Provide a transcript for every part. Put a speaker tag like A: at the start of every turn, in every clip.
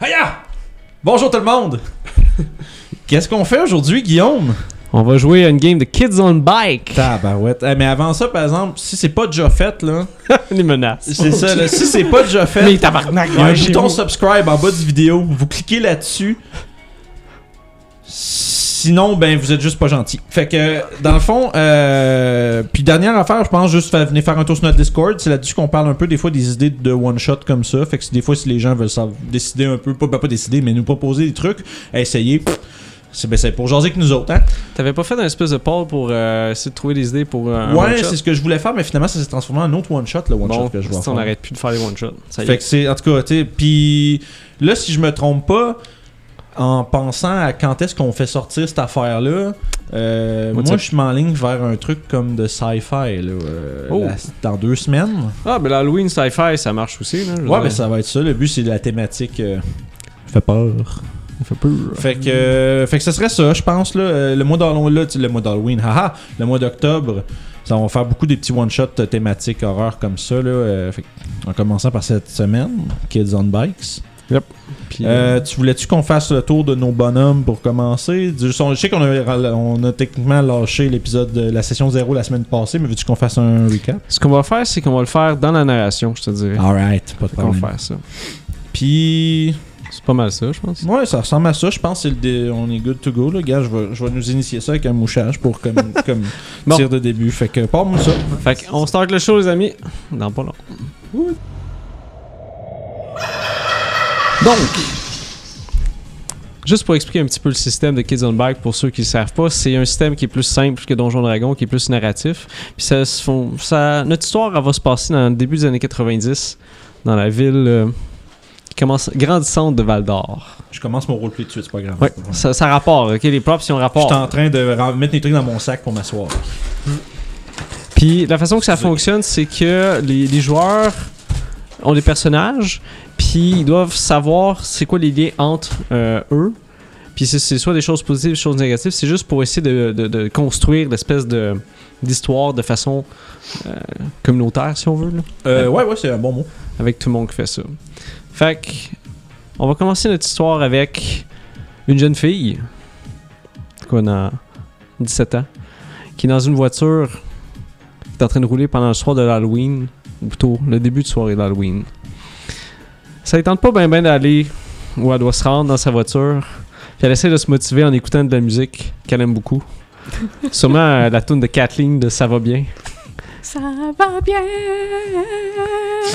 A: Hiya! Bonjour tout le monde! Qu'est-ce qu'on fait aujourd'hui, Guillaume?
B: On va jouer à une game de Kids on Bike.
A: Tabarouette. Eh, mais avant ça, par exemple, si c'est pas déjà fait, là,
B: Les menaces.
A: c'est ça, là, si c'est pas déjà fait,
B: Mais tabarnak,
A: il y a un
B: j'ai-
A: bouton subscribe en bas du vidéo. Vous cliquez là-dessus. Sinon, ben, vous êtes juste pas gentil. Fait que, dans le fond, euh, puis dernière affaire, je pense, juste fa- venez faire un tour sur notre Discord. C'est là-dessus qu'on parle un peu des fois des idées de one-shot comme ça. Fait que si- des fois, si les gens veulent sav- décider un peu, pas, ben, pas décider, mais nous proposer des trucs, essayez. Pff, C'est ben, c'est pour jaser que nous autres, hein?
B: T'avais pas fait un espèce de poll pour euh, essayer de trouver des idées pour euh, un
A: ouais,
B: one-shot?
A: c'est ce que je voulais faire, mais finalement, ça s'est transformé en un autre one-shot, le one-shot
B: Bon,
A: que je vois.
B: si on arrête plus de faire les one-shots. Ça y
A: Fait que
B: est.
A: c'est, en tout cas, tu sais, puis là, si je me trompe pas, en pensant à quand est-ce qu'on fait sortir cette affaire-là, euh,
B: Moi,
A: moi,
B: tu-
A: je m'enligne vers un truc comme de sci-fi, là, euh,
B: Oh.
A: la- dans deux semaines.
B: Ah, ben l'Halloween sci-fi, ça marche aussi. Là, je veux
A: Ouais,
B: dire.
A: mais ça va être ça, le but, c'est de la thématique... euh, fait peur.
B: fait peur.
A: Fait que, euh, fait que ce serait ça, je pense, là, euh, le mois d'Halloween, là, tu- le mois d'Halloween, haha, le mois d'octobre, ça on va faire beaucoup des petits one-shots euh, thématiques horreur comme ça, là, euh, fait que, en commençant par cette semaine, Kids on Bikes.
B: Puis,
A: Euh, tu voulais-tu qu'on fasse le tour de nos bonhommes pour commencer? Du- son- Je sais qu'on a, on a techniquement lâché l'épisode de la session 0 la semaine passée, mais veux-tu qu'on fasse un recap?
B: Ce qu'on va faire, c'est qu'on va le faire dans la narration, je te dirais.
A: Ah, Alright, pas de
B: qu'on va
A: problème.
B: faire ça.
A: Puis,
B: C'est pas mal ça, je pense.
A: ouais, ça ressemble à ça. Je pense que c'est le dé- on est good to go. Là. Gars, je vais, je vais nous initier ça avec un mouchage pour comme, comme
B: Bon.
A: tir de début. Fait que, parle-moi ça.
B: Fait qu'on start le show, les amis. Dans pas long. Donc, juste pour expliquer un petit peu le système de Kids on Bike pour ceux qui ne savent pas, c'est un système qui est plus simple que Donjon Dragon, qui est plus narratif. Puis ça, se font- ça, notre histoire elle va se passer dans le début des années 90, dans la ville euh, qui commence grandissante de Val d'Or.
A: Je commence mon roleplay tout de suite, c'est pas grave.
B: Ouais, ça, ça rapporte, ok? Les props, ils ont
A: Je
B: rapport.
A: suis en train de ram- mettre les trucs dans mon sac pour m'asseoir.
B: Puis la façon que ça fonctionne, c'est que les, les joueurs ont des personnages, puis ils doivent savoir c'est quoi les liens entre euh, eux. Puis c'est- c'est soit des choses positives, des choses négatives. C'est juste pour essayer de, de- de construire l'espèce de d'histoire de façon euh, communautaire, si on veut, là,
A: Euh, ouais, ouais, c'est un bon mot.
B: avec tout le monde qui fait ça. Fait que, on va commencer notre histoire avec une jeune fille, qu'on a 17 ans, qui est dans une voiture qui est en train de rouler pendant le soir de l'Halloween, ou plutôt le début de soirée d'Halloween. Ça ne tente pas bien ben, d'aller où elle doit se rendre dans sa voiture. Puis elle essaie de se motiver en écoutant de la musique qu'elle aime beaucoup. Sûrement euh, la tune de Kathleen de Ça va bien.
C: Ça va bien.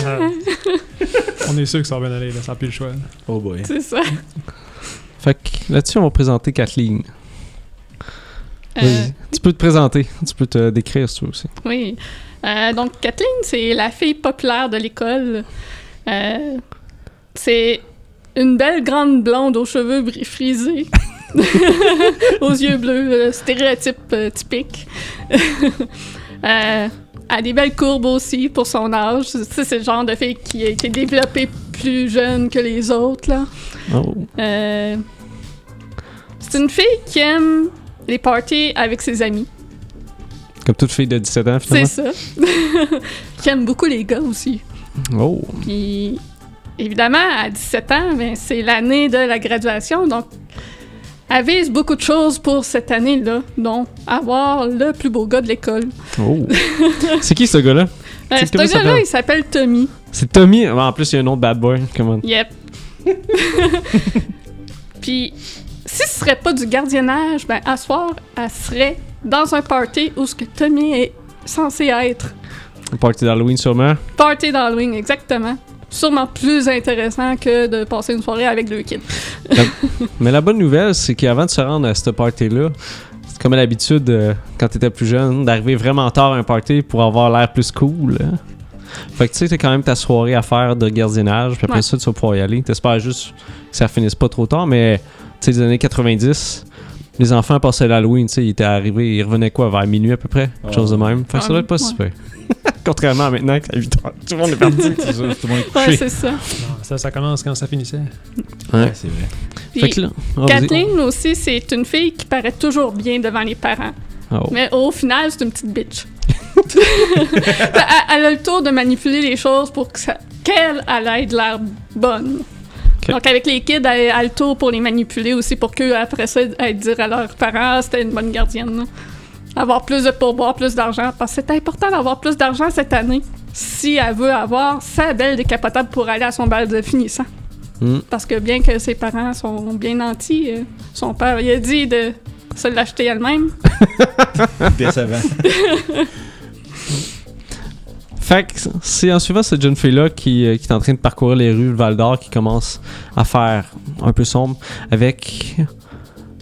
D: Ah. On est sûr que ça va bien aller, là, ça n'a plus le choix.
A: Oh boy.
C: C'est ça.
B: Fait que là-dessus, on va présenter Kathleen.
C: Euh,
B: Vas-y. Tu peux te présenter, tu peux te décrire si tu veux aussi.
C: oui. Euh, donc, Kathleen, c'est la fille populaire de l'école. Euh, c'est une belle grande blonde aux cheveux bri- frisés, aux yeux bleus, euh, stéréotype euh, typique. Euh, elle a des belles courbes aussi pour son âge. Tu sais, C'est le genre de fille qui a été développée plus jeune que les autres, là.
B: Oh.
C: Euh, c'est une fille qui aime les parties avec ses amis.
B: Comme toute fille de 17 ans,
C: C'est
B: finalement.
C: ça. qui aime beaucoup les gars aussi.
B: Oh.
C: Puis, évidemment, à 17 ans, ben, c'est l'année de la graduation. Donc, elle vise beaucoup de choses pour cette année-là. Donc, avoir le plus beau gars de l'école.
B: Oh. c'est qui ce gars-là?
C: Euh,
B: C'est
C: ce
B: comment il
C: gars-là,
B: s'appelle?
C: il s'appelle Tommy.
B: C'est Tommy. Ah, En plus, il y a un autre bad boy. Comment?
C: Yep. Puis, si ce serait pas du gardiennage, ben, à soir, elle serait dans un party où ce que Tommy est censé être.
B: Une party d'Halloween, sûrement.
C: Party d'Halloween, exactement. Sûrement plus intéressant que de passer une soirée avec deux kids.
B: Mais la bonne nouvelle, c'est qu'avant de se rendre à cette party-là, c'est comme à l'habitude, euh, quand t'étais plus jeune, d'arriver vraiment tard à un party pour avoir l'air plus cool. hein. Fait que tu sais, t'as quand même ta soirée à faire de gardiennage, puis après
C: Ouais.
B: ça, tu vas pouvoir y aller. T'espères juste que ça finisse pas trop tard, mais tu sais, les années 90, les enfants passaient l'Halloween, tu sais, ils étaient arrivés, ils revenaient quoi, vers minuit à peu près, quelque chose de même. Fait que ça doit être pas
C: Ouais.
B: super. Contrairement à maintenant, à 8 heures, tout le monde est parti.
A: C'est ça, tout le monde est couché.
C: Ouais, c'est ça.
D: Non, ça, ça commence quand ça finissait.
A: Ouais, c'est vrai.
B: Fait
C: Puis,
B: que là, ah, vas-y.
C: Kathleen aussi, c'est une fille qui paraît toujours bien devant les parents.
B: Ah, oh.
C: Mais au final, c'est une petite bitch. Ben, elle- elle a le tour de manipuler les choses pour que ça- qu'elle elle ait de l'air bonne.
B: Ok.
C: Donc, avec les kids, elle elle a le tour pour les manipuler aussi pour qu'eux, après ça, aient dire à leurs parents c'était une bonne gardienne. là. Avoir plus de pourboire, plus d'argent. Parce que c'est important d'avoir plus d'argent cette année si elle veut avoir sa belle décapotable pour aller à son bal de finissant.
B: Hmm.
C: Parce que bien que ses parents sont bien nantis, euh, son père il a dit de se l'acheter elle-même.
A: Décevant.
B: Fait que c'est en suivant cette jeune fille-là qui, euh, qui est en train de parcourir les rues de Val d'Or qui commence à faire un peu sombre avec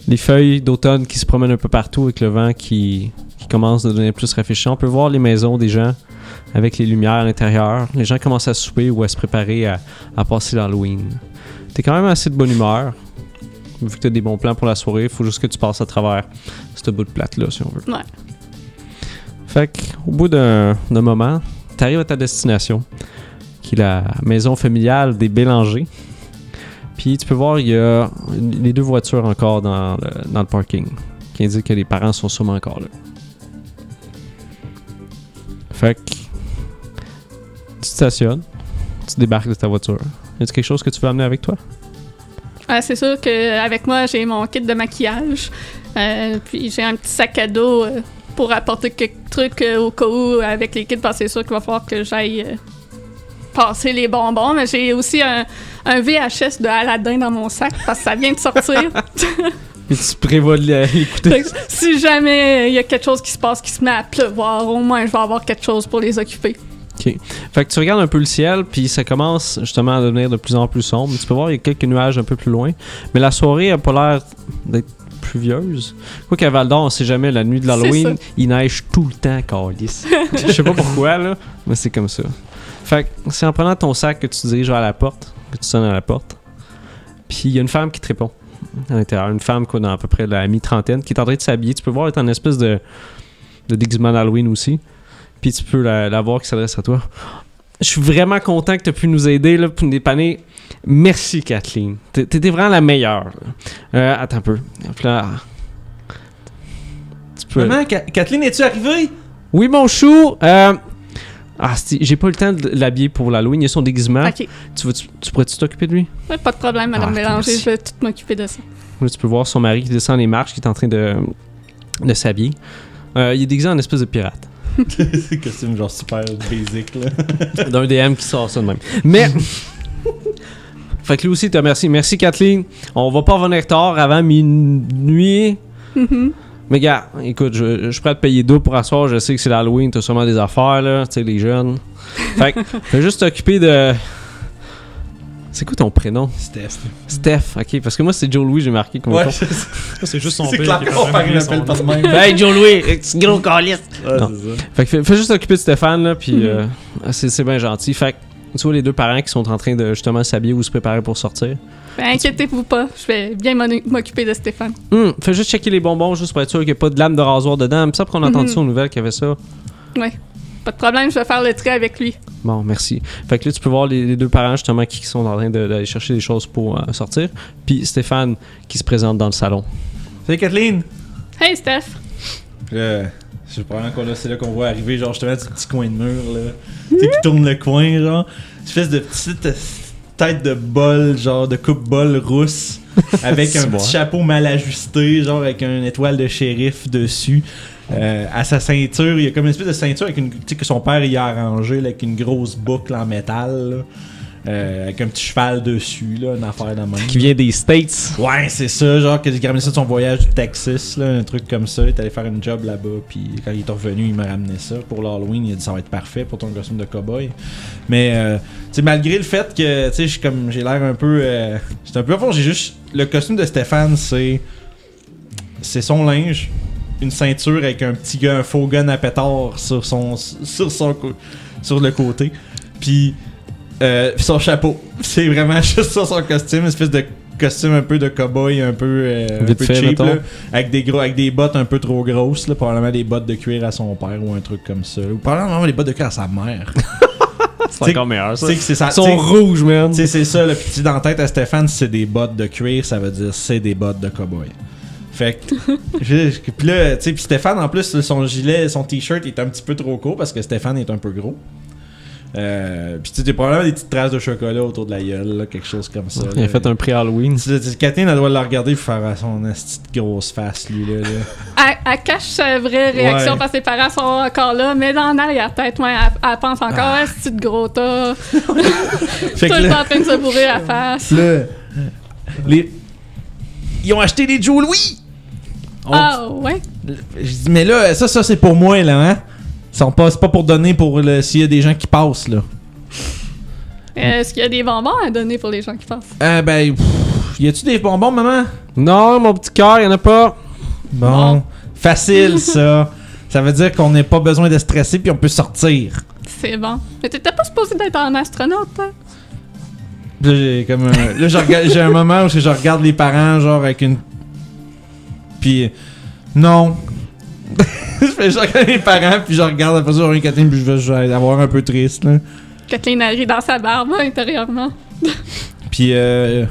B: les feuilles d'automne qui se promènent un peu partout avec le vent qui, qui commence de devenir plus rafraîchissant. On peut voir les maisons des gens avec les lumières à l'intérieur. Les gens commencent à souper ou à se préparer à, à passer l'Halloween. T'es quand même assez de bonne humeur. Vu que t'as des bons plans pour la soirée, faut juste que tu passes à travers ce bout de plate-là, si on veut.
C: Ouais.
B: Fait qu'au bout d'un d'un moment, t'arrives à ta destination, qui est la maison familiale des Bélanger. Puis tu peux voir, il y a les deux voitures encore dans le, dans le parking, qui indique que les parents sont sûrement encore là. Fait que tu te stationnes, tu débarques de ta voiture. Y a-tu quelque chose que tu veux amener avec toi?
C: Ah, c'est sûr qu'avec moi, j'ai mon kit de maquillage. Euh, puis j'ai un petit sac à dos euh, pour apporter quelques trucs euh, au cas où avec les kits, parce que c'est sûr qu'il va falloir que j'aille euh, passer les bonbons. Mais j'ai aussi un, un VHS de Aladdin dans mon sac parce que ça vient de sortir.
B: Et tu prévois de l'é- l'écouter.
C: Fait que si jamais euh, il y a quelque chose qui se passe qui se met à pleuvoir, au moins je vais avoir quelque chose pour les occuper.
B: Fait que tu regardes un peu le ciel, puis ça commence justement à devenir de plus en plus sombre. Tu peux voir, il y a quelques nuages un peu plus loin. Mais la soirée a pas l'air d'être pluvieuse. Quoi qu'à Val d'Or, on sait jamais, la nuit de l'Halloween,
C: C'est
B: il neige tout le temps, Calis. Je sais pas pourquoi, là, mais c'est comme ça. Fait que c'est en prenant ton sac que tu te diriges vers la porte, que tu sonnes à la porte. Puis il y a une femme qui te répond à l'intérieur. Une femme, quoi, dans à peu près la mi-trentaine, qui est en train de s'habiller. Tu peux voir, elle est en espèce de, de déguisement d'Halloween aussi. Puis tu peux la, la voir qui s'adresse à toi. Je suis vraiment content que tu aies pu nous aider là, pour nous dépanner. Merci, Kathleen. T'é- T'étais vraiment la meilleure. là. Euh, attends un peu. Puis là, tu peux...
A: Maman, Ca- Kathleen, es-tu arrivée?
B: Oui, mon chou. Euh... Ah, c'ti, j'ai pas eu le temps de l'habiller pour l'Halloween. Il y a son déguisement.
C: Ok,
B: Tu, veux, tu, tu pourrais-tu t'occuper de lui?
C: Ouais, pas de problème, Madame
B: Hein? Ah,
C: Mélanger,
B: merci.
C: je vais tout m'occuper de ça.
B: Là, tu peux voir son mari qui descend les marches, qui est en train de, de s'habiller. Euh, il est déguisé en espèce de pirate.
A: c'est costume genre super basic là.
B: D'un DM qui sort ça de même. Mais... fait que lui aussi, il te remercie. Merci, Kathleen. On va pas revenir tard avant minuit.
C: Mhm.
B: Mais gars, écoute, je, je suis prêt à te payer deux pour asseoir. Je sais que c'est l'Halloween, t'as sûrement des affaires, là. Tu sais, les jeunes. Fait que, je vais juste t'occuper de. C'est quoi ton prénom?
A: C'était.
B: Steph, ok, parce que moi c'est Joe Louis, j'ai marqué comme
A: Ouais,
B: ton.
A: c'est
D: Ça, C'est juste son
A: c'est clair
D: père. qui a
A: qu'on
D: vraiment
A: fait
D: mis
A: un
D: son
A: appel
D: nom.
A: par même.
B: Hey Ben, Joe Louis, petit gros calice! Non. Fait que fais, fais juste t'occuper de Stéphane, là, puis euh, c'est, c'est bien gentil. Fait que tu vois les deux parents qui sont en train de justement s'habiller ou se préparer pour sortir.
C: Ben, inquiétez-vous pas, je vais bien m'en- m'occuper de Stéphane.
B: Hum, fais juste checker les bonbons, juste pour être sûr qu'il n'y a pas de lame de rasoir dedans. Il me semble qu'on a entendu
C: Mhm.
B: ça aux nouvelles qu'il y avait ça.
C: Pas de problème, je vais faire le trait avec lui.
B: Bon, merci. Fait que là, tu peux voir les, les deux parents justement qui qui sont en train de- d'aller chercher des choses pour euh, sortir. Puis Stéphane qui se présente dans le salon.
A: Salut Kathleen!
C: Hey Steph!
A: Là, je probablement qu'on a, c'est là qu'on voit arriver, genre justement du petit coin de mur là. tu sais, qui tourne le coin, genre. Une espèce de petite euh, tête de bol, genre de coupe-bol rousse. Avec un
B: C'est bon.
A: petit chapeau mal ajusté, genre avec une étoile de shérif dessus. Euh, à sa ceinture, il y a comme une espèce de ceinture avec une, tu sais, que son père y a arrangé, là, avec une grosse boucle en métal, là. Euh, avec un petit cheval dessus, là, une affaire de même.
B: Qui vient des States.
A: Ouais, c'est ça, genre que j'ai ramené ça de son voyage du Texas, là, un truc comme ça. Il est allé faire une job là-bas, puis quand il est revenu, il m'a ramené ça pour l'Halloween. Il a dit ça va être parfait pour ton costume de cowboy. Mais euh, tu sais, malgré le fait que tu sais, je suis comme j'ai l'air un peu, euh, c'est un peu à fond. J'ai juste le costume de Stéphane, c'est c'est son linge, une ceinture avec un petit gun, un faux gun à pétard sur son sur son cou- sur le côté, puis euh, son chapeau. C'est vraiment juste ça son costume, une espèce de costume un peu de cowboy, un peu, euh, un
B: Vite
A: peu
B: fait,
A: cheap,
B: mettons.
A: là, avec, des gros, avec des bottes un peu trop grosses, là, probablement des bottes de cuir à son père ou un truc comme ça. Ou probablement des bottes de cuir à sa mère.
B: C'est encore meilleur,
A: Ah, tu
B: ça. Ah,
A: sais que c'est ça.
B: Ils sont rouges, man.
A: Tu sais, c'est ça, le petit dans la tête à Stéphane, c'est des bottes de cuir, ça veut dire c'est des bottes de cowboy. Fait que. je- je- Puis là, tu sais, puis Stéphane, en plus, son gilet, son t-shirt est un petit peu trop court parce que Stéphane est un peu gros. Euh, puis tu sais, t'as probablement des petites traces de chocolat autour de la gueule, là, quelque chose comme ça.
B: Il
A: là.
B: a fait un prix Halloween.
A: Tu- tu- Kathleen, elle doit le regarder pour faire à son esti de grosse face, lui, là. là.
C: Elle, elle cache sa vraie réaction
A: Ouais.
C: parce que ses parents sont encore là, mais dans l'arrière-tête, ouais, elle, elle pense encore à ce petit gros tas.
A: Ah. fait
C: tout
A: que
C: le temps
A: là,
C: en train de se bourrer la face.
A: là, les... Ils ont acheté des Joe Louis! On-
C: Ah ouais?
A: Je dis, mais là, ça, ça c'est pour moi, là, hein? Ça, on passe pas pour donner pour le- s'il y a des gens qui passent, là.
C: Euh, Est-ce qu'il y a des bonbons à donner pour les gens qui passent?
A: Ah, ben, pff, y a-tu des bonbons, maman?
B: Non, mon petit cœur, y'en a pas.
A: Bon,
C: Non.
A: facile, ça. ça veut dire qu'on n'a pas besoin de stresser puis on peut sortir.
C: C'est bon. Mais t'étais pas supposé d'être un astronaute, hein?
A: Puis Là, j'ai comme un, là, je regarde- j'ai un moment où je regarde les parents, genre, avec une. Puis. euh, Non. je fais genre comme les parents, puis je regarde après ça, genre, une Catherine, puis je vais, je vais avoir un peu triste, là.
C: Kathleen a ri dans sa barbe hein, intérieurement.
A: Puis, euh,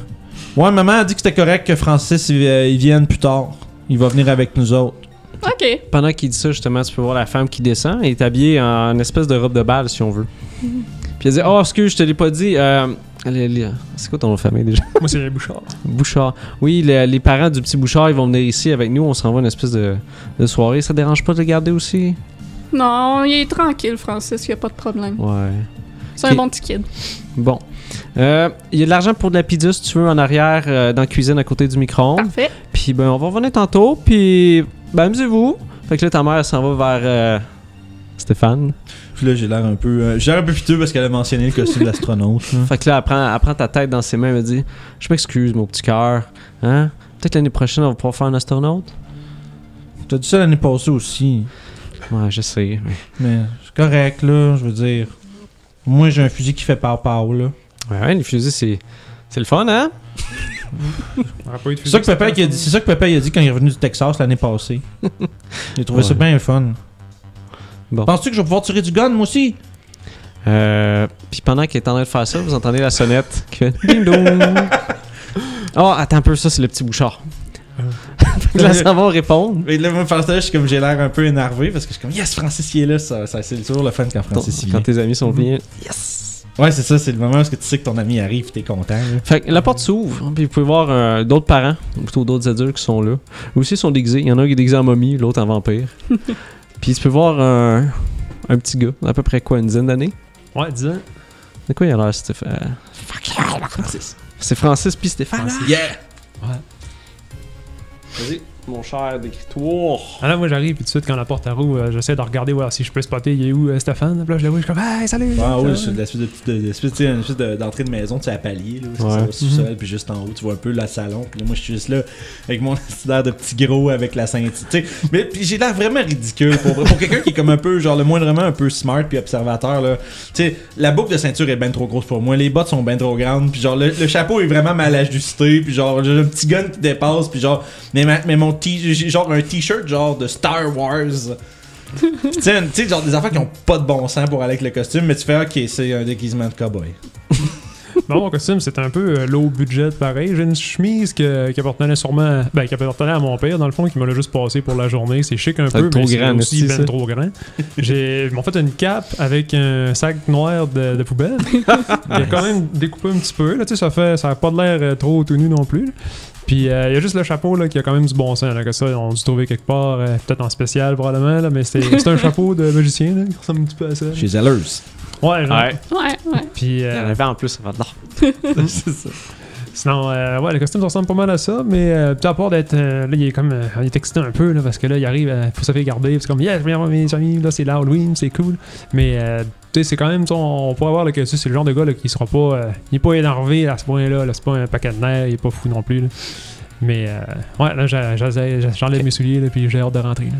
A: ouais, maman a dit que c'était correct que Francis il, euh, il vienne plus tard. Il va venir avec nous autres.
C: Ok.
B: Pendant qu'il dit ça, justement, tu peux voir la femme qui descend. Elle est habillée en espèce de robe de balle, si on veut. Puis elle dit Oh, excuse, je te l'ai pas dit. Euh, les- les- c'est quoi ton nom de famille déjà
D: Moi, c'est Bouchard.
B: Bouchard. Oui, le- les parents du petit Bouchard, ils vont venir ici avec nous. On s'en va à une espèce de, de soirée. Ça te dérange pas de le garder aussi
C: Non, il est tranquille, Francis, il a pas de problème.
B: Ouais.
C: C'est
B: Ok.
C: un bon petit kid.
B: Bon. Euh, Il y a de l'argent pour de la pizza, si tu veux, en arrière, euh, dans la cuisine, à côté du micro-ondes.
C: Parfait.
B: Puis ben, on va revenir tantôt, puis ben, amusez-vous. Fait que là, ta mère elle s'en va vers euh, Stéphane.
A: Puis là, j'ai l'air un peu. euh, j'ai l'air un peu piteux parce qu'elle a mentionné le costume d'astronaute. là.
B: Fait que là, elle prend, elle prend ta tête dans ses mains et me dit Je m'excuse, mon petit cœur. Hein Peut-être l'année prochaine, on va pouvoir faire un astronaute
A: T'as dit ça l'année passée aussi.
B: Ouais, je sais. mais-
A: Mais c'est correct, là, je veux dire. Moi, j'ai un fusil qui fait par par là.
B: Ouais, ouais, les fusées, c'est. C'est le fun, hein
A: C'est ça que papa qui a dit, c'est ça que papa il a dit quand il est revenu du Texas l'année passée. Il a trouvé ça
B: Ouais.
A: bien fun.
B: Bon.
A: Penses-tu que je vais pouvoir tirer du gun, moi aussi?
B: Euh, Puis pendant qu'elle est en train de faire ça, vous entendez la sonnette qui fait Ding dong Oh, attends un peu, ça, c'est le petit bouchard. Fait que là, ça va répondre.
A: Mais là, moi, je suis comme j'ai l'air un peu énervé parce que je suis comme, yes, Francis, il est là. Ça, ça- c'est toujours le fun quand Francis il
B: Quand
A: vient.
B: tes amis sont venus.
A: Ouais, c'est ça, c'est le moment où est-ce que tu sais que ton ami arrive et t'es content. là.
B: Fait que la porte s'ouvre, puis vous pouvez voir euh, d'autres parents, ou plutôt d'autres adultes qui sont là. Eux aussi sont déguisés. Il y en a un qui est déguisé en momie, l'autre en vampire. puis tu peux voir un, un petit gars, d'à peu près quoi, une dizaine d'années
D: Ouais, 10 ans.
B: De quoi il a l'air, Stéphane euh,
A: Francis.
B: C'est Francis puis Stéphane.
A: Yeah!
B: Vas-y, mon cher d'écritoire.
D: Alors, Ah, moi, j'arrive, puis tout de suite, quand la porte roue, j'essaie de regarder voir si je peux spotter, il est où euh, Stéphane. Puis là, je le vois, je suis comme, hey, salut!
A: Ah oui,
D: Ça
A: c'est
D: va?
A: de l'espèce de, petite- de, de, l'espèce, tu sais, une espèce de- d'entrée de maison, tu sais, à palier, là, où
B: Ouais.
A: ça va sous sol, puis juste en haut, tu vois un peu le salon, puis là, moi, je suis juste là, avec mon air de petit gros, avec la ceinture, tu sais, mais puis j'ai l'air vraiment ridicule, pour, vrai. pour quelqu'un qui est comme un peu, genre, le moindrement un peu smart, puis observateur, là, tu sais, la boucle de ceinture est ben trop grosse pour moi, les bottes sont ben trop grandes, puis genre, le, le chapeau est vraiment mal ajusté, puis genre, j'ai un petit gun qui dépasse, puis genre, mais, ma- mais mon t j'ai genre un t-shirt, genre, de Star Wars, tu sais, une- tu sais, genre des affaires qui ont pas de bon sens pour aller avec le costume, mais tu fais ok, c'est un déguisement de cowboy.
D: Bon, mon costume, c'est un peu euh, low budget, pareil. J'ai une chemise que- qui appartenait sûrement... Ben, qui appartenait à mon père, dans le fond, qui me l'a juste passé pour la journée. C'est chic un
B: Ça va
D: peu,
B: être
D: mais
B: trop
D: c'est
B: grand,
D: aussi
B: aussi, ça.
D: ben trop grand. J'ai ils m'ont fait une cape avec un sac noir de, de poubelle. Il a quand même découpé un petit peu. Là, tu sais, ça fait ça a pas de l'air euh, trop tout nu non plus. là. Puis euh, il y a juste le chapeau là, qui a quand même du bon sens. Là, que ça, on dû trouver quelque part, euh, peut-être en spécial probablement, là, mais c'est c'est un chapeau de magicien là, qui ressemble un petit peu à ça.
A: Chez Zellers.
D: Ouais, genre.
B: Ouais,
C: Ouais, ouais.
D: Puis,
B: il y
D: euh,
B: en avait en plus avant de l'or.
A: c'est ça.
D: Sinon, euh, ouais, le costume, ça ressemble pas mal à ça, mais euh, tout à part d'être. euh, là, il est comme. euh, il est excité un peu, là, parce que là, il arrive, il faut se faire garder, puis c'est comme, yeah, je viens voir mes amis, là, c'est l'Halloween, c'est cool. Mais, euh, tu sais, c'est quand même, tu sais, on, on pourrait voir là, que tu sais, c'est le genre de gars là, qui sera pas. euh, il est pas énervé à ce point-là, là, c'est pas un paquet de nerfs, il est pas fou non plus, là. Mais, euh, ouais, là, j'a- j'a- j'a- j'enlève mes souliers, là, puis j'ai hâte de rentrer, là.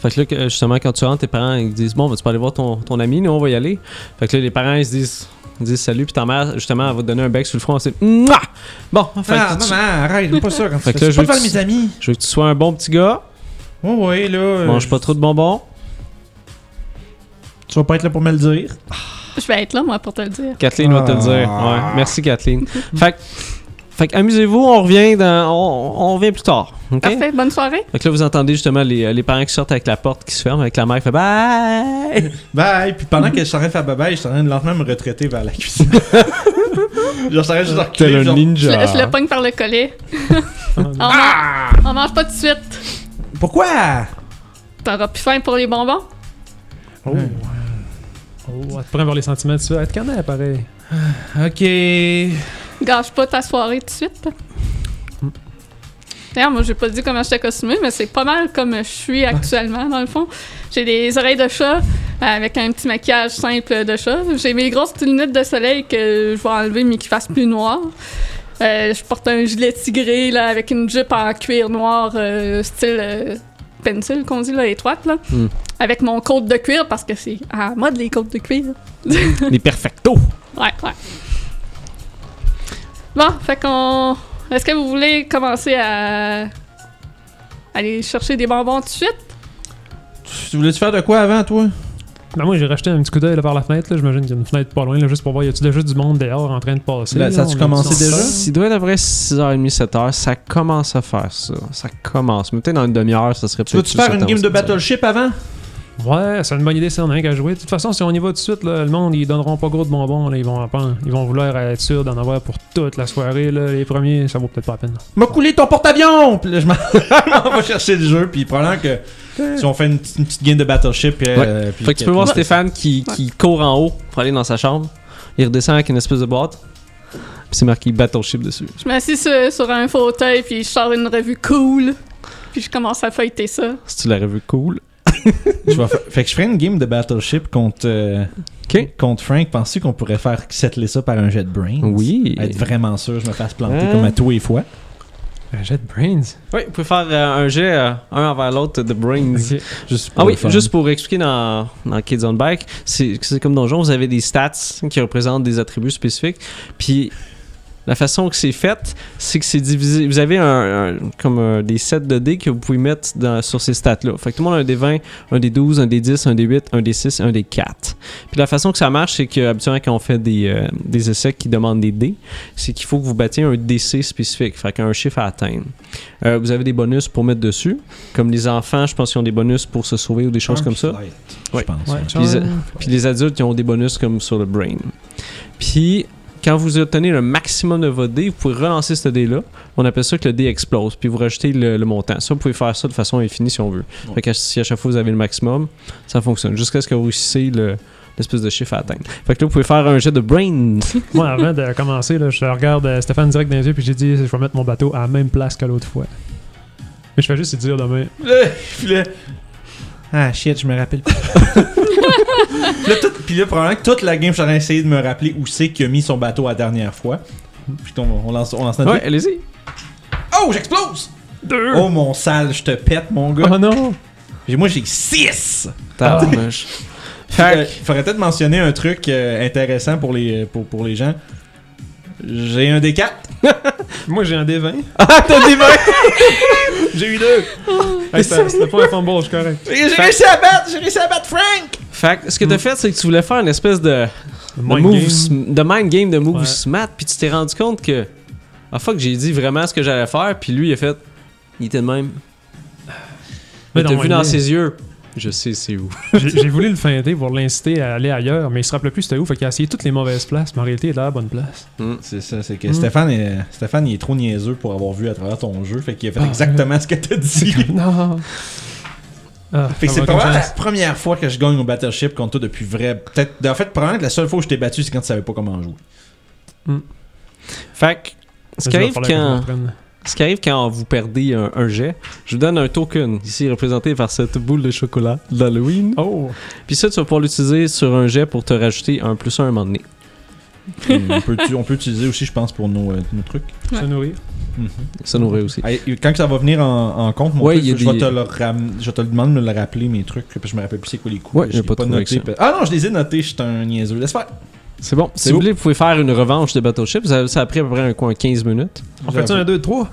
B: Fait que là, que- justement, quand tu rentres, tes parents ils disent Bon, vas-tu pas aller voir ton, ton ami Nous, on va y aller. Fait que là, les parents ils se disent Ils disent salut, puis ta mère, justement, elle va te donner un bec sur le front. C'est Mouah! Bon, fait
A: Ah,
B: que tu-
A: maman, arrête, j'aime pas ça quand
B: Fait
A: tu
B: que
A: fais
B: là,
A: ça.
B: je
A: Je
B: veux
A: peux pas
B: que
A: de mes
B: tu-
A: amis.
B: je veux que tu sois un bon petit gars,
A: Ouais, ouais, là. euh,
B: mange pas trop de bonbons.
A: Tu vas pas être là pour me le dire.
C: Je vais être là, moi, pour te le
A: Eh.
C: dire.
B: Kathleen va te le dire.
A: Ah.
B: Ouais, merci Kathleen. fait que- fait que amusez-vous, on revient dans, on, on revient plus tard. ok?
C: Parfait, bonne soirée.
B: Fait que là, vous entendez justement les, euh, les parents qui sortent avec la porte qui se ferme, avec la mère qui fait bye.
A: Bye. Puis pendant que je s'arrête à bye je suis en train de lentement me retraiter vers la cuisine. genre, je s'arrête juste à reculer. genre-
C: Je,
B: ninja.
C: le- je le pogne par le collet. on, man- on mange pas tout de suite.
A: Pourquoi?
C: T'auras plus faim pour les bonbons?
A: Oh.
D: Oh, elle te prend vers les sentiments, tu vas être canard, pareil.
A: Ok.
C: Gâche pas ta soirée tout de suite. D'ailleurs, moi, j'ai pas dit comment j'étais costumée, mais c'est pas mal comme je suis actuellement, dans le fond. J'ai des oreilles de chat euh, avec un petit maquillage simple de chat. J'ai mes grosses petites lunettes de soleil que je vais enlever, mais qui fassent plus noir. Euh, je porte un gilet tigré là, avec une jupe en cuir noir, euh, style euh, pencil qu'on dit, là, étroite. Là.
B: Mm.
C: Avec mon côte de cuir, parce que c'est à la mode les côtes de cuir.
B: Les perfectos.
C: Ouais, ouais. Bon, fait qu'on. Est-ce que vous voulez commencer à. aller chercher des bonbons tout de suite?
A: Tu voulais-tu faire de quoi avant, toi?
D: Non, Ben, moi, j'ai racheté un petit coup d'œil là, par la fenêtre. là. J'imagine qu'il y a une fenêtre pas loin, là, juste pour voir. Y a-tu déjà du monde dehors en train de passer?
A: Là, Ben, ça a-tu
D: on est-
A: commencé
D: on-
A: déjà?
B: S'il doit être après 6h30, 7h, ça commence à faire ça. Ça commence. Mais peut-être dans une demi-heure, ça serait
A: Tu veux-tu faire une game de Battleship avant?
D: Ouais, c'est une bonne idée, ça. On a rien qu'à jouer. De toute façon, si on y va tout de suite, là, le monde, ils donneront pas gros de bonbons. Là, ils, vont en prendre. ils vont vouloir être sûrs d'en avoir pour toute la soirée. Là. Les premiers, ça vaut peut-être pas la peine.
A: M'a coulé ton porte-avions! Puis là, je m'en je m'en vais chercher le jeu, puis probablement que si on fait une, petite- une petite game de Battleship. puis, euh, puis
B: Fait que tu peux voir
A: Catherine-
B: Stéphane qui, qui court en haut pour aller dans sa chambre. Il redescend avec une espèce de boîte. Puis c'est marqué Battleship dessus.
C: Je m'assis sur, sur un fauteuil, puis je sors une revue cool. Puis je commence à feuilleter ça.
B: Si tu l'aurais vu, cool.
A: Je vais fa- fait que je ferais une game de Battleship contre, euh,
B: Ok.
A: contre Frank. Penses-tu qu'on pourrait faire settler ça par un jet de brain?
B: Oui.
A: Être vraiment sûr, je me fasse planter
B: Hein?
A: comme à tous les fois.
D: Un jet de brains.
B: Oui, vous pouvez faire euh, un jet euh, un envers l'autre de Brains.
A: Juste pour
B: Ah oui,
A: le fun.
B: juste pour expliquer dans, dans Kids on Bike, c'est c'est comme Donjon, vous avez des stats qui représentent des attributs spécifiques. Puis la façon que c'est fait, c'est que c'est divisé. Vous avez un, un- comme un- des sets de dés que vous pouvez mettre dans- sur ces stats-là. Fait que tout le monde a un des 20, un des 12, un des 10, un des 8, un des 6, un des 4. Puis la façon que ça marche, c'est que habituellement quand on fait des, euh, des essais qui demandent des dés, c'est qu'il faut que vous battiez un DC spécifique, fait qu'un chiffre à atteindre. Euh, vous avez des bonus pour mettre dessus, comme les enfants, je pense qu'ils ont des bonus pour se sauver ou des choses comme ça.
A: Flight,
B: Ouais.
A: Je pense. ouais.
D: Ouais,
B: Puis, euh,
D: Charles.
B: Puis les adultes, ils ont des bonus comme sur le brain. Puis quand vous obtenez le maximum de votre dé, vous pouvez relancer ce dé-là. On appelle ça que le dé explose. Puis vous rajoutez le, le montant. Ça, vous pouvez faire ça de façon infinie si on veut. Fait que si à chaque fois vous avez le maximum, ça fonctionne. Jusqu'à ce que vous réussissiez le- l'espèce de chiffre à atteindre. Fait que là, vous pouvez faire un jet de brain.
D: Moi, avant de commencer, là, je regarde euh, Stéphane direct dans les yeux puis j'ai dit je vais mettre mon bateau à la même place que l'autre fois. Mais je fais juste lui dire demain.
A: Là, puis là- Ah shit, je me rappelle pas. Puis là, tout- puis là, probablement que toute la game, j'aurais essayé de me rappeler où c'est qu'il a mis son bateau la dernière fois. Puis qu'on- on, lance, on lance notre
B: Ouais, allez-y.
A: Oh, j'explose!
D: Deux!
A: Oh mon sale, je te pète, mon gars.
B: Uh-huh.
D: Oh non!
A: J'ai- Moi, j'ai 6!
B: Tabarnouche.
A: Il
B: Fait
A: faudrait peut-être mentionner un truc euh, intéressant pour les, pour, pour les gens. J'ai un D4.
D: Moi j'ai un D20.
A: Ah, t'as des vingt! J'ai eu deux!
D: Hey, C'était c'était pas un fumble, je suis correct.
A: J'ai j'ai réussi à battre! J'ai réussi à battre Frank!
B: que, fait que ce que t'as fait, c'est que tu voulais faire une espèce de, de,
D: Mind
B: move
D: game.
B: sm- de mind game, de move
D: Ouais.
B: smart, puis tu t'es rendu compte que. Ah fuck, j'ai dit vraiment ce que j'allais faire, puis lui, il a fait. Il était de même.
D: Mais
B: Mais t'as
D: non,
B: vu
D: il
B: dans
D: est-
B: ses yeux. Je sais c'est où.
D: J'ai j'ai voulu le feinter pour l'inciter à aller ailleurs, mais il se rappelait plus c'était où, fait qu'il a essayé toutes les mauvaises places, mais en réalité il est à la bonne place.
A: C'est ça, c'est que
D: Mm.
A: Stéphane, est- Stéphane, il est trop niaiseux pour avoir vu à travers ton jeu, fait qu'il a fait
D: Ah,
A: exactement ce que t'as dit.
D: Non! Ah,
A: Fait que c'est probablement
D: vraiment aucune
A: la
D: chance.
A: première fois que je gagne au Battleship contre toi depuis vrai. Peut-être, ben, en fait, probablement que la seule fois où je t'ai battu, c'est quand tu savais pas comment jouer.
B: Fait que. Ce qui,
D: Je vais
B: arrive
D: falloir que je
B: quand,
D: m'apprenne.
B: ce qui arrive quand vous perdez un, un jet, je vous donne un token, ici représenté par cette boule de chocolat d'Halloween.
D: Oh!
B: Puis ça, tu vas pouvoir l'utiliser sur un jet pour te rajouter un plus un à un moment donné.
A: Et on, peut, tu- on peut utiliser aussi, je pense, pour nos, euh, nos trucs.
C: Ouais.
D: Se nourrir.
A: Mhm.
B: Ça nous réussit.
A: Ah, et- Quand que ça va venir en, en compte, mon
B: Ouais,
A: truc,
B: il y a
A: je, vais
B: des-
A: te le ram- je te le demande de me le rappeler, mes trucs, puis je me rappelle plus c'est quoi les coups.
B: Ouais,
A: Je
B: j'ai
A: l'ai
B: pas trouvé
A: noté,
B: que
A: puis- Ah non, je les ai notés, je suis un niaiseux. Laisse faire.
B: C'est bon. Si
A: beau.
B: vous voulez, vous pouvez faire une revanche de Battleship. Ça, ça a pris à peu près un coin 15 minutes.
D: On fait ça un 2 3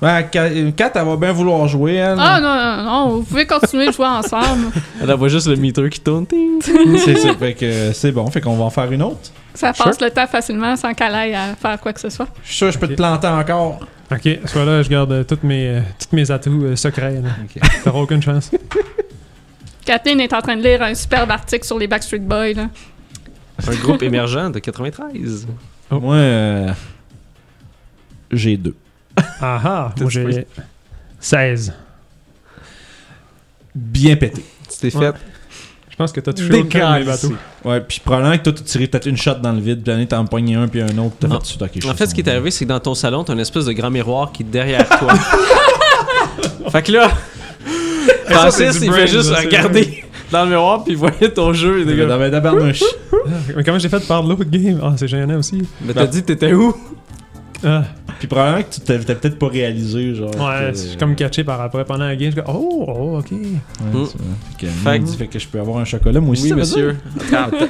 A: Ouais, Kat, Kat, elle va bien vouloir jouer, elle.
C: Ah non, non, non, vous pouvez continuer de jouer ensemble.
B: Elle voit juste le meter qui tourne. Ting.
A: c'est ça. Fait que euh, c'est bon. Fait qu'on va en faire une autre.
C: Ça passe le temps facilement sans qu'elle aille à faire quoi que ce soit.
A: Je suis sûr que je peux
D: Ok.
A: te planter encore.
D: Ok, soit là, je garde euh, toutes mes, euh, toutes mes atouts euh, secrets. là. T'auras aucune chance.
C: Kathleen est en train de lire un superbe article sur les Backstreet Boys. Là.
B: Un groupe émergent de 93.
D: Oh.
A: Moi, euh, j'ai deux.
D: Ah ah, moi j'ai 16.
A: Bien pété.
B: Tu t'es
D: Ouais.
B: fait.
D: Je pense que t'as touché aucun de mes
B: Décalcé.
D: bateaux.
A: Ouais, puis probablement que toi, tu tirais peut-être une shot dans le vide, puis l'année, t'en pogné un, puis un autre, t'as
B: Non.
A: fait dessus. Ok, je
B: En
A: sais
B: fait, ce qui est arrivé, c'est que dans ton salon, t'as une espèce de grand miroir qui est derrière toi. fait que là,
D: ça, c'est
B: Francis,
D: du
B: il
D: brain,
B: fait juste
D: ça, c'est
B: regarder dans le miroir, puis il voyait ton jeu. Il était comme,
A: Dans ma tabarnouche.
D: Mais comment j'ai fait de perdre l'autre game Ah, c'est gênant aussi.
B: Mais t'as dit, t'étais où
D: Ah,
A: Puis probablement que tu t'as t'as peut-être pas réalisé, genre.
D: ouais,
A: que-
D: je suis comme catché par après pendant la game. Je suis comme, oh, oh, ok.
A: Ouais, c'est
B: Mm.
A: vrai. Fait que,
B: Fait
A: maudit,
B: que-
A: fait que je peux avoir un chocolat, moi aussi.
B: Oui,
A: ça veut dire?
B: monsieur.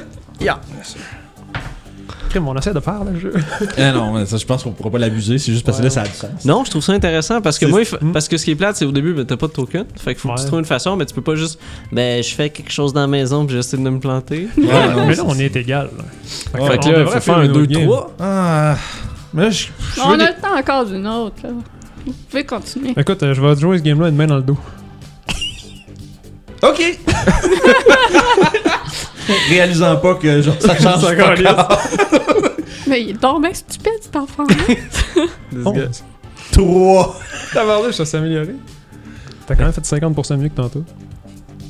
D: Crime, on essaie de faire le jeu.
A: Ah non, mais ça, je pense qu'on pourra pas l'abuser, c'est juste parce que là, ça a du sens.
B: Non, je trouve ça intéressant parce que
A: C'est-
B: moi, il fa-
D: Hmm.
B: parce que ce qui est plate, c'est au début, ben, t'as pas de token. Fait qu'il faut que tu
D: Ouais.
B: trouves une façon, mais tu peux pas juste, ben, je fais quelque chose dans la maison puis j'essaie de me planter.
A: Ouais, non,
D: mais
A: c'est-
D: là, on est égal. là.
A: Ouais,
B: fait
D: on
B: que là, il
D: devrait
B: faut faire
D: une
B: un
D: autre game.
B: 2-3.
A: Ah. Mais là, je. je veux
C: on
A: des-
C: a le temps encore d'une autre. là. Vous pouvez continuer.
D: Écoute, euh, je vais jouer ce game-là une main dans le dos.
A: Ok! Réalisant pas que genre, ça change
B: Ça
A: pas
B: calisse.
A: encore.
C: Mais il dort bien stupide, cet enfant-là.
D: Oh,
A: 3!
D: T'as ça s'est amélioré. T'as quand même fait 50% mieux que tantôt.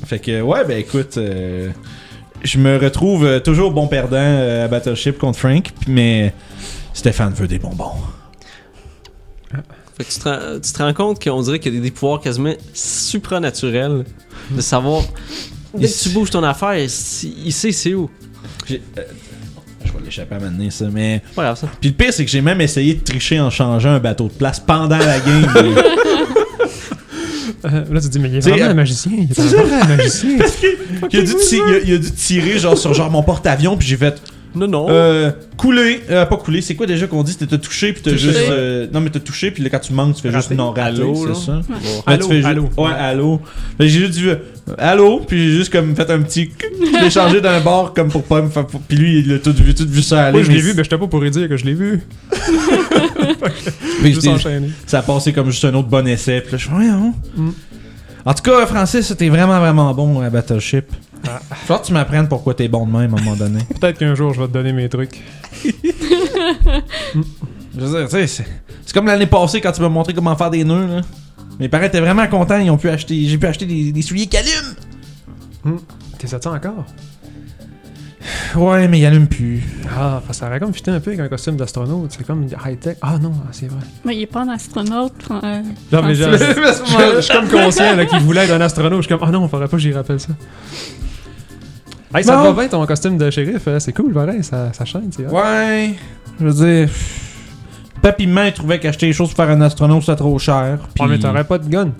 A: Fait que, ouais, ben écoute, euh, je me retrouve euh, toujours bon perdant euh, à Battleship contre Frank, puis- mais Stéphane veut des bonbons.
B: Fait que tu te, rends- tu te rends compte qu'on dirait qu'il y a des, des pouvoirs quasiment supranaturels de savoir. Dès que tu bouges ton affaire, il, s- il sait c'est où.
A: J'ai- euh, je vais l'échapper à m'amener ça, mais.
B: Pas grave ça.
A: Puis le pire, c'est que j'ai même essayé de tricher en changeant un bateau de place pendant la game.
D: Euh, là, tu te dis, mais il est
A: T'sais,
D: vraiment
A: euh,
D: un magicien. Il est vraiment un magicien.
A: il, a dû ti- il a- il a dû tirer genre sur genre mon porte-avions, puis j'ai fait.
B: Non,
D: Oh.
B: non.
A: Euh, couler, euh, pas couler, c'est quoi déjà qu'on dit? T'as t'as touché puis t'as
D: Touché.
A: juste. euh, non, mais t'as touché puis là, quand tu manques, tu fais
D: Raté.
A: juste non rallo,
B: Raté,
A: c'est
B: là.
A: ça?
B: Bon.
A: Là,
D: Allô,
A: tu fais ju-
D: allô.
A: Ouais, allô. Fait que J'ai juste dit euh, allô, puis j'ai juste comme fait un petit. Je l'ai changé d'un bord comme pour pas me faire. Puis lui, il a tout vu, tout vu ça aller.
D: Moi, je l'ai
A: mais
D: vu, mais j'étais pas pour lui dire que je l'ai vu.
A: mais
D: Juste
A: j'étais-
D: enchaîné.
A: ça a passé comme juste un autre bon essai. Puis là, je suis voyons.
D: Mm.
A: En tout cas, Francis, t'es vraiment, vraiment bon à Battleship.
D: Ah.
A: Faut que tu m'apprennes pourquoi t'es bon de même à un moment donné.
D: Peut-être qu'un jour, je vais te donner mes trucs.
A: Je veux dire, tu sais, c'est c'est comme l'année passée quand tu m'as montré comment faire des nœuds, là. Mes parents étaient vraiment contents, ils ont pu acheter, j'ai pu acheter des, des souliers qui allument.
D: T'es ça encore?
A: Ouais, mais ils allument plus.
D: Ah, parce que ça aurait comme fité un peu avec un costume d'astronaute. C'est comme high-tech. Ah non, ah, c'est vrai.
C: Mais il est pas un astronaute. Fran- euh,
D: Non, mais genre,
C: Francis.
D: je, je suis comme conscient là, qu'il voulait être un astronaute. Je suis comme, ah non, faudrait pas que j'y rappelle ça. Hey, ça
A: Bon.
D: te va bien ton costume de shérif, euh, c'est cool, pareil, ça, ça chaîne, c'est vrai.
A: Ouais, je veux dire, pff, papy main trouvait qu'acheter des choses pour faire un astronaute c'était trop cher.
D: Ouais, Ah, mais
A: puis-
D: t'aurais pas de gun.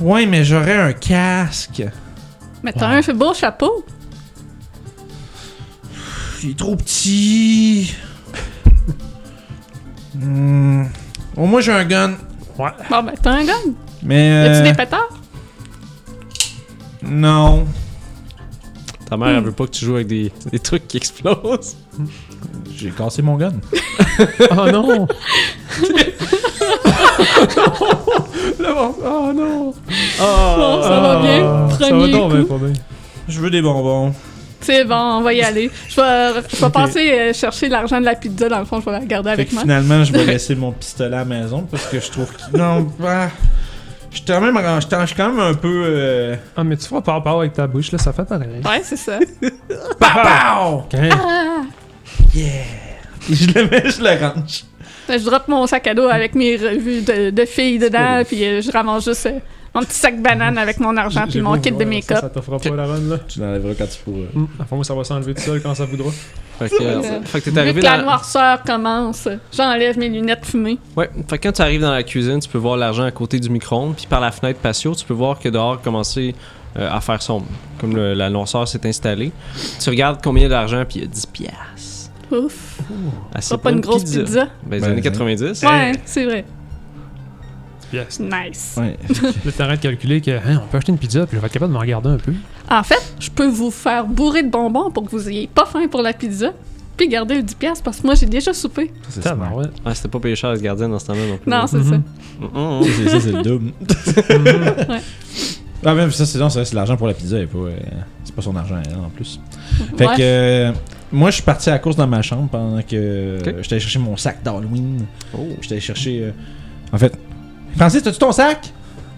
A: Ouais, mais j'aurais un casque.
C: Mais t'as un beau chapeau.
A: Pff, Il est trop petit. Hmm. Au moins j'ai un gun,
D: Ouais.
C: Bon, ben t'as un gun.
A: mais
C: Y a-tu
A: euh,
C: des pétards?
A: non.
B: Ta mère, elle veut pas que tu joues avec des, des trucs qui explosent.
A: J'ai cassé mon gun.
D: Oh non! Le bon- oh non!
C: Bon, ça va bien.
D: Ah, Ça va
C: Premier
D: donc bien,
C: coup.
D: pas bien.
A: Je veux des bonbons.
C: C'est bon, on va y aller. Je vais, je vais
D: Ok.
C: passer euh, chercher l'argent de la pizza. Dans le fond, je vais la garder
A: Fait
C: avec
A: que
C: moi.
A: finalement, je vais laisser mon pistolet à la maison parce que je trouve que. Non, bah. Je suis quand même, je suis- je suis quand même un peu. Euh...
D: Ah, mais tu feras par rapport avec ta bouche, là, ça fait pareil.
C: Ouais, c'est ça.
A: Pow, pow!
D: Ok.
C: Ah!
A: Yeah! Puis je le mets, je le range.
C: Je drop mon sac à dos avec mes revues de, de filles dedans, puis euh, je ramasse juste euh, mon petit sac banane avec mon argent, puis
D: J'ai
C: mon
D: beau
C: kit de
D: vouloir, Ça,
C: make-up. Mm.
D: ça t'offre pas la run, là.
A: Tu l'enlèveras quand tu pourras.
D: Hum, Enfin, moi, ça va s'enlever tout seul quand ça voudra.
B: Fait que, euh, fait que t'es
C: Vu
B: arrivé
C: que la
B: dans.
C: noirceur commence, j'enlève mes lunettes fumées.
B: Ouais, fait que quand tu arrives dans la cuisine, tu peux voir l'argent à côté du micro-ondes, puis par la fenêtre patio, tu peux voir que dehors commencer euh, à faire sombre. Comme le- l'annonceur s'est installé. Tu regardes combien d'argent, puis il y a 10 piastres.
C: Ouf.
B: Ah,
C: C'est pas une grosse pizza.
B: Ben, les
A: Ben,
B: années
A: c'est-
B: 90.
C: Ouais, c'est vrai.
D: Yes.
C: Nice.
A: Ouais.
D: Là, t'arrêtes de calculer que hein, on peut acheter une pizza, puis je vais être capable de m'en garder un peu.
C: En fait, je peux vous faire bourrer de bonbons pour que vous ayez pas faim pour la pizza, puis garder le 10$ piastres, parce que moi j'ai déjà soupé.
A: Ça, c'est smart.
D: Tabarouette.
B: Ah, c'était pas payé cher, ce gardien, dans ce temps-là non plus.
C: Non, c'est
A: Mm-hmm.
D: Mhm.
B: Mm, mm, mm.
A: Ça, c'est- ça, c'est le double.
D: Mm.
C: Ouais.
A: Ah, même ça, c'est non, ça, c'est l'argent pour la pizza. elle est pas, euh, c'est pas son argent, elle, en plus.
C: ça.
A: Fait
C: Ouais.
A: que euh, moi, je suis parti à la course dans ma chambre pendant que
B: Ok.
A: j'étais allé chercher mon sac d'Halloween.
B: Oh.
A: J'étais allé chercher. euh, en fait, Francis, t'as-tu ton sac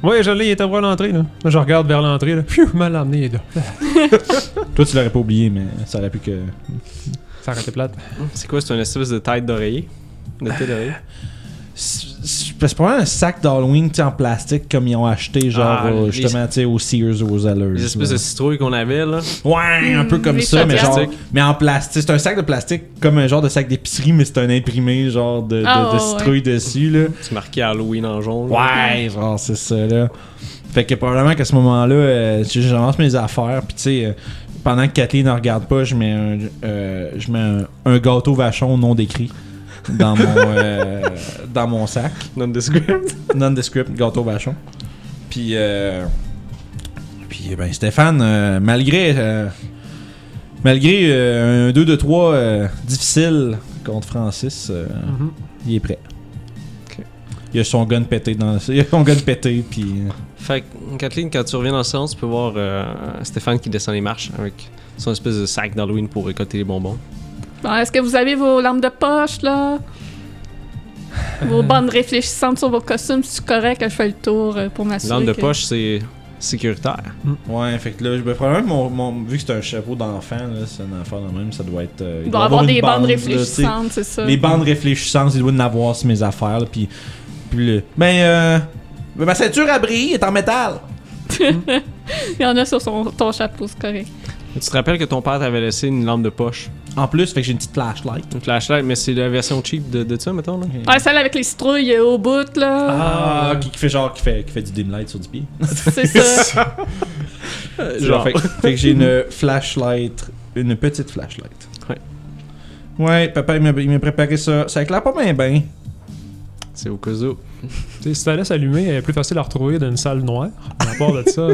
D: Ouais, j'allais, il était à l'entrée, là. Là, je regarde vers l'entrée, là. Pfiou, mal amené, les deux.
A: Toi, tu l'aurais pas oublié, mais ça aurait pu que.
D: Ça aurait été plate.
B: C'est quoi, c'est une espèce de tête d'oreiller De tête d'oreiller
A: C'est c'est pas vraiment un sac d'Halloween tu sais, en plastique comme ils ont acheté, genre
B: Ah,
A: euh,
B: les-
A: justement, tu sais, aux Sears ou aux Zellers.
B: Les espèces de citrouilles qu'on avait, là.
A: Ouais, un peu
C: Mm,
A: comme
C: les
A: ça, mais genre.
B: plastique.
A: Mais en plastique. C'est un sac de plastique comme un genre de sac d'épicerie, mais c'est un imprimé, genre de, de,
C: Ah,
A: de
C: ouais,
A: citrouille dessus, là.
B: Tu marquais Halloween en jaune. là.
A: Ouais, genre, c'est ça, là. Fait que probablement qu'à ce moment-là, euh, tu sais, j'avance mes affaires, puis tu sais, euh, pendant que Kathleen ne regarde pas, je mets un, euh, je mets un, un gâteau vachon non décrit dans mon, euh, dans mon sac.
B: Nondescript.
A: Nondescript, gâteau vachon. Puis, euh, puis eh ben, Stéphane, euh, malgré, euh, malgré euh, un 2 de 3 difficile contre Francis, euh,
D: Mhm.
A: il est prêt.
B: Ok.
A: Il a son gun pété dans Il a son gun pété, puis.
B: Fait que, Kathleen, quand tu reviens dans le séance, tu peux voir euh, Stéphane qui descend les marches avec son espèce de sac d'Halloween pour récolter les bonbons.
C: Bon, Est-ce que vous avez vos lampes de poche, là?
A: Euh.
C: Vos bandes réfléchissantes sur vos costumes, c'est correct? Je fais le tour euh, pour m'assurer.
B: Lampe de
C: que-
B: poche, c'est sécuritaire.
A: Ouais, fait que là, je- ben, probablement, mon, mon- vu que c'est un chapeau d'enfant, là, c'est un enfant de même, ça doit être. euh, il
C: Il
A: doit
C: doit avoir
A: une
C: des bandes
A: bande, là, tu sais.
C: réfléchissantes, c'est ça.
A: Les bandes réfléchissantes, il doit en avoir sur mes affaires, là, puis. puis le- Ben, euh. ben, ma ceinture à brille est en métal!
C: Il y en a sur son, ton chapeau, c'est correct.
B: Tu te rappelles que ton père t'avait laissé une lampe de poche,
A: En plus, fait que j'ai une petite flashlight.
B: une flashlight, mais c'est la version cheap de, de ça, mettons, là.
C: Ouais, celle avec les citrouilles euh, au bout, là.
A: Ah, qui, qui fait genre, qui fait, qui fait du dim light sur du pied.
C: C'est ça.
B: Euh,
A: Genre, fait, que- fait que j'ai une flashlight, une petite flashlight.
B: Ouais.
A: Ouais, papa, il m'a- il m'a préparé ça. Ça éclaire pas bien, ben.
B: C'est au cas où.
D: Tu sais, si tu la laisses allumer, elle est plus facile à retrouver d'une salle noire. À part de ça,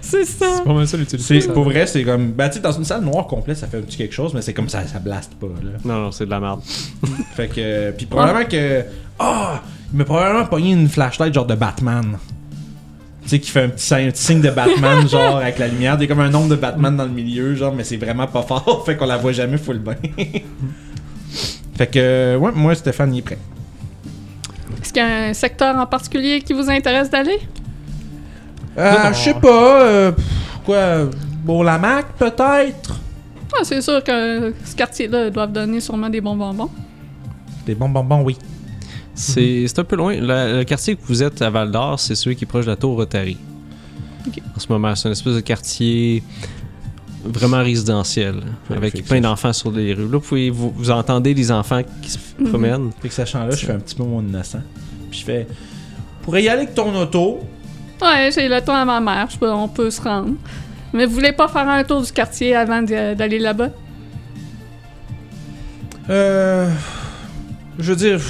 C: c'est ça.
D: c'est pas mal ça l'utilité.
A: C'est,
D: ça.
A: pour vrai, c'est comme. Bah, tu sais, dans une salle noire complète, ça fait un petit quelque chose, mais c'est comme ça, ça blaste pas, là.
B: Non, non, c'est de la merde.
A: Fait que. euh, Puis probablement que. Ah! il m'a probablement pogné une flashlight genre de Batman. Tu sais, qui fait un petit, signe- un petit signe de Batman, genre, avec la lumière. Il y a comme un nombre de Batman dans le milieu, genre, mais c'est vraiment pas fort. fait qu'on la voit jamais full bain. fait que. euh, Ouais, moi, Stéphane, il est prêt.
C: Est-ce qu'il y a un secteur en particulier qui vous intéresse d'aller?
A: Euh,
D: Non.
A: je sais pas. euh, pff, quoi. Bon, la Mac, peut-être?
C: Ah, c'est sûr que ce quartier-là doivent donner sûrement des bons bonbons.
A: Des bons bonbons, oui.
B: C'est c'est un peu loin. La- le quartier que vous êtes à Val d'Or, c'est celui qui est proche de la tour Rotary.
C: Ok.
B: En ce moment, c'est une espèce de quartier vraiment résidentiel,
A: Ouais, fait
B: avec
A: que
B: plein
A: ça-
B: d'enfants sur les rues. Là, vous, pouvez- vous, vous entendez les enfants qui se
C: Mhm.
B: promènent.
A: Fait que sachant là, je fais un petit peu mon innocent. Puis je fais. Pourrais y aller avec ton auto.
C: Ouais, j'ai le temps à ma mère, je peux- on peut se rendre. Mais vous voulez pas faire un tour du quartier avant d'y- d'aller là-bas?
A: Euh. Je veux dire.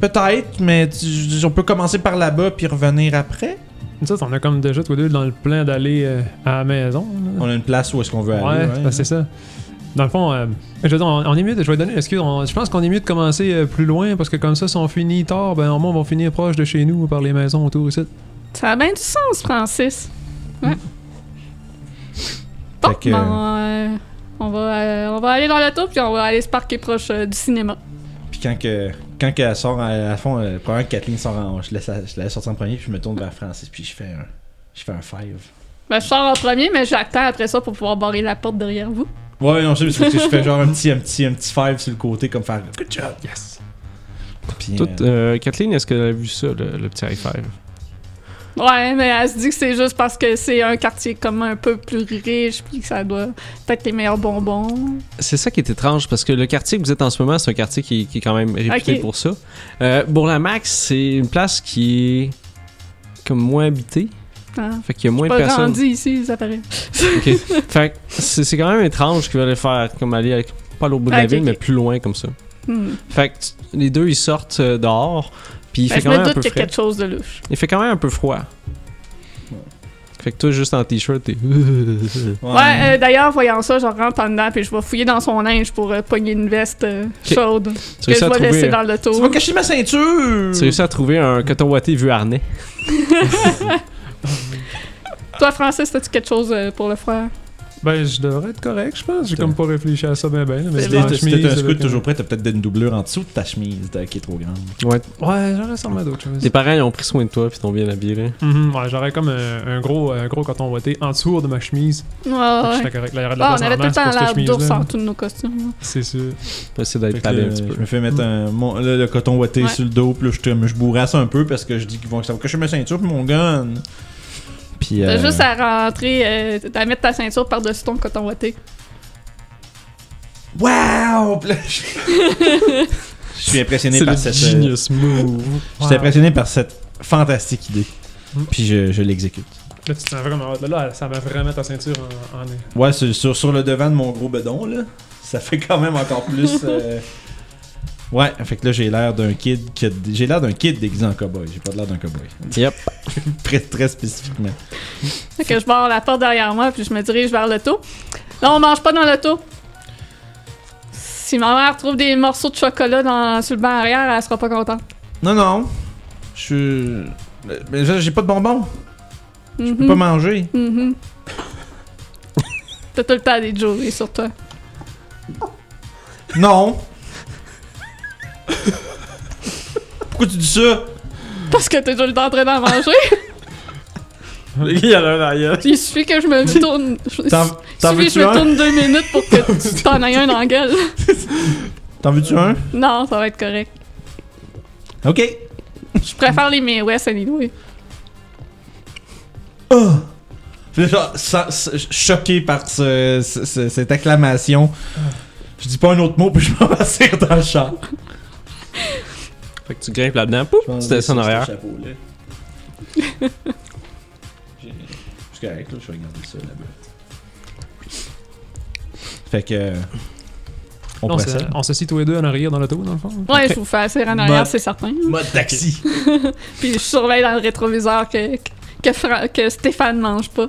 A: Peut-être, mais tu- je veux dire, on peut commencer par là-bas puis revenir après.
D: Ça, t'en as comme déjà tous les deux dans le plan d'aller euh, à la maison. là.
A: On a une place où est-ce qu'on veut aller.
D: Ouais, c'est parce que c'est ça. Dans le fond, euh, je veux dire, on, on est mieux de. Je vais donner excuse, on- je pense qu'on est mieux de commencer euh, plus loin parce que comme ça, si on finit tard, ben au moins on va finir proche de chez nous par les maisons autour ici.
C: Ça a bien du sens, Francis.
B: Hmm.
C: Ouais. Bon,
A: Fait que-
C: ben, euh, on, va, euh, on va aller dans l'auto, puis on va aller se parquer proche euh, du cinéma.
A: Puis quand que quand qu'elle sort à, à fond, euh, probablement que Kathleen sort en, je laisse je la laisse sortir en premier puis je me tourne vers Francis puis je fais un je fais un five.
C: Ben, je sors en premier, mais j'attends après ça pour pouvoir barrer la porte derrière vous.
A: Ouais, non, je sais parce que je fais genre un petit un petit un petit five sur le côté comme faire good job.
D: Yes!
A: Puis,
B: Tout,
A: euh,
B: euh, Kathleen, est-ce qu'elle a vu ça, le, le petit high five?
C: Ouais, mais elle se dit que c'est juste parce que c'est un quartier comme un peu plus riche, puis que ça doit peut-être les meilleurs bonbons.
B: C'est ça qui est étrange parce que le quartier que vous êtes en ce moment, c'est un quartier qui, qui est quand même réputé
C: Ok.
B: pour ça. Euh, Bourlamax, c'est une place qui est comme moins habitée.
C: Ah.
B: Fait qu'il y a moins de
C: Pas
B: personnes.
C: grandi ici, ça paraît.
B: Ok. fait que c'est c'est quand même étrange qu'ils veulent faire comme aller avec- pas l'autre bout de
C: Ah,
B: la
C: ok,
B: ville,
C: ok.
B: mais plus loin comme ça.
C: Hmm.
B: Fait que tu- les deux ils sortent euh, dehors, puis il
C: Ben,
B: fait
C: je
B: quand même
C: me
B: un
C: doute
B: peu
C: qu'il y a
B: frais.
C: quelque chose de louche.
B: Il fait quand même un peu froid. Fait que toi juste en t-shirt t'es.
C: Ouais, euh, d'ailleurs, voyant ça, je rentre en dedans puis je vais fouiller dans son linge pour euh, pogner une veste euh,
B: Ok.
C: chaude
B: tu
C: que
B: réussis
C: je
B: à
C: vais laisser
B: trouver. euh,
C: dans le
A: Tu
C: tour.
A: vas cacher ma ceinture!
B: Tu réussis à trouver un coton ouaté vu harnais.
C: Toi, Francis, as-tu quelque chose euh, pour le frère?
D: Ben, je devrais être correct, je pense. J'ai
A: T'as-
D: comme pas réfléchi à ça ben ben. là, Mais
C: C'est
D: c'est dans la
A: Si
D: chemise,
A: t'as un
D: c'est
A: scout
D: avec un-
A: toujours prêt, t'as peut-être une doublure en dessous de ta chemise euh, qui est trop grande.
B: Ouais.
D: Ouais, j'aurais sûrement d'autres choses.
B: Tes parents ils ont pris soin de toi puis t'ont bien habillé. là.
D: Mhm, ouais, j'aurais comme un, un gros, un gros coton ouaté en dessous de ma chemise.
C: Ouais,
D: Fait que
C: ouais.
D: j'étais correct. Là, il y aurait de la
C: Ah,
D: place
C: on
D: en
C: avait tout le
D: masse
C: temps
D: pour cette
C: l'air d'ours
D: chemise-là.
C: en tous nos costumes.
D: C'est sûr.
B: T'essaies
A: Fait
B: d'être
A: que,
B: pavé un
A: euh,
B: petit peu. Mm.
A: je me fais mettre un, mon- le, le coton ouaté
C: Ouais.
A: sur le dos, puis là, je, te- je bourrasse un peu parce que je dis qu'ils vont que ça va cacher ma ceinture, puis mon gun. Puis.
C: T'as
A: euh,
C: juste à rentrer, euh, à mettre ta ceinture par-dessus ton coton ouaté.
A: Wow! Puis là, je... je suis impressionné
B: C'est le
A: par cette. euh,
B: genius move.
A: Je suis impressionné par cette fantastique idée.
B: Mm.
A: Puis je, je l'exécute.
D: Là, tu te sens vraiment. oh, Là, là, ça va vraiment ta ceinture en. en...
A: Ouais, sur, sur, sur le devant de mon gros bedon, là, ça fait quand même encore plus. euh, Ouais, fait que là, j'ai l'air d'un kid. qui a- J'ai l'air d'un kid déguisé en cowboy. J'ai pas l'air d'un cowboy.
B: Yep.
A: Très, très spécifiquement.
C: Fait que je barre la porte derrière moi, puis je me dirige vers l'auto. Là, on mange pas dans l'auto. Si ma mère trouve des morceaux de chocolat dans, sur le banc arrière, elle sera pas contente.
A: Non, non. Je suis. Mais là, j'ai pas de bonbons. Je peux
C: Mhm.
A: pas manger.
C: Mhm. T'as tout le temps des jewelry sur toi.
A: Non. Pourquoi tu dis ça?
C: Parce que t'es tout le temps en train d'en manger.
B: Le gars, il a l'air derrière.
C: Il suffit que je me tourne. Je,
A: T'en
C: il
A: t'en
C: suffit que
A: veux-tu
C: je me
A: un?
C: tourne deux minutes pour que tu t'en aies un dans la gueule.
A: T'en veux-tu un?
C: Non, ça va être correct.
A: Ok.
C: Je préfère les Mae West anyway.
A: Puis là, genre, sans- sans- choqué par ce- ce- ce- cette acclamation, je dis pas un autre mot, puis je m'en vais asseoir dans le char.
B: Fait que tu grimpes là-dedans, pouf, tu descends en arrière.
A: Jusqu'à correct, là, je vais regarder ça là-bas. Fait que. euh, On
D: Là, on, se,
A: procède.
D: on se situe tous les deux en arrière dans l'auto, dans le fond.
C: Ouais,
A: Ok.
C: je vous fais assez en arrière,
A: Mode-
C: c'est certain.
A: Mode taxi.
C: Puis je surveille dans le rétroviseur que, que, Fra- que Stéphane mange pas.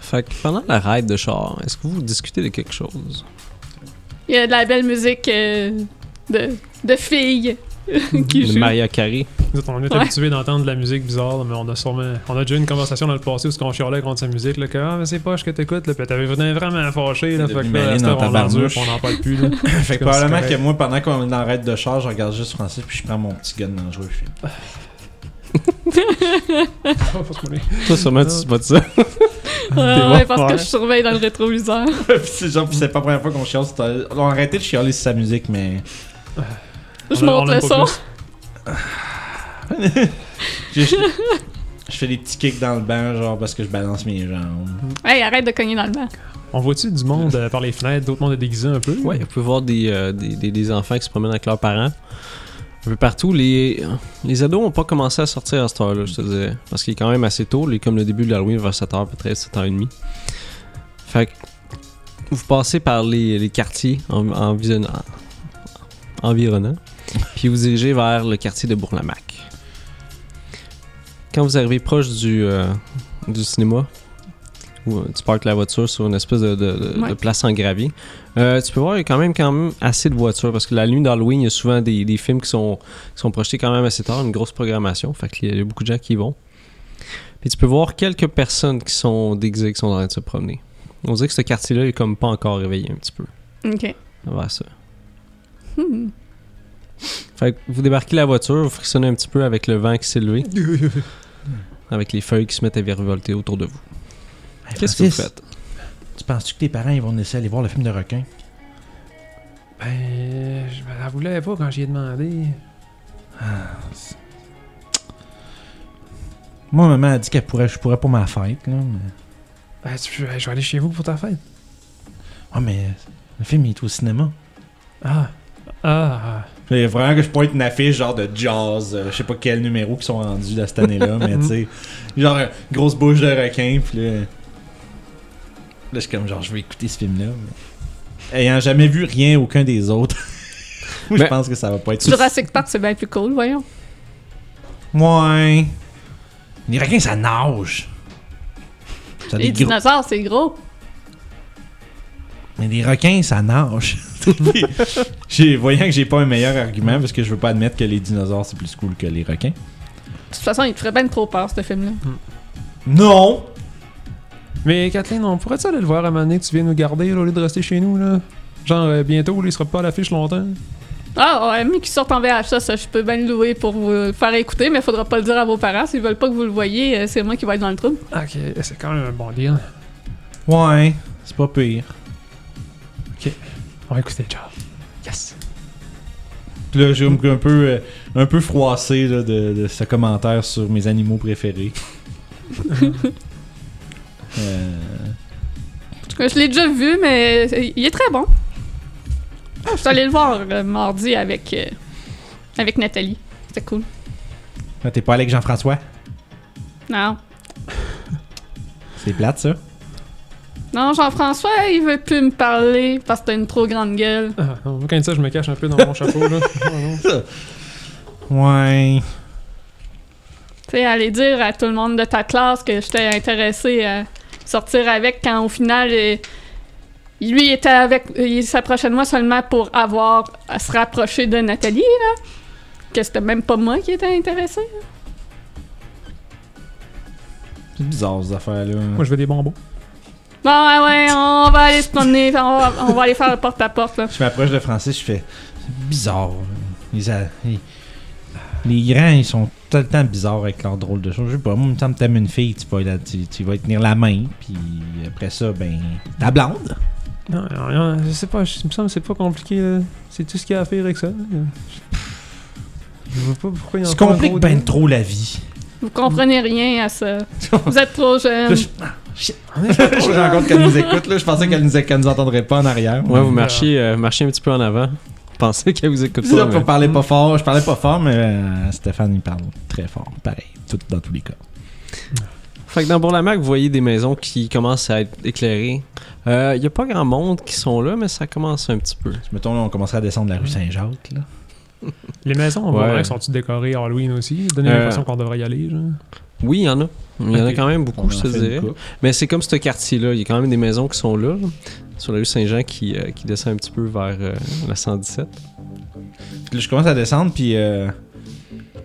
B: Fait que pendant la ride de char, est-ce que vous discutez de quelque chose?
C: Il y a de la belle musique euh, de, de filles qui
B: De
C: joue.
B: Maria Carey.
D: Nous autres, on est
C: Ouais.
D: habitués d'entendre de la musique bizarre, mais on a sûrement. On a déjà eu une conversation dans le passé où on chialait contre sa musique, là, que ah, mais c'est poche que t'écoutes, là, pis t'avais vraiment fâché, là,
A: T'es
D: fait que
A: devenu
D: euh, là, à
A: mêlé
D: cette
A: dans
D: heure,
A: ta
D: on l'endure,
A: barnouche.
D: pis on n'en parle plus, là.
A: fait que
D: comme si
A: probablement
D: correct.
A: que moi, pendant qu'on est dans l'arrête de char, je regarde juste Francis, puis je prends mon petit gun dangereux. puis je fais,
D: Faut se couler.
B: Toi, sûrement, tu spot ça.
C: Ah,
B: bon,
C: ouais, parce
B: ouais.
C: que je surveille dans le rétroviseur.
A: Puis c'est genre, puis c'est pas la première fois qu'on chiale. c'est- On a arrêté de chialer sur sa musique, mais.
C: Je
D: On a- on
C: monte
D: a
C: le
D: pas
C: son.
D: plus.
A: Je, je- je fais des petits kicks dans le banc, genre, parce que je balance mes jambes.
C: Hey, arrête de cogner dans le banc.
D: On voit-tu du monde euh, par les fenêtres, d'autres monde est déguisé un peu?
B: Ouais, on peut voir des, euh, des, des- des enfants qui se promènent avec leurs parents. Un peu partout, les, les ados ont pas commencé à sortir à cette heure-là, je te disais. Parce qu'il est quand même assez tôt, les- comme le début de l'Halloween vers 7h, peut-être 7h30. Fait que vous passez par les, les quartiers en, environnants, environnants, puis vous dirigez vers le quartier de Bourlamac. Quand vous arrivez proche du, euh, du cinéma, où euh, tu parques la voiture sur une espèce de, de- de- de
C: Ouais.
B: place en gravier, euh, tu peux voir, il y a quand même, quand même assez de voitures, parce que la nuit d'Halloween, il y a souvent des, des films qui sont, qui sont projetés quand même assez tard, une grosse programmation, fait qu'il y a- il y a beaucoup de gens qui y vont. Puis tu peux voir quelques personnes qui sont déguisées, qui sont en train de se promener. On dirait que ce quartier-là est comme pas encore réveillé un petit peu
C: Ok.
B: vers ça.
C: Hmm.
B: Fait que vous débarquez la voiture, vous frictionnez un petit peu avec le vent qui s'est levé, avec les feuilles qui se mettent à virevolter autour de vous. Qu'est-ce que vous
A: Francis,
B: faites?
A: Tu penses-tu que tes parents ils vont nous laisser aller voir le film de requin
D: Ben, je me la voulais pas quand j'y ai demandé.
A: Ah, Moi, maman a dit qu'elle pourrait, je pourrais pour ma fête, là. Mais...
D: Ben, tu- je vais aller chez vous pour ta fête.
A: Ah, Ouais, mais le film il est au cinéma.
D: Ah. Ah. ah.
A: Il faut vraiment que je pointe une affiche genre de jazz, euh, je sais pas quel numéro qui sont rendus de cette année-là, mais tu sais, genre euh, grosse bouche de requin, puis là, là je suis comme genre je vais écouter ce film-là. mais- Ayant jamais vu rien aucun des autres, je
B: Ben-
A: pense que ça va pas être.
C: Jurassic Park, c'est bien plus cool, voyons.
A: Ouais. Les requins ça nage. Ça a
C: Les
A: des gros-
C: dinosaures, c'est gros.
A: Mais des requins, ça nage. Puis, j'ai, voyant que j'ai pas un meilleur argument, parce que je veux pas admettre que les dinosaures c'est plus cool que les requins.
C: De toute façon, il te ferait bien trop peur, ce film-là.
A: Non!
D: Mais Kathleen, on pourrait-tu aller le voir à un moment donné que tu viens nous garder là, au lieu de rester chez nous là? Genre euh, bientôt, là, il sera pas à l'affiche longtemps.
C: Ah, ouais, mais qui sortent en VHS, ça, je peux bien le louer pour vous le faire écouter, mais faudra pas le dire à vos parents. S'ils veulent pas que vous le voyez, euh, c'est moi qui vais être dans le trouble.
D: Ok, c'est quand même un bon deal.
A: Ouais, c'est pas pire.
D: On va écouter Charles. Yes!
A: Puis là, j'ai un peu, euh, un peu froissé là, de, de ce commentaire sur mes animaux préférés. Euh,
C: En tout cas, je l'ai déjà vu, mais euh, il est très bon. Ah, je suis allée le voir euh, mardi avec, euh, avec Nathalie. C'était cool.
A: ah, T'es pas allé avec Jean-François?
C: Non.
A: C'est plate ça?
C: Non, Jean-François, il veut plus me parler parce que t'as une trop grande gueule.
D: Ah, non, quand il dit ça, je me cache un peu dans mon chapeau là. Oh, non.
A: Ouais.
C: Tu sais, aller dire à tout le monde de ta classe que j'étais intéressée à sortir avec quand au final, euh, lui était avec, il s'approchait de moi seulement pour avoir à se rapprocher de Nathalie, là. Que c'était même pas moi qui étais intéressée.
A: C'est bizarre ces affaires-là. hein.
D: Moi je veux des bonbons.
C: Bon, ouais, ouais, on va aller se promener, on va, on va aller faire le porte-à-porte, là.
A: Je m'approche de Francis, je fais C'est bizarre. Les, a- les- les grands, ils sont tout le temps bizarres avec leurs drôles de choses. Je sais pas, moi, il me semble que t'aimes une fille, tu vas, la- tu, tu vas y tenir la main, puis après ça, ben, ta blonde.
D: Non, non, non, je sais pas, je, il me semble que c'est pas compliqué. là. C'est tout ce qu'il y a à faire avec ça. Je vois pas pourquoi il y a
A: Tu compliques ben trop la vie.
C: Vous comprenez rien à ça. Vous êtes trop
A: Là,
C: jeune.
A: je- Je me rends compte qu'elle nous écoute, là. Je pensais qu'elle nous, qu'elle nous entendrait pas en arrière.
B: Ouais, vous marchiez, euh, marchiez un petit peu en avant. Pensez qu'elle vous écoute
A: C'est
B: pas.
A: ça,
B: mais-
A: pour parler pas fort. Je parlais pas fort, mais euh, Stéphane, il parle très fort. Pareil, tout, dans tous les cas.
B: Fait que dans Bourlamac, vous voyez des maisons qui commencent à être éclairées. Il n'y a pas grand monde qui sont là, mais ça commence un petit peu.
A: Je me tourne, on commencerait à descendre la rue Saint-Jacques, là.
D: Les maisons, on
B: Ouais.
D: voit sont-tu décorées Halloween aussi? Donnez
B: Euh,
D: l'impression qu'on devrait y aller. Genre.
B: Oui, il y en a. Il y en a
A: Ok.
B: quand même
A: On
B: beaucoup, je
A: en
B: te
A: fait une
B: dirais.
A: coupe.
B: Mais c'est comme ce quartier-là. Il y a quand même des maisons qui sont là, là, sur la rue Saint-Jean qui, euh, qui descend un petit peu vers euh, la 117.
A: Puis là, je commence à descendre, puis, euh,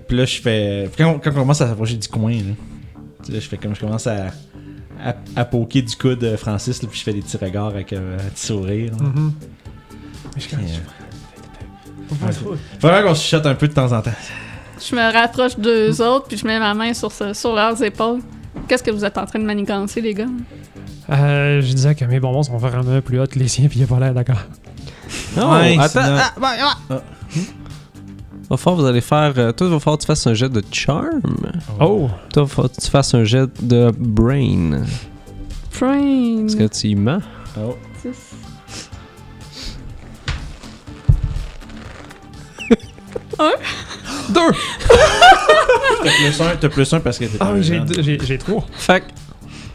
A: puis là, je fais. puis Quand, quand on commence à s'approcher du coin, là, tu sais, là, je fais comme je commence à, à, à poker du coude euh, Francis, là, puis je fais des petits regards avec euh, un petit sourire. là.
D: Mhm. Mais je
A: Puis, euh,
D: comprends pas.
A: faut vraiment qu'on se chuchote un peu de temps en temps.
C: Je me rapproche d'eux autres, puis je mets ma main sur, ce- sur leurs épaules. Qu'est-ce que vous êtes en train de manigancer, les gars?
D: Euh, je disais que mes bonbons sont vraiment plus hauts que les siens, puis il a pas l'air d'accord.
B: Non,
A: Ouais,
B: Oh, attends.
A: c'est dans-
B: ah, bah, ah.
A: Ah.
B: Va falloir, vous allez faire. euh, toi, il va falloir que tu fasses un jet de charm.
D: Oh!
B: Toi, il va falloir que tu fasses un jet de brain.
C: Train.
B: Parce que tu y mens.
A: Oh.
B: Deux!
A: T'as plus un, t'as plus un parce que t'es
D: Ah
A: un
D: oui, j'ai,
A: jeune.
D: j'ai, j'ai trop.
B: Fait que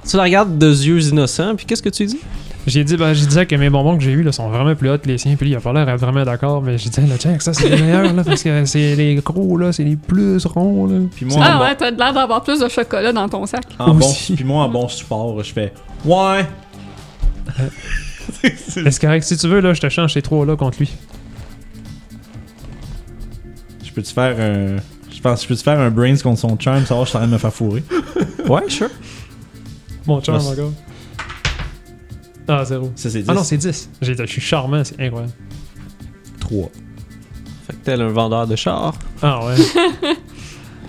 B: tu la regardes de yeux innocents, puis qu'est-ce que tu dis?
D: J'ai dit, ben, je disais que mes bonbons que j'ai eus là, sont vraiment plus hauts que les siens, puis il a pas l'air vraiment d'accord, mais j'ai dit, le check, ça c'est les meilleurs, là, parce que c'est les gros, là, c'est les plus ronds, là.
A: Puis moi, en,
C: Ah
A: bon-
C: ouais, t'as l'air d'avoir plus de chocolat dans ton sac.
A: en bon,
D: aussi.
A: puis moi, en bon support, je fais Ouais. C'est- c'est-
D: Est-ce que, si tu veux, là, je te change ces trois-là contre lui?
A: je peux-tu faire un. Je pense que je peux-tu faire un brains contre son charm, savoir que je suis en train de me faire fourrer.
B: Ouais, sure.
D: Mon charme
A: Merci.
D: encore. Ah, zéro.
A: Ça, c'est 10.
D: Ah non, c'est 10. J'ai- Je suis charmant, c'est incroyable.
A: 3.
B: Fait que tel un vendeur de char.
D: Ah ouais.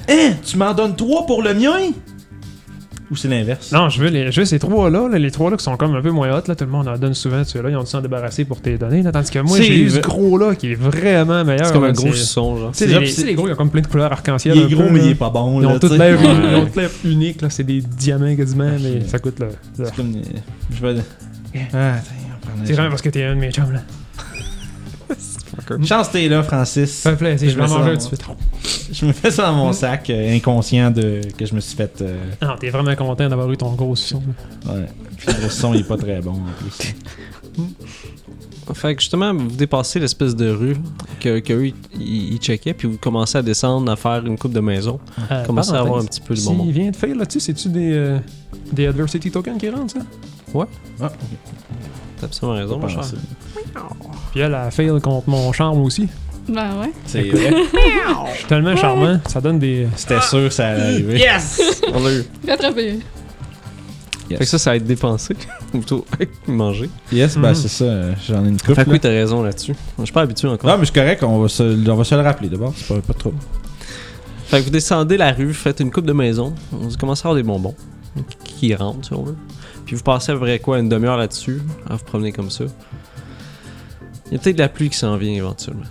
A: Hein? Tu m'en donnes trois pour le mien? Ou c'est l'inverse?
D: non, je veux, les, je veux ces trois-là, là, les trois-là qui sont comme un peu moins hot, là, tout le monde en donne souvent, ceux-là, ils ont dû s'en débarrasser pour tes données, là, tandis que moi,
A: C'est
D: j'ai eu
A: vrai.
D: ce gros-là qui est vraiment meilleur.
B: C'est comme
D: là,
B: un gros
D: Tu
B: son, genre.
A: C'est
D: sais, les,
A: là,
D: tu sais,
A: c'est-
D: les gros, ils ont comme plein de couleurs arc-en-ciel.
A: Il est
D: un
A: gros,
D: peu,
A: mais
D: là.
A: il est pas bon.
D: Ils
A: là,
D: ont toutes
A: tu sais. Ah,
D: l'air
B: Ouais.
D: ils ont toutes l'air uniques, là, c'est des diamants quasiment, mais
A: Ok.
D: ça coûte là.
A: C'est comme. euh, Je vais. Ah, attends, on prend un-
D: C'est vraiment parce que t'es un de mes chums, là.
B: Motherfucker.
A: Chance t'es là, Francis.
D: Ça fait plaisir, je vais en
A: Ça,
D: manger
A: ouais.
D: tout de suite.
A: Je me fais ça dans mon sac, euh, inconscient de que je me suis fait. euh,
D: Non, Ah, t'es vraiment content d'avoir eu ton gros son.
A: ouais. Puis le son, il est pas très bon en plus.
B: Fait que justement, vous dépassez l'espèce de rue que, que eux, ils- ils ils checkaient, puis vous commencez à descendre, à faire une coupe de maison.
D: Euh,
B: commencez à
D: parenthèse,
B: avoir un petit peu de
D: S'il
B: bon monde.
D: vient de faire là-dessus, c'est-tu des, euh, des adversity tokens qui rentrent, ça?
A: Ah, ok.
B: T'as absolument raison,
A: Pas
B: mon cher.
A: pensé.
D: Puis elle a fail contre mon charme aussi.
C: Ben ouais.
A: C'est vrai.
D: Je suis tellement charmant, ça donne des...
A: C'était sûr que ça allait arriver.
B: Yes! On l'a eu.
C: Rattrapé.
B: Fait que ça, ça va être dépensé. Ou plutôt manger.
A: Yes, ben
D: Mhm.
A: c'est ça. euh, J'en ai une coupe.
B: Fait que
A: là.
B: oui, t'as raison là-dessus. Je suis pas habitué encore.
A: Non, mais c'est correct, on va se, on va se le rappeler d'abord, c'est pas, pas de trouble.
B: Fait que vous descendez la rue, vous faites une coupe de maison, vous commencez à avoir des bonbons qui qui rentrent, si on veut. Puis vous passez à peu près quoi, une demi-heure là-dessus, à vous promener comme ça. Il y a peut-être de la pluie qui s'en vient éventuellement.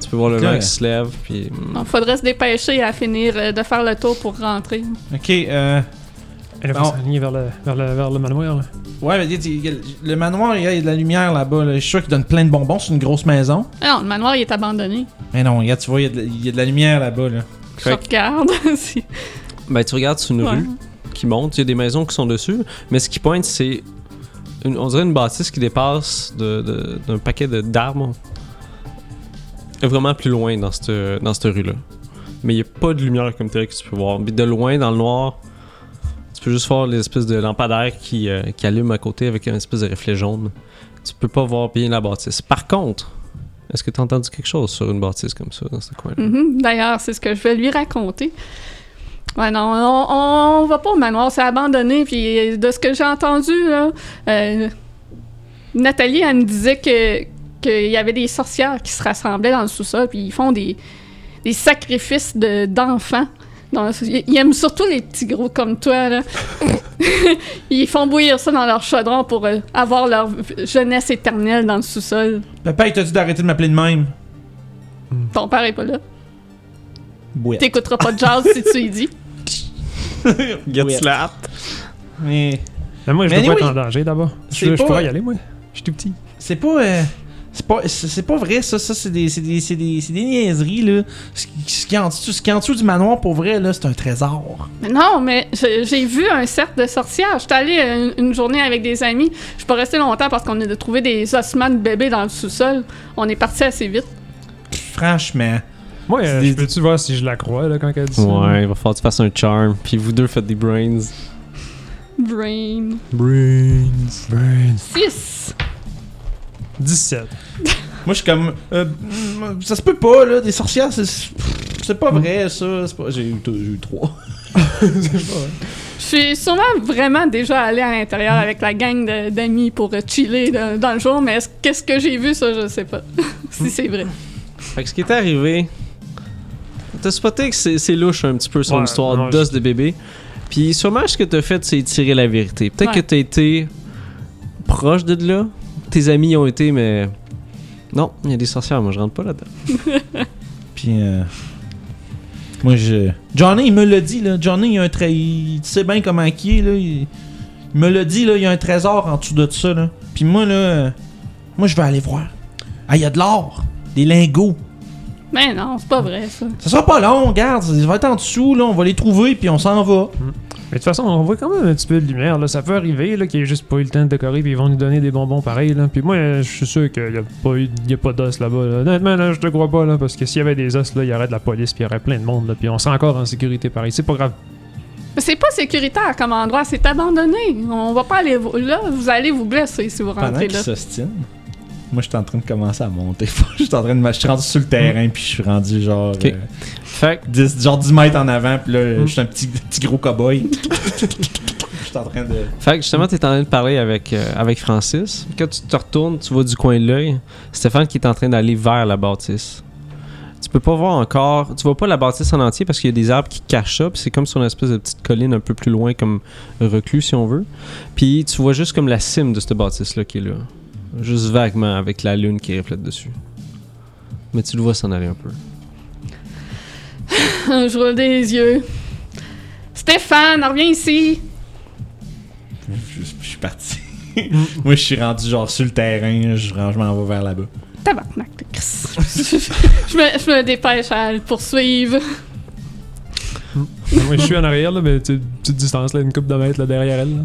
B: Tu peux voir le vent
A: Correct.
B: qui se lève, puis. hmm,
C: Il faudrait se dépêcher à finir euh, de faire le tour pour rentrer.
A: Ok, euh.
D: Elle va
A: Bon.
D: s'aligner vers le, vers, le, vers le malware. là.
A: Ouais, mais dis- dis- le manoir, il y a de la lumière là-bas. là. Je suis sûr qu'il donne plein de bonbons, c'est une grosse maison.
C: Ah non, le manoir, il est abandonné.
A: Mais non, regarde, tu vois, il y a de la, il y a de la lumière là-bas. Là.
C: Je regarde. si-
B: Ben, tu regardes sur une
C: Ouais.
B: rue qui monte, il y a des maisons qui sont dessus, mais ce qui pointe, c'est. une- on dirait une bâtisse qui dépasse de- de- d'un paquet de- d'arbres. Vraiment plus loin dans cette, dans cette rue-là. Mais il n'y a pas de lumière comme telle que tu peux voir. Puis de loin, dans le noir, tu peux juste voir l'espèce de lampadaire qui, euh, qui allume à côté avec une espèce de reflet jaune. Tu peux pas voir bien la bâtisse. Par contre, est-ce que tu as entendu quelque chose sur une bâtisse comme ça dans ce coin-là?
C: Mhm. D'ailleurs, c'est ce que je vais lui raconter. Ouais, non, on, on va pas au manoir, c'est abandonné. Puis de ce que j'ai entendu, là, euh, Nathalie, elle me disait que qu'il y avait des sorcières qui se rassemblaient dans le sous-sol, puis ils font des, des sacrifices de- d'enfants. dans le sous- ils ils aiment surtout les petits gros comme toi. Là. ils font bouillir ça dans leur chaudron pour euh, avoir leur jeunesse éternelle dans le sous-sol.
A: Papa, il t'a dit d'arrêter de m'appeler de même.
C: Ton père est pas là.
A: Bouette.
C: T'écouteras pas de jazz si tu y dis.
B: Get
A: Bouette.
B: slapped.
A: Mais
D: Mais moi, je
A: Mais
D: dois pas
A: anyway,
D: être en danger d'abord.
A: c'est
D: Je, je
A: pas-
D: pourrais y aller, moi. Je suis tout petit.
A: c'est pas. euh, c'est pas, c'est c'est pas vrai, ça. Ça, c'est des, c'est des, c'est des, c'est des niaiseries, là. Ce qui, ce qui est en dessous, ce qui est en dessous du manoir, pour vrai, là, c'est un trésor.
C: Mais Non, mais je- j'ai vu un cercle de sorcières. J'étais allée euh, une, une journée avec des amis. Je suis pas restée longtemps parce qu'on a trouvé des ossements de bébés dans le sous-sol. On est parti assez vite.
A: Franchement.
D: Moi, euh,
A: C'est
D: je
A: des-
D: peux-tu voir si je la crois, là, quand elle dit ça?
B: Ouais, il va falloir que tu fasses un charm. Puis vous deux faites des brains.
C: Brain.
D: Brains, brains.
C: 6.
D: 17.
A: Moi, je suis comme. euh, mm, ça se peut pas, là. Des sorcières, c'est. C'est pas vrai, ça. c'est pas- J'ai eu, j'ai eu trois.
C: Je suis sûrement vraiment déjà allée à l'intérieur avec la gang de- d'amis pour euh, chiller dans, dans le jour, mais est-ce- qu'est-ce que j'ai vu, ça, je sais pas. si c'est vrai.
B: Fait que ce qui est arrivé, t'as spoté que c'est c'est louche un petit peu son
D: Ouais,
B: histoire
D: non,
B: d'os de bébé. Puis sûrement ce que t'as fait, c'est tirer la vérité. Peut-être
C: Ouais.
B: que t'as été proche de là. Tes amis y ont été, mais. Non, il y a des sorcières, moi je rentre pas là-dedans.
A: Puis, euh, moi, je. Johnny, il me l'a dit, là. Johnny, il a un trésor. Tu sais bien comment qui est, là. Il, il me l'a dit, là. Il y a un trésor en dessous de ça, là. Puis, moi, là. euh, Moi, je vais aller voir. Ah, il y a de l'or. Des lingots.
C: Mais non, c'est pas vrai, ça.
A: Ça sera pas long, regarde. Il va être en dessous, là. On va les trouver, puis on s'en va.
D: Mais de toute façon, on voit quand même un petit peu de lumière. Là. Ça peut arriver là, qu'il n'y ait juste pas eu le temps de décorer, puis ils vont nous donner des bonbons pareils. Là. Puis moi, euh, je suis sûr qu'il n'y a pas, eu- il y a pas d'os là-bas. là. Honnêtement, là, je te crois pas, là, parce que s'il y avait des os, là, il y aurait de la police, puis il y aurait plein de monde. Là, puis on serait encore en sécurité pareil. C'est pas grave.
C: Mais c'est pas sécuritaire comme endroit, c'est abandonné. On va pas aller vo- là, vous allez vous blesser si vous
A: Pendant
C: rentrez
A: qu'ils
C: là.
A: s'ostinent, moi, je suis en train de commencer à monter. je suis en train de. m'a- Je suis rendu sur le terrain, puis je suis rendu genre.
B: Ok.
A: euh,
B: Fait que
A: 10, genre 10 mètres en avant, puis là,
B: Mm.
A: je suis un petit, petit gros cow-boy. Je suis en train de.
B: Fait que justement, t'es en train de parler avec, euh, avec Francis. Quand tu te retournes, tu vois du coin de l'œil Stéphane qui est en train d'aller vers la bâtisse. Tu peux pas voir encore, tu vois pas la bâtisse en entier parce qu'il y a des arbres qui cachent ça. puis C'est comme sur une espèce de petite colline un peu plus loin, comme reclus si on veut. Puis tu vois juste comme la cime de cette bâtisse-là qui est là. Juste vaguement avec la lune qui reflète dessus. Mais tu le vois s'en aller un peu.
C: Je roule des yeux. Stéphane, reviens ici. Mm.
A: Je, je suis parti. Moi, je suis rendu genre sur le terrain, je, je m'en vais vers là-bas.
C: Tabarnak de Chris. je, me, je me dépêche à le poursuivre.
D: Moi, je suis en arrière, là, mais tu- petite distance, là, une coupe de mètres là, derrière elle. là.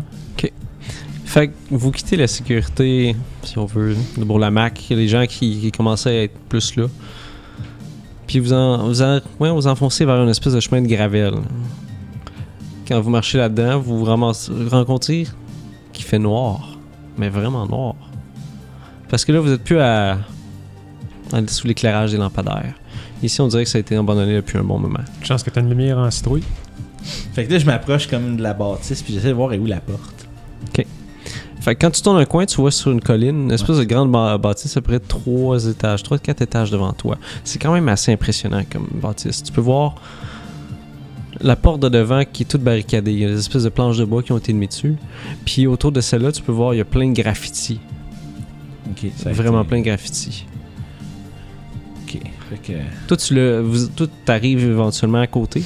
B: Fait que vous quittez la sécurité, si on veut, de Bourlamac, les gens qui, qui commençaient à être plus là. Puis vous en, vous, en- ouais, vous enfoncez vers une espèce de chemin de gravelle. Quand vous marchez là-dedans, vous vous ramassez- rencontrez qui fait noir, mais vraiment noir. Parce que là, vous êtes plus à, à- sous l'éclairage des lampadaires. Ici, on dirait que ça a été abandonné depuis un bon moment.
D: Chance que t'as une lumière en citrouille.
A: Fait que là, je m'approche comme de la bâtisse, puis j'essaie de voir est où la porte.
B: Fait que quand tu tournes un coin, tu vois sur une colline une espèce de grande ba- bâtisse à peu près 3 étages, 3 4 étages devant toi. C'est quand même assez impressionnant comme bâtisse. Tu peux voir la porte de devant qui est toute barricadée. Il y a des espèces de planches de bois qui ont été mises dessus. Puis autour de celle-là, tu peux voir, il y a plein de graffitis.
A: Ok, ça a
B: Vraiment
A: été-
B: plein de graffitis.
A: Ok, fait que.
B: Toi, tu le, vous- toi, t'arrives éventuellement à côté.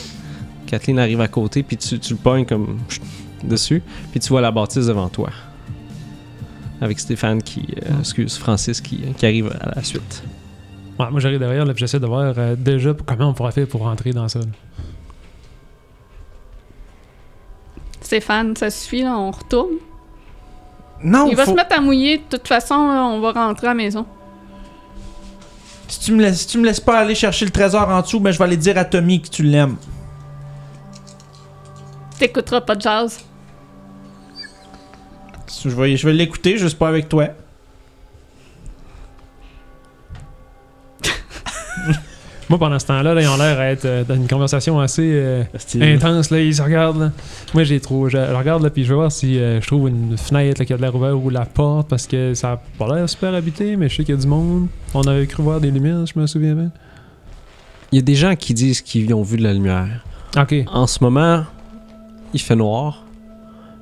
B: Kathleen arrive à côté, puis tu, tu le pognes comme chut, dessus, puis tu vois la bâtisse devant toi. Avec Stéphane qui, euh, excuse, Francis qui, qui arrive à la suite.
D: Ouais, moi, j'arrive derrière, là, puis j'essaie de voir euh, déjà pour- comment on pourra faire pour rentrer dans ça. là.
C: Stéphane, ça suffit, là, on retourne.
A: Non,
C: Il va
A: faut-
C: se mettre à mouiller, de toute façon, là, on va rentrer à la maison.
A: si, tu me laisses, si tu me laisses pas aller chercher le trésor en dessous, ben je vais aller dire à Tommy que tu l'aimes.
C: T'écouteras pas de jazz.
A: Je vais, je vais l'écouter, juste pas avec toi.
D: Moi, pendant ce temps-là, là, ils ont l'air d'être euh, dans une conversation assez euh,
A: Hein,
D: intense. Là, ils se regardent. là. Moi, j'ai trop. Je, je regarde, là, puis je vais voir si euh, je trouve une fenêtre là, qui a de l'air ouverte ou la porte, parce que ça a pas l'air super habité, mais je sais qu'il y a du monde. On avait cru voir des lumières, je me souviens bien.
B: Il y a des gens qui disent qu'ils ont vu de la lumière.
D: Ok.
B: En ce moment, il fait noir.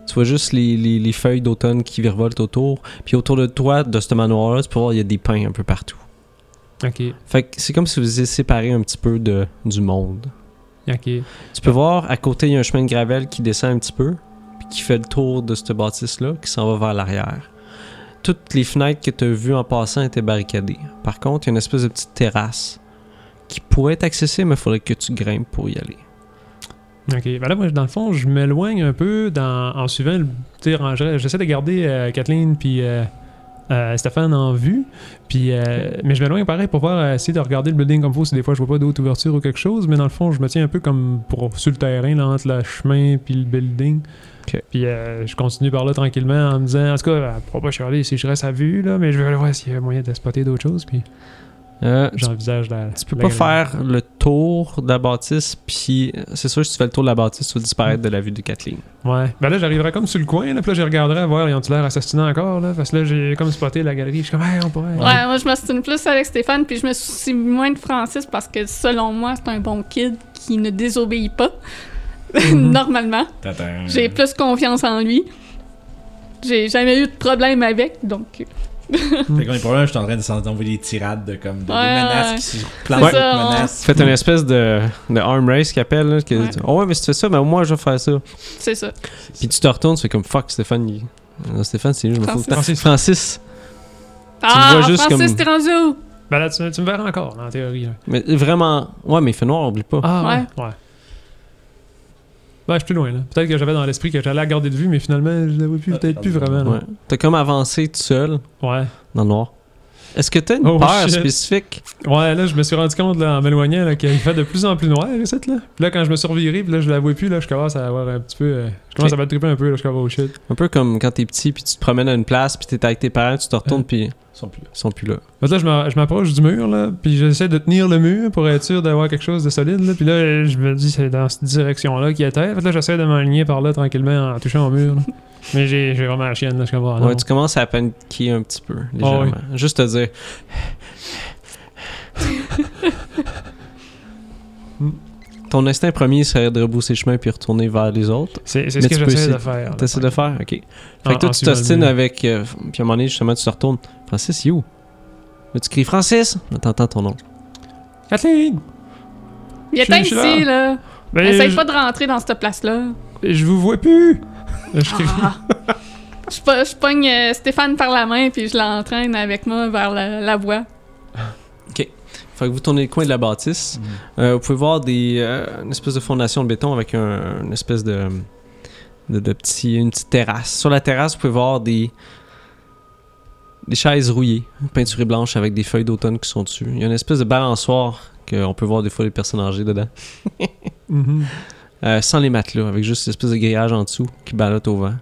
B: Tu vois juste les, les- les feuilles d'automne qui virevoltent autour. Puis autour de toi, de ce manoir-là, tu peux voir, il y a des pins un peu partout.
D: Ok.
B: Fait que c'est comme si vous étiez séparés un petit peu de, du monde.
D: Ok.
B: Tu peux voir, à côté, il y a un chemin de gravelle qui descend un petit peu, puis qui fait le tour de cette bâtisse-là, qui s'en va vers l'arrière. Toutes les fenêtres que tu as vues en passant étaient barricadées. Par contre, il y a une espèce de petite terrasse qui pourrait être accessible, mais il faudrait que tu grimpes pour y aller.
D: Ok, ben là, moi, dans le fond, je m'éloigne un peu dans, en suivant le. Tu sais, en- j'essaie de garder euh, Kathleen puis euh, euh, Stéphane en vue. Puis, euh, mais je m'éloigne pareil pour voir, euh, essayer de regarder le building comme faut si des fois je vois pas d'autres ouvertures ou quelque chose. Mais dans le fond, je me tiens un peu comme pour, sur le terrain, là, entre le chemin puis le building.
B: Ok.
D: Puis euh, je continue par là tranquillement en me disant, en tout cas, pourquoi pas chialer si je reste à vue, là, mais je vais aller voir s'il y a moyen de spotter d'autres choses. Puis
B: Euh, tu,
D: j'envisage la.
B: tu peux
D: la-
B: pas faire le tour de la bâtisse, puis euh, c'est sûr, si tu fais le tour de la bâtisse, tu vas disparaître de la vue de Kathleen.
D: Ouais. Ben là, j'arriverai comme sur le coin, là, puis là, je regarderai à voir, ils ont-tu l'air assassinés encore, là? Parce que là, j'ai comme spoté la galerie. Je suis comme, hey, on pourrait.
C: Ouais, moi je m'assume plus avec Stéphane, puis je me soucie moins de Francis parce que selon moi, c'est un bon kid qui ne désobéit pas.
A: Mhm.
C: Normalement. J'ai plus confiance en lui. J'ai jamais eu de problème avec, donc.
A: Fait qu'on est probablement, je suis en train de s'en- d'envoyer des tirades de comme de-
C: Mm. Ouais,
A: des menaces
C: ouais.
A: qui se
C: C'est
A: plantent
C: ça,
A: d'autres
C: on-
A: menaces.
B: Faites une espèce de, de arm race qui appelle. Là, que-
C: Ouais.
B: Oh ouais, mais si tu fais ça, ben moi, je vais faire ça.
C: C'est ça.
B: Puis tu te retournes, tu fais comme fuck Stéphane. il- Non, Stéphane, c'est lui, je me fous
C: Francis.
B: le temps. Francis. Francis.
C: Ah,
B: vois juste
C: Francis,
B: comme-
C: t'es rendu où?
D: Ben là, tu, tu me verras encore, là, en théorie. là.
B: Mais vraiment. Ouais, mais il fait noir, oublie pas.
D: Ah, ouais. ouais. Ben, je suis plus loin, là. Peut-être que j'avais dans l'esprit que j'allais la garder de vue, mais finalement, je l'avais plus,
A: Ah,
D: peut-être plus
A: pardon.
D: vraiment,
B: ouais.
D: là.
B: T'as comme avancé tout seul
D: Ouais.
B: dans le noir. Est-ce que t'as une
D: Oh,
B: peur
D: shit.
B: spécifique
D: Ouais, là, je me suis rendu compte, là, en m'éloignant, là, qu'il fait de plus en plus noir, ici, là. Puis là, quand je me suis reviré, puis là, je la vois plus, là, je commence à avoir un petit peu. euh, je commence à me triper un peu, là, je suis comme, oh shit.
B: Un peu comme quand t'es petit, puis tu te promènes à une place, puis t'es avec tes parents, tu te retournes,
D: Ouais.
B: puis
A: Ils sont plus là.
B: ils sont plus là.
D: Fait que là, je m'a- je m'approche du mur, là, puis j'essaie de tenir le mur pour être sûr d'avoir quelque chose de solide, là. Puis là, je me dis, c'est dans cette direction-là qu'il était. Fait que là, j'essaie de m'aligner par là tranquillement en touchant au mur, là. Mais j'ai j'ai vraiment la chienne, là, je comprends.
B: ouais, tu commences à paniquer un petit peu,
D: Ah,
B: légèrement. Juste te dire. Ton instinct premier serait de rebousser chemin puis retourner vers les autres.
D: C'est c'est
B: Mais
D: ce que
B: tu peux
D: j'essaie
B: essayer-
D: de faire. là.
B: T'essaies de faire? Ok. Fait
D: En-
B: que toi,
D: en
B: tu
D: suivant le
B: t'ostines
D: mur.
B: avec. euh, f- puis à un moment donné, justement, tu te retournes. Francis, you. Là, tu cries Francis. Là, t'entends ton nom.
D: Kathleen!
C: Il
D: Je
C: était
D: suis
C: ici, là.
D: Ben,
C: Essaye
D: je,
C: pas de rentrer dans cette place-là.
D: je vous vois plus! Je crie.
C: Ah. Je, po- je pogne euh, Stéphane par la main, puis je l'entraîne avec moi vers la, la voie.
B: Fait que vous tournez le coin de la bâtisse.
A: Mm.
B: Euh, vous pouvez voir des, euh, une espèce de fondation de béton avec un, une espèce de, de, de petit, une petite terrasse. Sur la terrasse, vous pouvez voir des, des chaises rouillées, peinturées blanches avec des feuilles d'automne qui sont dessus. Il y a une espèce de balançoire qu'on peut voir des fois les personnes âgées dedans.
D: Mhm.
B: Euh, sans les matelas, avec juste une espèce de grillage en dessous qui balotte au vent.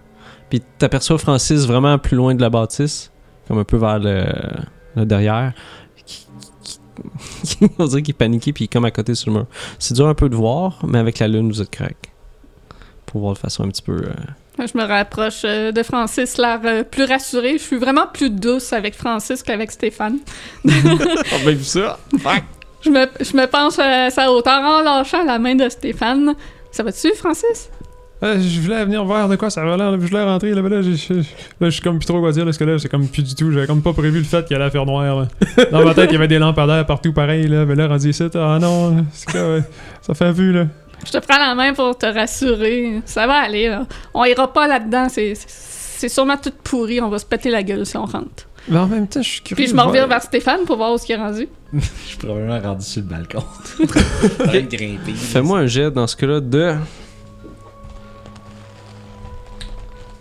B: Puis t'aperçois Francis vraiment plus loin de la bâtisse, comme un peu vers le, le derrière. qui- qui- On dirait qu'il est paniqué puis il est comme à côté sur le mur. C'est dur un peu de voir, mais avec la lune, vous êtes correct. Pour voir de façon un petit peu. euh,
C: Je me rapproche euh, de Francis, l'air euh, plus rassuré. Je suis vraiment plus douce avec Francis qu'avec Stéphane. Je me, je me penche à sa hauteur en lâchant la main de Stéphane. Ça va-tu, Francis?
D: Euh, je voulais venir voir de quoi ça va là, je voulais rentrer là, mais là, je- je- là, je suis comme plus trop quoi dire là, parce que là, c'est comme plus du tout, j'avais comme pas prévu le fait qu'il allait faire noir. là. Dans ma tête, il y avait des lampadaires partout pareil là, mais là rendu ici, ah non, là, c'est quoi, ouais, ça fait un peu là.
C: Je te prends la main pour te rassurer. Ça va aller, là. On ira pas là-dedans. C'est- C'est sûrement tout pourri. On va se péter la gueule si on rentre.
D: Mais en même temps, je suis curieux.
C: Puis je
D: de
C: me
D: voir-
C: revire vers Stéphane pour voir où ce qu'il est rendu.
A: Je suis probablement rendu sur le balcon. grimper.
B: Fais-moi un jet dans ce cas-là de.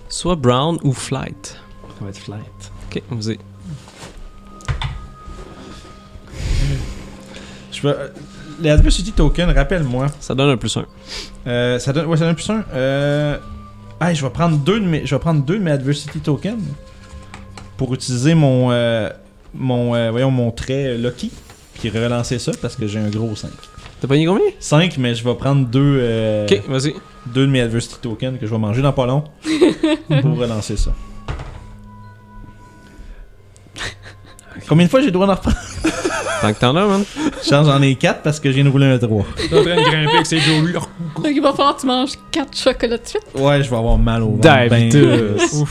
B: Soit Brown ou Flight.
A: Ça va être flight.
B: Ok, vous êtes.
A: Je veux... euh, Les Adversity Token, rappelle-moi.
B: Ça donne un plus un.
A: Euh, ça donne, ouais, ça donne plus un. Euh... Ah, je vais prendre deux de mes, je vais prendre deux de mes adversity tokens pour utiliser mon, euh, mon, euh, voyons, mon trait euh, lucky puis relancer ça parce que j'ai un gros 5.
B: T'as pogné combien
A: 5, mais je vais prendre deux, euh,
B: Ok, vas-y.
A: deux de mes adversity tokens que je vais manger dans pas long pour relancer ça. Combien de fois j'ai le droit d'en reprendre
B: Tant que t'en as, man.
A: Je change en ai 4 parce que j'ai une roulée un 3.
D: T'es en train de grimper avec ses Joe
C: Donc, il va falloir que tu manges quatre chocolats de suite.
A: Ouais, je vais avoir mal au ventre. ben
B: David.
A: plus.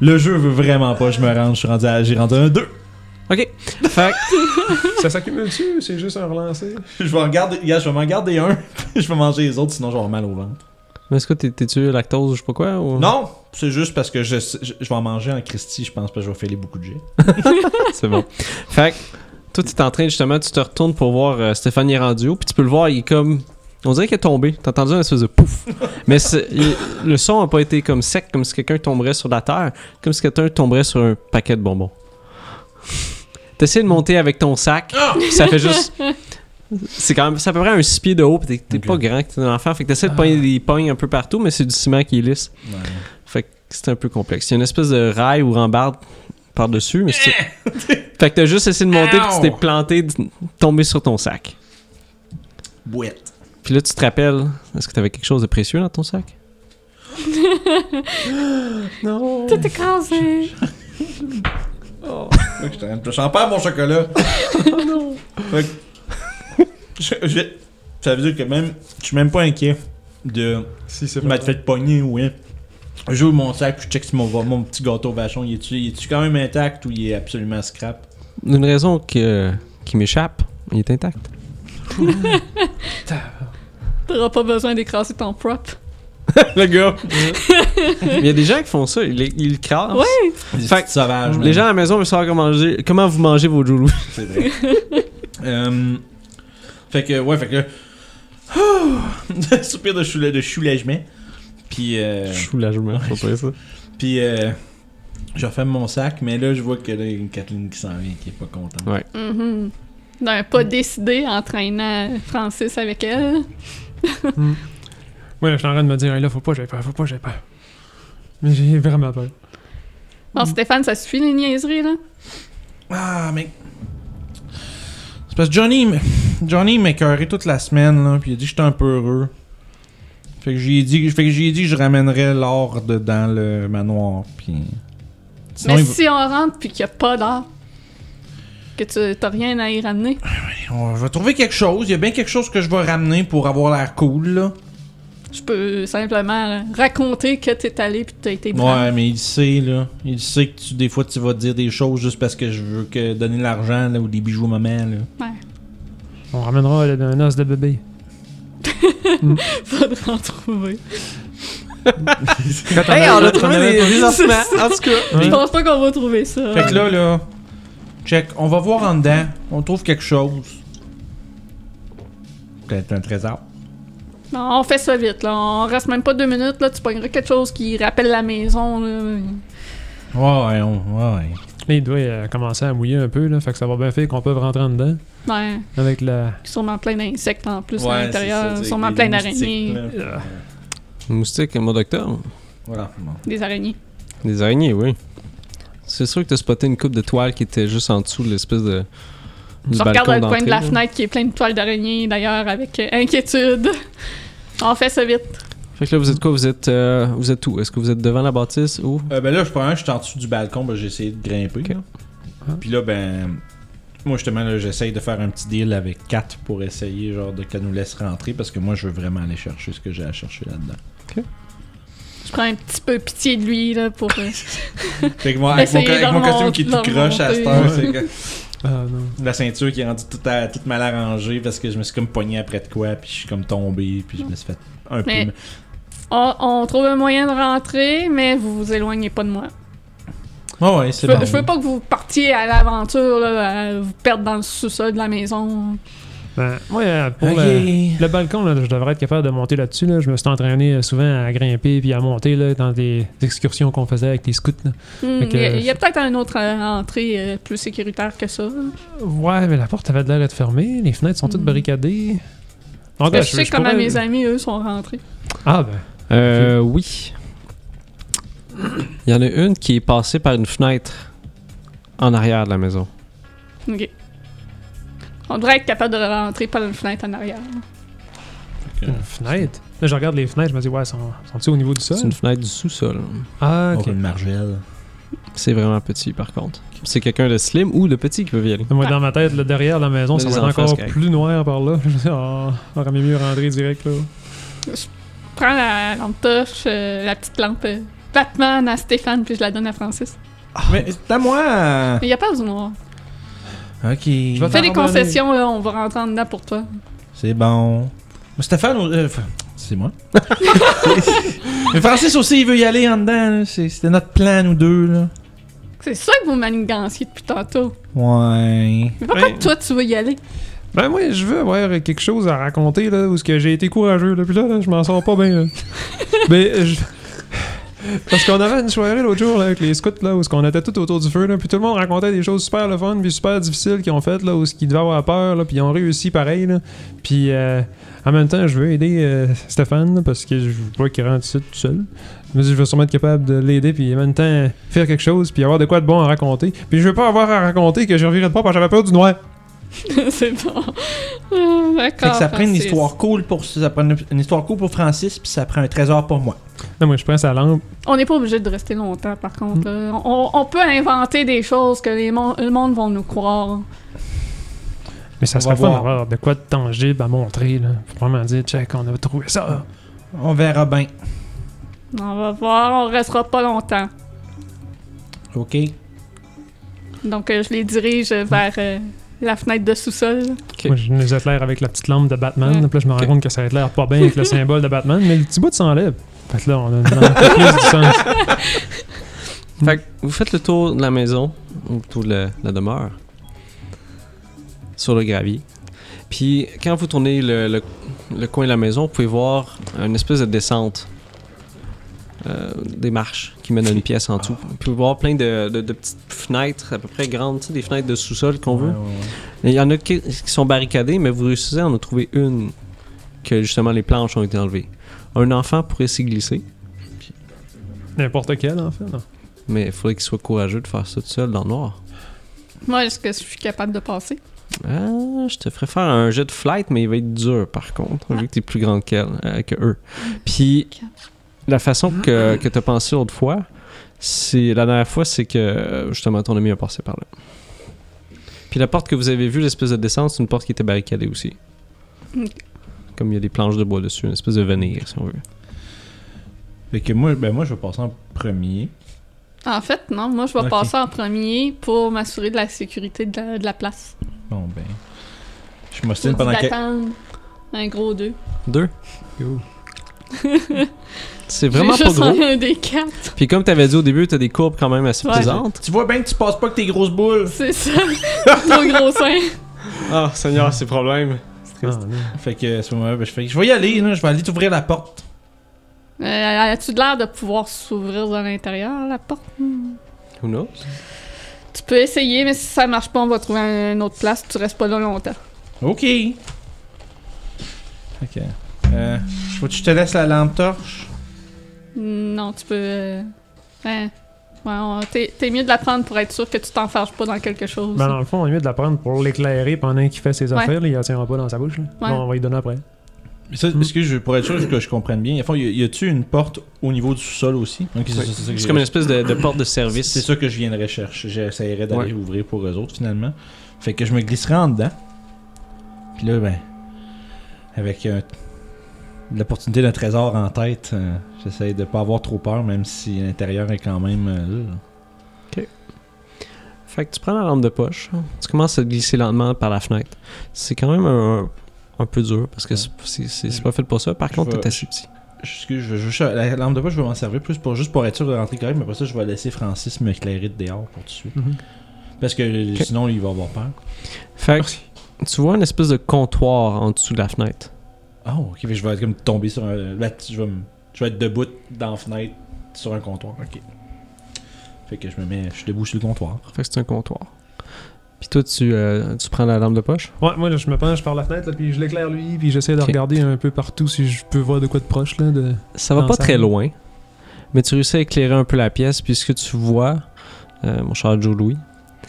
A: Le jeu veut vraiment pas que je me rende. Je suis rendu à, j'ai rendu un 2.
B: Ok. Fait que-
D: Ça s'accumule-tu ou c'est juste un relancé
A: Je vais en garder, gars, je vais m'en garder un. je vais manger les autres, sinon je vais avoir mal au ventre.
B: Mais est-ce que t'es- t'es-tu lactose ou je sais pas quoi ou...
A: Non, c'est juste parce que je, je, je vais en manger en Christie, je pense, parce que je vais filer beaucoup de jets.
B: C'est bon. Fait que, toi, t'es en train justement, tu te retournes pour voir euh, Stéphane Randio, puis tu peux le voir, il est comme. On dirait qu'il est tombé. T'as entendu un espèce de pouf. Mais c'est- il- le son a pas été comme sec, comme si quelqu'un tomberait sur la terre, comme si quelqu'un tomberait sur un paquet de bonbons. T'essayes de monter avec ton sac,
A: Ah!
B: ça fait juste. C'est quand même. C'est à peu près un six pieds de haut, puis t'es t'es
A: Ok. Ah.
B: pas grand, que t'es un enfant. Fait que t'essaies de pogner des pognes un peu partout, mais c'est du ciment qui est lisse. Fait que c'est un peu complexe. Il y a une espèce de rail ou rambarde par-dessus, mais c'est. fait que t'as juste essayé de monter, puis tu t'es planté, d- tombé sur ton sac.
A: Bouette.
B: Puis là, tu te rappelles, est-ce que t'avais quelque chose de précieux dans ton sac?
D: Non.
C: Tout écrasé.
A: Fait que j'étais en train de- J'en perds mon chocolat. Fait que- je- je- ça veut dire que même, je suis même pas inquiet de
D: Si c'est
A: m'être fait pogner ou rien. J'ouvre mon sac, puis je check si mon, mon petit gâteau vachon, il est-tu il est-tu quand même intact ou il est absolument scrap?
B: D'une raison que, qui m'échappe, il est intact.
C: T'auras pas besoin d'écraser ton prop.
B: Le gars! il y a des gens qui font ça, ils, les- ils le crassent.
C: Ouais.
A: Des
B: Fait
A: petits sauvages,
B: Les
A: man.
B: gens à la maison veulent savoir comment, manger- comment vous mangez vos joulous.
A: C'est vrai. Euh, fait que, ouais, fait que. soupir de, choula- de choulagement. Puis, euh,
B: Choulagement, je sais pas ça.
A: puis euh, je referme mon sac, mais là, je vois que là, il y a une Kathleen qui s'en vient, qui est pas contente.
B: Ouais.
C: Mhm. D'un pas décidé entraînant Francis avec elle.
D: Ouais, je suis en train de me dire, hey, là, faut pas, j'ai peur, faut pas, j'ai peur. Mais j'ai vraiment peur.
C: Bon, Stéphane, ça suffit les niaiseries, là.
A: Ah, mais. C'est parce que Johnny, m- Johnny m'a écœuré toute la semaine, là, puis il a dit que j'étais un peu heureux. Fait que j'y ai dit, fait que j'y ai dit que je ramènerais l'or dedans le manoir, puis. Sinon,
C: Mais
A: il va-
C: si on rentre puis qu'il n'y a pas d'or, que tu t'as rien à y ramener.
A: on- je vais trouver quelque chose. Il y a bien quelque chose que je vais ramener pour avoir l'air cool, là.
C: Je peux simplement là, raconter que t'es allé puis que t'as été brave.
A: Ouais, mais il sait, là. Il sait que tu, des fois, tu vas dire des choses juste parce que je veux que donner de l'argent là, ou des bijoux à maman, là.
D: On ramènera le- un os de bébé.
C: Faudra en trouver.
D: Quand
B: Hey, on a trouvé
D: t'en
B: des,
D: avais-
B: des ossements. En tout cas,
C: Je
D: Ouais.
C: pense pas qu'on va trouver ça.
A: Fait que là, là, check, on va voir en dedans. On trouve quelque chose. Peut-être un trésor.
C: Non, on fait ça vite, là. On reste même pas deux minutes, là. Tu pogneras quelque chose qui rappelle la maison, là.
A: Ouais, ouais, on- ouais. ouais.
D: Là, il doit euh, commencer à mouiller un peu, là, fait que ça va bien faire qu'on peut rentrer en dedans
C: Ouais,
D: avec la.
C: sûrement plein d'insectes en plus
A: Ouais,
C: à
A: c'est ça,
C: l'intérieur.
A: tu sais,
C: sûrement
A: des
C: plein
A: moustiques,
C: d'araignées.
A: là.
B: Moustique, mois d'octobre.
A: Voilà. bon.
C: Des araignées.
B: Des araignées, oui. C'est sûr que t'as spoté une coupe de toile qui était juste en dessous de l'espèce de. Du
C: Je regarde
B: balcon
C: le coin de
B: d'entrée,
C: la
B: là.
C: fenêtre qui est plein de toiles d'araignées, d'ailleurs, avec euh, inquiétude. on fait ça vite.
B: Fait que là, vous êtes quoi Vous êtes, euh, vous êtes où Est-ce que vous êtes devant la bâtisse ou
A: Euh, ben là, je prends je suis en dessous du balcon, ben, j'ai essayé de grimper.
B: Ok.
A: là. Puis là, ben. Moi, justement, là, j'essaye de faire un petit deal avec Kat pour essayer, genre, de qu'elle nous laisse rentrer parce que moi, je veux vraiment aller chercher ce que j'ai à chercher là-dedans.
C: Je prends un petit peu pitié de lui, là, pour... euh,
A: Fait que moi, avec mon,
C: Essayer
A: avec
C: de
A: mon costume
C: remonter-
A: qui est
C: de
A: tout croche à cette
C: remonter.
A: heure, c'est que.
D: Ah non.
A: La ceinture qui est rendue toute, à- toute mal arrangée parce que je me suis comme pogné après de quoi, puis je suis comme tombé, puis je me suis fait un peu.
C: Mais- on, on trouve un moyen de rentrer, mais vous vous éloignez pas de moi.
A: Ah ouais, c'est
C: Je
A: bon.
C: veux, je veux pas que vous partiez à l'aventure, là, à vous perdre dans le sous-sol de la maison.
D: Ben, moi, euh, pour
A: Ok.
D: le- le, balcon, là, je devrais être capable de monter là-dessus. Là. Je me suis entraîné euh, souvent à grimper puis à monter là, dans des excursions qu'on faisait avec les scouts. là.
C: Hmm,
D: Fait que-
C: Il y a- il y a, peut-être une autre euh, entrée euh, plus sécuritaire que ça.
D: Ouais, mais la porte avait l'air d'être fermée, les fenêtres sont toutes
B: Hmm.
C: Mm.
D: barricadées. En tout
C: Parce que
D: cas,
C: je, sais comment
D: pourrais-
C: mes amis, eux, sont rentrés.
D: Ah ben,
B: Euh, oui. Il y en a une qui est passée par une fenêtre en arrière de la maison.
C: Ok. On devrait être capable de rentrer par une fenêtre en arrière.
D: une fenêtre. Là, je regarde les fenêtres, je me dis, ouais, sont, sont-ils au niveau du sol?
B: C'est une fenêtre du sous-sol.
D: Ah, ok.
A: Aucune margelle.
B: C'est vraiment petit par contre. C'est quelqu'un de slim ou de petit qui veut y aller.
D: Moi, dans ma tête, là, derrière la maison,
B: Là,
D: ça
B: les
D: va être
B: enfants,
D: encore
B: c'est correct.
D: plus noir par là. Je me dis, Ah, on aurait mieux rentrer direct là.
C: Prends la lampe torche, euh, la petite lampe euh, Batman à Stéphane, puis je la donne à Francis.
A: Mais c'est à moi!
C: Mais il y a pas besoin de noir.
A: Ok.
D: Je vais
C: Fais des
D: Pardonnez.
C: concessions, là, on va rentrer en dedans pour toi.
A: C'est bon. Mais Stéphane, euh, f- c'est moi. Mais Francis aussi, il veut y aller en dedans. là. C'est- C'était notre plan, nous deux. Là.
C: C'est ça que vous maniganciez depuis tantôt.
A: Ouais.
C: Mais pourquoi
D: Ouais.
C: toi, tu veux y aller?
D: Ben moi, je veux avoir quelque chose à raconter là, où ce que j'ai été courageux là, puis là, là, je m'en sors pas bien. là. Mais euh, je- parce qu'on avait une soirée l'autre jour là, avec les scouts là, où ce qu'on était tout autour du feu là, puis tout le monde racontait des choses super le fun, puis super difficiles qu'ils ont faites là, où ce qu'ils devaient avoir peur là, puis ils ont réussi pareil là. Puis euh, en même temps, je veux aider euh, Stéphane là, parce que je veux pas qu'il rentre ici tout seul. Je me dis, je vais sûrement être capable de l'aider, puis en même temps faire quelque chose, puis avoir de quoi de bon à raconter. Puis je veux pas avoir à raconter que je revirai pas parce que j'avais peur du noir.
C: c'est bon. Hum, D'accord.
A: Fait que ça prend une
C: Francis.
A: histoire cool pour ça prend une, une histoire cool pour Francis, puis ça prend un trésor pour moi.
D: Non, moi je prends sa lampe.
C: On n'est pas obligé de rester longtemps, par contre. là.
B: Hmm.
C: On, on peut inventer des choses que les mon- le monde va nous croire.
D: Mais ça
A: On
D: serait
A: va
D: fun
A: voir.
D: d'avoir de quoi de tangible à montrer, là. Faut vraiment dire, check, on a trouvé ça.
A: On verra bien.
C: On va voir, on restera pas longtemps.
A: Ok.
C: Donc, euh, je les dirige euh, vers euh, la fenêtre de sous-sol.
B: Ok.
D: Moi, je nous éclaire avec la petite lampe de Batman.
C: Mm.
D: Puis là, je me rends
B: Ok.
D: compte que ça a l'air pas bien avec le symbole de Batman, mais le petit bout s'enlève. Fait que là, on a une lampe qui a plus du sens.
B: Fait que vous faites le tour de la maison, ou plutôt de la, la demeure, sur le gravier. Puis quand vous tournez le, le- le coin de la maison, vous pouvez voir une espèce de descente, euh, des marches qui mènent à une pièce en dessous. Vous pouvez voir plein de, de- de petites fenêtres à peu près grandes, tu sais, des fenêtres de sous-sol qu'on veut.
A: Ouais, ouais, ouais.
B: Et Il y en a qui qui sont barricadées, mais vous réussissez à en trouver une que justement les planches ont été enlevées. Un enfant pourrait s'y glisser,
D: N'importe quel, en fait. non.
B: mais il faudrait qu'il soit courageux de faire ça tout seul dans le noir.
C: Moi, est-ce que je suis capable de passer?
B: Ah, je te ferais faire un jet de flight, mais il va être dur par contre,
C: Ah.
B: vu que t'es plus grand qu'elle, euh, que eux.
C: Hmm.
B: Puis, la façon
C: Ah.
B: que, que t'as pensé l'autre fois, c'est la dernière fois, c'est que euh, justement ton ami a passé par là. Puis la porte que vous avez vue, l'espèce de descente, c'est une porte qui était barricadée aussi.
C: Ok.
B: Comme il y a des planches de bois dessus, une espèce de venir, si on veut.
A: Fait que moi, ben moi, je vais passer en premier.
C: En fait, non, moi, je vais
A: Ok.
C: passer en premier pour m'assurer de la sécurité de la, de la place.
A: Bon, ben. Je m'ostine
C: Faut
A: pendant quelques.
C: attendre un gros deux.
B: Deux. C'est vraiment
C: J'ai
B: pas
C: juste
B: gros.
C: un des quatre.
B: Puis comme t'avais dit au début, t'as des courbes quand même assez
C: Ouais.
B: plaisantes.
A: Tu vois bien que tu passes pas que tes grosses boules.
C: C'est ça. Trop gros sein.
B: Ah, Seigneur, c'est problème.
D: Ah, non.
A: Fait que à ce moment-là, ben, je fais, je vais y aller, là, je vais aller t'ouvrir la porte.
C: Euh, As-tu de l'air de pouvoir s'ouvrir de l'intérieur, la porte?
B: Who knows?
C: Tu peux essayer, mais si ça marche pas, on va trouver un- une autre place. Tu restes pas là longtemps.
A: Ok. Fait que, euh, faut que je te laisse la lampe torche.
C: Non, tu peux... euh, hein. Ouais, on- t'es t'es mieux de la prendre pour être sûr que tu t'enfarges pas dans quelque chose.
D: Ben, dans le fond, on est mieux de la prendre pour l'éclairer pendant qu'il fait ses
C: Ouais.
D: affaires. là, il la tiendra pas dans sa bouche. là.
C: Ouais.
D: Bon, on va y donner après.
A: Mais ça,
B: Hmm.
A: est-ce que je pour être sûr que je comprenne bien, à fond, y a- y a-tu une porte au niveau du sous-sol aussi Ok, c'est
B: Oui.
A: ça, c'est ça que
B: C'est
A: j'ai-
B: comme une espèce de, de porte de service.
A: C'est ça que je viendrais chercher. J'essaierais d'aller
B: Ouais.
A: ouvrir pour eux autres finalement. Fait que je me glisserais en dedans. Puis là, ben, avec euh, l'opportunité d'un trésor en tête, euh, j'essaie de pas avoir trop peur, même si l'intérieur est quand même. euh, là.
B: Fait que tu prends la lampe de poche, tu commences à te glisser lentement par la fenêtre. C'est quand même un, un peu dur parce que c'est- c'est c'est- c'est pas fait pour ça. Par
A: Je
B: contre,
A: vais-
B: t'es assez petit.
A: Excuse, je veux juste- la lampe de poche, je vais m'en servir plus pour juste pour être sûr de rentrer correct, mais après ça, je vais laisser Francis m'éclairer de dehors pour tout de suite.
D: Mhm.
A: Parce que euh,
B: Ok.
A: sinon, lui, il va avoir peur.
B: Fait que tu vois une espèce de comptoir en dessous de la fenêtre.
A: Oh, ok, fait que je vais être comme tomber sur un. là, tu- je, vais me- je vais être debout dans la fenêtre sur un comptoir. Ok. Fait que je me mets. Je suis debout sur le comptoir.
B: Fait que c'est un comptoir. Puis toi, tu, euh, tu prends la lampe de poche.
D: Ouais, moi, là, je me penche par la fenêtre, là, puis je l'éclaire lui, puis j'essaie de
B: Ok.
D: regarder un peu partout si je peux voir de quoi de proche. Là, de...
B: Ça va
D: Dans
B: pas
D: la salle.
B: très loin, mais tu réussis à éclairer un peu la pièce. Puis ce que tu vois, euh, mon cher Joe Louis,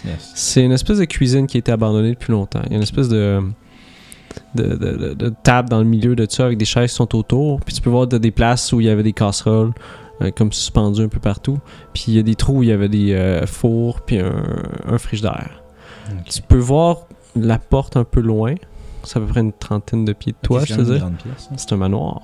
A: Yes.
B: C'est une espèce de cuisine qui a été abandonnée depuis longtemps. Il y a une espèce de, de, de- de- de table dans le milieu de ça avec des chaises qui sont autour. Puis tu peux voir de- des places où il y avait des casseroles euh, comme suspendues un peu partout. Puis il y a des trous où il y avait des euh, fours puis un, un frigidaire. Tu peux voir la porte un peu loin. C'est à peu près une trentaine de pieds de toi,
A: Ok,
B: je
A: c'est
B: te
A: quand même
B: dis.
A: une grande pièce. hein.
B: C'est un manoir.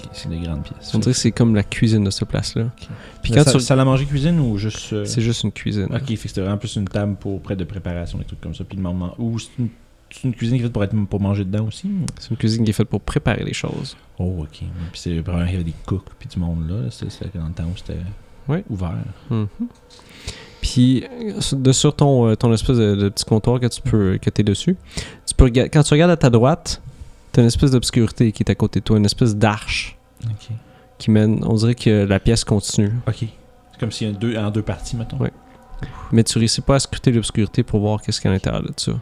A: Ok, c'est des grandes pièces.
B: On dirait que c'est comme la cuisine de cette place-là. Puis
A: Puis
B: quand
A: ça,
B: tu-
A: salle à manger cuisine ou juste. euh,
B: C'est juste une cuisine.
A: Ok, fait que c'était vraiment plus une table pour près de préparation, des trucs comme ça. Puis le moment. Ou c'est une, c'est une cuisine qui est faite pour, être, pour manger dedans aussi. ou-
B: C'est une cuisine qui est faite pour préparer les choses.
A: Oh, ok. Puis c'est le problème qu'il y avait des cooks, puis du monde là. C'était c'était dans le temps où c'était
B: Ouais.
A: ouvert.
B: Mhm. Puis euh, sur- de sur ton, euh, ton espèce de, de petit comptoir que tu peux que es dessus, tu peux rega- quand tu regardes à ta droite, t'as une espèce d'obscurité qui est à côté de toi, une espèce d'arche
A: Ok.
B: qui mène. On dirait que la pièce continue,
A: Ok. C'est comme s'il y a deux, en deux parties, mettons.
B: Ouais. mais tu réussis pas à scruter l'obscurité pour voir qu'est-ce qu'il y a à l'intérieur de ça.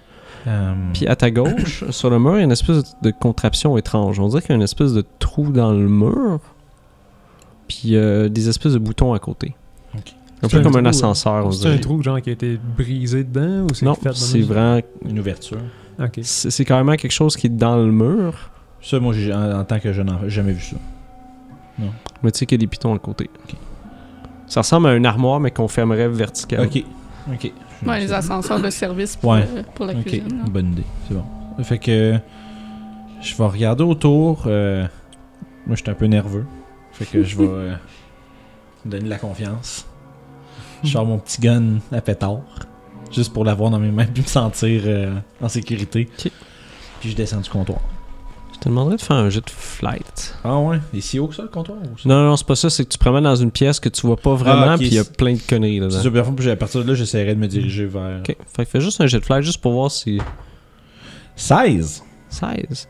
A: Euh,
B: Puis à ta gauche, sur le mur, il y a une espèce de contraption étrange. On dirait qu'il y a une espèce de trou dans le mur, puis euh, des espèces de boutons à côté.
A: Ok.
B: Un
D: C'est
B: peu
D: un
B: comme un
D: trou, hein?
B: ascenseur, on
D: C'est un
B: dirait.
D: trou genre qui a été brisé dedans ou c'est
B: Non,
D: fait de
B: c'est
D: même?
B: vraiment
A: Une ouverture.
D: Ok.
B: C'est c'est carrément quelque chose qui est dans le mur,
A: Ça, moi, j'ai- en, en tant que jeune enfant, j'ai jamais vu ça.
B: mais tu sais qu'il y a des pitons à côté.
A: Ok.
B: Ça ressemble à une armoire, mais qu'on fermerait verticalement.
A: Ok. Ok.
C: Ouais, les ascenseurs de service pour,
A: Ouais.
C: euh, pour la
A: Ok,
C: cuisine. là.
A: bonne idée. C'est bon. Fait que je vais regarder autour. euh, moi, je suis un peu nerveux. Fait que je vais euh, me donner de la confiance. Je sors mon petit gun à pétard. Juste pour l'avoir dans mes mains puis me sentir euh, en sécurité.
B: Ok.
A: Puis je descends du comptoir.
B: Je te demanderais de faire un jeu de flight.
A: Ah ouais? Et si haut que ça, le comptoir? ou ça?
B: Non, non, c'est pas ça. C'est que tu te promènes dans une pièce que tu vois pas
A: Ah,
B: vraiment,
A: ok,
B: puis il y a
A: c'est-
B: plein de conneries dedans.
A: C'est ça, puis à fond, puis à partir de là, j'essaierai de me diriger vers...
B: Ok, fait que fais juste un jet de flight juste pour voir si.
A: 16!
B: 16.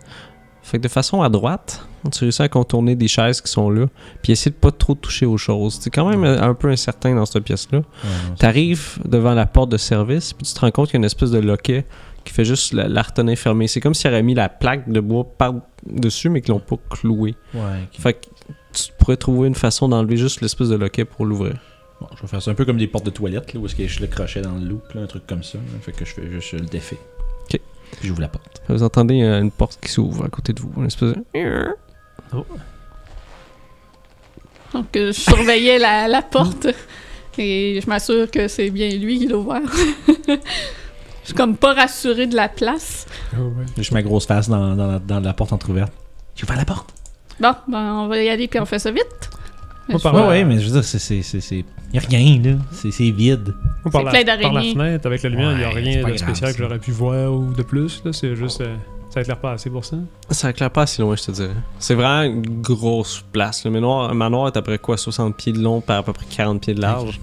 B: Fait que de façon à droite, tu réussis à contourner des chaises qui sont là, puis essayer de pas trop toucher aux choses. C'est quand même euh, un peu incertain dans cette pièce-là.
A: Ouais, non, c'est-
B: T'arrives devant la porte de service, puis tu te rends compte qu'il y a une espèce de loquet qui fait juste la, la retenir fermée. C'est comme s'il aurait mis la plaque de bois par-dessus, mais qu'ils l'ont pas cloué.
A: Ouais, ok.
B: Fait que tu pourrais trouver une façon d'enlever juste l'espèce de loquet pour l'ouvrir.
A: Bon, je vais faire ça un peu comme des portes de toilette, là, où est-ce que je le crochet dans le loop, là, un truc comme ça. là. Fait que je fais juste je le défais.
B: Ok.
A: Puis j'ouvre la porte.
B: Vous entendez euh, une porte qui s'ouvre à côté de vous, une espèce de...
C: Donc, euh, je surveillais la, la porte et je m'assure que c'est bien lui qui l'a ouvert. je suis comme pas rassurée de la place.
A: Juste ma grosse face dans, dans, la, dans la porte entrouverte. J'ai ouvert la porte.
C: Bon, ben, on va y aller puis on fait ça vite.
D: Moi, par
A: Ouais,
D: la-
A: ouais, mais je veux dire, c'est. c'est, c'est, c'est... Y'a rien, là. C'est, c'est vide.
D: moi, par
C: C'est plein
D: la- Par la
C: d'araignées.
D: fenêtre, avec la lumière, il n'y a
A: Ouais,
D: rien
A: c'est
D: de
A: pas grave,
D: spécial
A: ça.
D: que j'aurais pu voir ou de plus. là, C'est juste. euh, Ça éclaire pas assez pour ça.
B: Ça éclaire pas assez loin, je te dirais. C'est vraiment une grosse place. Le manoir, un manoir est à peu quoi 60 pieds de long par à peu près 40 pieds de large.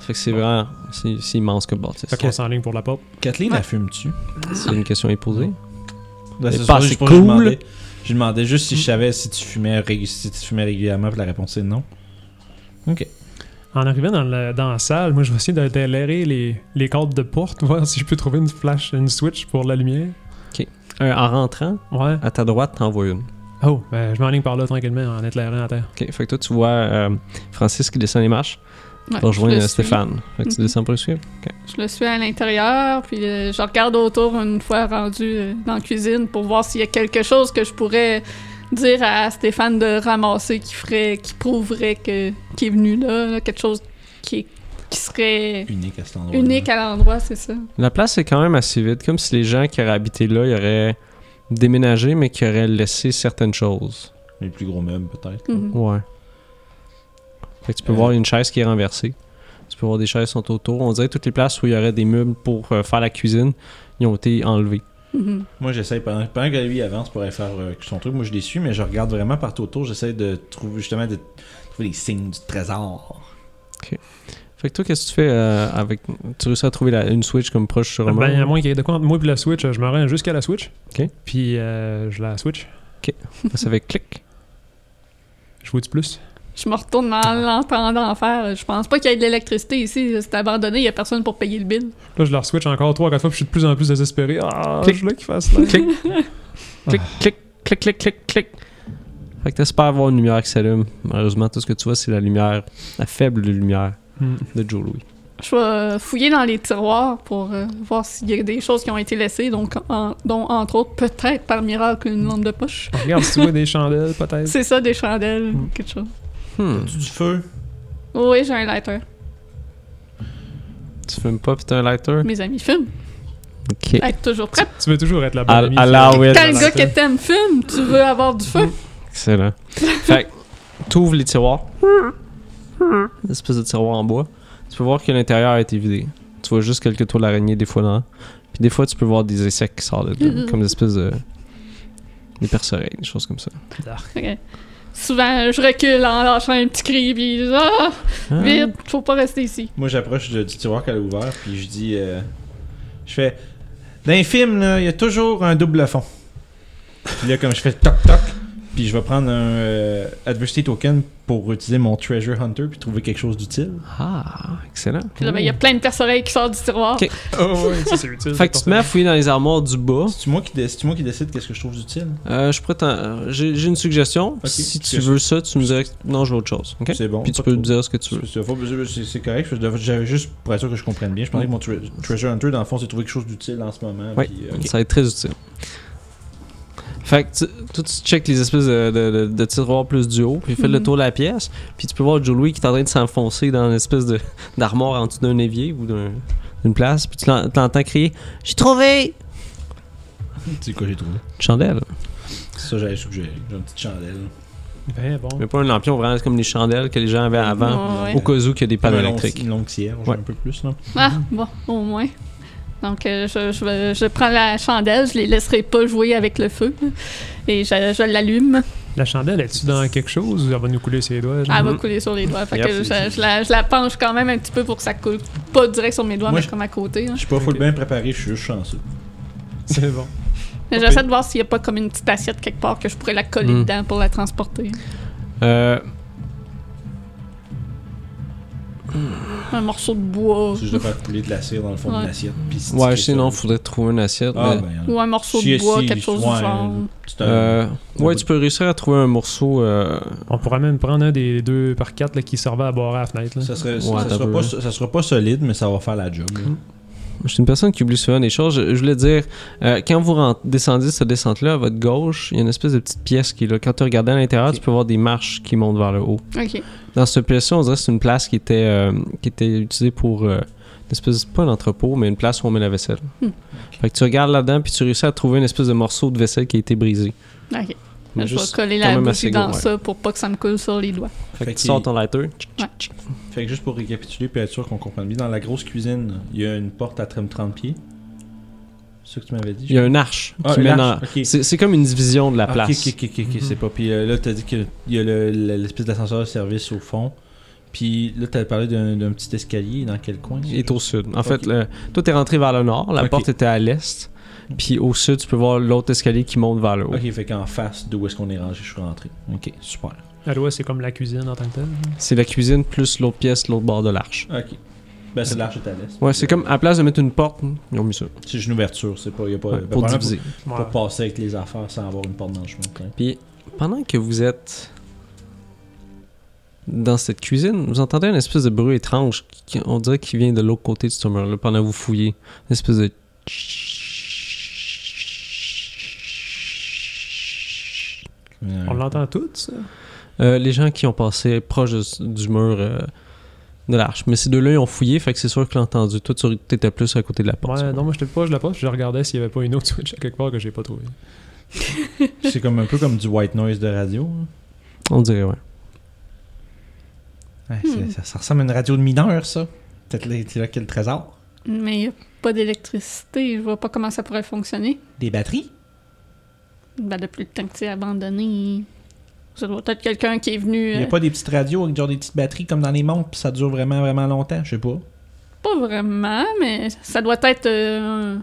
B: Ça fait que c'est vraiment. C'est c'est immense comme bâtisse.
D: Fait qu'on s'enligne pour la porte.
A: Kathleen, elle fume-tu?
B: C'est une question à y poser.
A: Ben,
B: Mais
A: c'est
B: pas
A: sûr,
B: assez
A: je pense que je
B: cool.
A: demandais- Je demandais juste si je savais si tu fumais, ré- si tu fumais régulièrement, puis la réponse est non.
D: En arrivant dans, le- dans la salle, moi je vais essayer de délérer les, les cordes de porte, voir si je peux trouver une flash, une switch pour la lumière.
B: Euh, en rentrant,
D: Ouais.
B: à ta droite, t'en vois une.
D: Oh, ben je m'enligne par là tranquillement en éclairant à terre.
B: Ok, fait que toi, tu vois euh, Francis qui descend les marches
C: Ouais,
B: pour
C: je
B: rejoindre
C: le
B: Stéphane. Fait que tu
C: Mhm.
B: descends pour le suivre.
C: suis. Je le suis à l'intérieur, puis euh, je regarde autour une fois rendu euh, dans la cuisine pour voir s'il y a quelque chose que je pourrais dire à Stéphane de ramasser qui ferait, qui prouverait que qu'il est venu là, là, quelque chose qui, est- qui serait
A: Unique à cet endroit.
C: unique à l'endroit, c'est ça.
B: La place est quand même assez vide, comme si les gens qui auraient habité là, ils auraient déménagé, mais qui auraient laissé certaines choses.
A: Les plus gros meubles, peut-être.
C: Mhm.
B: Ouais. Fait que tu peux
A: Euh.
B: voir une chaise qui est renversée. Tu peux voir des chaises qui sont autour. On dirait que toutes les places où il y aurait des meubles pour euh, faire la cuisine, ils ont été enlevés.
C: Mhm.
A: Moi, j'essaie, pendant, pendant que lui avance pour aller faire euh, son truc, moi je les suis, mais je regarde vraiment partout autour. J'essaie de trouver justement de trouver les signes du trésor.
B: Fait que toi, qu'est-ce que tu fais euh, avec. Tu réussis à trouver la- une Switch comme proche sur le
D: Ben, à
B: mur?
D: moins qu'il y ait de quoi entre moi et la switch, je me rends jusqu'à la switch.
B: Ok.
D: Puis euh, je la switch.
B: Ça fait clic.
D: Je vous dis plus.
C: Je me retourne en l'entendant faire. Je pense pas qu'il y ait de l'électricité ici. C'est abandonné, il y a personne pour payer le bill.
D: Là, je la switch encore 3 4 fois, puis je suis de plus en plus désespéré. Ah,
B: Clic.
D: je voulais qu'il fasse là.
B: Clic. Clic, clic, clic, clic, clic, clic. Fait que t'espères avoir une lumière qui s'allume. Malheureusement, tout ce que tu vois, c'est la lumière, la faible lumière
D: Hmm.
B: de Joe Louis.
C: Je vais euh, fouiller dans les tiroirs pour euh, voir s'il y a des choses qui ont été laissées, donc en- dont entre autres peut-être par miracle une lampe de poche.
D: On regarde si tu vois des chandelles, peut-être.
C: C'est ça, des chandelles,
D: Mm.
C: quelque chose.
B: Hmm.
A: As-tu du feu?
C: Oui, j'ai un lighter.
B: Tu fumes pas, pis t'as un lighter?
C: Mes amis fument.
B: Ok.
C: Être toujours prête.
D: Tu veux toujours être la bonne
B: Al-
D: amie.
B: allow it.
C: Quand le
D: Lighter.
C: gars que t'aimes fume, tu veux avoir du feu.
B: Excellent. fait que t'ouvres les tiroirs. L'espèce de tiroir en bois. Tu peux voir que l'intérieur a été vidé. Tu vois juste quelques toiles d'araignée des fois là. Puis des fois, tu peux voir des insectes qui sortent de là,
C: Mhm.
B: comme des espèces de. des perce-oreilles, des choses comme ça. Mm.
C: Ok. Souvent, je recule en lâchant un petit cri, puis ah,
B: Ah.
C: vite, faut pas rester ici.
A: Moi, j'approche de- du tiroir qu'elle a ouvert, puis je dis. euh, je fais. Dans les films, là, il y a toujours un double fond. Puis là, comme je fais toc toc, puis je vais prendre un euh, Adversity Token pour utiliser mon Treasure Hunter, puis trouver quelque chose d'utile.
B: Ah, excellent.
C: Puis là, ben, il y a plein de perce-oreilles qui sortent du tiroir.
B: Ok.
D: Oh, oui, ça c'est utile.
B: Fait que tu te mets à fouiller dans les armoires du bas.
A: C'est moi qui, dé- c'est-tu moi qui décide qu'est-ce que je trouve d'utile.
B: Euh, je pourrais t'en- euh, J'ai j'ai une suggestion.
A: Ok,
B: si tu
A: suggestion.
B: veux ça, tu me dirais. que- Non, je veux autre chose. ok?
A: C'est bon.
B: Puis tu
A: pas
B: peux me
A: trop.
B: dire ce que tu veux.
A: C'est- c'est- faut- c'est- c'est- C'est correct, je devais- j'avais juste pour être sûr que je comprenne bien. Je pensais que mon tre- Treasure Hunter, dans le fond, c'est trouver quelque chose d'utile en ce moment.
B: Oui,
A: puis, euh, ok.
B: ça va être très utile. Fait que tu, toi, tu check les espèces de, de, de- de tiroirs plus du haut, puis fais le
C: Mhm.
B: tour de la pièce, puis tu peux voir Joe Louis qui est en train de s'enfoncer dans une espèce de- d'armoire en dessous d'un évier ou d'un- d'une place, puis tu l'en- tu l'entends crier J'ai trouvé
A: C'est quoi j'ai trouvé
B: une chandelle.
A: Ça, j'avais suggéré. J'ai une petite chandelle.
D: Ben bon.
B: Mais pas un lampion, vraiment, c'est comme les chandelles que les gens avaient avant,
C: Ouais, ouais.
B: au cas où qu'il y a des
A: Pas
B: panneaux
A: une longue,
B: électriques.
A: une longue cierge,
B: Ouais.
A: un peu plus. Là.
C: Ah, bon, au moins. Donc, euh, je, je, vais- je prends la chandelle, je les laisserai pas jouer avec le feu. Et je, je l'allume.
D: La chandelle, est tu dans quelque chose ou elle va nous couler ses doigts? genre?
C: Elle va
B: Mhm.
C: couler sur les doigts. Fait
B: Yep,
C: que
B: c'est-
C: je, je la, je la penche quand même un petit peu pour que ça coule pas direct sur mes doigts,
A: Moi,
C: mais
A: je-
C: comme à côté. hein.
A: Je suis pas full
D: Ok.
A: bien préparé, je suis juste chanceux.
D: C'est bon.
C: Mais J'essaie de voir s'il n'y a pas comme une petite assiette quelque part que je pourrais la coller
B: Mm.
C: dedans pour la transporter.
B: Euh,
C: Un morceau de bois
A: Si je dois faire couler de la cire dans le fond
C: Ouais.
A: d'une assiette. puis c'est euh,
B: ouais,
A: stické
B: sinon,
A: sur-
B: faudrait trouver une assiette.
A: Ah,
B: mais-
A: ben, y en a.
C: ou un morceau
A: Si-
C: de bois,
A: si,
C: quelque chose du
A: ouais,
C: genre.
A: C'est un-
B: Euh, ouais,
A: bout-
B: tu peux réussir à trouver un morceau. euh,
D: On pourrait même prendre un des deux par quatre là, qui servait à boire à la fenêtre. là.
A: Ça, serait,
B: Ouais,
A: ça,
B: t'as
A: sera
B: peu,
A: pas,
B: hein.
A: ça sera pas solide, mais ça va faire la job. là.
B: Je suis une personne qui oublie souvent des choses. Je, je voulais dire, euh, quand vous rent- descendez cette descente-là, à votre gauche, il y a une espèce de petite pièce qui est là. Quand tu regardes à l'intérieur,
A: Ok.
B: tu peux voir des marches qui montent vers le haut.
C: Ok.
B: Dans cette pièce-là, on dirait que c'est une place qui était, euh, qui était utilisée pour euh, une espèce, pas un entrepôt, mais une place où on met la vaisselle.
C: Hmm.
B: Fait que tu regardes là-dedans, puis tu réussis à trouver une espèce de morceau de vaisselle qui a été brisé.
C: Ok.
B: Mais
C: je vais
B: juste
C: coller
B: quand
C: la
B: même
C: bougie
B: assez
C: dans
B: gros, ouais.
C: ça pour pas que ça me coule sur les doigts.
B: Fait que
A: Fait
B: tu
A: qu'il-
B: sors ton lighter.
A: Fait que juste pour récapituler puis être sûr qu'on comprenne bien, dans la grosse cuisine, il y a une porte à trim 30 pieds. C'est ce que tu m'avais dit.
B: Il y a une arche
A: Ah,
B: qui
A: une
B: mène
A: arche,
B: en-
A: ok.
B: c'est, c'est comme une division de la
A: Ah, ok,
B: place. Mhm.
A: Ok, ok, ok, ok, c'est pas. Puis euh, là, t'as dit qu'il y a le- le- l'espèce d'ascenseur service au fond. Puis là, t'as parlé d'un d'un petit escalier. Dans quel coin
B: Il est au sud. En
A: Ok.
B: fait, le- toi, t'es rentré vers le nord, la
A: Ok.
B: porte était à l'est, puis au sud, tu peux voir l'autre escalier qui monte vers le haut.
A: Ok, fait qu'en face d'où est-ce qu'on est rangé, je suis rentré. Ok, super.
D: À l'ouest, c'est comme la cuisine en tant que telle.
B: C'est la cuisine plus l'autre pièce, l'autre bord de l'arche.
A: Ok. Ben, c'est de l'arche est à l'est.
B: Ouais, c'est comme à place de mettre une porte, ils ont mis ça
A: C'est juste une ouverture, c'est pas. Y a pas
B: ouais,
A: ben,
B: pour
A: probablement
B: diviser.
A: Pour,
D: Ouais.
A: pour passer avec les affaires sans avoir une porte dans le chemin. quoi.
B: Puis pendant que vous êtes dans cette cuisine, vous entendez une espèce de bruit étrange qui- qui, on dirait qu'il vient de l'autre côté de ce mur-là pendant que vous fouillez. Une espèce de
A: Ouais.
D: On l'entend toutes, ça?
B: Euh, les gens qui ont passé proche de- du mur euh, de l'arche. Mais ces deux-là, ils ont fouillé, fait que c'est sûr que l'as entendu. Toi, tu étais plus à côté de la porte.
D: Ouais, non, moi, j'étais pas, je la poste, je regardais s'il y avait pas une autre Switch à quelque part que j'ai pas trouvé.
A: C'est comme un peu comme du white noise de radio. hein.
B: On dirait, ouais.
A: Ouais, c'est-
C: Hmm.
A: ça, ça ressemble à une radio de mineur, ça. Peut-être là, c'est là qu'il y a le trésor.
C: Mais il n'y a pas d'électricité. Je vois pas comment ça pourrait fonctionner.
A: Des batteries.
C: Ben, depuis le temps que c'est abandonné, ça doit être quelqu'un qui est venu.
A: Il n'y
C: euh,
A: a pas des petites radios avec genre des petites batteries comme dans les montres, puis ça dure vraiment, vraiment longtemps. Je sais pas.
C: Pas vraiment, mais ça doit être euh,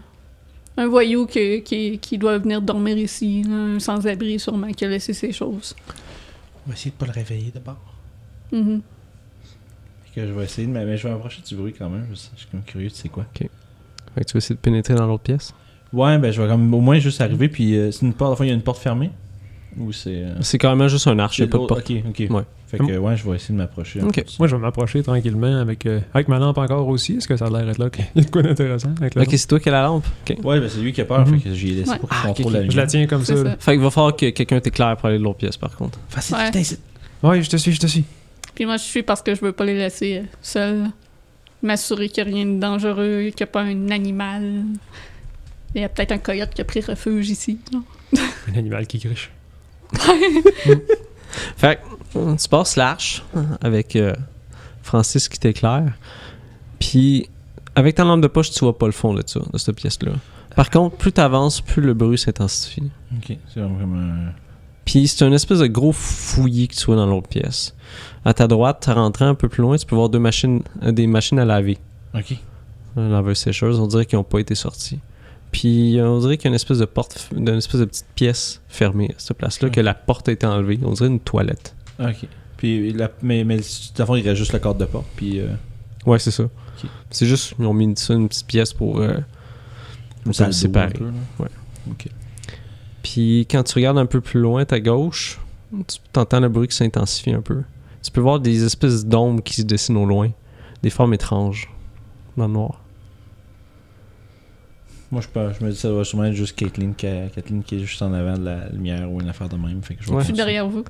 C: un, un voyou que- qui, qui doit venir dormir ici, là, un sans-abri sûrement, qui a laissé ses choses.
A: On va essayer de pas le réveiller d'abord.
C: Mhm.
A: Fait Que je vais essayer de m'a- mais je vais m'approcher du bruit quand même. Je je suis comme curieux, tu sais quoi.
B: Fait que tu vas essayer de pénétrer dans l'autre pièce.
A: Ouais, ben je vais comme au moins juste arriver, puis euh, c'est une porte. Enfin, il y a une porte fermée. Ou c'est. euh,
B: C'est carrément juste un arche,
A: c'est
B: il n'y a pas de
A: l'autre-
B: porte.
A: Ok, ok.
B: Ouais.
A: Fait que ouais, je vais essayer de m'approcher.
B: Ok.
A: Moi,
D: Moi, je vais m'approcher tranquillement avec, euh, avec ma lampe encore aussi. Est-ce que ça a l'air d'être là? qu'il y a de quoi d'intéressant avec la
B: Ok, c'est toi qui as la lampe. Ok.
A: Ouais, ben c'est lui qui a peur,
D: Mhm.
A: fait que j'y ai laissé
C: Ouais.
A: pour
B: Ah,
A: qu'il
B: ok,
A: contrôle la lumière.
D: lampe? Je la tiens comme ça.
C: C'est
D: là.
C: ça.
B: Fait qu'il va falloir que quelqu'un t'éclaire pour aller de l'autre pièce, par contre.
A: Facile,
C: Ouais.
A: putain, c'est-
D: Ouais, je te suis, je te suis.
C: Puis moi, je suis parce que je veux pas les laisser euh, seuls. M'assurer qu'il n'y a rien de dangereux, qu'il n'y a pas un animal. Il y a peut-être un coyote qui a pris refuge ici. là.
A: Ah,
D: Un animal qui griche.
B: Fait que tu passes l'arche
D: Uh-huh.
B: avec euh, Francis qui t'éclaire. Puis avec ta lampe de poche, tu vois pas le fond de ça, de cette pièce-là. Par contre, plus t'avances, plus le bruit s'intensifie.
A: Ok, c'est vraiment comme un-
B: Puis c'est une espèce de gros fouillis que tu vois dans l'autre pièce. À ta droite, en rentrant un peu plus loin, tu peux voir deux machines, euh, des machines à laver.
A: Ok.
B: Un laveur sécheuse, on dirait qu'ils n'ont pas été sortis. Puis euh, on dirait qu'il y a une espèce de porte, f- d'une espèce de petite pièce fermée à cette place-là, que la porte a été enlevée. On dirait une toilette.
A: Ok. Puis, la, mais, mais à fond, il reste juste le cadre de porte. Puis, euh,
B: Ouais, c'est ça. C'est juste, ils ont mis ça, une petite pièce pour. euh,
A: une
B: Ça,
A: salle
B: c'est
A: d'eau
B: pareil.
A: un peu, là.
B: Puis quand tu regardes un peu plus loin, à ta gauche, tu entends le bruit qui s'intensifie un peu. Tu peux voir des espèces d'ombres qui se dessinent au loin, des formes étranges dans le noir.
A: Moi, je, pense- je me dis ça doit sûrement être juste Caitlyn qui, a- Caitlyn qui est juste en avant de la lumière ou une affaire de même. Fait que je vais
B: Ouais.
C: Je
A: faire
C: suis
A: ça.
C: derrière vous.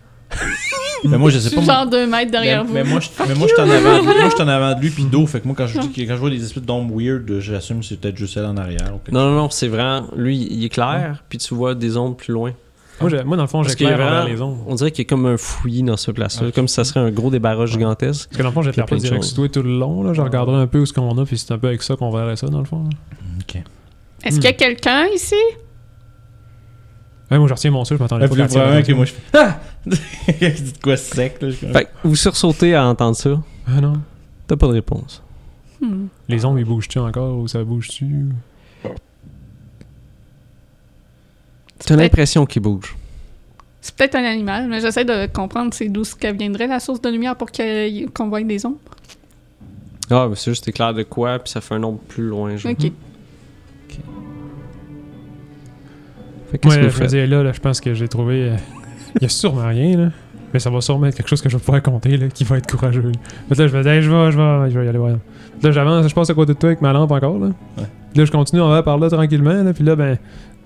A: Mais moi, je
C: Je
A: sais pas.
C: suis
A: moi-
C: genre deux mètres derrière
A: mais,
C: vous.
A: mais moi, je, mais moi, je suis en avant. moi, je suis en avant de lui, puis d'eau. Fait que moi, quand je, dis que- quand je vois des espèces d'ombres weird, j'assume que c'est peut-être juste elle en arrière. ou quelque
B: Non, non, non, c'est vraiment. Lui, il est clair, puis tu vois des ombres plus loin.
D: Moi, je- moi, dans le fond,
B: Parce qu'il y a
D: j'éclaire envers
B: vraiment-
D: les ombres.
B: On dirait qu'il y a comme un fouillis dans ce place-là,
A: Ah, ok.
B: comme si ça serait un gros débarras gigantesque.
D: Parce que dans le fond,
B: Il
D: j'éclaire
B: y a plein
D: pas
B: de
D: direct
B: choses.
D: sur toi tout le long. Là. Je regarderai un peu où ce qu'on a, puis c'est un peu avec ça qu'on verrait ça, dans le fond. là.
C: Est-ce qu'il y a quelqu'un ici?
D: Ouais, moi, je retiens mon souffle, je m'attendais
A: Ah,
D: pas
A: puis
D: à
A: là,
D: tirer
A: vraiment
D: dans
A: que
D: le-
A: moi, je fais. Ah Il dit de quoi sec, là. je suis comme-
B: Fait que vous sursautez à entendre ça,
D: Ah non.
B: t'as pas de réponse.
C: Hmm.
D: Les ombres, ils bougent-tu encore ou ça bouge-tu?
B: T'as
C: peut-être-
B: l'impression qu'il bouge.
C: C'est peut-être un animal, mais j'essaie de comprendre c'est d'où ce qu'elle viendrait la source de lumière pour qu'il- qu'on voie des ombres.
B: Ah, mais c'est juste éclair de quoi, puis ça fait un ombre plus loin. Genre.
C: Ok.
B: Fait qu'est-ce
D: Ouais,
B: que vous
D: je me
B: faites?
D: dis, là, là, je pense que j'ai trouvé. euh, Il y a sûrement rien, là. Mais ça va sûrement être quelque chose que je vais pouvoir compter, là, qui va être courageux. Fait que là, je me dis, Hey, je vais, je vais, je vais y aller voir. Fait que Là, j'avance, je passe à côté de toi avec ma lampe encore, là.
A: Ouais.
D: Là, je continue en bas par là tranquillement, là. Puis là, ben,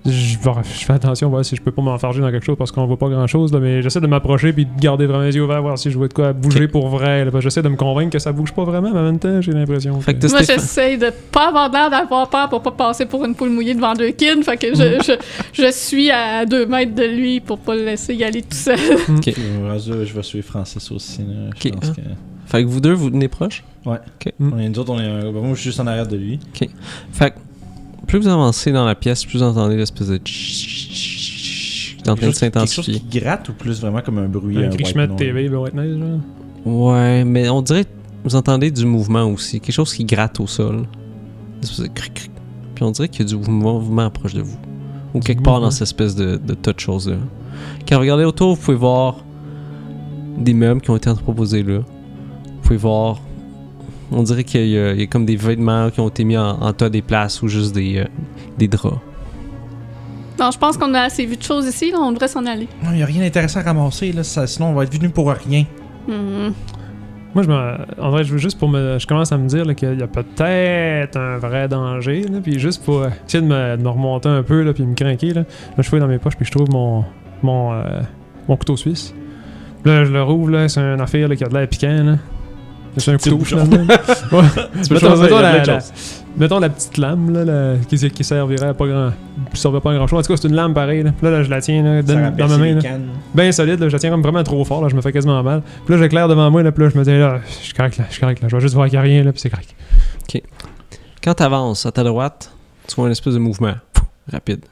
D: je, vais- je fais attention, voir si je peux pas m'enfarger dans quelque chose parce qu'on voit pas grand chose, là. Mais j'essaie de m'approcher puis de garder vraiment les yeux ouverts, voir si je vois de quoi bouger pour vrai, là. Parce que j'essaie de me convaincre que ça bouge pas vraiment, mais en même temps, j'ai l'impression.
B: Fait que
D: que-
B: t'as
C: Moi,
B: Stéphane-
C: j'essaie de pas avoir l'air d'avoir peur pour pas passer pour une poule mouillée devant deux kids. Fait que je, je, je suis à deux mètres de lui pour pas le laisser y aller tout seul.
A: Puis, rendu là, je vais suivre Francis aussi, là. Je
B: Ok,
A: pense
B: hein.
A: que.
B: Fait que vous deux, vous tenez proche.
A: On est, nous autres, on est. un- Moi, je suis juste en arrière de lui.
B: Fait que Plus vous avancez dans la pièce, plus vous entendez l'espèce de tch- qui est en train de
A: Juste quelque chose
B: s'intensifier.
A: qui gratte ou plus vraiment comme un bruit.
D: Un
A: euh,
D: cri
A: white
D: chemin de
A: noise?
D: TV, le White Noise, genre.
B: Ouais, mais on dirait que vous entendez du mouvement aussi, quelque chose qui gratte au sol. Une espèce de cric, cric. Puis on dirait qu'il y a du mouvement, mouvement proche de vous. Ou
D: Du
B: quelque part
D: mouvement.
B: dans cette espèce de, de tas de choses-là. Quand vous regardez autour, vous pouvez voir des meubles qui ont été entreposés là. Vous pouvez voir. On dirait qu'il y, a- il y a comme des vêtements qui ont été mis en, en tas des places ou juste des, euh, des draps.
C: Non, je pense qu'on a assez vu de choses ici, là, on devrait s'en aller.
A: Non, il n'y a rien d'intéressant à ramasser, là, ça- sinon on va être venu pour rien.
C: Mhm.
D: Moi, je me... en vrai, je veux juste pour me. Je commence à me dire là, qu'il y a peut-être un vrai danger, là, puis juste pour euh, essayer de me, de me remonter un peu, là, puis me craquer, là. là, je fouille dans mes poches, puis je trouve mon mon, euh, mon couteau suisse. Là, je le rouvre, là, c'est une affaire là, qui a de l'air piquant, là. C'est un
A: Petit
D: couteau,
A: bouchon.
D: finalement. Ouais.
A: Tu
D: Mettons- mettons la-
A: la-
D: la- Mettons la petite lame là, la- qui, qui servirait à pas grand, qui servirait pas à grand chose. En tout cas, c'est une lame pareille. Là, Puis là, là, je la tiens là,
A: ça
D: dans, dans ma
A: rabaisse
D: main,
A: les
D: là.
A: cannes.
D: bien solide. Là, je la tiens comme vraiment trop fort. Là, je me fais quasiment mal. Puis là, j'éclaire devant moi. Là, puis là, je me dis là, je suis correct là, je suis correct là. Je vais juste voir qu'il n'y a rien là, puis c'est correct.
B: Quand tu avances à ta droite, tu vois une espèce de mouvement Pouf, rapide.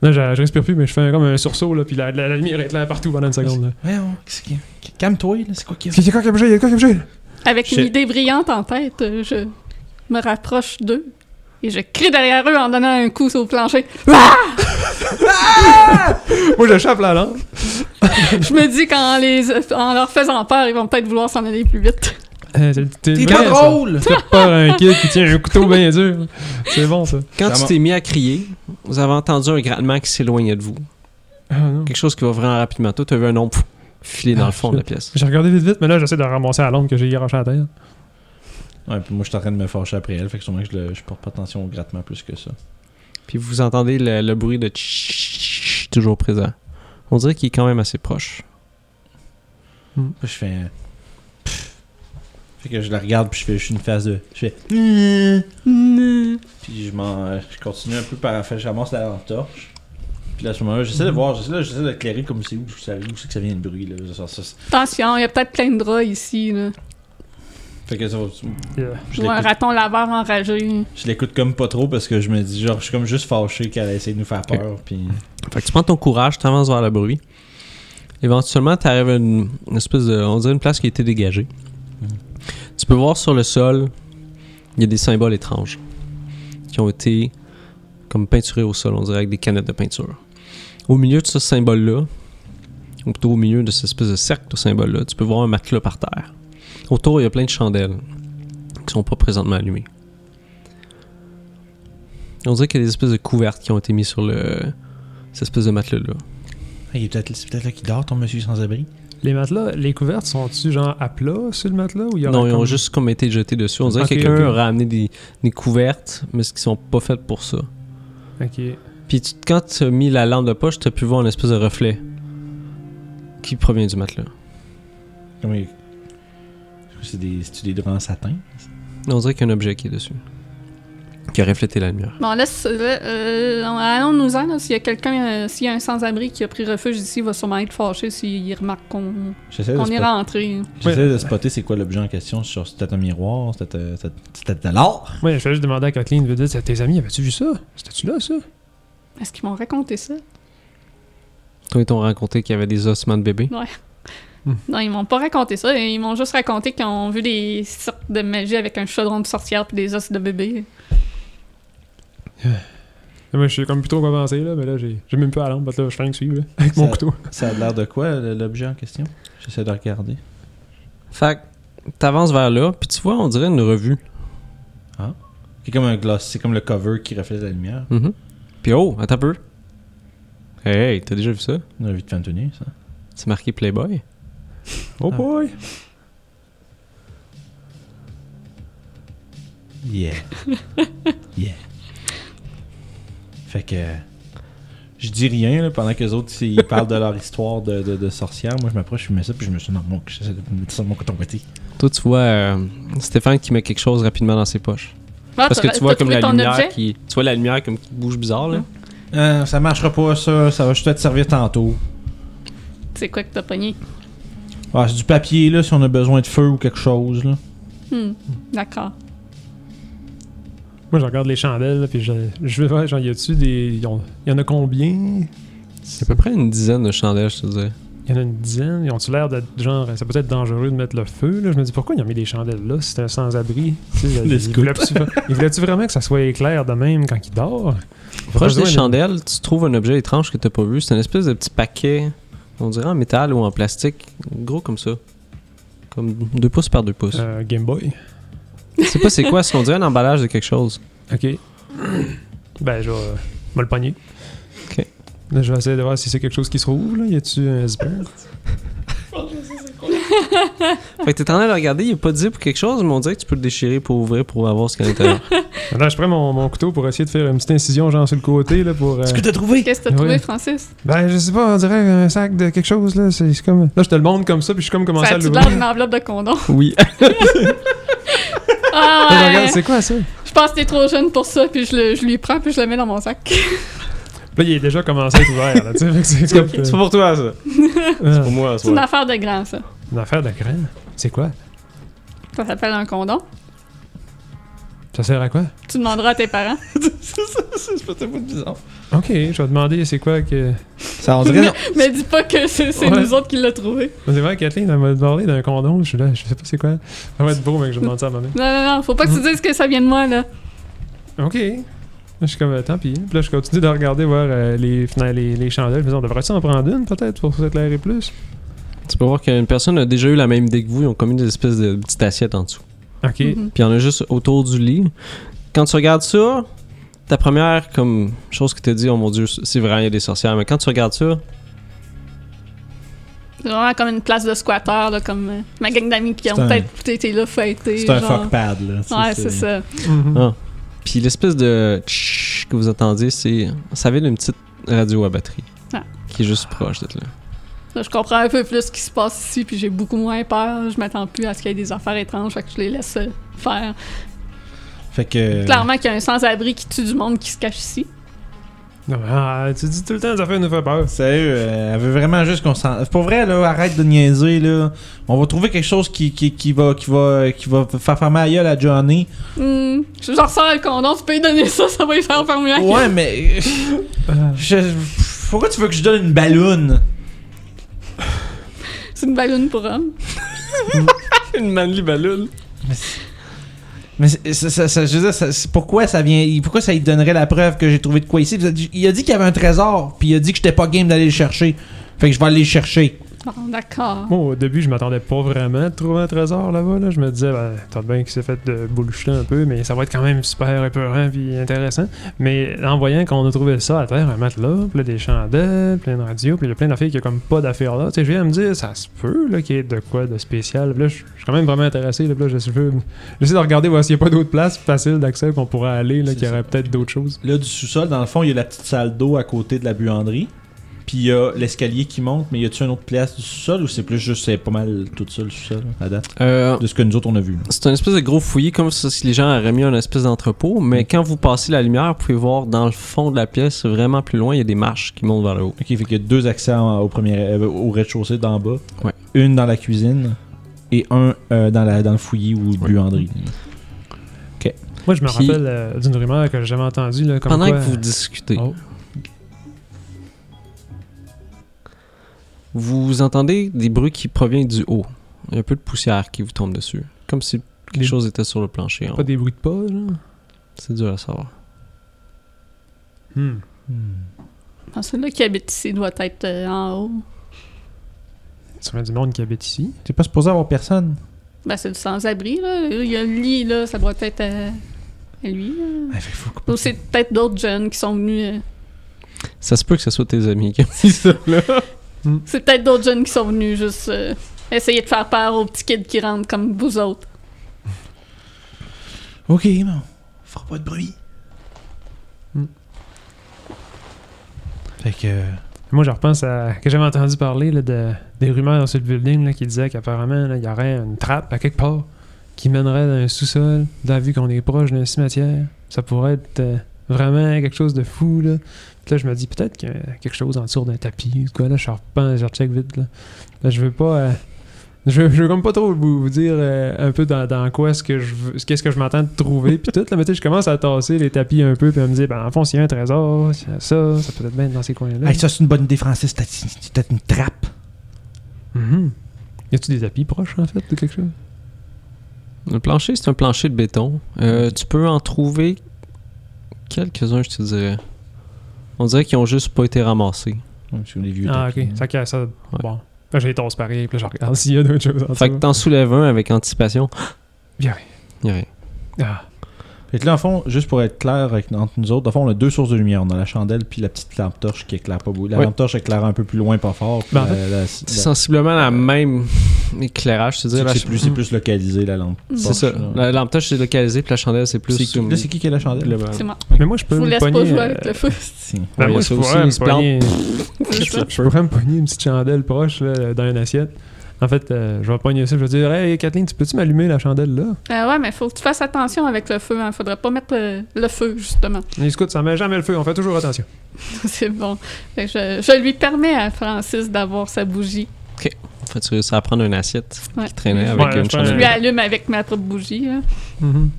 D: Là, je, je respire plus, mais je fais un- comme un sursaut là, puis la, la- la lumière est là partout pendant une seconde. Là.
A: Ouais, ouais, qu'est-ce qui- Calme-toi, là, c'est quoi qui
D: Il y a quoi qui a bougé Il y a quoi qui a bougé
C: Avec
A: Je-
C: une idée brillante en tête, euh, je me rapproche d'eux et je crie derrière eux en donnant un coup sur le plancher. Ah!
D: Moi, j'échappe la lampe.
C: je me dis qu'en les, en leur faisant peur, ils vont peut-être vouloir s'en aller plus vite.
D: Euh, c'est-
A: T'es
D: bien,
A: pas
D: ça.
A: drôle!
D: Faites peur à un kid qui tient un couteau bien dur. C'est bon ça.
B: Quand
A: Ça
B: tu
A: m'a-
B: t'es mis à crier, vous avez entendu un grattement qui s'éloignait de vous.
D: Ah, non.
B: Quelque chose qui va vraiment rapidement. Toi, t'as vu un ombre pff, filer dans
D: Ah,
B: le fond de la pièce.
D: J'ai regardé vite vite, mais là, j'essaie de ramasser la lampe que j'ai garochée à terre.
A: Ouais, puis moi je suis en train de me fâcher après elle, fait que sûrement que je, le- je porte pas attention au grattement plus que ça.
B: Puis vous entendez le, le bruit de tch toujours présent. On dirait qu'il est quand même assez proche.
A: Puis je fais. un pff. Fait que je la regarde, puis je fais juste une phase de. Je fais. Mmh, mmh. Puis je m'en. euh, Je continue un peu par. Fait que je ramasse la lampe torche. Puis là, à ce moment-là, j'essaie de
D: Mmh.
A: voir, j'essaie de- j'essaie d'éclairer comme c'est où, ça- où c'est que ça vient le bruit. Là. Ça- ça- ça-
C: Attention, il y a peut-être plein de draps ici. Là.
A: Fait que ça va-
D: Yeah.
A: Je
C: Ou un
A: l'écoute-
C: raton laveur enragé.
A: je l'écoute comme pas trop parce que je me dis, genre, je suis comme juste fâché qu'elle a essayé de nous faire peur. Puis.
B: Fait que tu prends ton courage, tu avances vers le bruit. Éventuellement, tu arrives à une, une espèce de. On dirait une place qui a été dégagée.
A: Mhm.
B: Tu peux voir sur le sol, il y a des symboles étranges qui ont été comme peinturés au sol, on dirait avec des canettes de peinture. Au milieu de ce symbole-là, ou plutôt au milieu de cette espèce de cercle de symbole-là, tu peux voir un matelas par terre. Autour, il y a plein de chandelles qui sont pas présentement allumées. On dirait qu'il y a des espèces de couvertes qui ont été mises sur le, cette espèce de matelas-là.
A: Ah, il est peut-être c'est peut-être là qu'il dort, ton monsieur sans-abri.
D: Les matelas, les couvertes sont-tu genre à plat sur le matelas ou il y aurait
B: Non, ils ont
D: comme-
B: juste comme été jetés dessus. On dirait
D: Ok,
B: que quelqu'un
D: ok.
B: aurait amené des, des couvertes, mais ce qui sont pas faites pour ça.
D: Ok.
B: Puis tu- quand tu as mis la lampe de poche, tu as pu voir une espèce de reflet qui provient du matelas.
A: Comme il- C'est des, c'est-tu des draps en satin?
B: On dirait qu'il y a un objet qui est dessus, qui a reflété la lumière.
C: Bon, laisse, là, euh, allons-nous-en. là. S'il y a quelqu'un, euh, s'il y a un sans-abri qui a pris refuge ici, il va sûrement être fâché s'il remarque qu'on
B: Eh,
A: J'essaie de
C: qu'on
A: spotter-
C: est rentré.
A: J'essaie de spotter c'est quoi l'objet en question. Sur c'était un miroir, c'était euh, c'était- c'était de l'or.
D: Moi, je vais juste demander à Kathleen, veux dire, tes amis, avais-tu vu ça C'était-tu là, ça
C: Est-ce qu'ils m'ont raconté ça?
B: Toi, ils t'ont raconté qu'il y avait des ossements de bébé.
C: Non, ils m'ont pas raconté ça. Ils m'ont juste raconté qu'ils ont vu des sortes de magie avec un chaudron de sorcière puis des os de bébé.
D: Moi, je suis comme plutôt avancé, là, mais là, j'ai j'ai même pas la lampe, parce que là, je fais rien que suivre, là, avec mon
A: Ça-
D: couteau.
A: Ça a l'air de quoi le- l'objet en question J'essaie de regarder.
B: Fait que t'avances vers là, puis tu vois, on dirait une revue.
A: C'est comme un gloss, c'est comme le cover qui reflète la lumière.
D: Mm-hmm.
B: Mhm. Puis oh, attends un peu. Hey, t'as déjà vu ça?
A: Une revue de femme tenue, ça.
B: C'est marqué Playboy.
D: Oh
A: Ah.
D: boy
A: Yeah. yeah. Fait que. Je dis rien là, pendant que les autres ils parlent de leur histoire de, de, de sorcière. Moi je m'approche, je mets ça, puis je me suis dit non, mon, j'essaie de mettre ça dans mon coton petit.
B: Toi, tu vois euh, Stéphane qui met quelque chose rapidement dans ses poches.
C: Ah,
B: Parce que
C: t'as-
B: tu vois
C: t'as
B: comme
C: trouvé
B: la
C: ton
B: lumière
C: objet?
B: qui, tu vois la lumière comme qui bouge bizarre là.
A: Euh, ça marchera pas, ça. Ça va juste te servir tantôt.
C: C'est quoi que t'as pogné?
A: Ah, c'est du papier, là, si on a besoin de feu ou quelque chose, là.
C: Hmm, D'accord.
D: Moi, je regarde les chandelles, là, puis je, je veux voir, genre, y a-tu des. ils ont- Il y en a combien
B: C'est à peu près une dizaine de chandelles, je te dirais.
D: Il y en a une dizaine. Ils ont-tu l'air d'être genre. Ça peut être dangereux de mettre le feu, là. Je me dis pourquoi ils ont mis des chandelles là si c'est un sans-abri. Tu sais,
A: Les
D: Ils
A: scouts.
D: voulaient-tu ils voulaient-tu vraiment que ça soit éclair de même quand il dort
B: Proche des
D: besoin de-
B: chandelles, tu trouves un objet étrange que t'as pas vu. C'est une espèce de petit paquet, on dirait en métal ou en plastique, gros comme ça. Comme deux pouces par deux pouces.
D: Euh, Game Boy.
B: Je sais pas c'est quoi, ce qu'on dirait un emballage de quelque chose.
D: Ok. ben, je vais, euh, je vais le pogner.
B: Ok.
D: Là, je vais essayer de voir si c'est quelque chose qui se rouvre, là. Y a-tu un zipper
B: Fait que t'es en train de regarder, il est pas dit pour quelque chose, mais on dirait que tu peux le déchirer pour ouvrir pour avoir ce qu'il y a à l'intérieur.
D: Là, je prends mon, mon couteau pour essayer de faire une petite incision, genre sur le côté, là, pour. euh,
A: t'as trouvé?
C: Qu'est-ce que t'as
D: Oui.
C: trouvé, Francis?
D: Ben, je sais pas, on dirait un sac de quelque chose, là. C'est c'est comme. Là, je te le montre comme ça, puis je suis comme commencé
C: Ça
D: à
C: a-tu
D: l'ouvrir.
C: l'air d'une enveloppe de condom?
B: oui.
C: Ah
D: Là, je
C: ouais.
D: regarde, c'est quoi ça?
C: Je pense que t'es trop jeune pour ça, puis je, le- je lui prends, puis je le mets dans mon sac.
D: Là, il est déjà commencé à être ouvert, là, tu sais. fait que C'est comme.
B: C'est pas pour toi, ça.
D: euh,
B: Pour moi,
C: C'est une affaire de grand, ça.
D: Une affaire de graine? C'est quoi?
C: Ça s'appelle un condom.
D: Ça sert à quoi?
C: Tu demanderas à tes parents.
A: C'est peut-être pas bizarre.
D: Ok, je vais demander c'est quoi que.
A: Ça, on dirait.
C: Mais dis pas que c'est c'est
D: Ouais.
C: nous autres qui l'a trouvé.
D: C'est vrai, Kathleen, elle m'a demandé d'un condom, je suis là, je sais pas c'est quoi. Ça va être beau, mec, je demande ça à ma mère.
C: Non, non, non, faut pas que tu dises que ça vient de moi, là.
D: Ok. Là, je suis comme, euh, tant pis. Puis là, je continue de regarder, voir euh, les, fena- les, les chandelles. Je me dis, on devrait-tu en prendre une, peut-être, pour s'éclairer plus?
B: Tu peux voir qu'une personne a déjà eu la même idée que vous, ils ont commis des espèces de petites assiettes en dessous.
D: Ok.
C: Mhm.
B: Puis il y en a juste autour du lit. Quand tu regardes ça, ta première comme chose que tu dit, oh mon dieu, c'est vraiment il y a des sorcières. Mais quand tu regardes ça,
C: C'est vraiment comme une place de squatter, là, comme euh, ma gang d'amis qui ont
A: C'est un-
C: peut-être été là fêter.
A: C'est un
C: genre.
A: fuckpad, là.
C: Ouais, c'est ça.
D: Mhm.
B: Ah. puis l'espèce de tch que vous entendez, c'est ça vient d'une petite radio à batterie
C: Ah.
B: qui est juste proche d'être là.
C: Là, je comprends un peu plus ce qui se passe ici, puis j'ai beaucoup moins peur. Je m'attends plus à ce qu'il y ait des affaires étranges, fait que je les laisse euh, faire.
A: Fait que.
C: Clairement qu'il y a un sans-abri qui tue du monde qui se cache ici.
D: Non, mais, ah, tu dis tout le temps, ça fait nous fait peur.
A: Sérieux, euh, elle veut vraiment juste qu'on s'en. Pour vrai, là, arrête de niaiser, là. On va trouver quelque chose qui, qui, qui va, qui, va, qui va faire fermer la gueule à Johnny.
C: Hmm, Je genre sors le condom, tu peux lui donner ça, ça va lui faire faire mieux.
A: Ouais, mais.
D: Ah.
A: je- Pourquoi tu veux que je donne une balloune?
C: C'est une ballonne pour homme.
B: Une manly balloune.
A: Mais c'est- ça, ça- ça- je veux dire, ça- c'est- pourquoi ça vient. Pourquoi ça lui donnerait la preuve que j'ai trouvé de quoi ici? Vous êtes- Il a dit qu'il y avait un trésor, puis il a dit que j'étais pas game d'aller le chercher. Fait que je vais aller le chercher.
C: Bon, d'accord.
D: Moi, au début, je m'attendais pas vraiment à trouver un trésor là-bas. Là. Je me disais, ben, tant bien qu'il s'est fait de bullshit un peu, mais ça va être quand même super épeurant puis intéressant. Mais en voyant qu'on a trouvé ça à terre, un matelas, plein des chandelles, plein de radios, puis il y a plein d'affaires qui a comme pas d'affaires là. Tu sais, je viens à me dire, ça se peut là, qu'il y ait de quoi de spécial. Puis Là, je je suis quand même vraiment intéressé. Là, Puis là, je suis- j'essaie de regarder voir s'il n'y a pas d'autres places faciles d'accès qu'on pourrait aller, là,
A: C'est
D: qu'il y aurait
A: ça.
D: peut-être d'autres choses.
A: Là, du sous-sol, dans le fond, il y a la petite salle d'eau à côté de la buanderie. Puis il y a l'escalier qui monte, mais y a-tu une autre place du sous-sol ou c'est plus juste c'est pas mal tout seul sous-sol à date de ce que nous autres on a vu?
B: Euh, c'est un espèce de gros fouillis comme ça, si les gens auraient mis un espèce d'entrepôt. Mais quand vous passez la lumière, vous pouvez voir dans le fond de la pièce, vraiment plus loin, il y a des marches qui montent vers le haut.
A: Ok, fait qu'il y a deux accès en- au premier euh, au rez-de-chaussée d'en bas.
B: Ouais.
A: Une dans la cuisine et un euh, dans, la, dans le fouillis ou
B: Ouais.
A: buanderie.
D: Moi, je me
B: Puis-
D: rappelle euh, d'une rumeur que j'ai jamais entendue. Là, comme
B: Pendant
D: quoi-
B: que vous discutez,
D: Oh.
B: vous entendez des bruits qui proviennent du haut. Il y a un peu de poussière qui vous tombe dessus. Comme si quelque
D: Des-
B: chose était sur le plancher. en
D: Pas
B: haut.
D: des bruits de pas, là.
B: C'est dur à savoir.
D: Hmm.
C: Ah, Celui-là qui habite ici doit être euh, en haut.
D: Ça met du monde qui habite ici.
A: T'es pas supposé avoir personne.
C: Ben, c'est du sans-abri, là. Il y a le lit, là, ça doit être euh, à lui. là.
A: Ah, fait qu'il faut que-
C: Ou c'est peut-être d'autres jeunes qui sont venus. euh,
B: Ça se peut que ce soit tes amis qui ont dit ça, là.
C: C'est peut-être d'autres jeunes qui sont venus juste euh, essayer de faire peur aux petits kids qui rentrent comme vous autres.
A: Ok, non. Fera pas de bruit.
D: Hmm.
A: Fait que. euh,
D: Moi, je repense à que j'avais entendu parler là, de, des rumeurs sur le building là, qui disaient qu'apparemment, là, il y aurait une trappe à quelque part qui mènerait dans un sous-sol, dans la vue qu'on est proche d'un cimetière. Ça pourrait être euh, vraiment quelque chose de fou. Là. Puis là, je me dis peut-être qu'il y a quelque chose en dessous d'un tapis ou de quoi. Là, je repense, je recheck vite. Là. Là, je veux pas. euh, Je, je veux comme pas trop vous, vous dire euh, un peu dans, dans quoi est-ce que je veux- qu'est-ce que je m'attends de trouver puis tout là, mais tu sais, je commence à tasser les tapis un peu puis à me dire ben en fond s'il y a un trésor, s'il y a ça, ça peut être bien dans ces coins-là.
A: Hey, ça, c'est une bonne idée, Francis. T'as- C'était une trappe.
D: Mhm. Y a-tu des tapis proches en fait de quelque chose
B: Le plancher, c'est un plancher de béton. Euh, tu peux en trouver quelques-uns, je te dirais. On dirait qu'ils ont juste pas été ramassés.
E: Sur les vieux
D: Ah
E: tapis,
D: OK,
E: hein.
D: ça casse ça. Bon. Là, je les tasse pareil, puis là, je regarde s'il y a d'autres choses. en
B: Fait que
D: dessous.
B: t'en soulèves un avec anticipation.
D: Bien.
B: Y a rien.
D: Ah.
E: Fait que là, en fond, juste pour être clair avec, entre nous autres, en fond, on a deux sources de lumière. On a la chandelle puis la petite lampe torche qui éclaire pas beaucoup. La
B: Ouais.
E: lampe torche éclaire un peu plus loin, pas fort. puis
D: Ben, en
E: la- la-
B: C'est
E: la-
B: sensiblement
D: Euh.
B: la même éclairage, je te dirais.
E: c'est
B: La
E: c'est
B: ch-
E: plus, c'est plus localisé, la lampe
C: Mm.
E: torche.
B: C'est ça.
E: là.
B: La lampe torche, c'est localisé, puis la chandelle, c'est plus.
E: C'est qui- Là, c'est qui qui a la chandelle?
B: Le-
C: C'est moi.
D: Mais moi je
C: Je
D: peux
C: vous
D: me
C: laisse
D: pogner,
C: pas jouer
D: euh,
C: avec le feu.
E: Si.
D: ben,
B: Ouais,
D: moi,
B: il y a ça
D: je
B: aussi,
D: pourrais
B: une
D: me pogner-
C: Je veux-
D: Je pourrais me pogner une petite chandelle proche là, dans une assiette. En fait, euh, je vais pogner ça, je vais dire Hey Kathleen, tu peux-tu m'allumer la chandelle là
C: Euh, ouais, mais faut que tu fasses attention avec le feu. Hein. Faudrait pas mettre euh, le feu, justement.
D: Les scouts, ça met jamais le feu, on fait toujours attention.
C: C'est bon. Fait que Je, je lui permets à Francis d'avoir sa bougie.
B: Fait que tu ça va prendre une assiette
C: Ouais.
B: qui traînait avec
D: Ouais,
B: une
D: je prends-
C: Je lui
B: chandelle.
C: allume avec ma propre bougie. là.
D: Mhm.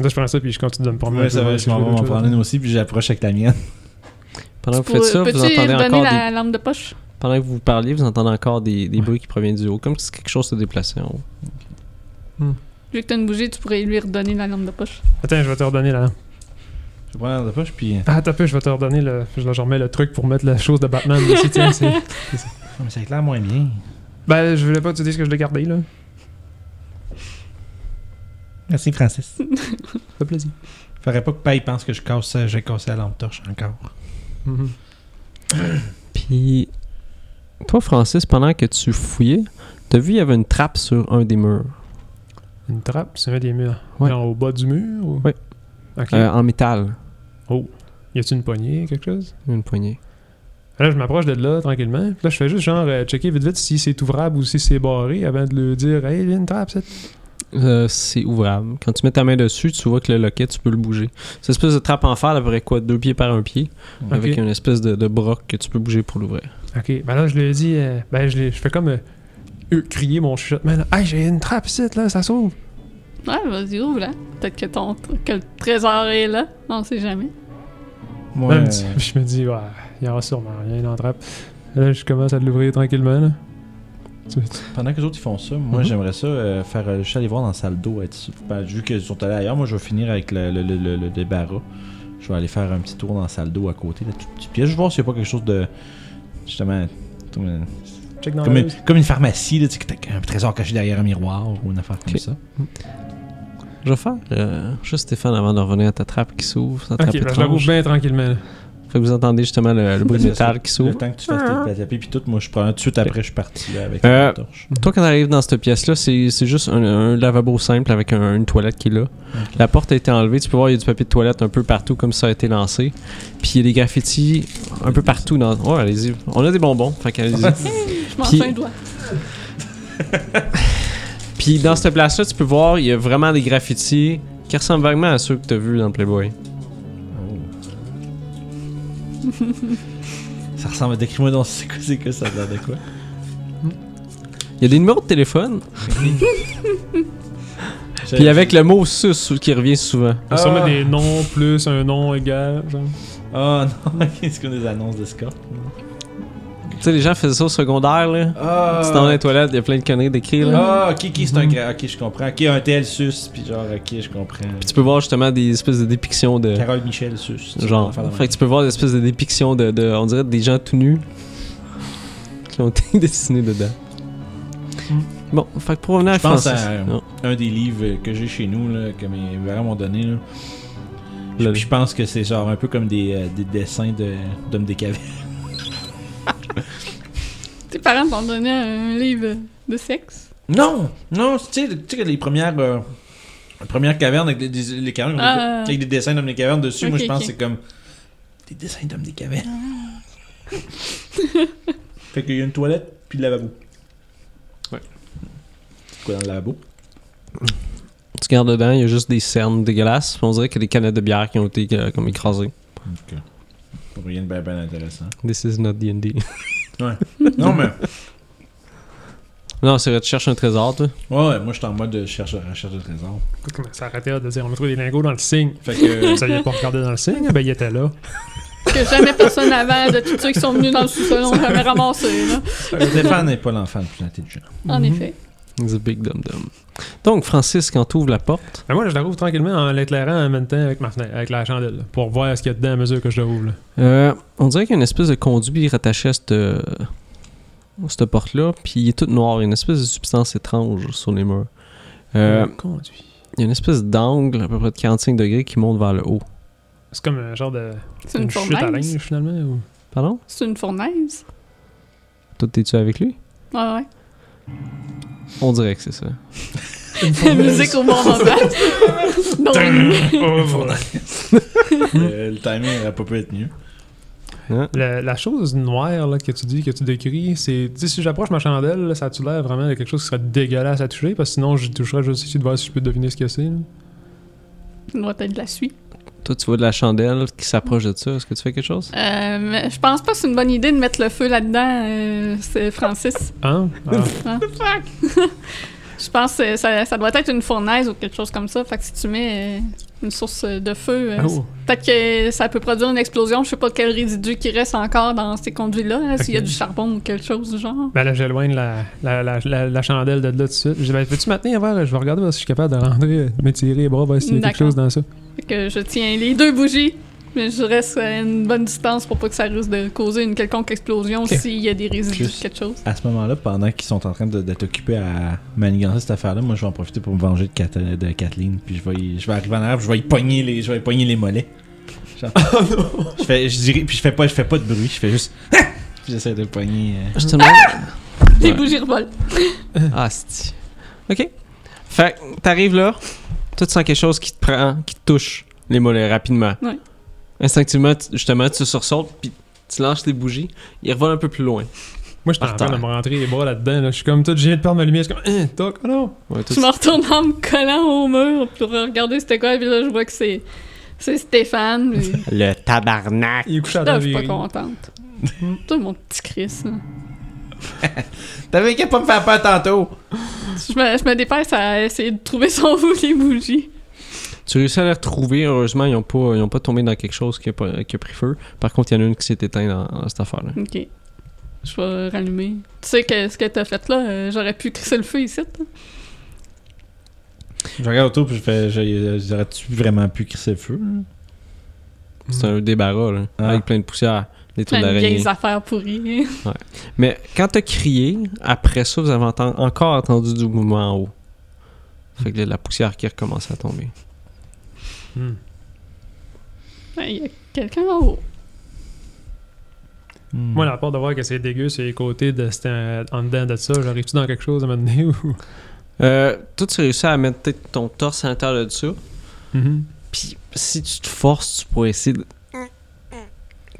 D: Là, je prends ça, puis je continue de me promener.
E: Ouais, ça va, je m'en vais m'en prendre une aussi, puis j'approche avec la mienne.
B: Pendant que
C: Tu
B: vous faites ça,
C: pourrais-
B: vous
C: Peux-tu
B: entendez
C: redonner
B: encore des
C: la lampe de poche?
B: Pendant que vous parliez, vous entendez encore des, des bruits qui proviennent du haut, comme si quelque chose se déplaçait en haut.
C: Vu que t'as une bougie, tu pourrais lui redonner la lampe de poche.
D: Attends, je vais te redonner la.
E: Je prends la lampe de poche, puis.
D: Ah, t'as peu, je vais te redonner le. Je, je remets le truc pour mettre la chose de Batman ici, tiens. c'est-
E: Ah, mais ça éclaire moins bien.
D: Ben, je voulais pas que tu dises que je l'ai gardé, là.
A: Merci, Francis.
D: Ça fait plaisir.
E: Ferait pas que Paye pense que je casse, j'ai cassé la lampe torche encore.
D: Mhm.
B: Puis, toi, Francis, pendant que tu fouillais, t'as vu, il y avait une trappe sur un des murs,
D: Une trappe, c'est un des murs.
B: Ouais.
D: Genre au bas du mur ou...
B: Ouais.
D: Ok.
B: euh, en métal,
D: Y a-tu une poignée, quelque chose
B: une poignée.
D: Là, je m'approche de là tranquillement. Puis Là, je fais juste genre euh, checker vite vite si c'est ouvrable ou si c'est barré avant de le dire Hey, il y a une trappe, cette.
B: Euh, c'est ouvrable. Quand tu mets ta main dessus, tu vois que le loquet, tu peux le bouger. C'est une espèce de trappe en fer, elle ferait quoi, deux pieds par un pied,
E: Ok.
B: avec une espèce de, de broc que tu peux bouger pour l'ouvrir.
D: Ok. Ben là, je lui ai dit euh, Ben, je, l'ai- je fais comme euh, euh, crier mon chuchotement là. Hey, j'ai une trappe, cette, là, ça s'ouvre.
C: Ouais, vas-y, ouvre-la. Peut-être que, ton, tr- que le trésor est là. On sait jamais.
E: Moi,
D: Là,
E: euh,
D: je me dis- je me dis, ouais, il y aura sûrement rien dans la trappe. Là, je commence à l'ouvrir tranquillement. Là. Tu- tu-
E: pendant que les autres ils font ça, moi
D: Mhm.
E: j'aimerais ça euh, faire. euh, je suis allé voir dans la salle d'eau. être sûr. Ben, vu qu'ils sont allés ailleurs, moi je vais finir avec le, le- le- le- le débarras. Je vais aller faire un petit tour dans la salle d'eau à côté. Là, toute petite pièce. Je vais voir s'il n'y a pas quelque chose de. Justement. euh, Comme une,
D: Check dans
E: comme
D: la
E: une- comme une pharmacie, là, tu sais, que t'as un trésor caché derrière un miroir ou une affaire comme
B: Ok.
E: ça.
B: Je vais faire euh, juste Stéphane avant de revenir à ta trappe qui s'ouvre, sa trappe
D: Ok, ben, je la
B: étrange.
D: roule bien tranquillement. là.
B: Fait que vous entendez justement le, le bruit de
E: C'est ça,
B: métal qui s'ouvre.
E: Le temps que tu fasses tes tapis puis tout, moi je prends tout de suite après, je suis parti là, avec
B: Euh,
E: la torche.
B: Toi, quand t'arrives dans cette pièce-là, c'est c'est juste un, un lavabo simple avec un- une toilette qui est là. La porte a été enlevée. Tu peux voir, il y a du papier de toilette un peu partout, comme ça a été lancé. Puis il y a des graffitis un peu partout. Dans... Ouais, allez-y. On a des bonbons. Fait qu'allez-y.
C: Je m'en
B: Puis-
C: fais un doigt.
B: Puis dans cette place-là, tu peux voir, il y a vraiment des graffitis qui ressemblent vaguement à ceux que t'as vus dans Playboy.
E: Ça ressemble à. Décris-moi donc c'est quoi, c'est quoi ça a l'air de quoi.
B: Il y a des numéros de téléphone.
D: Euh,
B: Puis avec le mot sus qui revient souvent.
D: Il y a sûrement des noms plus un nom égal. Genre.
E: Oh non, ok, c'est qu'on des annonces d'escorte.
B: Tu sais, les gens faisaient ça au secondaire, là.
E: Ah!
B: C'est dans les toilettes, il y a plein de conneries d'écrire, là.
E: Ah, ok, ok,
B: Mhm.
E: c'est un gra- Ok, je comprends. Ok, un tel sus, puis genre, ok, je comprends.
B: Puis tu peux voir justement des espèces de dépictions de.
E: Carole Michel sus. tu
B: Euh, Genre,
E: peux faire la même
B: fait que tu peux voir l'espèce de dépiction de, de- on dirait des gens tout nus qui ont été dessinés dedans. Bon, fait que pour revenir à
E: Mm. Je pense
B: Francis,
E: à- euh,
B: non,
E: un des livres que j'ai chez nous, là, que mes parents m'ont donné, là.
B: Le-
E: Puis je pense que c'est genre un peu comme des, euh, des dessins de- d'hommes des cavernes.
C: Tes parents t'ont donné un livre de sexe.
E: Non! Non, tu sais, tu sais, les premières. euh, les premières cavernes avec des- des- les cavernes
C: Ah.
E: avec des dessins d'hommes des cavernes dessus, moi
C: Ok,
E: je pense
C: ok.
E: que c'est comme des dessins d'hommes des cavernes. fait qu'il y a une toilette puis le lavabo.
B: Ouais.
E: C'est Quoi dans le lavabo?
B: tu regardes dedans, il y a juste des cernes dégueulasses, puis on dirait qu'il y a des canettes de bière qui ont été euh, comme écrasées.
E: Rien de bien, bien intéressant.
B: This is not D&D.
E: Non mais.
B: Non, c'est vrai, tu cherches un trésor, toi.
E: Ouais, ouais, moi, je suis en mode de cherche, recherche de trésor.
D: Écoute, ça arrêtait là, de dire on a trouvé des lingots dans le signe.
E: Fait que.
D: Vous aviez pas regardé dans le signe? Ben, il était là.
C: Que jamais personne avant de tous ceux qui sont venus dans le sous-sol n'ont jamais ramassé. Là.
E: euh, Stéphane n'est pas l'enfant le plus intelligent.
C: En
B: Mhm.
C: effet.
B: The Big Dum Dum. Donc, Francis, quand t'ouvres la porte,
D: Ben, moi, je la rouvre tranquillement en l'éclairant en même temps avec, ma fenêtre, avec la chandelle, là, pour voir ce qu'il y a dedans à mesure que je la ouvre. là.
B: euh, on dirait qu'il y a une espèce de conduit rattaché à cette, euh, à cette porte-là, puis il est tout noir. Il y a une espèce de substance étrange sur les murs. Euh,
D: Conduit.
B: il y a une espèce d'angle à peu près de 45 degrés qui monte vers le haut.
D: C'est comme un genre de.
C: C'est une
D: chute à
C: fournaise.
D: linge, finalement. Ou...
B: Pardon?
C: C'est une fournaise.
B: Toi, t'es-tu avec lui?
C: Ouais, ouais.
B: On dirait que c'est ça.
C: La musique au bon moment. Donc,
E: Euh, le timing n'aurait pas pu être mieux.
D: La, la chose noire là, que tu dis, que tu décris, c'est. Tu sais, si j'approche ma chandelle, là, ça a-tu l'air vraiment de quelque chose qui serait dégueulasse à toucher Parce que sinon, je toucherais juste ici de voir si je peux deviner ce que c'est. là.
C: il doit être de la suie.
B: Toi, tu vois de la chandelle qui s'approche de ça. Est-ce que tu fais quelque chose?
C: Euh, mais je pense pas que c'est une bonne idée de mettre le feu là-dedans, euh, c'est Francis.
D: Hein Ah.
C: Hein? je pense que ça, ça doit être une fournaise ou quelque chose comme ça. Fait que si tu mets euh, une source de feu, euh,
D: Oh.
C: peut-être que ça peut produire une explosion. Je sais pas quel résidu qui reste encore dans ces conduits-là, hein, s'il y a
D: Ok.
C: du charbon ou quelque chose du genre.
D: Ben là, j'éloigne la, la, la, la, la chandelle de là tout de suite. Je dis, ben, peux-tu maintenir vers Je vais regarder voir si je suis capable de rentrer, euh, m'étirer les bras, voir s'il y a quelque
C: D'accord.
D: chose dans ça.
C: Fait que je tiens les deux bougies, mais je reste à une bonne distance pour pas que ça risque de causer une quelconque explosion s'il y a des résidus
E: Juste.
C: de quelque chose.
E: À ce moment-là, pendant qu'ils sont en train de- d'être occupés à manigancer cette affaire-là, moi, je vais en profiter pour me venger de, Cat- de Kathleen. Puis je vais, y- je vais arriver en arrière, puis je vais y pogner les, je vais y pogner les mollets. Genre- je fais, je dirais, puis je fais pas, je fais pas de bruit, je fais juste. puis j'essaie de pogner. euh,
B: Je te demande.
C: Les
B: Ouais.
C: bougies revolent.
B: Ah, c'est. Ok. Fait que t'arrives là, toi, tu sens quelque chose qui te prend, qui te touche les mollets rapidement.
C: Ouais.
B: Instinctivement, tu- justement, tu sursautes, puis tu lances les bougies. Ils revolent un peu plus loin.
D: Moi, je suis
B: Par
D: en train de
B: terre.
D: me rentrer les bras là-dedans. Là. Je suis comme tout, j'ai de perdre ma lumière. Je suis comme, hein, toc, oh non.
B: Ouais, toi,
C: Je me retourne en me collant au mur pour regarder c'était quoi, puis là je vois que c'est c'est Stéphane. puis
B: tu- Le tabarnak.
D: Il est couché à
C: Là,
D: la
C: je suis pas
D: virie.
C: contente. Toi, mon petit Chris. là.
E: T'avais qu'à pas me faire peur tantôt!
C: Je me, je me dépêche à essayer de trouver son où les bougies.
B: Tu réussis à les retrouver. Heureusement, ils n'ont pas, ils ont pas tombé dans quelque chose qui a, pas- qui a pris feu. Par contre, il y en a une qui s'est éteinte dans, dans cette affaire-là.
C: Ok. Je vais rallumer. Tu sais que ce que t'as fait là, euh, j'aurais pu crisser le feu ici. là.
E: Je regarde autour, puis je fais, je- je- j'aurais-tu vraiment pu crisser le feu? là?
B: C'est un débarras, là,
E: Ah.
B: avec plein de poussière, des trous
C: Mm. Plein de
B: d'araignée.
C: vieilles affaires pourries.
B: Mais quand t'as crié, après ça, vous avez enten- encore entendu du mouvement en haut.
D: Mm.
B: Fait que là, la poussière qui recommence à tomber.
D: Hmm.
C: Ouais, Ben, Il y a quelqu'un en haut.
E: Hmm.
D: Moi, la part de voir que c'est dégueu sur les côtés de c'était un- en dedans de ça, j'arrive-tu dans quelque chose à un moment donné ou.
B: Euh, toi, tu réussis à mettre peut-être ton torse à l'intérieur de dessus. Mm-hmm.
D: Mhm.
B: Puis si tu te forces, tu pourrais essayer de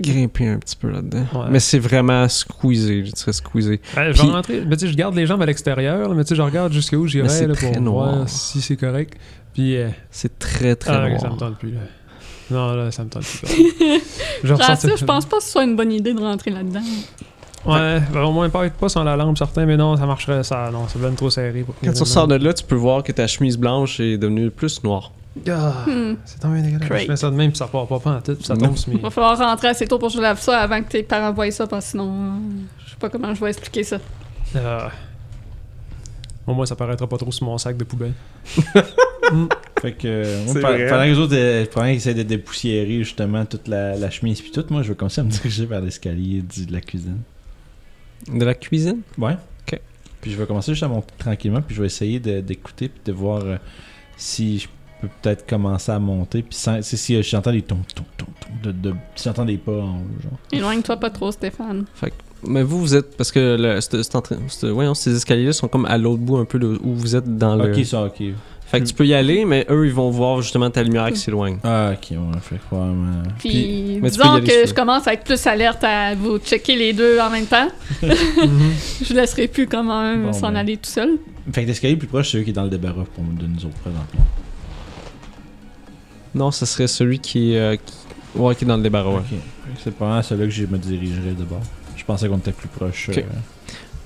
B: grimper un petit peu là-dedans.
D: Ouais.
B: Mais c'est vraiment squeezé, je dirais squeezé.
D: Ouais, Ben, je
B: Puis-
D: vais rentrer. Mais tu sais, je garde les jambes à l'extérieur, là, mais tu sais, je regarde jusqu'où
B: Mais c'est
D: j'irai là,
B: très
D: pour
B: noir.
D: voir si c'est correct. Puis. euh,
B: C'est très très
D: ah, ok, ça me
B: noir.
D: tente plus, là. Non, là, ça me tente plus. je
C: Francis,
D: ressortirai-
C: je pense pas que ce soit une bonne idée de rentrer là-dedans.
D: Ouais, ben, au moins pas, pas sans la lampe, certain, mais non, ça marcherait. Ça, non, ça devient trop serré. Pour
B: Quand tu ressors de là, tu peux voir que ta chemise blanche est devenue plus noire.
D: Ah,
C: Hmm.
D: c'est tombé dégueulasse.
C: Great.
D: Je mets ça de même, puis ça part pas, pas en tête, puis ça
B: Non.
D: tombe sur mes.
C: Va falloir rentrer assez tôt pour que je lave ça avant que tes parents voient ça, parce que sinon, euh, je sais pas comment je vais expliquer ça.
D: Ah. Au moins, ça paraîtra pas trop sur mon sac de poubelle.
E: Fait que, euh, moi,
B: C'est
E: pa-
B: vrai.
E: pendant que les autres, euh, pendant qu'ils essaient de dépoussiérer justement toute la, la chemise puis tout, moi, je vais commencer à me diriger vers l'escalier du- de la cuisine.
B: De la cuisine?
E: Ouais.
B: Ok.
E: Puis je vais commencer juste à monter tranquillement, puis je vais essayer de- d'écouter puis de voir euh, si je peux peut-être commencer à monter, puis sans, si, si, euh, j'entends des tons, tons, tons, tons, de, de- si j'entends des pas en haut, genre.
C: Éloigne-toi pas trop, Stéphane.
B: Mais vous, vous êtes. Parce que le, c'est- c'est en train- c'est- voyons, ces escaliers-là sont comme à l'autre bout un peu de- où vous êtes dans le.
E: Ok, ça, ok.
B: Fait que tu peux y aller, mais eux, ils vont voir justement ta lumière qui s'éloigne.
E: Ah, ok, ouais, fait probablement.
C: Puis,
B: mais tu peux y
C: disons
B: aller
C: que
B: si tu
C: je
B: veux.
C: commence à être plus alerte à vous checker les deux en même temps. Je laisserai plus comme un
E: Bon,
C: s'en
E: ben.
C: aller tout seul.
E: Fait que l'escalier le plus proche, c'est eux qui est dans le débarras pour de nous autres présentement.
B: Non, ce serait celui qui est, euh, qui- ouais, qui est dans le débarras. ouais.
E: Ok. C'est probablement celui que je me dirigerais de bord. Je pensais qu'on était plus proche.
B: Ok.
E: euh,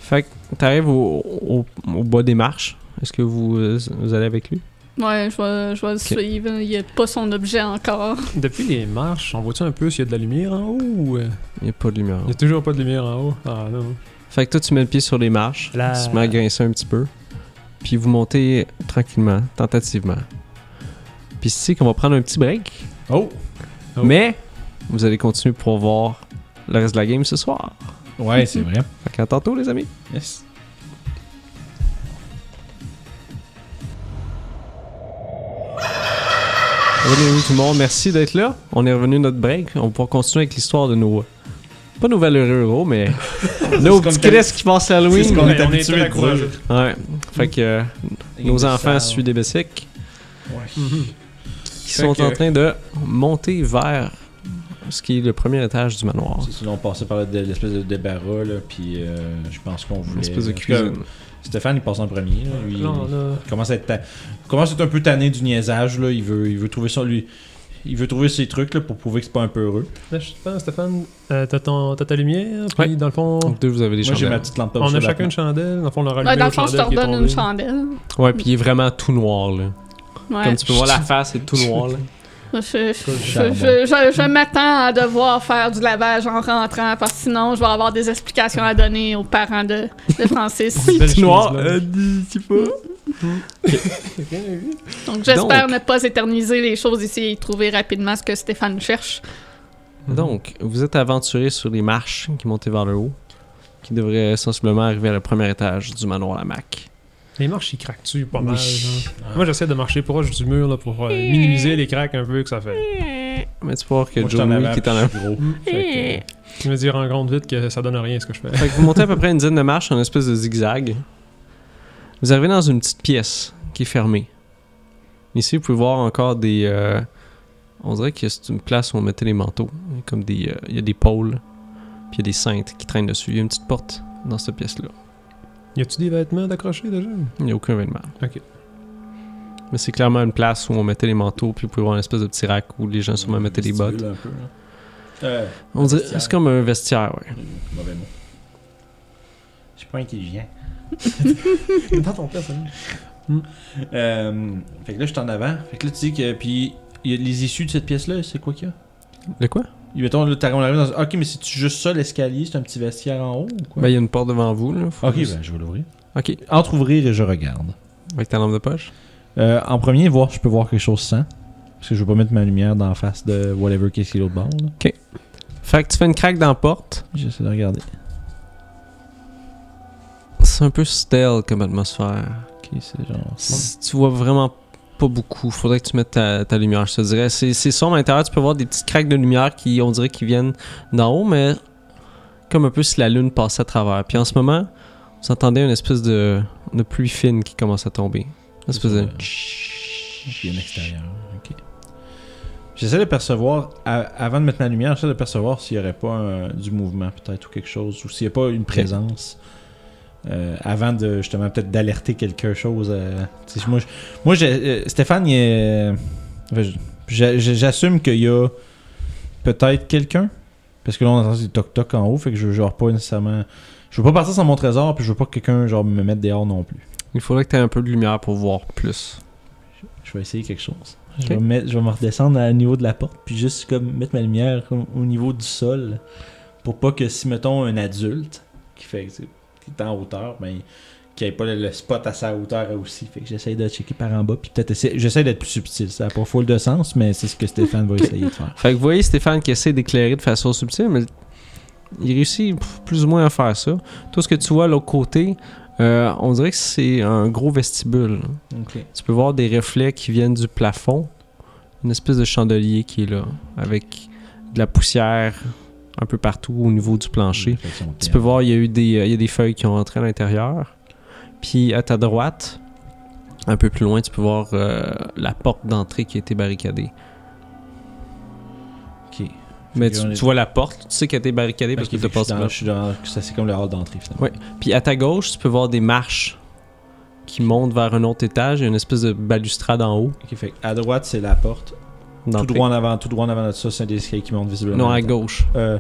B: Fait que t'arrives au, au, au bas des marches. Est-ce que vous, euh, vous allez avec lui?
C: Ouais, je vais, je vais le suivre. Il a pas son objet encore.
D: Depuis les marches, on voit-tu un peu s'il y a de la lumière en haut ou. euh,
B: Il n'y a pas de lumière.
D: Il y a toujours pas de lumière en haut. Ah non.
B: Fait que toi, tu mets le pied sur les marches,
D: La-
B: tu te mets à grincer un petit peu, puis vous montez tranquillement, tentativement. Puis c'est ici qu'on va prendre un petit break,
E: Oh!
D: Oh.
B: mais vous allez continuer pour voir le reste de la game ce soir.
E: Ouais, c'est vrai.
B: Fait qu'à tantôt, les amis.
E: Yes.
B: Bienvenue tout le monde, merci d'être là. On est revenu de notre break, on va pouvoir continuer avec l'histoire de nos... Pas nos valeureux héros, mais nos
E: ce qu'on
B: petits
E: était-
B: Chris qui passent l'Halloween.
E: C'est ce qu'on
D: Ouais,
E: est
D: on
E: habitué
D: était
E: de voir.
D: accrochés.
B: Ouais, fait que euh, nos enfants suivent des bessiques.
E: Ouais.
B: qui sont
E: que-
B: en train de monter vers ce qui est le premier étage du manoir.
E: C'est on passait par le- de- l'espèce de débarras, là, puis euh, je pense qu'on
B: Une
E: voulait.
B: espèce de
E: en tout cas,
B: cuisine.
E: Stéphane, il passe en premier. Là, lui,
D: Là, on a.
E: il commence à être, ta- commence à être un peu tanné du niaisage. Là. Il, veut, il veut trouver ça, lui. Il veut trouver ses trucs là, pour prouver que c'est pas un peu heureux.
D: Là, je sais pas, Stéphane, euh, t'as, ton- t'as ta lumière, puis
B: Ouais.
D: dans le fond,
B: Donc deux, vous avez des
E: Moi, j'ai
B: chandelles.
E: ma petite lampe torche
D: on a
E: sur la
D: chacun une
E: fenêtre.
D: chandelle. Dans le fond, on leur a
C: Ouais, dans
D: allumé
C: le
D: aux
C: fond, je
D: chandelles
C: te
D: qui est
C: redonne une
D: tombée.
C: chandelle.
B: Ouais, puis il est vraiment tout noir, là.
C: Ouais.
B: Comme tu peux voir, la face est tout noire, là.
C: Je, je- je-
E: Charbon.
C: je- je- je m'attends à devoir faire du lavage en rentrant parce que sinon je vais avoir des explications à donner aux parents de, de Francis.
D: Belle chemise blanche.
B: dis pas.
C: Donc j'espère
B: Donc-
C: ne pas éterniser les choses ici et trouver rapidement ce que Stéphane cherche.
B: Euh, Donc, vous êtes aventuré sur les marches qui montaient vers le haut, qui devraient sensiblement arriver à le premier étage du manoir à Mac.
D: Les marches, ils craquent-tu pas
B: Oui.
D: mal.
E: hein.
D: genre? Moi, j'essaie de marcher proche du mur là, pour euh, minimiser les craques un peu que ça fait.
B: Mais tu peux voir que
E: Moi, je suis en
B: Joey
E: avant,
B: qui est en
E: puis
B: avant.
E: je suis gros.
B: eh.
E: Fait
D: Je me dis, rencontre vite que ça donne rien ce que je fais.
B: Fait que vous montez à peu près une dizaine de marches en espèce de zigzag. Vous arrivez dans une petite pièce qui est fermée. Ici, vous pouvez voir encore des. euh, on dirait que c'est une place où on mettait les manteaux. Comme des. euh, Il y a des pôles. Puis il y a des cintres qui traînent dessus. Il y a une petite porte dans cette pièce-là.
D: Y a-tu des vêtements d'accrocher déjà
B: Il n'y a aucun événement.
D: Ok.
B: Mais c'est clairement une place où on mettait les manteaux. Puis vous pouvez voir une espèce de petit rack où les gens
E: que-
B: sûrement mettaient les bottes.
E: Euh, Un peu, là. Euh,
B: On dirait.
E: Vestiaire.
B: C'est comme un vestiaire, ouais.
E: mauvais mot.
F: Je suis pas intelligent.
E: Hmm.
D: Dans ton personnage.
E: Euh, fait que là, je suis en avant. Fait que là, tu sais que. Puis, il y a les issues de cette pièce-là, c'est quoi qu'il y a
B: De quoi
E: Il- Mettons, là, t'arrives- on arrive dans. Ok, mais c'est juste ça l'escalier C'est un petit vestiaire en haut ou quoi
B: Ben, il y a une porte devant vous, là. Faut
E: Ok,
B: juste-
E: ben, je vais l'ouvrir.
B: Ok.
E: Entre-ouvrir et je regarde.
B: Avec ta lampe de poche.
E: Euh, en premier, voir, je peux voir quelque chose sans. Parce que je veux pas mettre ma lumière dans la face de whatever qu'est-ce qui est l'autre bord. là.
B: Fait que tu fais une craque dans la porte.
E: J'essaie de regarder.
B: C'est un peu stealth comme atmosphère.
E: Ok, c'est genre.
B: Si Tu vois vraiment pas beaucoup. Faudrait que tu mettes ta, ta lumière, je te dirais. C'est, c'est sombre à l'intérieur. Tu peux voir des petites craques de lumière qui, on dirait, qui viennent d'en haut, mais comme un peu si la lune passait à travers. Puis en ce moment, vous entendez une espèce de, de pluie fine qui commence à tomber. Une espèce de...
E: Puis il y a l'extérieur. Ok. J'essaie de percevoir, à- avant de mettre ma lumière, j'essaie de percevoir s'il n'y aurait pas un- du mouvement peut-être ou quelque chose, ou s'il n'y a pas une présence. euh, avant de justement peut-être d'alerter quelque chose. euh, tu sais, moi, je- moi j'ai- euh, Stéphane, il est- enfin, je- j'a- j'a- j'assume qu'il y a peut-être quelqu'un. Parce que là, on entend des toc-toc en haut, fait que je veux genre pas nécessairement. Je veux pas partir sans mon trésor, puis je veux pas que quelqu'un genre me mette dehors non plus.
B: Il faudrait que tu aies un peu de lumière pour voir plus.
E: Je vais essayer quelque chose.
B: Ok.
E: Je, vais mettre- je vais me redescendre à niveau de la porte, puis juste comme mettre ma lumière au, au niveau du sol, pour pas que si, mettons, un adulte qui fait qui est en hauteur, ben, qui ait pas le, le spot à sa hauteur aussi. Fait que j'essaie de checker par en bas, puis peut-être essayer- j'essaie d'être plus subtil. Ça n'a pas full de sens, mais c'est ce que Stéphane va essayer de faire.
B: Fait que vous voyez Stéphane qui essaie d'éclairer de façon subtile, mais il réussit pff, plus ou moins à faire ça. Tout ce que tu vois à l'autre côté, euh, on dirait que c'est un gros vestibule.
E: Ok.
B: Tu peux voir des reflets qui viennent du plafond, une espèce de chandelier qui est là, avec de la poussière un peu partout au niveau du plancher. Tu peux voir, il y a eu des, euh, il y a des feuilles qui ont rentré à l'intérieur. Puis à ta droite, un peu plus loin, tu peux voir euh, la porte d'entrée qui a été barricadée.
E: Ok.
B: Mais
E: que
B: tu,
E: on est-
B: tu vois la porte, tu sais qu'elle a été barricadée parce
E: Parce
B: que
E: que
B: t'as passé
E: je
B: par-
E: suis dans, ça c'est comme le hall d'entrée finalement.
B: Ouais. Puis à ta gauche, tu peux voir des marches qui montent vers un autre étage. Il y a une espèce de balustrade en haut.
E: Ok, fait que à droite c'est la porte, tout
B: d'entrée.
E: droit en avant, tout droit en avant de ça c'est des escaliers qui montent visiblement.
B: Non, à
E: Attends.
B: gauche.
E: Euh,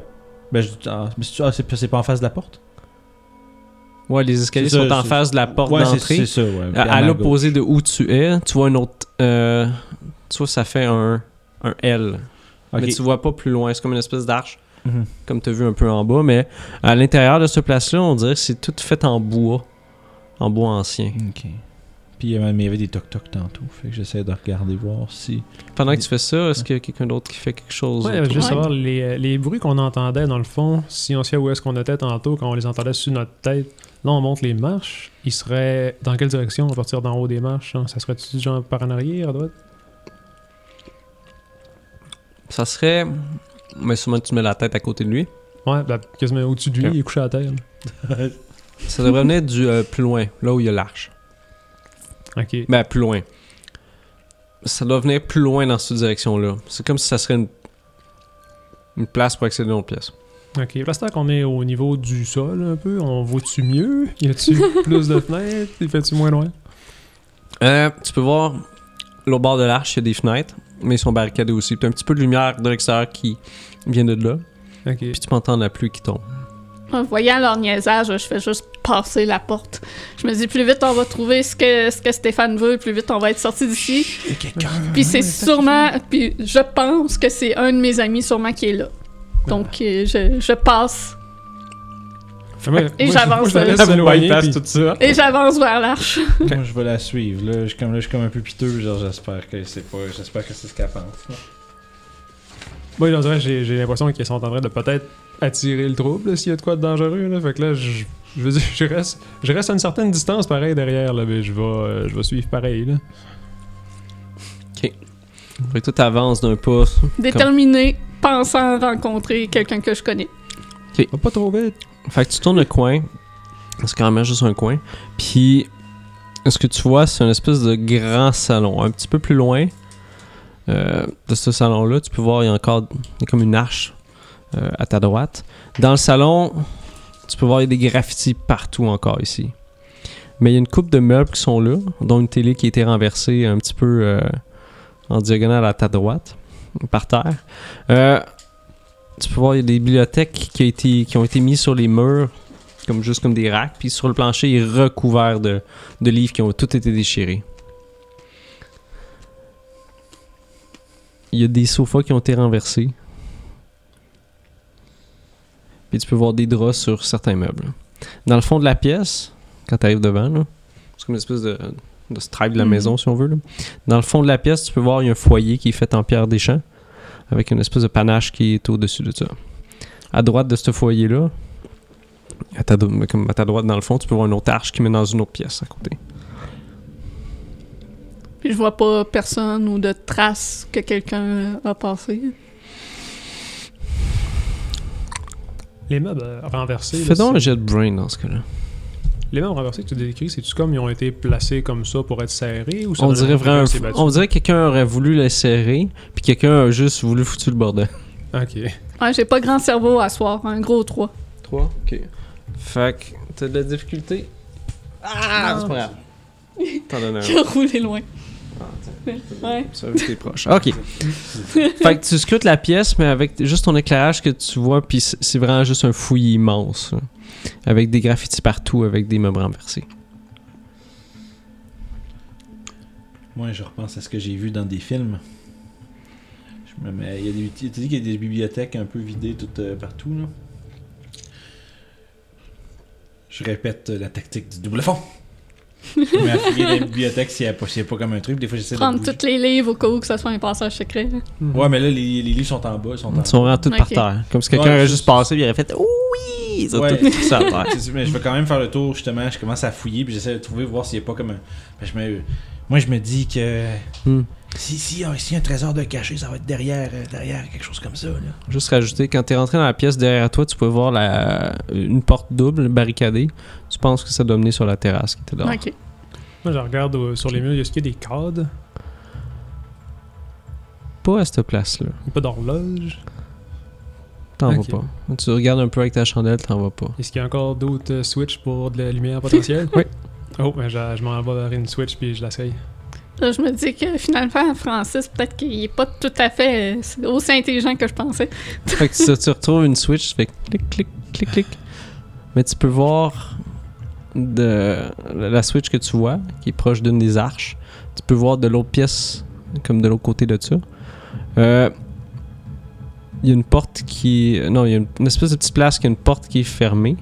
E: ben, je, ah, mais c'est, ah, c'est, c'est pas en face de la porte?
B: Ouais, les escaliers
A: C'est ça,
B: sont en
A: c'est-
B: face de la porte
A: ouais, c'est-
B: d'entrée. Euh,
A: c'est ça, ouais. Puis
B: À, à
A: ma
B: l'opposé de où tu es, tu vois une autre. euh, tu vois, ça fait un, un L.
A: gauche.
B: Mais
A: Ok.
B: tu vois pas plus loin. C'est comme une espèce d'arche,
A: Mhm.
B: comme tu as vu un peu en bas. Mais à l'intérieur de ce place-là, on dirait que c'est tout fait en bois. En bois ancien.
A: Ok. Puis il y
E: euh,
A: avait- mais il y avait des toc-toc tantôt. Fait que j'essaie de regarder, voir si.
B: Pendant que tu fais ça, est-ce qu'il y a quelqu'un d'autre qui fait quelque chose
D: Ouais,
B: autour?
D: juste
C: Ouais.
D: savoir les, euh, les bruits qu'on entendait dans le fond, si on sait où est-ce qu'on était tantôt, quand on les entendait sur notre tête, là on monte les marches, ils seraient dans quelle direction à partir d'en haut des marches hein? Ça serait-tu genre par en arrière à droite
B: Ça serait. Mais sûrement que tu mets la tête à côté de lui.
D: Ouais, bah, quasiment au-dessus de lui,
B: Ok.
D: il est couché à terre.
B: Ça devrait venir du euh, plus loin, là où il y a l'arche.
D: Ok.
B: Ben, plus loin. Ça doit venir plus loin dans cette direction-là. C'est comme si ça serait une, une place pour accéder à une autre pièce.
D: Ok, là, c'est qu'on est au niveau du sol un peu, on voit-tu mieux Y a-tu plus de fenêtres Y fait-tu moins loin
B: Euh, tu peux voir, là, au bord de l'arche, il y a des fenêtres, mais ils sont barricadés aussi. Tu as un petit peu de lumière de l'extérieur qui vient de là,
D: Ok.
B: puis tu peux entendre la pluie qui tombe.
C: En voyant leur niaisage, je fais juste passer la porte. Je me dis, plus vite on va trouver ce que, ce que Stéphane veut, plus vite on va être sorti d'ici.
A: Ah,
C: Puis c'est sûrement, puis je pense que c'est un de mes amis sûrement qui est là. Donc euh, je, je passe Et j'avance,
D: Je la
C: euh,
D: laisse
C: Ça
D: s'éloigner, puis-
B: tout ça.
C: et j'avance vers l'arche.
E: Moi, je vais la suivre. Là, je suis comme, là, je suis comme un peu piteux. Genre, j'espère que c'est pas. J'espère que c'est ce qu'elle pense. là.
D: Oui, dans le vrai, j'ai j'ai l'impression qu'ils sont en train de peut-être attirer le trouble là, s'il y a de quoi de dangereux. Là. Fait que là, je, je veux dire, je reste, je reste à une certaine distance pareil derrière, là, mais je vais, euh, je vais suivre pareil. Là.
B: Fait que toi, t'avances d'un pas.
C: Déterminé, pensant rencontrer quelqu'un que je connais.
D: Va pas trop vite.
B: Fait que tu tournes le coin. C'est quand même juste un coin. Puis, ce que tu vois, c'est une espèce de grand salon. Un petit peu plus loin euh, de ce salon-là, tu peux voir, il y a encore il y a comme une arche euh, à ta droite. Dans le salon, tu peux voir, il y a des graffitis partout encore ici. Mais il y a une coupe de meubles qui sont là, dont une télé qui a été renversée un petit peu euh, en diagonale à ta droite, par terre. Euh, tu peux voir, il y a des bibliothèques qui, a été, qui ont été mises sur les murs, comme juste comme des racks, puis sur le plancher, il est recouvert de, de livres qui ont tous été déchirés. Il y a des sofas qui ont été renversés. Puis tu peux voir des draps sur certains meubles. Dans le fond de la pièce, quand tu arrives devant, là, c'est comme une espèce de, de stripe de la
C: Mhm.
B: maison, si on veut. là. Dans le fond de la pièce, tu peux voir, il y a un foyer qui est fait en pierre des champs, avec une espèce de panache qui est au-dessus de ça. À droite de ce foyer-là, à ta, do- comme à ta droite, dans le fond, tu peux voir une autre arche qui mène dans une autre pièce à côté.
C: Puis je vois pas personne ou de traces que quelqu'un a passé.
D: Les meubles euh, renversés. là,
B: Fais donc
D: c'est-
B: un jet de brain dans ce cas-là.
D: Les meubles renversés que tu décris, c'est-tu comme ils ont été placés comme ça pour être serrés ou ça
B: On
D: donne
B: dirait
D: l'impression
B: vraiment.
D: que c'est battu?
B: On dirait que quelqu'un aurait voulu la serrer, puis quelqu'un a juste voulu foutu le bordel.
D: Ok.
C: Ouais, j'ai pas grand cerveau à soir, un gros 3.
B: 3, ok. Fait que t'as de la difficulté. Ah, c'est pas grave. T'en donnes
C: Qui a roulé loin. Ouais.
B: Ça veut tes proches. Ok. fait que tu scrutes la pièce, mais avec juste ton éclairage que tu vois, puis c'est c'est vraiment juste un fouillis immense. là. Avec des graffitis partout, avec des meubles renversés.
E: Moi, je repense à ce que j'ai vu dans des films. Je me mets... il y a des... Tu dis qu'il y a des bibliothèques un peu vidées toutes euh, partout, là. Je répète euh, la tactique du double fond. Je me mets à fouiller dans les bibliothèques s'il n'y a, pas- s'il y a pas comme un truc. Des fois, j'essaie de
C: Prendre
E: bouger.
C: tous les livres au cas où que ce soit un passage secret. là.
E: Ouais, mais là, les, les livres sont en bas. Ils sont en
B: Ils sont vraiment tout par
C: Ok.
B: terre. Comme si quelqu'un
E: Ouais,
B: avait
E: c'est-
B: juste passé et il aurait fait Oui! Ils ont
E: Ouais.
B: tout ça à terre.
E: C'est ça, Ah, mais je vais quand même faire le tour justement. Je commence à fouiller puis j'essaie de trouver voir s'il n'y a pas comme un. Ben, je me- Moi je me dis que
B: Hmm.
E: si si ah, s'il y a un trésor de caché, ça va être derrière euh, derrière quelque chose comme ça là.
B: Juste rajouter, quand t'es rentré dans la pièce derrière toi, tu peux voir la, une porte double barricadée. Tu penses que ça doit mener sur la terrasse qui était dehors.
C: Ok.
D: Moi, je regarde euh, sur les murs, est-ce qu'il y a des cadres
B: Pas à cette place-là.
D: Pas d'horloge
B: T'en
D: Ok.
B: vois pas. Tu regardes un peu avec ta chandelle, t'en vois pas.
D: Est-ce qu'il y a encore d'autres euh, switches pour de la lumière potentielle
B: Oui.
D: Oh, ben, je, je m'en vais vers une switch puis je l'essaye.
C: Là, je me dis que finalement, Francis, peut-être qu'il est pas tout à fait euh, aussi intelligent que je pensais.
B: fait que tu, tu retrouves une switch, tu fais clic, clic, clic, clic. Mais tu peux voir de la Switch que tu vois, qui est proche d'une des arches, tu peux voir de l'autre pièce, comme de l'autre côté de ça. Euh, Il y a une porte qui. Non, il y a une, une espèce de petite place qui a une porte qui est fermée.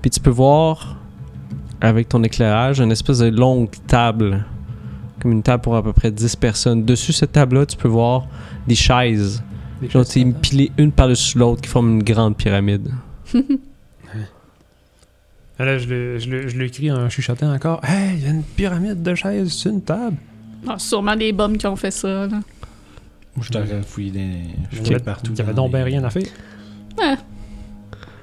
B: Puis tu peux voir, avec ton éclairage, une espèce de longue table. Comme une table pour à peu près 10 personnes. Dessus cette table-là, tu peux voir des chaises.
D: Des
B: Qui ont
D: choses
B: été
D: comme ça.
B: pilées une par-dessus l'autre qui forment une grande pyramide.
D: Ah Là, je le, je, le, je le crie en chuchotant encore. Hey, il y a une pyramide de chaises sur une table.
C: Ah, sûrement des bombes qui ont fait ça. là.
E: Moi, je suis en train de fouiller des. Je
D: Il y
E: fouille
D: avait-
E: partout.
D: Il y avait
E: dans
D: donc bien
E: les-
D: rien à faire.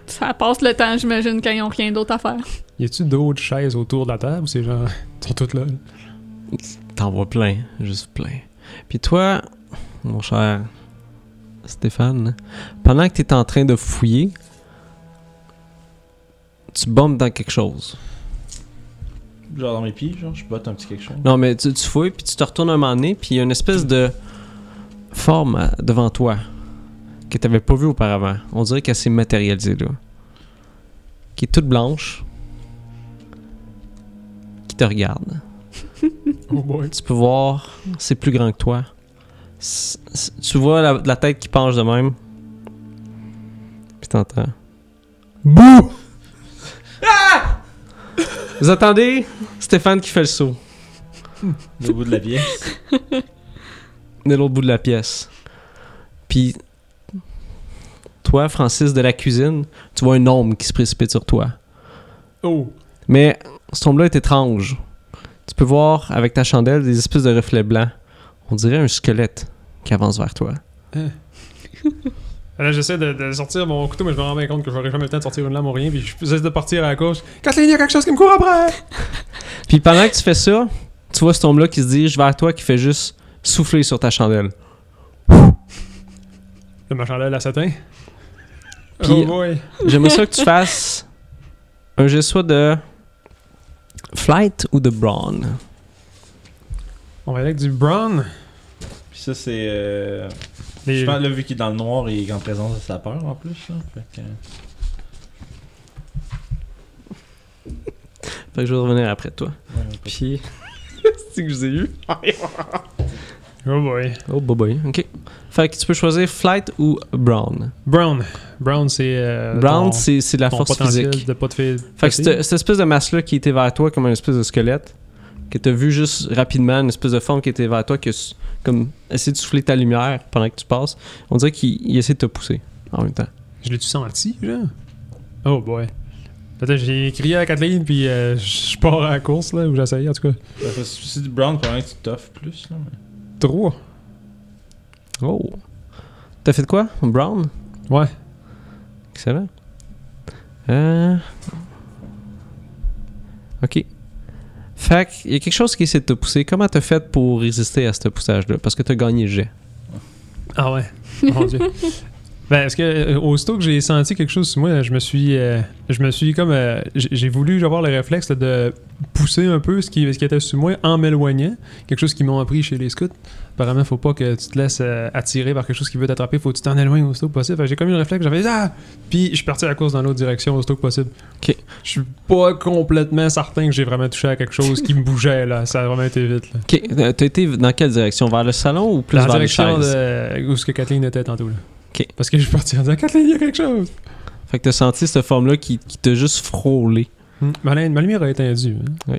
C: Ça passe le temps, j'imagine, quand ils n'ont rien d'autre à faire.
D: Y a-tu d'autres chaises autour de la table ou c'est genre. Ils sont toutes là.
B: T'en vois plein, juste plein. Puis toi, mon cher Stéphane, pendant que t'es en train de fouiller, tu bombes dans quelque chose.
E: Genre dans mes pieds, genre, je botte un petit quelque chose.
B: Non, mais tu, tu fouilles, puis tu te retournes un moment donné, puis il y a une espèce de forme à- devant toi que t'avais pas vue auparavant. On dirait qu'elle s'est matérialisée, là. Qui est toute blanche. Qui te regarde.
D: Oh boy.
B: tu peux voir, c'est plus grand que toi. S- s- Tu vois la, la tête qui penche de même. Puis t'entends. Bouh! Ah! Vous attendez Stéphane qui fait le saut
E: Au bout de la pièce.
B: de l'autre bout de la pièce. Puis toi, Francis de la cuisine, tu vois un homme qui se précipite sur toi.
D: Oh.
B: Mais ce tombe-là est étrange. Tu peux voir avec ta chandelle des espèces de reflets blancs. On dirait un squelette qui avance vers toi.
D: Ah, Là, j'essaie de, de sortir mon couteau, mais je me rends bien compte que j'aurais jamais le temps de sortir une lame ou rien. Puis je- j'essaie de partir à la course. Kathleen, il y a quelque chose qui me court après.
B: Puis pendant que tu fais ça, tu vois ce homme-là qui se dirige vers toi, qui fait juste souffler sur ta chandelle.
D: Le machin là, la satin.
B: Puis-
D: oh boy.
B: J'aimerais ça que tu fasses un jet soit de flight ou de brawn.
D: On va aller avec du brown.
E: Puis ça, c'est. euh,
D: Les-
E: Je pense, là, vu qu'il est dans le noir et qu'en présence de sa peur en plus. là. Fait que, euh,
B: Fait que je vais revenir après toi.
E: ouais, on peut-
B: Puis. C'est que je vous ai eu.
D: Oh boy.
B: Oh, boy, boy. Ok. Fait que tu peux choisir flight ou brawn.
D: Brown. Brown, c'est. euh,
B: Brown,
D: ton-
B: c'est c'est la
D: ton
B: force
D: potentiel
B: physique.
D: De pas te faire
B: Fait que cette, cette espèce de masse-là qui était vers toi comme une espèce de squelette, que t'as vu juste rapidement, une espèce de forme qui était vers toi, qui a s- comme essayé de souffler ta lumière pendant que tu passes, on dirait qu'il il essaie de te pousser en même temps.
D: Je l'ai-tu senti, genre? Oh boy. Attends, j'ai crié à Kathleen, puis euh, je pars à la course, là, ou j'essaye, en tout cas.
E: Ça fait- Si du brown, probablement que tu t'offres plus. Là, mais...
D: Trois.
B: Oh! T'as fait de quoi? Brown?
D: Ouais.
B: Excellent. Euh... Ok. Fait qu'il y a quelque chose qui essaie de te pousser. Comment t'as fait pour résister à ce poussage-là? Parce que t'as gagné le jet.
D: Ah ouais. Mon dieu. Ben, est-ce que, euh, aussitôt que j'ai senti quelque chose sur moi, je me suis. euh, je me suis comme. euh, j'ai j'ai voulu avoir le réflexe là, de pousser un peu ce qui, ce qui était sur moi en m'éloignant. Quelque chose qu'ils m'ont appris chez les scouts. Apparemment, faut pas que tu te laisses euh, attirer par quelque chose qui veut t'attraper. Faut que tu t'en éloignes aussitôt que possible. Fait que J'ai comme eu le réflexe, j'avais. dit, Ah Puis je suis parti à la course dans l'autre direction aussitôt que possible.
B: Ok.
D: Je suis pas complètement certain que j'ai vraiment touché à quelque chose qui me bougeait, là. Ça a vraiment été vite, là.
B: Ok. Euh, T'as été dans quelle direction? Vers le salon ou plus
D: Dans la
B: vers les
D: direction
B: chaises?
D: de, où ce que Kathleen était tantôt, là.
B: Ok.
D: Parce que je suis parti en disant Kathleen, il y a quelque chose.
B: Fait que t'as senti cette forme-là qui, qui t'a juste frôlé.
D: Hmm, Ma, lin- ma lumière a étendue. Hein?
B: Oui.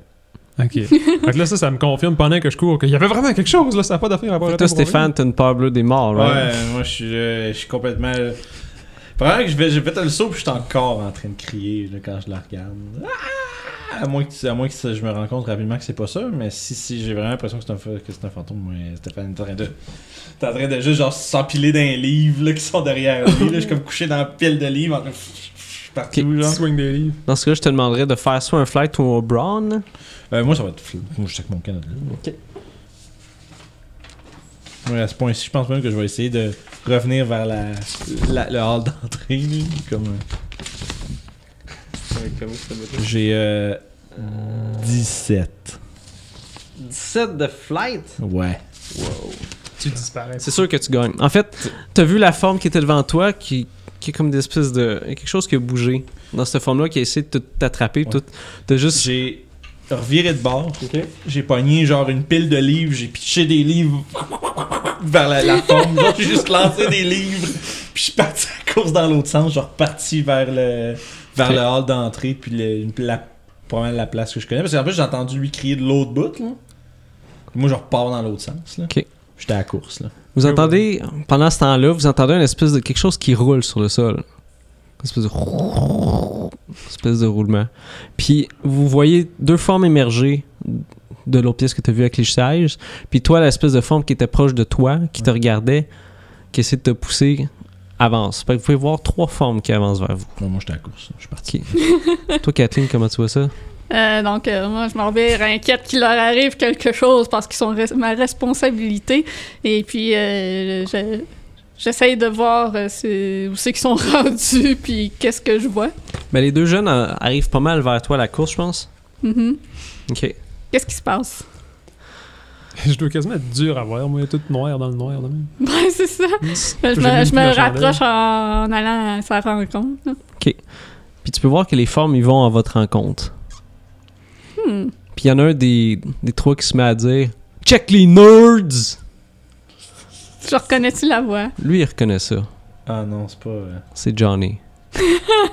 D: Ok. fait que là, ça, ça me confirme pendant que je cours qu'il y avait vraiment quelque chose, là, ça n'a pas d'affaire à voir.
B: Fait que toi, Stéphane, t'as une peur bleue des morts,
E: Ouais,
B: right?
E: moi, je suis, euh, je suis complètement. Probablement que je vais, j'ai fait le saut, puis je suis encore en train de crier là, quand je la regarde. Ah! À moins que, tu- à moins que ça- je me rende compte rapidement que c'est pas ça, mais si, si j'ai vraiment l'impression que c'est un, fa- que c'est un fantôme, moi, Stéphane est en train de. T'es en train de juste genre s'empiler dans les livres là, qui sont derrière lui. là. Je suis comme couché dans la pile de livres en train de partout. genre.
D: Swing des livres.
B: Dans ce cas, je te demanderais de faire soit un flight ou un brawn.
E: Euh, moi, ça va être flou. Moi, je check mon canot.
B: Ok.
E: Ouais, à ce point-ci, je pense même que je vais essayer de revenir vers la, la- le hall d'entrée. là, Comme. euh. J'ai euh, 17.
B: 17 de flight?
E: Ouais.
B: Wow. Tu
D: tu disparais.
B: C'est sûr que tu gagnes. En fait, t'as vu la forme qui était devant toi, qui, qui est comme des espèces de. quelque chose qui a bougé dans cette forme-là, qui a essayé de te- t'attraper.
E: Ouais.
B: tout. T'as juste.
E: J'ai reviré de bord. J'ai pogné genre une pile de livres. J'ai pitché des livres vers la, la forme. Genre, J'ai juste lancé des livres. Puis je suis parti à la course dans l'autre sens. Je suis reparti vers le, vers le hall d'entrée. Puis le- une- la, probablement la place que je connais. Parce qu'en plus, j'ai entendu lui crier de l'autre bout. Là. Puis moi, je repars dans l'autre sens. Là.
B: Ok.
E: J'étais à la course. Là.
B: Vous entendez, pendant ce temps-là, vous entendez une espèce de quelque chose qui roule sur le sol. Une espèce de. Une espèce de roulement. Puis vous voyez deux formes émerger de l'autre pièce que tu as vue avec les sièges. Puis toi, l'espèce de forme qui était proche de toi, qui te regardait, qui essaie de te pousser, avance. Fait que vous pouvez voir trois formes qui avancent vers vous.
E: Non, moi, j'étais à la course. Je suis parti.
B: Ok. Toi, Kathleen, comment tu vois ça?
C: Euh, donc, euh, moi, je m'en vais inquiète qu'il leur arrive quelque chose parce qu'ils sont res- ma responsabilité. Et puis, euh, je- j'essaye de voir euh, c'est- où c'est qu'ils sont rendus, puis qu'est-ce que je vois.
B: Ben, les deux jeunes euh, arrivent pas mal vers toi à la course, je pense.
C: Mhm.
B: Ok.
C: Qu'est-ce qui se passe?
D: Je dois quasiment être dur à voir, moi, tout noir dans le noir. là, même.
C: Ouais, c'est ça. Je
D: J'ai
C: me,
D: même
C: je
D: plus
C: me
D: la chandelle.
C: rapproche en, en allant à sa rencontre. là.
B: Puis tu peux voir que les formes, ils vont à votre rencontre.
C: Hmm.
B: Puis il y en a un des, des trois qui se met à dire Check les nerds!
C: Je reconnais-tu la voix?
B: Lui, il reconnaît ça.
E: Ah non, c'est pas. euh,
B: C'est Johnny.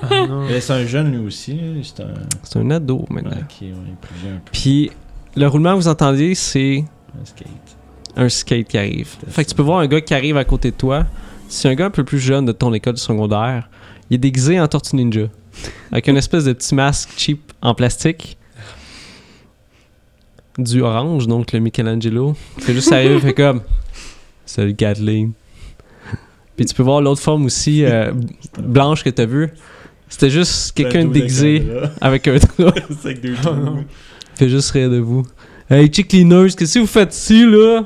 D: Ah, non.
E: mais C'est un jeune lui aussi. là. C'est un.
B: C'est un ado maintenant.
E: Ouais, ok, ouais, il est plus vieux un peu.
B: Puis le roulement que vous entendez, c'est
E: Un skate.
B: un skate qui arrive. Fait que tu peux voir un gars qui arrive à côté de toi. C'est un gars un peu plus jeune de ton école secondaire. Il est déguisé en tortue ninja. Avec une espèce de petit masque cheap en plastique. Du orange, donc le Michelangelo. C'est juste arrivé, il fait comme. Salut Kathleen. Puis tu peux voir l'autre forme aussi, euh, blanche que t'as vue. C'était juste quelqu'un de déguisé avec un trou.
E: C'est avec deux
D: Oh non.
E: trous.
B: fait juste rire de vous. Hey, chick cleaners, qu'est-ce que vous faites ici là?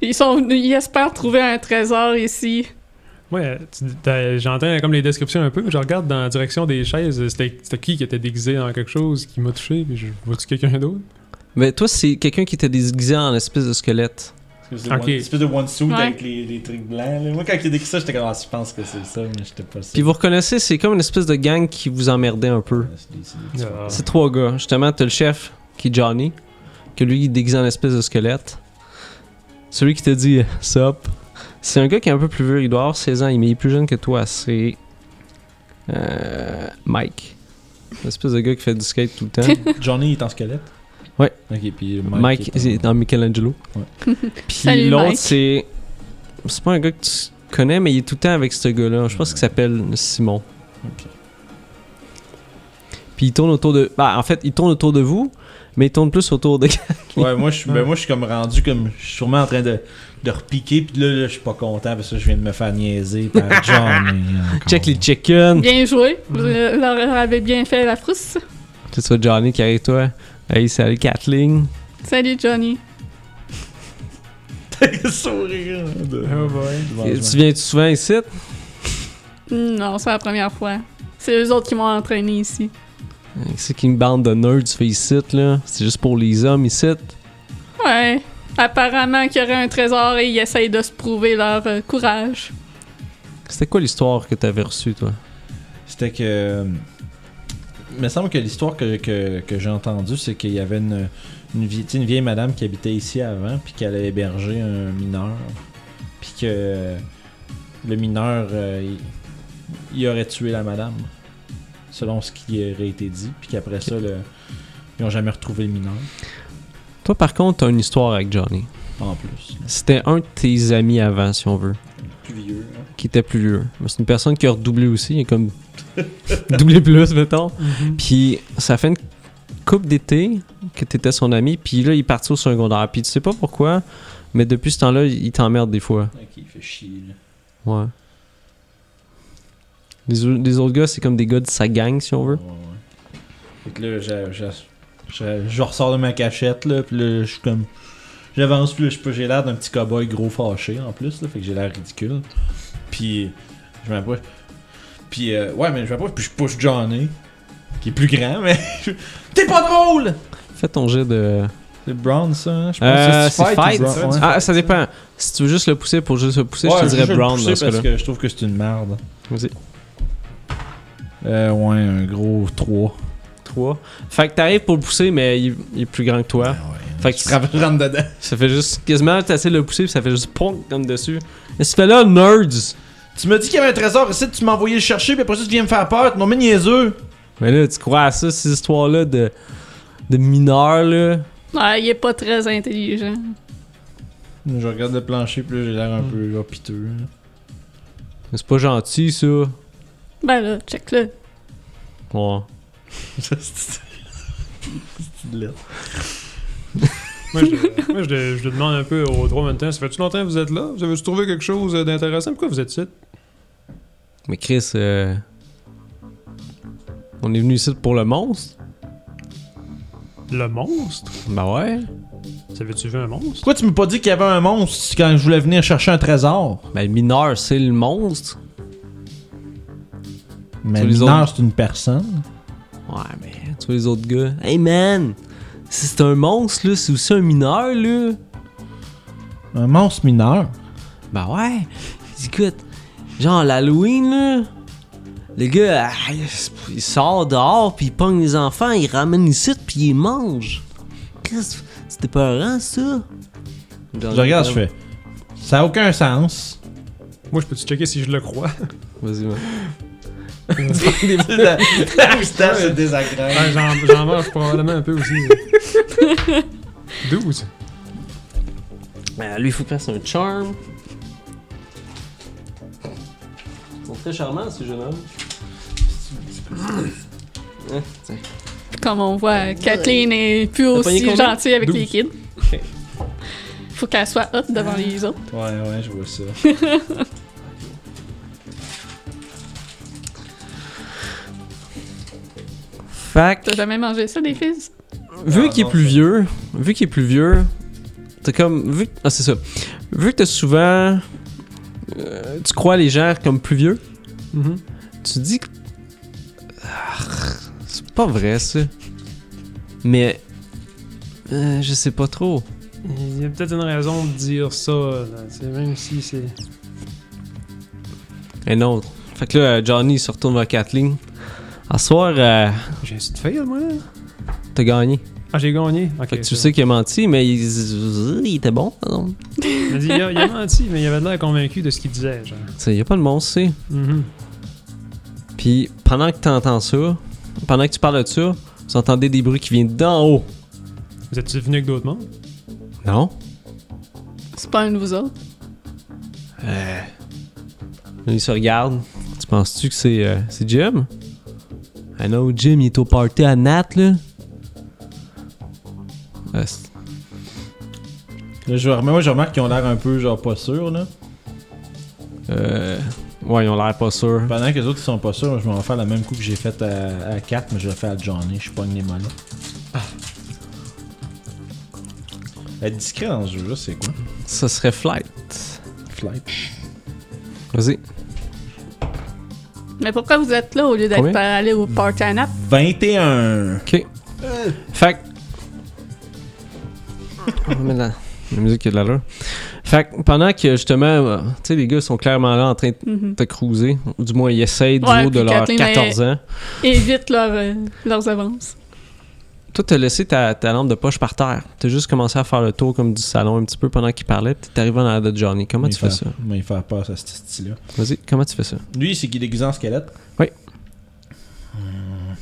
C: Ils, sont, venus- ils espèrent trouver un trésor ici.
D: Ouais, tu- t'as- j'entends comme les descriptions un peu. Je regarde dans la direction des chaises. C'était c'était qui qui était déguisé dans quelque chose qui m'a touché? Puis je vois-tu quelqu'un d'autre?
B: Mais Ben, toi, c'est quelqu'un qui était déguisé en espèce de squelette.
E: Espèce de
D: Ok.
E: one- espèce de one suit
C: Ouais.
E: avec les, les trucs blancs. là. Moi, quand il a décrit ça, j'étais comme, ah, je pense que c'est ça, mais j'étais pas sûr.
B: Puis vous reconnaissez, c'est comme une espèce de gang qui vous emmerdait un peu.
E: Ouais, c'est des- c'est des petits-
D: Ah.
B: C'est trois gars. Justement, t'as le chef, qui est Johnny, que lui, il est déguisé en espèce de squelette. Celui qui te dit « Sup », c'est un gars qui est un peu plus vieux. Il doit avoir 16 ans, mais il est plus jeune que toi. C'est... euh, Mike. L'espèce de gars qui fait du skate tout le temps.
E: Johnny il est en squelette.
B: Ouais.
E: Ok, puis Mike.
B: Mike,
E: est en-
B: c'est dans Michelangelo.
E: Ouais.
B: Puis
C: Salut,
B: l'autre,
C: Mike.
B: c'est. C'est pas un gars que tu connais, mais il est tout le temps avec ce gars-là. Je pense qu'il s'appelle Simon.
E: Ok.
B: Puis il tourne autour de. Bah, en fait, il tourne autour de vous, mais il tourne plus autour de.
E: Ouais, moi, je suis ben, moi, je suis comme rendu comme. Je suis sûrement en train de, de repiquer, puis là, là, je suis pas content parce que je viens de me faire niaiser par Johnny. encore.
B: Check les chickens.
C: Bien joué. Vous euh, leur avez bien fait la frousse.
B: C'est ça, Johnny qui arrive, toi. Hey, salut Kathleen.
C: Salut, Johnny.
E: Le sourire.
A: Euh,
E: De...
D: Oh boy.
E: de-
B: Tu viens-tu souvent ici?
C: Mmh, Non, c'est la première fois. C'est eux autres qui m'ont entraîné ici.
B: C'est qu'une bande de nerds fait ici, là. C'est juste pour les hommes ici.
C: Ouais. Apparemment qu'il y aurait un trésor et ils essayent de se prouver leur euh, courage.
B: C'était quoi l'histoire que t'avais reçue, toi?
E: C'était que. Il me semble que l'histoire que, que- que j'ai entendue, c'est qu'il y avait une, une, vieille, tu sais, une vieille madame qui habitait ici avant, puis qu'elle avait hébergé un mineur. Puis que euh, le mineur, euh, il, il aurait tué la madame, selon ce qui aurait été dit. Puis qu'après ça, le- ils n'ont jamais retrouvé le mineur,
B: Toi, par contre, t'as une histoire avec Johnny.
E: en plus.
B: C'était un de tes amis avant, si on veut,
E: Plus vieux. hein?
B: qui était plus vieux. Mais C'est une personne qui a redoublé aussi, il est comme doublé plus, mettons.
E: Mhm.
B: Puis ça fait une coupe d'été que t'étais son ami, puis là, il est parti au secondaire. Puis tu sais pas pourquoi, mais depuis ce temps-là, il t'emmerde des fois.
E: Ok, il fait chier. là.
B: Ouais. Les, au- les autres gars, c'est comme des gars de sa gang, si on veut.
E: Ouais, ouais. Fait que là, je, je, je- je ressors de ma cachette, là, puis là, je suis comme. J'avance, puis là, je peux- j'ai l'air d'un petit cowboy gros fâché en plus, là, fait que j'ai l'air ridicule. Puis, je m'approche. Puis, euh, ouais, mais je m'approche, puis je push Johnny, qui est plus grand, mais. T'es pas drôle!
B: Fais ton jet de
E: C'est Brown, ça. hein? Je pense
B: Euh,
E: que
B: c'est fight.
E: ou Brown, ouais.
B: Ah, ça dépend. Si tu veux juste le pousser pour juste le pousser,
E: Ouais,
B: je te dirais
E: vais
B: Brown
E: le
B: dans
E: pousser
B: ce
E: parce
B: cas-là.
E: que je trouve que c'est une merde.
B: Vas-y.
E: Euh, ouais, un gros 3.
B: 3. Fait que t'arrives pour le pousser, mais il, il est plus grand que toi. Fait que
E: Tu rentre dedans.
B: ça fait juste quasiment, t'essaies de le pousser, puis ça fait juste pong comme dessus. Et ce fait là, nerds.
E: Tu me dis qu'il y avait un trésor ici, tu m'as envoyé le chercher, puis après ça, tu viens me faire peur, tu m'as mis niaiseux.
B: Mais là, tu crois à ça, ces histoires-là de, de mineurs, là.
C: Ah, il est pas très intelligent.
E: Je regarde le plancher, puis là, j'ai l'air un peu genre, piteux.
B: C'est pas gentil, ça.
C: Ben là, check-le.
B: Ouais.
E: Ça, c'est c'est laid.
D: Moi, je, moi, je le- je le demande un peu aux trois en même temps. Ça fait-tu longtemps que vous êtes là? Vous avez trouvé quelque chose d'intéressant? Pourquoi vous êtes ici?
B: Mais Chris, euh, on est venu ici pour le monstre.
D: Le monstre?
B: Bah ouais.
D: Ça veut tu vu un monstre?
E: Pourquoi tu m'as pas dit qu'il y avait un monstre quand je voulais venir chercher un trésor?
B: Ben le mineur, c'est le monstre.
E: Mais
B: Tous les
E: mineur,
B: autres.
E: c'est une personne.
B: Ouais, mais tous les autres gars. Hey man, si c'est un monstre là, c'est aussi un mineur là.
E: Un monstre mineur.
B: Bah ouais. Écoute, genre l'Halloween là, le gars, ah, il il sort dehors puis il pogne les enfants, il ramène ici puis il les mange. Chris, c'était peurant ça.
E: Je regarde, je fais. Ça a aucun sens.
D: Moi, je peux-tu checker si je le crois?
B: Vas-y, man.
E: Putain, c'est
D: Ben,
E: désagréable.
D: j'en, j'en mange probablement un peu aussi. 12.
B: Euh, lui, il faut passer un charm. Ils sont très charmants, ces jeunes hommes. Hein, tiens.
C: Puis comme on voit, Kathleen est plus
B: T'as pogné
C: aussi
B: combien?
C: gentille avec les kids.
B: Ok.
C: Faut qu'elle soit hot devant les autres.
E: Ouais, ouais, je vois ça.
B: Fait
C: T'as
B: que,
C: jamais mangé ça, des fils?
B: vu
E: Ah,
B: qu'il est
E: non,
B: plus
E: ça-
B: vieux, vu qu'il est plus vieux, t'as comme. Vu, ah, c'est ça. Vu que t'as souvent. euh, tu crois les gens comme plus vieux,
D: Mhm.
B: tu dis que. Ah, c'est pas vrai, ça. Mais. euh, je sais pas trop.
D: Il y a peut-être une raison de dire ça, là, tu sais, même si c'est.
B: Un autre. Fait que là, Johnny il se retourne vers Kathleen. À ce soir, euh,
D: J'ai un site fail, moi. là.
B: t'as gagné.
D: Ah, j'ai gagné. Ok.
B: Fait que tu
D: c'est
B: sais qu'il a menti, mais il, il était bon. par exemple.
D: bon. Il a dit- il, a, il a menti, mais il avait l'air convaincu de ce qu'il disait, genre.
B: Tu sais, Il n'y a pas de monstre, c'est.
D: Mhm.
B: Puis pendant que t'entends ça, pendant que tu parles de ça, vous entendez des bruits qui viennent d'en haut.
D: Vous êtes-tu venu avec d'autres mondes?
B: Non?
C: C'est pas un de vous autres.
B: Ils se regardent. Tu penses-tu que c'est euh, c'est Jim? Ah non, Jim, il est au party à Nat, là. Ah, c'est-
E: Là, je, remets- moi, je remarque qu'ils ont l'air un peu, genre, pas sûrs, là.
B: euh, ouais, ils ont l'air pas sûrs.
E: Pendant que les autres, ils sont pas sûrs, moi, je vais en faire le même coup que j'ai fait à, à 4, mais je le fais à Johnny. Je pogne les mollets. Être discret dans ce jeu-là, c'est quoi?
B: Ça serait Flight.
E: Flight.
B: Vas-y.
C: Mais pourquoi vous êtes là au lieu d'être
B: Combien?
C: allé au party à Naples?
E: 21!
B: Ok. Fait que. On va mettre la, la musique qui a de l'allure. Fait que pendant que justement, euh, tu sais, les gars sont clairement là en train de
C: Mhm.
B: te cruiser, ou du moins ils essayent du
C: Ouais,
B: haut de
C: puis
B: leurs
C: Kathleen
B: 14 ans.
C: Évite leur, euh, leurs avances.
B: Toi, t'as laissé ta, ta lampe de poche par terre. T'as juste commencé à faire le tour comme du salon un petit peu pendant qu'il parlait, puis t'es arrivé dans la de Johnny. Comment tu fais ça
E: Mais il fait peur, ça, ce style-là.
B: Vas-y, comment tu fais ça
E: Lui, c'est qui est déguisé en squelette.
B: Oui.
E: Hmm.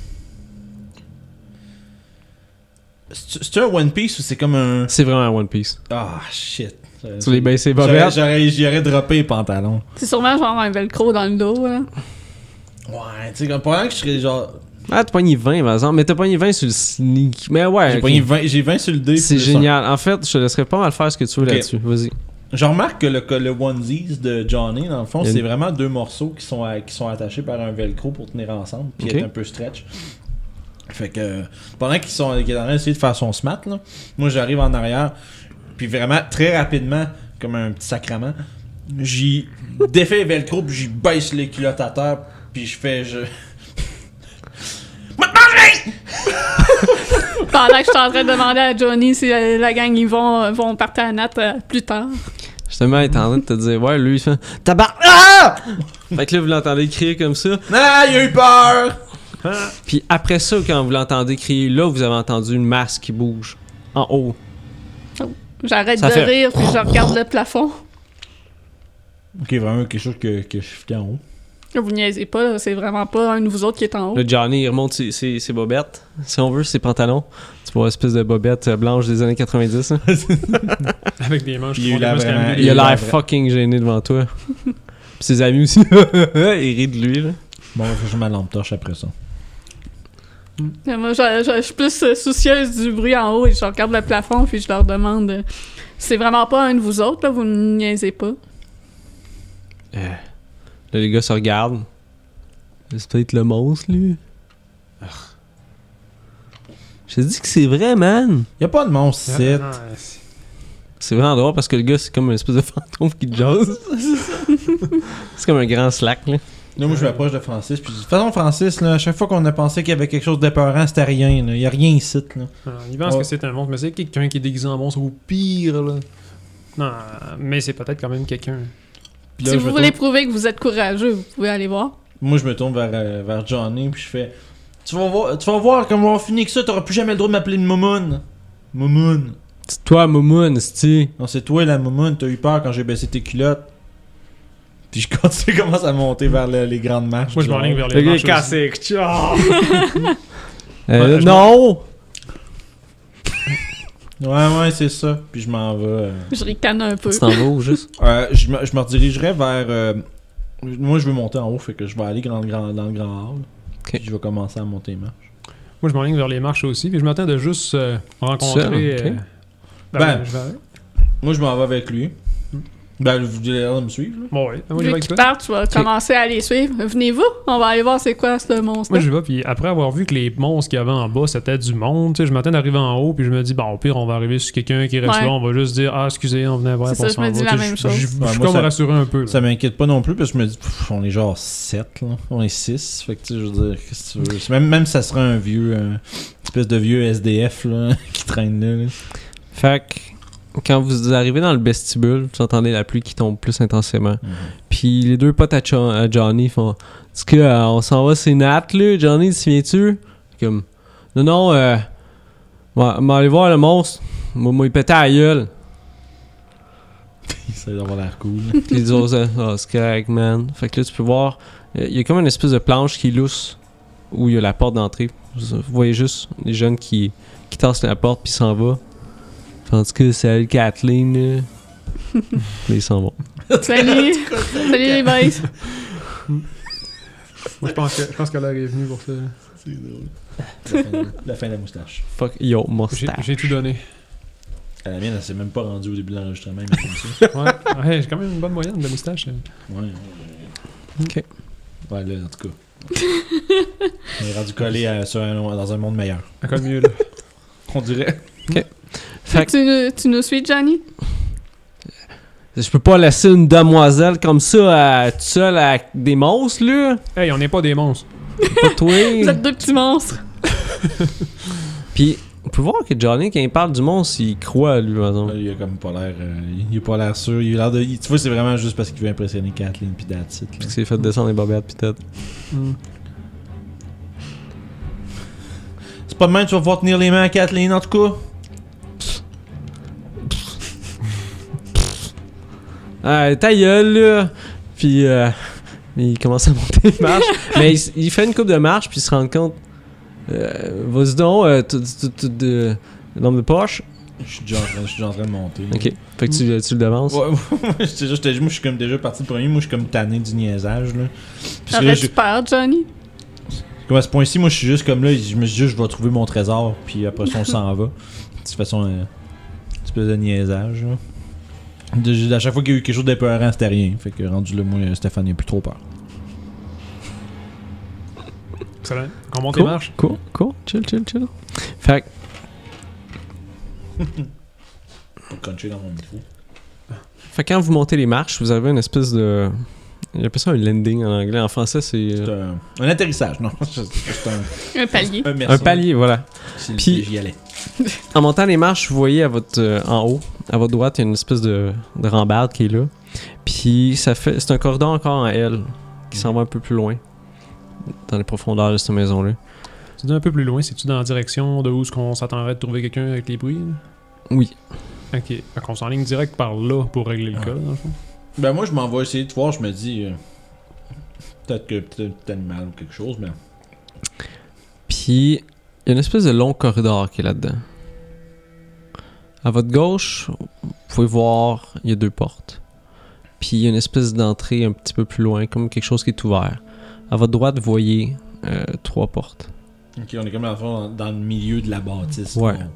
E: C'est c'est un One Piece ou c'est comme un.
B: C'est vraiment un One Piece.
E: Ah, shit.
B: Tu les baisses les
E: J'aurais-
B: bobettes.
E: J'aurais j'y aurais droppé les pantalons.
C: C'est sûrement genre un velcro dans le dos, hein. là.
E: Ouais, tu sais, comme pendant que je serais genre.
B: Ah, t'as pogné 20 par exemple, mais t'as pogné 20 sur le sneak. Mais ouais,
E: J'ai
B: ok.
E: pogné 20 j'ai 20 sur le dé.
B: c'est
E: plus un.
B: génial. En fait, je te laisserai pas mal faire ce que tu veux
E: Ok.
B: là-dessus. Vas-y.
E: Je remarque que le, que le onesies de Johnny, dans le fond,
B: Il y a
E: c'est
B: une-
E: vraiment deux morceaux qui sont, à- qui sont attachés par un velcro pour tenir ensemble, puis
B: Ok.
E: être un peu stretch. Fait que pendant qu'ils sont qu'il est en train d'essayer de faire son smat, là, moi j'arrive en arrière, puis vraiment très rapidement, comme un petit sacrement, j'y défais les velcro, puis j'y baisse les culottes à terre, puis je fais je. Va te manger!
C: Pendant que je suis en train de demander à Johnny si euh, la gang, ils vont, vont partir à Nat euh, plus tard.
B: Justement, elle est en train de te dire, ouais, lui, il fait Tabar. Ah! Fait que là, vous l'entendez crier comme ça.
A: Ah, il a eu peur!
B: Puis après ça, quand vous l'entendez crier, là, vous avez entendu une masse qui bouge en haut.
C: J'arrête
B: Ça
C: de
B: fait-
C: rire, puis je regarde le plafond.
A: Ok, vraiment quelque chose que, que je fitais en haut.
C: Vous niaisez pas, là, c'est vraiment pas un de vous autres qui est en haut.
B: Là, Johnny, il remonte ses, ses- ses bobettes, si on veut, ses pantalons. Tu vois, espèce de bobette euh, blanche des années 90. hein.
D: Avec des manches.
A: Il
D: qui
A: y a eu
D: font des
A: la
D: muscles
A: vraie-
D: à
B: Il
D: la
B: a
D: vidéo.
B: l'air fucking gêné devant toi. Puis ses amis aussi, ils rient de lui, là.
A: Bon, faut que je mets la lampe torche après ça.
C: Euh, Moi, je, je- je suis plus euh, soucieuse du bruit en haut et je regarde le plafond puis je leur demande euh, c'est vraiment pas un de vous autres, là, vous ne niaisez pas.
B: Là, les gars se regardent. C'est peut-être le monstre, lui. Urgh. Je te dis que c'est vrai, man.
A: Y'a pas de monstre ici.
D: Ah, c'est-
B: C'est vraiment drôle parce que le gars, c'est comme une espèce de fantôme qui te jase. c'est comme un grand slack, là.
A: Là, moi, je m'approche de Francis. Puis, je dis, de toute façon, Francis, là, à chaque fois qu'on a pensé qu'il y avait quelque chose d'épeurant, c'était rien. Là. Y a rien ici. Là.
D: Alors, il pense
A: Ouais.
D: Euh,
B: Oh.
D: que c'est un monstre, mais c'est quelqu'un qui est déguisé en monstre ou pire, là. Non, euh, mais c'est peut-être quand même quelqu'un.
A: Puis là,
C: si
A: je me
C: vous voulez
A: tourne-
C: prouver que vous êtes courageux, vous pouvez aller voir.
A: Moi, je me tourne vers, euh, vers Johnny. Puis, je fais Tu vas voir, tu vas voir comme on va finir que ça, t'auras plus jamais le droit de m'appeler une moumoune. Moumoune.
B: C'est toi, Moumoun, c'est-tu?
A: Non, c'est toi, la moumoune. T'as eu peur quand j'ai baissé tes culottes. Puis, je continue, commence à monter vers le- les grandes marches.
D: Moi, je
A: du
D: m'enligne vers
B: Le
D: les
B: gars
D: manches
B: est cassé.
D: Ouais,
B: Euh,
D: je
B: non!
A: Ouais, ouais, c'est ça. Puis, je m'en vais. euh,
C: Je ricane un peu.
B: Tu t'en vas où, juste?
A: Euh, je, me, je me redirigerai vers. euh, moi, je veux monter en haut, fait que je vais aller grand, grand, dans le grand hall.
B: Ok.
A: Puis je vais commencer à monter les marches.
D: Moi, je m'enligne vers les marches aussi, puis je m'attends de juste euh, rencontrer.
B: Seul, ok.
D: euh,
A: Ben.
D: ouais, je vais avec.
A: Moi, je m'en vais avec lui. Ben, vous avez l'air de me suivre, là.
D: Bon, ouais. Moi, je vais
C: Vu
D: avec
C: qu'ils
D: toi.
C: partent, je vais commencer à les suivre. Venez-vous, on va aller voir c'est quoi ce monstre.
D: Moi, je vais, puis après avoir vu que les monstres qu'il y avait en bas, c'était du monde, tu sais, je m'attends d'arriver en haut, puis je me dis, bon, au pire, on va arriver sur quelqu'un qui reste
C: Ouais.
D: là, on va juste dire, ah, excusez, on venait voir,
C: C'est ça,
D: on
C: je
D: s'en
C: me
D: va.
C: dis la
D: Tu sais,
C: même
D: je-
C: chose.
D: Je
A: Ouais,
D: je suis
A: moi,
D: comme
A: ça-
D: rassuré un peu. là.
A: Ça m'inquiète pas non plus, parce que je me dis, pff, on est genre 7, là. On est 6. Fait que, tu sais, je veux dire, qu'est-ce que tu veux. C'est Même, même si ça serait un vieux. euh, espèce de vieux SDF, là, qui traîne là. là.
B: Fait que, quand vous arrivez dans le vestibule, vous entendez la pluie qui tombe plus intensément.
A: Mhm.
B: Puis les deux potes à, Cho- à Johnny font Est-ce que euh, on s'en va, c'est Nat, là Johnny, tu viens-tu Comme Non, non, euh. m'a- m'a aller voir le monstre. Moi, moi, il pétait à la gueule.
A: Il essaie d'avoir l'air cool. là.
B: Puis les autres, euh, Ah, c'est correct, man. Fait que là, tu peux voir, euh, il y a comme une espèce de planche qui lousse où il y a la porte d'entrée. Vous voyez juste les jeunes qui, qui tassent la porte puis s'en vont. Tandis que c'est Kathleen, là. ils s'en vont.
C: Salut! Salut les boys!
D: Moi, je pense que- je pense qu'elle est venue pour ça.
A: C'est drôle. La fin, de- la fin de la moustache.
B: Fuck yo,
D: J'ai-
B: moustache.
D: J'ai tout donné.
A: À la mienne, elle s'est même pas rendue au début de l'enregistrement, mais comme ça.
D: Ouais, Ouais, j'ai quand même une bonne moyenne de moustache. euh,
A: Ouais, ouais.
B: Ok.
A: Ouais, là, en tout cas. On est rendu collé à- sur un- dans un monde meilleur.
D: Encore mieux, là.
A: On dirait.
B: Fait que
C: Tu, nous- tu nous suis, Johnny?
B: je peux pas laisser une demoiselle comme ça à, toute seule avec des monstres, là.
D: Hey, on n'est pas des monstres.
B: Pas toi.
C: Vous êtes deux petits monstres!
B: Puis, on peut voir que Johnny, quand il parle du monstre, il croit, lui, par exemple.
A: il a comme pas l'air. euh, il a pas l'air sûr. Il a l'air de. il- tu vois, c'est vraiment juste parce qu'il veut impressionner Kathleen pis that's it,
B: Puis
A: là.
B: que c'est fait descendre les bobettes, pis tout.
A: C'est pas de même, tu vas pouvoir tenir les mains à Kathleen en tout cas.
B: Ah, ta gueule, là! Puis, euh, il commence à monter les marches. mais il, s- il fait une coupe de marche, puis il se rend compte. Euh, Vas-y donc, euh, tu- tu- tu- de- l'homme de poche.
A: Je suis déjà en train, je suis déjà en train de monter.
B: Ok. Fait que tu, le- tu le devances.
A: Ouais, moi, je te jure, j'étais- moi, je suis comme déjà parti le premier. Moi, je suis comme tanné du niaisage, là. Puis là,
C: Aurais-tu
A: je-
C: peur, Johnny?
A: comme à ce point-ci, moi, je suis juste comme là. Je me suis dit, je vais trouver mon trésor, puis après ça, on s'en va. De toute façon, euh, une espèce de niaisage, là. De- à chaque fois qu'il y a eu quelque chose d'épeurant, c'était rien. Fait que rendu le
E: euh,
A: moi, Stéphane, il a plus trop peur.
D: Excellent. On monte
B: Cool.
D: les marches.
B: Cool, cool. Chill, chill, chill. Fait que,
A: Pas cruncher dans mon micro.
B: fait que quand vous montez les marches, vous avez une espèce de. Il appelle ça un landing en anglais. En français, c'est. euh,
A: C'est un, hein. un atterrissage, non. C'est c'est un,
C: Un palier.
A: merci.
B: Un palier, voilà.
E: Si
B: Puis-
E: j'y allais.
B: En montant les marches, vous voyez à votre, euh, en haut, à votre droite, il y a une espèce de, de rambarde qui est là. Puis ça fait, c'est un corridor encore en L qui s'en va un peu plus loin, dans les profondeurs de cette maison-là.
D: Tu dis un peu plus loin, c'est-tu dans la direction de où ce qu'on s'attendrait de trouver quelqu'un avec les bruits? là?
B: Oui.
D: Ok, fait qu'on s'enligne direct par là pour régler le
E: Ouais.
D: cas, dans le fond.
E: Ben moi, je m'en vais essayer de voir, je me dis... euh, Peut-être que peut un petit animal ou quelque chose, mais...
B: Puis il y a une espèce de long corridor qui est là-dedans. À votre gauche, vous pouvez voir, il y a deux portes. Puis il y a une espèce d'entrée un petit peu plus loin, comme quelque chose qui est ouvert. À votre droite, vous voyez euh, trois portes.
E: Ok, on est comme dans le, fond, dans, dans le milieu de la bâtisse.
B: Ouais.
E: là.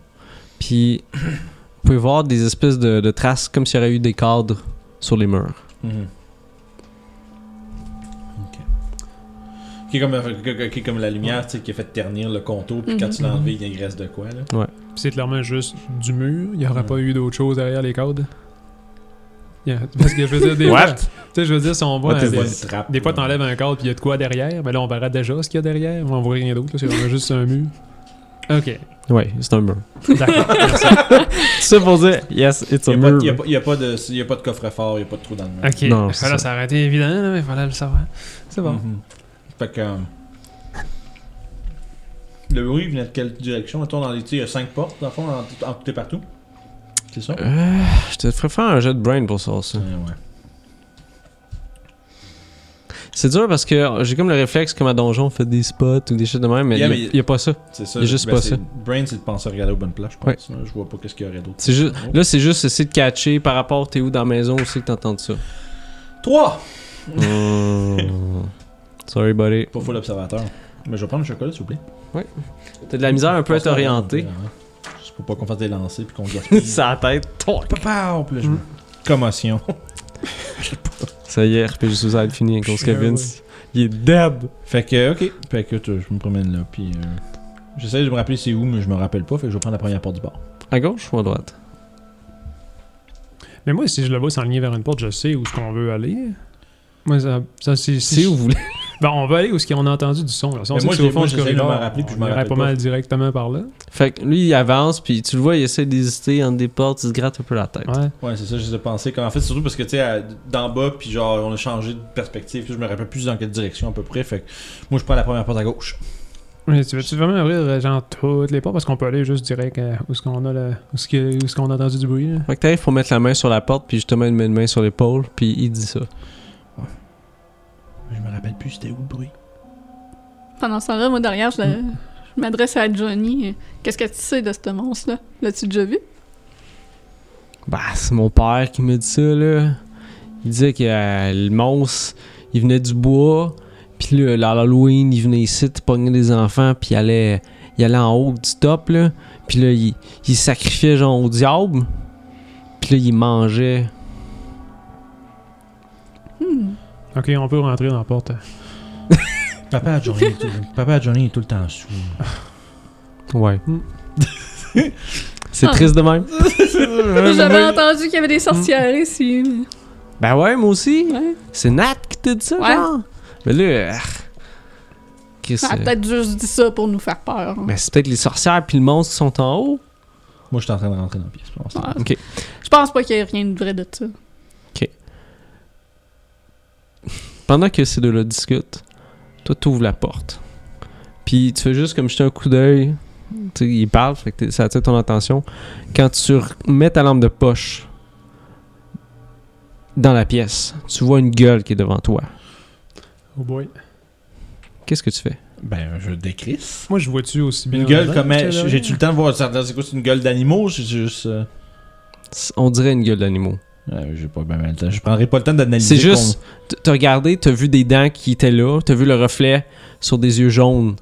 B: Puis vous pouvez voir des espèces de, de traces comme s'il y aurait eu des cadres sur les murs.
E: Mhm. Ok. Qui est comme, euh, qui- qui est comme la lumière tu sais, qui a fait ternir le contour, puis
C: Mhm.
E: quand tu l'as enlevé, il reste de quoi, là?
D: Puis c'est clairement juste du mur, il n'y aurait
E: Mm.
D: pas eu d'autre chose derrière les codes. Il y a- Parce que je veux dire, des fois,
B: What?
D: tu sais, je veux dire, si on voit,
E: Ah, t'es
D: un-
E: dans
D: des,
E: une trappe,
D: des fois,
E: là.
D: t'enlèves un cadre puis il y a de quoi derrière, mais là, on verra déjà ce qu'il y a derrière, mais on voit rien d'autre, là, c'est vraiment juste un mur. Ok,
B: Ouais, c'est un mur.
D: d'accord, merci.
B: C'est pour dire, yes, it's a
E: Il n'y a, pas-
B: mur.
E: y a pas- y a pas de y a pas de coffre-fort, il n'y a pas de trou dans le mur.
D: Ok,
B: Non, c'est ça.
D: voilà, ça Mm. aurait été évident, là, mais voilà le savoir. C'est bon.
E: Mhm. Fait que. euh, Le bruit venait de quelle direction Mettons, dans les. tu sais, Il y a cinq portes, dans le fond, en, en tout et partout. C'est ça
B: Euh, je te ferais faire un jet de brain pour ça. ça.
E: Ouais, ouais.
B: C'est dur parce que j'ai comme le réflexe comme à donjon, on fait des spots ou des choses de même, mais il
E: Yeah, mais-
B: n'y a, pas ça.
E: C'est ça.
B: Il y a juste
E: ben,
B: pas
E: c'est-
B: ça.
E: Brain, c'est de penser à regarder aux bonnes places, je pense. Je vois pas qu'est-ce qu'il y aurait d'autre.
B: C'est juste,
E: Oh.
B: là, c'est juste essayer de catcher par rapport t'es où dans la maison aussi que t'entends ça.
E: Trois
B: Hmm. Sorry, buddy.
E: Pas full observateur. Mais je vais prendre le chocolat, s'il vous plaît.
B: T'as de la misère un peu à
E: Pense qu'on-
B: t'orienter.
E: Ouais, ouais. euh, Juste pour pas qu'on fasse des lancers puis qu'on gaspille.
B: Ça la tête. toc.
E: Papa, puis là, je me- Commotion.
B: Ça y est, RPG Suicide fini avec
D: Ouais,
B: Kevin.
D: ouais.
B: Il est dead.
E: Fait que, ok. Fait que, tu- je me promène là, puis. euh, J'essaie de me rappeler c'est où, mais je me rappelle pas, fait que je vais prendre la première porte du bar.
B: À gauche ou à droite?
D: Mais moi, si je le vois s'enligner vers une porte, je sais où est-ce qu'on veut aller. Moi, ça, ça, c'est,
B: Si vous voulez.
D: Ben, on va aller où est-ce qu'on a entendu du son. Là. Si on
E: Mais
D: sait
E: moi,
D: que c'est au
E: j'ai-
D: fond
E: moi,
D: du
E: j'essaie de
D: corridor,
E: me rappeler, puis je
D: on
E: me
D: irait
E: rappelle
D: pas
E: pas.
D: mal directement par là.
B: Fait que lui, il avance, puis tu le vois, il essaie d'hésiter entre des portes, il se gratte un peu la tête.
D: Ouais.
E: Ouais, c'est ça, j'ai pensé. Comme, en fait, surtout parce que, tu sais, à- d'en bas, puis genre, on a changé de perspective, puis je me rappelle plus dans quelle direction à peu près. Fait que, moi, je prends la première porte à gauche.
D: Mais tu veux-tu vraiment ouvrir euh, genre toutes les portes parce qu'on peut aller juste direct euh, où est-ce qu'on a le, où est-ce, que- où est-ce qu'on a entendu du bruit là.
B: Fait que t'arrives pour mettre la main sur la porte, puis justement, il met une main sur l'épaule, puis il dit ça.
E: Je me rappelle plus, c'était où le bruit
C: Pendant ce temps-là, moi, derrière, je, la-
G: Hmm.
C: je m'adresse à Johnny. Qu'est-ce que tu sais de ce monstre-là? L'as-tu déjà vu?
B: Bah, c'est mon père qui me dit ça, là. Il disait que euh, le monstre, il venait du bois, puis là, à l'Halloween, il venait ici, il pognait des enfants, puis il allait, il allait en haut du top, là. Puis là, il, il sacrifiait, genre, au diable, puis là, il mangeait.
C: Hmm.
D: Ok, on peut rentrer dans la porte.
E: Papa Johnny, est tout, Papa Johnny est tout le temps sous.
B: Ouais.
D: Hmm.
B: c'est triste de même.
G: Euh,
C: J'avais entendu qu'il y avait des
G: Hmm.
C: sorcières ici.
B: Ben ouais, moi aussi.
C: Ouais.
B: C'est Nat qui t'a dit ça,
C: Ouais.
B: genre? Mais là, euh, Chris, euh,
C: Elle a Ah, peut-être juste dit ça pour nous faire peur. hein.
B: mais c'est peut-être les sorcières puis le monstre qui sont en haut.
E: Moi, je suis en train de rentrer dans la pièce. pour l'instant.
C: Ouais.
B: Ok.
C: Je pense pas qu'il y ait rien de vrai de ça.
B: Pendant que ces deux-là discutent, toi, t'ouvres la porte. Puis tu fais juste comme jeter un coup d'œil. Tu sais, ils parlent, fait que t'es- ça attire ton attention. Quand tu remets ta lampe de poche dans la pièce, tu vois une gueule qui est devant toi.
D: Oh boy.
B: Qu'est-ce que tu fais?
E: Ben, je décrisse.
D: Moi je vois-tu aussi bien.
E: Une gueule
D: là-dedans,
E: comme.
D: parce que là-
E: J'ai-tu le temps de voir ça? C'est quoi, c'est une gueule d'animaux C'est juste. euh,
B: C'est- On dirait une gueule d'animaux.
E: ouais, j'ai pas bien le temps. Je prendrai pas le temps d'analyser.
B: C'est juste, t- t'as regardé, t'as vu des dents qui étaient là, t'as vu le reflet sur des yeux jaunes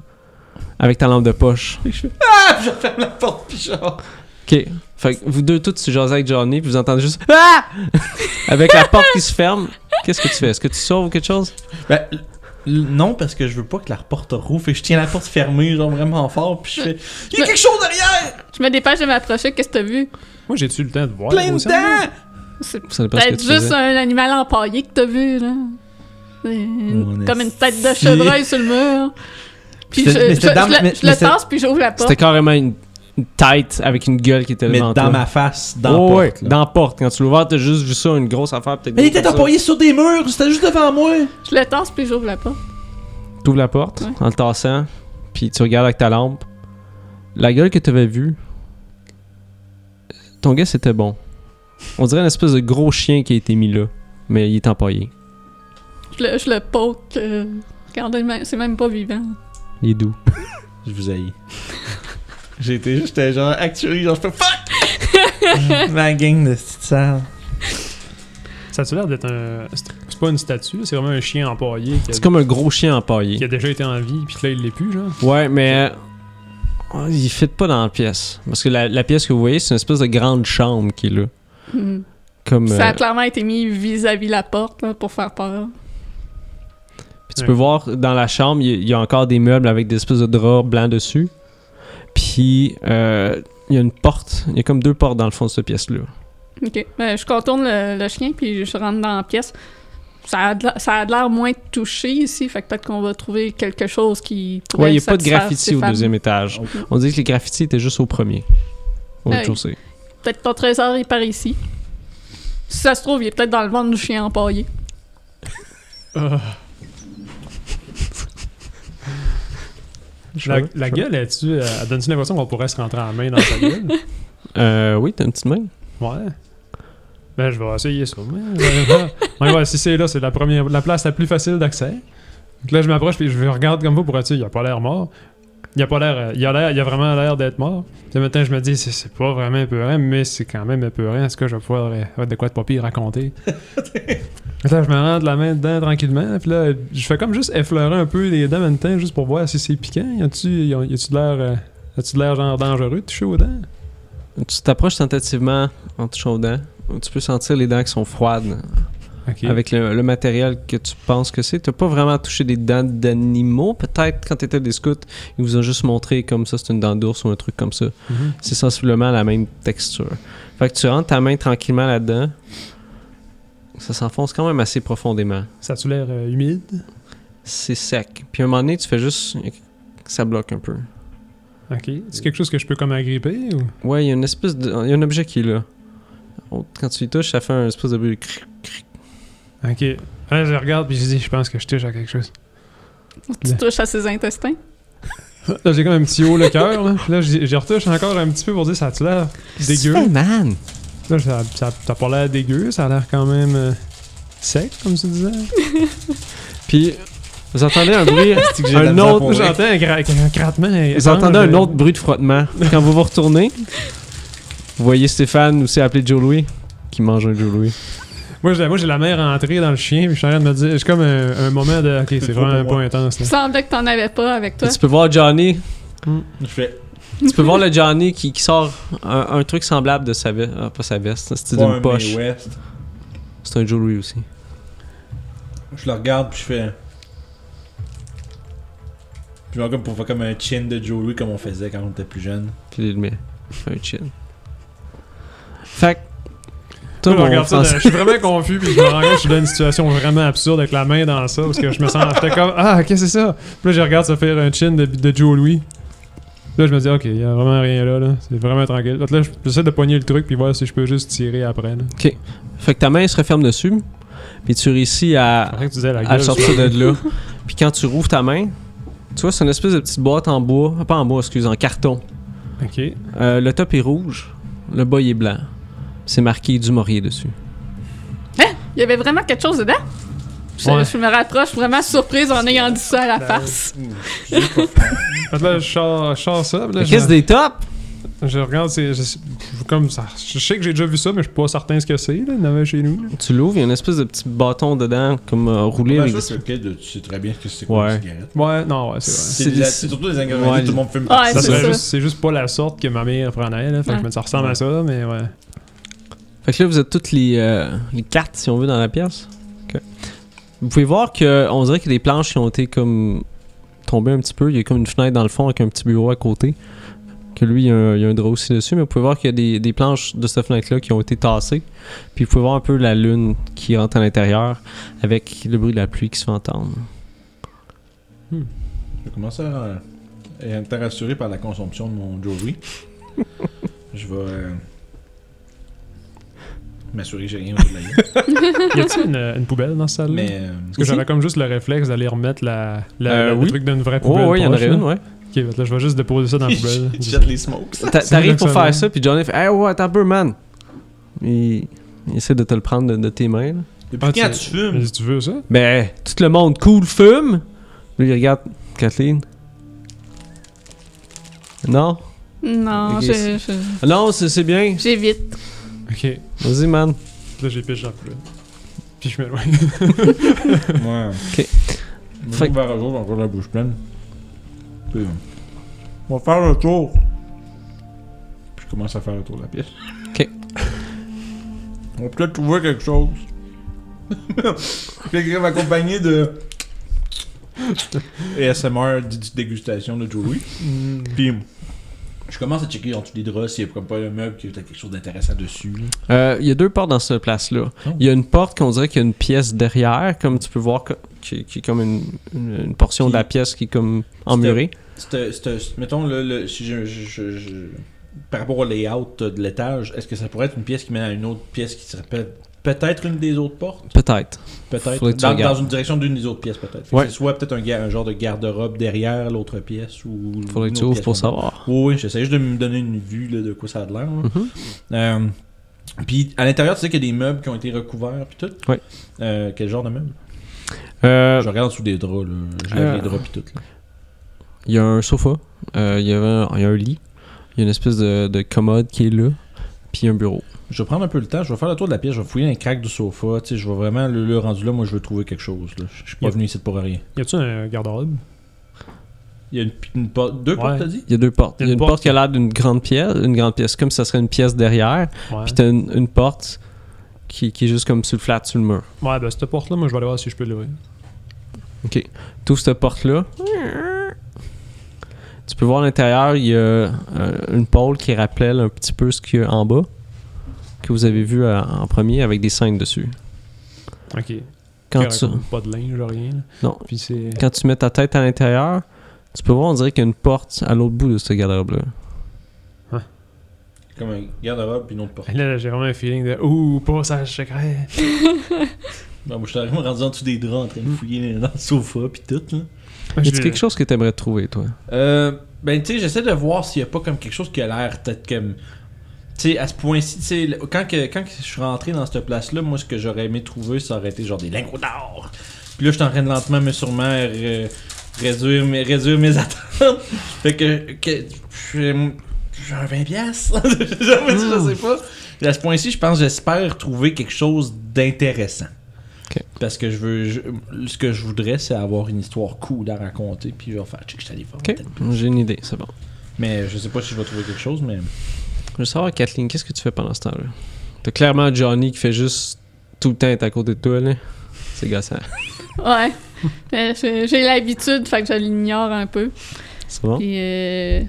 B: avec ta lampe de poche.
E: Ah, je ferme la porte, puis genre.
B: Ok. Fait que vous deux tous tu jases avec Johnny, puis vous entendez juste Ah! avec la porte qui se ferme. Qu'est-ce que tu fais Est-ce que tu sauves quelque chose
E: Ben, l- l- non, parce que je veux pas que la porte rouvre et je tiens la porte fermée, genre vraiment fort, puis je fais Il y a quelque chose derrière
C: Je me dépêche de m'approcher. Qu'est-ce que t'as vu?
D: Moi j'ai-tu le temps de voir
E: Plein
D: moi
E: de
D: aussi?
E: dents
C: C'est
B: Ça dépend ce que
C: peut-être
B: tu
C: juste
B: faisais.
C: un animal empaillé que t'as vu, là. C'est une-
E: On est
C: Comme une tête de
E: si-
C: chevreuil sur le mur. Puis je,
G: C'était- mais
C: je,
G: c'était
C: je
G: dans-
C: la-
G: mais-
C: je
G: mais
C: le
G: c'était-
C: tasse, puis j'ouvre la porte.
B: C'était carrément une, une tête avec une gueule qui était
E: Mais
B: devant
E: dans
B: toi.
E: ma face, dans
B: Oh,
E: la
B: ouais,
E: porte, là.
B: dans la porte. Quand tu l'as ouvert, t'as juste vu ça, une grosse affaire. peut-être
G: Mais il
B: gros
G: était
B: comme ça.
G: employé sur des murs, c'était juste devant moi.
C: Je le tasse, puis j'ouvre la porte.
B: T'ouvres la porte
C: Ouais.
B: en le tassant, puis tu regardes avec ta lampe. La gueule que t'avais vue, ton gars c'était bon. On dirait une espèce de gros chien qui a été mis là, mais il est empaillé.
C: Je le, je le poke. euh, regardez, même- c'est même pas vivant.
B: Il est doux.
E: Je vous haïs. J'ai été juste j'étais genre actué, genre je fais fuck! Ma gang de petite salle.
D: Ça a l'air d'être un. C'est c'est pas une statue, c'est vraiment un chien empaillé qui a,
B: C'est comme un gros chien
D: qui
B: empaillé.
D: a déjà été en vie, puis que là, il l'est plus, genre.
B: Ouais, mais euh, il fit pas dans la pièce. Parce que la, la pièce que vous voyez, c'est une espèce de grande chambre qui est là.
C: Hmm.
B: Comme,
C: Ça a
B: euh,
C: clairement été mis vis-à-vis la porte là, pour faire peur.
B: Puis tu peux voir dans la chambre, il y a- il y, a encore des meubles avec des espèces de draps blancs dessus. Puis euh, il y a une porte, il y a comme deux portes dans le fond de cette pièce-là.
C: Ok. Ben, je contourne le, le chien puis je rentre dans la pièce. Ça a de la- ça a de l'air moins touché ici, fait que peut-être qu'on va trouver quelque chose qui. pourrait
B: Ouais, il n'y a pas de
C: satisfaire
B: graffiti au
C: Stéphane.
B: deuxième étage. On dit que les graffitis étaient juste au premier. Au
C: Hey.
B: rez-de-chaussée.
C: Peut-être ton trésor est par ici. Si ça se trouve, il est peut-être dans le ventre du chien empaillé.
D: La, la gueule, elle-tu. euh, Elle donne-tu l'impression qu'on pourrait se rentrer la main dans sa gueule
B: Euh, oui, t'as une petite main.
D: Ouais. Ben, je vais essayer ça. Ouais, ouais, ouais, ouais, si c'est là, c'est la première, la place la plus facile d'accès. Donc là, je m'approche puis je le regarde comme vous pour être sûr, il a pas l'air mort. Il a pas l'air, euh, il a l'air, il a vraiment l'air d'être mort. Le matin, je me dis, c'est, c'est pas vraiment épeurant, mais c'est quand même épeurant. Est-ce que je vais pouvoir euh, avoir de quoi de pas pire raconter? Fait que là, je me rentre la main dedans tranquillement. Puis là, je fais comme juste effleurer un peu les dents en même temps, juste pour voir si c'est piquant. Y a-tu, y a- y a-tu de l'air, euh, y a-tu de l'air genre dangereux de toucher aux dents?
B: Tu t'approches tentativement en touchant aux dents. Tu peux sentir les dents qui sont froides
D: Ok.
B: avec le, le matériel que tu penses que c'est. T'as pas vraiment touché des dents d'animaux. Peut-être quand t'étais des scouts, ils vous ont juste montré comme ça, c'est une dent d'ours ou un truc comme ça.
D: Mhm.
B: C'est sensiblement la même texture. Fait que tu rentres ta main tranquillement là-dedans. Ça s'enfonce quand même assez profondément.
D: Ça a-tu l'air euh, humide?
B: C'est sec. Puis à un moment donné, tu fais juste. Ça bloque un peu.
D: Ok. C'est quelque chose que je peux comme agripper ou.
B: Ouais, il y a une espèce de. Il y a un objet qui est là. Oh, Quand tu y touches, ça fait un espèce de bruit.
D: Ok. Là, je regarde puis je dis, je pense que je touche à quelque chose.
C: Tu
D: Bien.
C: touches à ses intestins.
D: Là, j'ai comme un petit haut le cœur. Là, Puis là j'y j'y retouche encore un petit peu pour dire, ça a l'air dégueu.
B: man!
D: Là, ça, ça, ça a pas l'air dégueu, ça a l'air quand même euh, sec, comme tu disais.
B: Puis, vous entendez un bruit.
E: que j'ai de la
B: un
E: misère
B: autre.
E: pour
D: Là,
E: vrai.
D: j'entends un, gra- un grattement.
B: Vous entendez un autre bruit de frottement. Quand vous vous retournez, vous voyez Stéphane aussi appelé Joe Louis qui mange un Joe Louis.
D: Moi, j'ai moi, j'ai la mère rentrée dans le chien, puis je suis en train de me dire, j'ai comme un, un moment de. Ok, c'est
E: trop
D: vraiment
E: pour
D: un
E: moi.
D: point intense.
C: Il
D: Là.
C: semblait que t'en avais pas avec toi.
B: Tu peux voir Johnny
E: Hmm. Je fais
B: Tu peux voir le Johnny qui, qui sort un, un truc semblable de sa veste. pas sa veste, c'est
E: pas un
B: une poche.
E: Mae West.
B: C'est un Joe Louis aussi.
E: Je le regarde puis je fais. Je me comme pour faire comme un chin de Joe Louis comme on faisait quand on était plus jeune.
B: Puis il le met. Fait un chill. Fait que.
D: Moi,
B: Toi,
D: je
B: mon
D: regarde ça,
B: français-
D: je suis vraiment confus, puis je me rends compte que je suis dans une situation vraiment absurde avec la main dans ça, parce que je me sens. J'étais comme, ah, qu'est-ce que c'est ça? Puis là, je regarde ça faire un chin de, de Joe Louis. Là, je me dis, ok, il y a vraiment rien là, là. C'est vraiment tranquille. Fait que Là, j'essaie de pogner le truc, puis voir si je peux juste tirer après, là.
B: Fait que ta main se referme dessus. Puis tu réussis à,
D: Après que tu disais la
B: à
D: gueule.
B: sortir de là. Puis quand tu rouvres ta main, tu vois, c'est une espèce de petite boîte en bois. euh, Pas en bois, excuse, en carton.
D: Ok.
B: Euh, le top est rouge, le bas il est blanc. C'est marqué du Maurier dessus.
C: Il y avait vraiment quelque chose dedans. Je,
D: Ouais.
C: je me rapproche vraiment surprise en ayant dit ça à la face.
D: Fait que là, je sors, je sors ça, puis là,
B: Mais Qu'est-ce
D: je,
B: des tops?
D: je regarde, c'est. Je, je- comme ça. Je sais que j'ai déjà vu ça, mais je suis pas certain ce que c'est, là. Il y en avait chez nous, là.
B: Tu l'ouvres, il y a une espèce de petit bâton dedans, comme euh,
D: Ah
B: roulé.
E: Ben,
B: avec
E: je
B: des-
E: sais que le kid, tu sais très bien que c'est quoi
B: Ouais.
E: une cigarette.
D: Ouais, non, ouais, c'est vrai.
E: C'est
B: C'est
E: de la-
B: des-
E: c'est surtout des ingrédients
B: Ouais,
E: tout le monde fume.
C: Ouais,
D: Ça
C: c'est
D: serait
C: ça.
D: juste, c'est juste pas la sorte que ma mère prenait, là. Fait que je me dis, ça ressemble à ça, mais ouais.
B: Fait que là, vous êtes toutes les, euh, les quatre, si on veut, dans la pièce. Ok. Vous pouvez voir que on dirait que les planches qui ont été comme tombées un petit peu. Il y a comme une fenêtre dans le fond avec un petit bureau à côté. Que lui, il y a un, il y a un drap aussi dessus. Mais vous pouvez voir qu'il y a des, des planches de cette fenêtre-là qui ont été tassées. Puis vous pouvez voir un peu la lune qui rentre à l'intérieur avec le bruit de la pluie qui se fait entendre.
E: Je vais commencer à, à être euh, rassuré par la consomption de mon jewelry. je vais euh, m'assurer que j'ai rien au de la gueule.
D: Y a-t-il une, une poubelle dans cette salle
E: Mais euh,
D: Parce que j'aurais comme juste le réflexe d'aller remettre la, la-
B: Euh,
D: le
B: oui.
D: truc d'une vraie
B: Oh,
D: poubelle.
B: ouais, il y en
D: proche,
B: aurait
D: là.
B: une, ouais.
D: Ok, fait que là, je vais juste déposer ça dans la poubelle.
E: il jette les smokes.
B: T'a-
D: C'est vrai
B: T'arrives
D: que
B: pour
D: ça
B: faire
D: va.
B: ça, puis Johnny fait Hey, ouais, attends un peu, man. Il, il essaie de te le prendre de, de tes mains. là.
E: Depuis
D: Ah,
E: quand
D: tu-
E: tu fumes?
D: Mais Si tu veux ça.
B: Mais Ben, tout le monde cool fume. Lui, il regarde Kathleen. Non
C: Non,
B: Ok,
C: je- je-
B: Non, c'est c'est bien.
C: j'évite.
D: Ok.
B: Vas-y, man.
D: Là, j'ai pêché dans la poubelle. Puis je m'éloigne.
E: Ouais.
B: Ok.
E: Mon
B: Fait que-
E: verre à jour, j'ai encore la bouche pleine. Puis, euh,
A: On va faire le tour.
E: puis je commence à faire le tour de la pièce.
B: Ok.
E: On peut peut-être trouver quelque chose. Quelqu'un m'accompagner de. ASMR d- d- dégustation de jewelry.
B: Mm.
E: Puis je commence à checker en dessous des draps s'il y a comme pas un meuble qui a peut-être quelque chose d'intéressant dessus.
B: Euh, Il y a deux portes dans cette place-là.
E: Oh.
B: Il y a une porte qu'on dirait qu'il y a une pièce derrière, comme tu peux voir, co- qui, qui est comme une, une- une portion
E: Qui-
B: de la pièce qui est comme emmurée.
E: C'était- c'était- mettons, le, le- si je, je- je- je- par rapport au layout de l'étage, est-ce que ça pourrait être une pièce qui mène à une autre pièce qui serait peut- peut-être une des autres portes
B: Peut-être.
E: Peut-être.
B: Faudrait que tu
E: Dans,
B: regardes.
E: dans une direction d'une des autres pièces, peut-être. Fait que
B: Ouais.
E: c'est soit peut-être un, ga- un genre de garde-robe derrière l'autre pièce ou.
B: Faudrait
E: une
B: que tu
E: autre
B: ouvres
E: pièce
B: pour
E: qu'on a.
B: savoir.
E: Oui, oui, j'essaie juste de me donner une vue là, de quoi ça a de l'air. là.
B: Mhm.
E: Euh, puis à l'intérieur, tu sais qu'il y a des meubles qui ont été recouverts, puis tout.
B: Ouais.
E: Euh, quel genre de meubles
B: Euh,
E: Je regarde sous des draps, là. Je lève
B: Euh.
E: les draps, puis tout. là.
B: Il y a un sofa, euh, il, y avait un, il y a un lit, il y a une espèce de, de commode qui est là, puis un bureau.
E: Je vais prendre un peu le temps, je vais faire le tour de la pièce, je vais fouiller un crack du sofa, tu sais, je vais vraiment, le, le rendu là, moi je veux trouver quelque chose, là. Je je suis pas
D: Yep.
E: venu ici pour rien.
D: Y a-tu un garde-robe
E: Il y a une, une porte, deux
D: Ouais.
E: portes, t'as dit?
B: Il y a deux portes. Il y a une porte,
D: qui-
B: qui a l'air d'une grande pièce, une grande pièce, comme si ça serait une pièce derrière,
D: Ouais.
B: puis t'as une, une porte qui, qui est juste comme sur le flat, sur le mur.
D: Ouais, ben cette porte-là, moi, je vais aller voir si je peux l'ouvrir.
B: T'ouvres cette porte-là. Tu peux voir à l'intérieur, il y a euh, une pôle qui rappelle un petit peu ce qu'il y a en bas, que vous avez vu à- en premier, avec des scènes dessus.
D: Ok.
B: Quand
D: Correct,
B: tu,
D: Pas de linge, rien. là.
B: Non.
D: Puis c'est.
B: quand tu mets ta tête à l'intérieur, tu peux voir, on dirait qu'il y a une porte à l'autre bout de ce garde-robe-là.
E: Comme un garde-robe, puis une autre porte.
D: Là, là, j'ai vraiment un feeling de Ouh, passage secret.
E: Bon, Ben, moi je suis vraiment rendu en dessous des draps en train de fouiller dans le sofa, puis tout, là.
B: Y a-t-il quelque chose que t'aimerais trouver, toi
E: Euh, ben, tu sais, j'essaie de voir s'il n'y a pas comme quelque chose qui a l'air peut-être comme. Tu sais, à ce point-ci, tu sais, le- quand, que- quand que je suis rentré dans cette place-là, moi, ce que j'aurais aimé trouver, ça aurait été genre des lingots d'or. Puis là, je suis en train de lentement, mais sûrement, euh, réduire, mes, réduire mes attentes. fait que. que j'ai j'ai un 20 piastres. je sais pas. Et à ce point-ci, je pense, j'espère trouver quelque chose d'intéressant.
B: Ok.
E: Parce que je veux. je- ce que je voudrais, c'est avoir une histoire cool à raconter. Puis je vais faire check, je suis allé voir.
B: Ok, j'ai une idée, c'est bon.
E: Mais je sais pas si je vais trouver quelque chose, mais.
B: Je veux savoir, Kathleen, qu'est-ce que tu fais pendant ce temps-là T'as clairement Johnny qui fait juste tout le temps être à côté de toi, là. C'est gossant.
C: Ouais. Mais je- J'ai l'habitude, fait que je l'ignore un peu.
B: C'est bon
C: Puis, euh,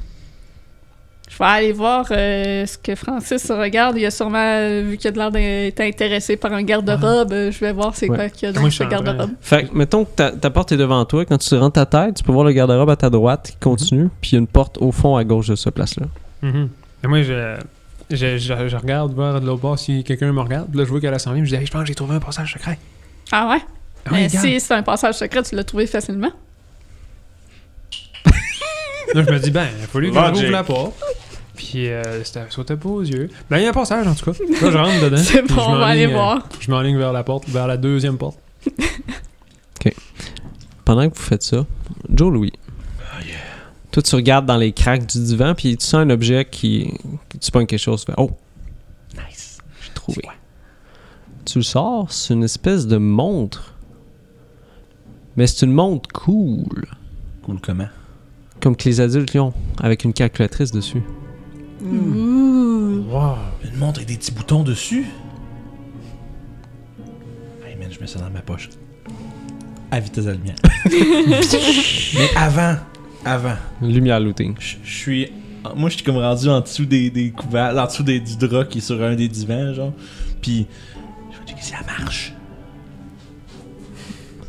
C: je vais aller voir euh, ce que Francis regarde. Il a sûrement, euh, vu qu'il a de l'air d'être intéressé par un garde-robe, euh, je vais voir c'est
B: Ouais.
C: quoi qu'il y a
D: Ah. Moi,
C: dans
D: je suis
C: ce
D: en train-
C: garde-robe.
B: Fait que, mettons que ta, ta porte est devant toi, quand tu rentres ta tête, tu peux voir le garde-robe à ta droite qui continue, puis il y a une porte au fond à gauche de cette place-là.
D: Mhm. Et moi, je, je, je, je regarde vers de l'autre bord si quelqu'un me regarde. Puis Là, je vois qu'elle s'en vient. puis Je dis, hey, je pense que j'ai trouvé un passage secret.
C: Ah ouais?
D: Ah oui,
C: Mais
D: regarde. Hein?
C: si c'est un passage secret, tu l'as trouvé facilement.
D: Là, je me dis, ben, il a fallu que
E: Logic.
D: j'ouvre la porte. Puis, euh, c'était sautait pas aux yeux. Ben, il y a un passage, en tout cas. Là, je rentre dedans.
C: c'est
D: puis
C: bon,
D: je
C: on va
D: m'enligne,
C: aller
D: euh,
C: voir.
D: Je m'enligne vers la porte, vers la deuxième porte.
B: Pendant que vous faites ça, Joe Louis. Toi, tu regardes dans les craques du divan, puis tu sens un objet qui. qui- tu pognes quelque chose, tu fais Oh
E: Nice.
B: J'ai trouvé. Tu le sors, c'est une espèce de montre. Mais c'est une montre cool,
E: Cool comment
B: comme que les adultes l'ont, avec une calculatrice dessus.
C: Ouh.
D: Wow.
E: Une montre avec des petits boutons dessus Hey man, je mets ça dans ma poche. À vitesse de la lumière. mais avant, avant,
B: Lumière looting.
E: je je suis. Moi, je suis comme rendu en dessous des, des couverts, en dessous des, du drap qui est sur un des divans, genre. Puis, je vais checker si ça marche.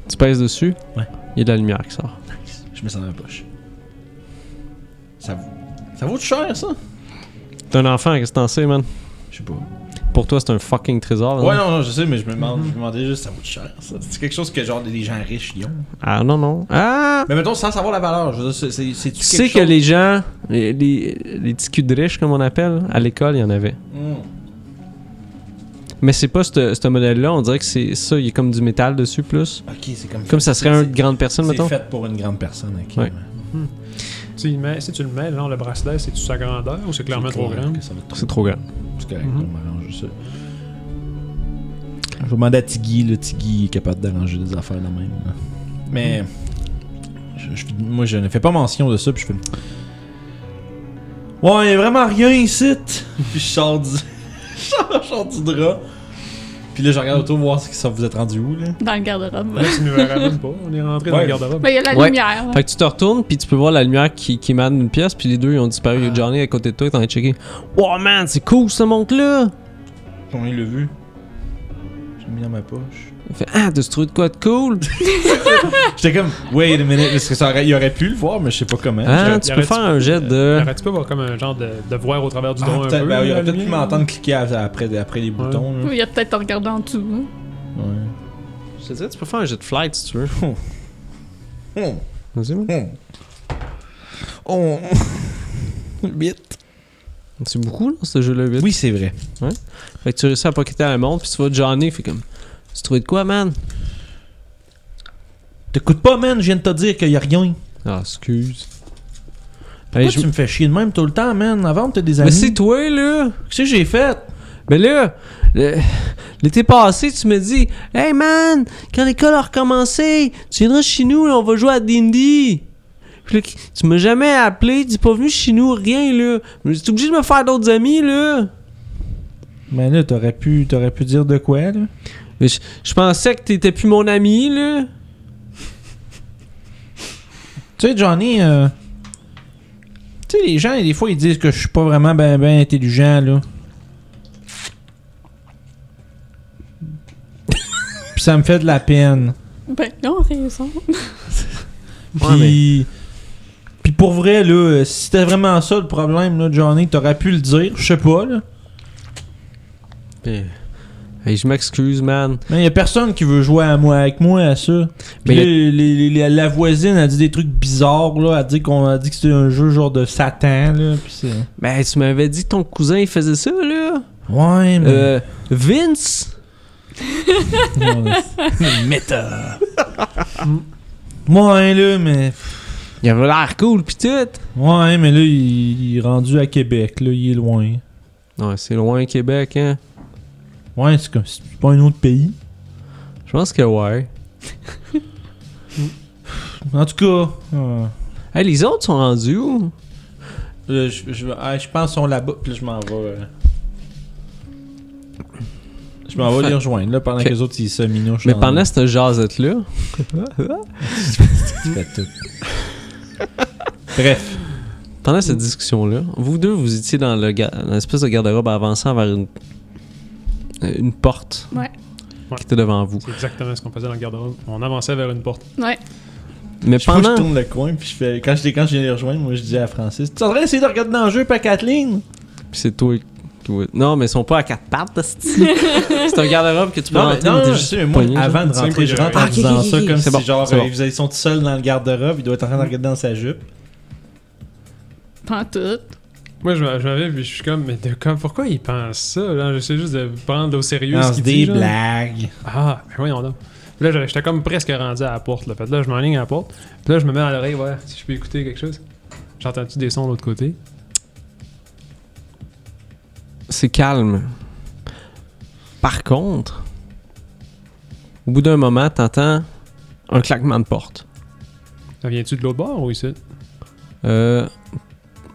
B: Tu pèses dessus,
E: Ouais.
B: il y a de la lumière qui sort.
E: Je mets ça dans ma poche. Ça, ça vaut cher, ça?
B: T'es un enfant, qu'est-ce que t'en sais, man?
E: Je sais pas.
B: Pour toi, c'est un fucking trésor. là,
E: Ouais, Mhm.
B: non?
E: non, non, je sais, mais je me demande, je me demandais juste, ça vaut cher, ça? C'est quelque chose que, genre, des gens riches, ils ont.
B: Ah, non, non. Ah!
E: Mais mettons, sans savoir la valeur, je veux dire, c'est- c'est c'est-tu
B: Tu sais
E: quelque
B: que
E: chose-
B: les gens, les, les, les petits culs de riches, comme on appelle, à l'école, il y en avait.
E: Hmm.
B: Mais c'est pas ce ce modèle-là, on dirait que c'est ça, il y a comme du métal dessus plus.
E: Ok, c'est comme...
B: Comme ça serait
E: c'est-
B: une grande personne,
E: C'est
B: mettons.
E: fait pour une grande personne, ok.
B: Ouais.
D: Tu le mets- si tu le mets, là, le bracelet, c'est-tu sa grandeur ou c'est clairement trop grand?
E: que Ça va être trop...
B: C'est trop grand.
E: C'est correct,
D: Mhm.
E: on m'arrange ça. Je vais demander à Tiggy, le Tiggy est capable d'arranger des affaires de même. là. Mais je- je- moi je ne fais pas mention de ça puis je fais Ouais, y a vraiment rien ici. puis je sors du je sors- je sors du drap. Puis là je regarde autour voir si ça vous êtes rendu où là.
C: dans le garde-robe.
D: Là, tu nous verras même pas. On est rentré dans
E: Ouais.
D: le garde-robe.
C: Mais il y a la
B: Ouais.
C: lumière.
B: Fait que tu te retournes, puis tu peux voir la lumière qui, qui émane d'une pièce, puis les deux ils ont disparu. Il y a Johnny à côté de toi, t'en as checké. Wow man, c'est cool ce montre-là!
E: Combien il l'a vu Je l'ai mis dans ma poche.
B: Il fait Ah, t'as trouvé de quoi de cool?
E: J'étais comme wait a minute parce que ça aurait, il aurait pu le voir mais je sais pas comment.
B: Hein,
D: J'aurais-
B: tu
D: y
B: peux
D: aurait-tu-
B: faire un jet de.
D: Aurais-tu pu avoir comme un genre de, de voir au travers du
E: Ah,
D: don un
E: peut-être-
D: peu?
E: ben, il
D: la
E: aurait peut-être pu
D: lumière?
E: m'entendre cliquer à- après, après les boutons. là.
C: Il y a peut-être en regardant en dessous.
E: Ouais.
B: Je te dirais, tu peux faire un jet de flight si tu veux.
E: Hmm.
B: Vas-y, man.
E: Hmm. Oh. Vite.
B: C'est beaucoup, là, ce jeu-là, vite.
E: Oui, c'est vrai.
B: Fait que tu réussis à pocketer la montre, puis tu vois Johnny, fait comme. Tu trouves de quoi, man?
E: T'écoutes pas, man, je viens de te dire qu'il y a rien.
B: Ah, excuse.
A: Ben,
E: Pourquoi
B: Hey, je-
E: tu me fais chier de même tout le temps, man? Avant, t'as des
B: Mais
E: amis.
B: c'est toi, là!
E: Qu'est-ce que j'ai fait?
B: Mais là, le- l'été passé, tu me dis Hey man, quand l'école a recommencé, tu viendras chez nous, là, on va jouer à Dindy. Puis là, tu m'as jamais appelé, tu n'es pas venu chez nous, rien là. Mais T'es obligé de me faire d'autres amis là.
A: Mais là, t'aurais pu, t'aurais pu dire de quoi, là?
B: Mais je, je pensais que t'étais plus mon ami là.
A: Tu sais, Johnny, euh, tu sais, les gens, des fois, ils disent que je suis pas vraiment ben, ben intelligent, là. Puis ça me fait de la peine.
C: Ben, ils ont raison.
A: Puis, puis pour vrai, là, euh, si c'était vraiment ça le problème, là, Johnny, t'aurais pu le dire, je sais pas, là.
E: Ben.
B: Puis- Hey, je m'excuse man.
A: Mais y a personne qui veut jouer à moi, avec moi à ça. Puis
B: Mais
A: là, les- les- les- la voisine a dit des trucs bizarres, là. Elle dit qu'on a dit que c'était un jeu genre de Satan, là. Puis c'est...
B: Mais Ben, tu m'avais dit que ton cousin il faisait ça là.
A: Ouais, mais...
B: Euh, Vince.
E: Méta.
A: Ouais, là, mais...
B: Il avait l'air cool pis tout.
A: Ouais, mais là, il, il est rendu à Québec, là. Il est loin.
B: Ouais, c'est loin Québec hein.
A: Ouais, c'est comme... C'est pas un autre pays.
B: Je pense que ouais.
A: En tout cas... euh,
B: Hey, les autres sont rendus où?
E: Là, je, je, ah, je pense qu'ils sont là-bas, puis là, je m'en vais. euh. Je m'en vais les rejoindre, là, pendant
B: Ok.
E: que les autres, ils se minouchent.
B: Mais
E: dans-
B: pendant cette jasette-là,
E: Tu fais tout. Bref.
B: pendant cette discussion-là, vous deux, vous étiez dans le ga- dans l'espèce de garde-robe avançant vers une, euh, une porte
C: Ouais.
B: qui était devant vous.
D: C'est exactement ce qu'on faisait dans le garde-robe. On avançait vers une porte.
C: Ouais.
B: Mais
E: Je, sais pas, je
B: pendant...
E: tourne le coin, puis je fais. Quand je, quand je viens les rejoindre, moi, je dis à Francis Tu es en train d'essayer de regarder dans le jeu, pas Kathleen
B: Puis c'est toi qui... vois- Non, mais ils sont pas à quatre pattes, esti. C'est un garde-robe que tu peux
E: Non, mais,
B: rentrer,
E: non,
B: mais t'es
E: non, je
B: juste
E: sais, mais moi,
B: poigné, genre.
E: avant de
D: genre.
E: rentrer, je rentre en
D: Ah, ok,
E: disant
G: ok,
E: ça
G: ok.
E: comme
B: C'est
E: si,
B: bon,
E: genre,
B: c'est bon.
E: euh, vous allez sont tout seul dans le garde-robe, il doit être en train de regarder dans sa jupe.
C: Pas tout.
D: Moi, je m'a- je m'avais vu, je suis comme, mais de, comme, pourquoi il pense ça? Là? J'essaie juste de prendre au sérieux ce
E: Non,
D: qu'il
E: c'est
D: dit.
E: des
D: là.
E: blagues.
D: Ah, ben voyons donc. Puis là, j'avais- j'étais comme presque rendu à la porte. Là. Fait que là, je m'enligne à la porte. Puis là, je me mets à l'oreille, ouais, si je peux écouter quelque chose. J'entends-tu des sons de l'autre côté?
B: C'est calme. Par contre, au bout d'un moment, t'entends un claquement de porte.
D: Ça vient-tu de l'autre bord ou ici?
B: Euh,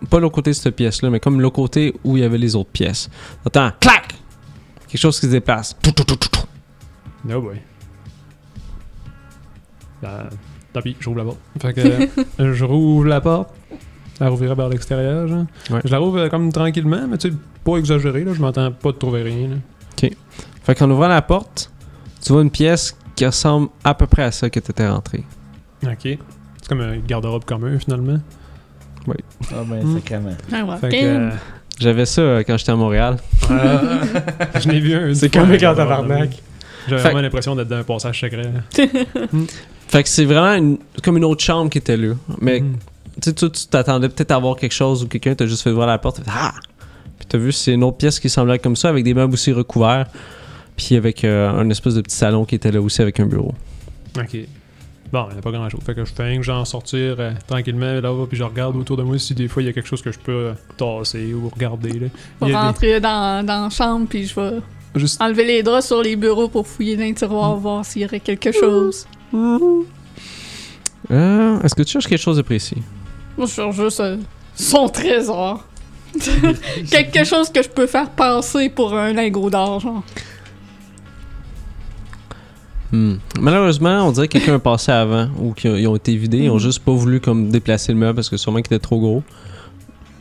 B: pas le côté de cette pièce-là, mais comme le côté où il y avait les autres pièces. Attends, clac! Quelque chose qui se déplace. Tout, tout, tout, tout, tout.
D: No Oh boy. Ben, tant pis, j'ouvre la porte. Fait que euh, je rouvre la porte. Je la rouvrirai vers l'extérieur, genre.
B: Ouais.
D: Je la rouvre euh, comme tranquillement, mais tu sais, pas exagéré, là. Je m'entends pas de trouver rien, là.
B: Fait qu'en ouvrant la porte, tu vois une pièce qui ressemble à peu près à celle que t'étais rentré.
D: Ok.
B: Tu
D: C'est comme un garde-robe commun, finalement.
E: Ah ben,
D: Hmm.
E: sacrément.
C: Un walk-in.
D: Fait que, euh,
B: J'avais ça euh, quand j'étais à Montréal.
D: je n'ai vu un.
H: C'est comique en tabarnak.
D: J'avais
B: Fait-
D: vraiment l'impression d'être dans un passage secret.
B: Fait que c'est vraiment une- comme une autre chambre qui était là. Mais
D: Mhm.
B: tu sais, toi, tu t'attendais peut-être à voir quelque chose ou quelqu'un t'a juste fait ouvrir la porte. t'as fait, ah! Puis t'as vu, c'est une autre pièce qui semblait comme ça, avec des meubles aussi recouverts. Puis avec euh, un espèce de petit salon qui était là aussi avec un bureau.
D: Ok. Bon, il n'y a pas grand chose. Fait que je fais rien que j'en sortir euh, tranquillement là-bas, puis je regarde autour de moi si des fois il y a quelque chose que je peux euh, tasser ou regarder.
C: Je
D: Là. Il
C: vais
D: y a des-
C: rentrer dans, dans la chambre, puis je vais
D: Juste...
C: enlever les draps sur les bureaux pour fouiller dans les tiroirs, voir s'il y aurait quelque chose.
B: Euh, Est-ce que tu cherches quelque chose de précis?
C: Moi, je cherche juste euh, son trésor. quelque chose que je peux faire passer pour un lingot d'or, genre.
B: Hmm. Malheureusement, on dirait que quelqu'un a passé avant ou qu'ils ont- ils ont été vidés.
D: Hmm.
B: Ils ont juste pas voulu comme déplacer le meuble parce que sûrement qu'il était trop gros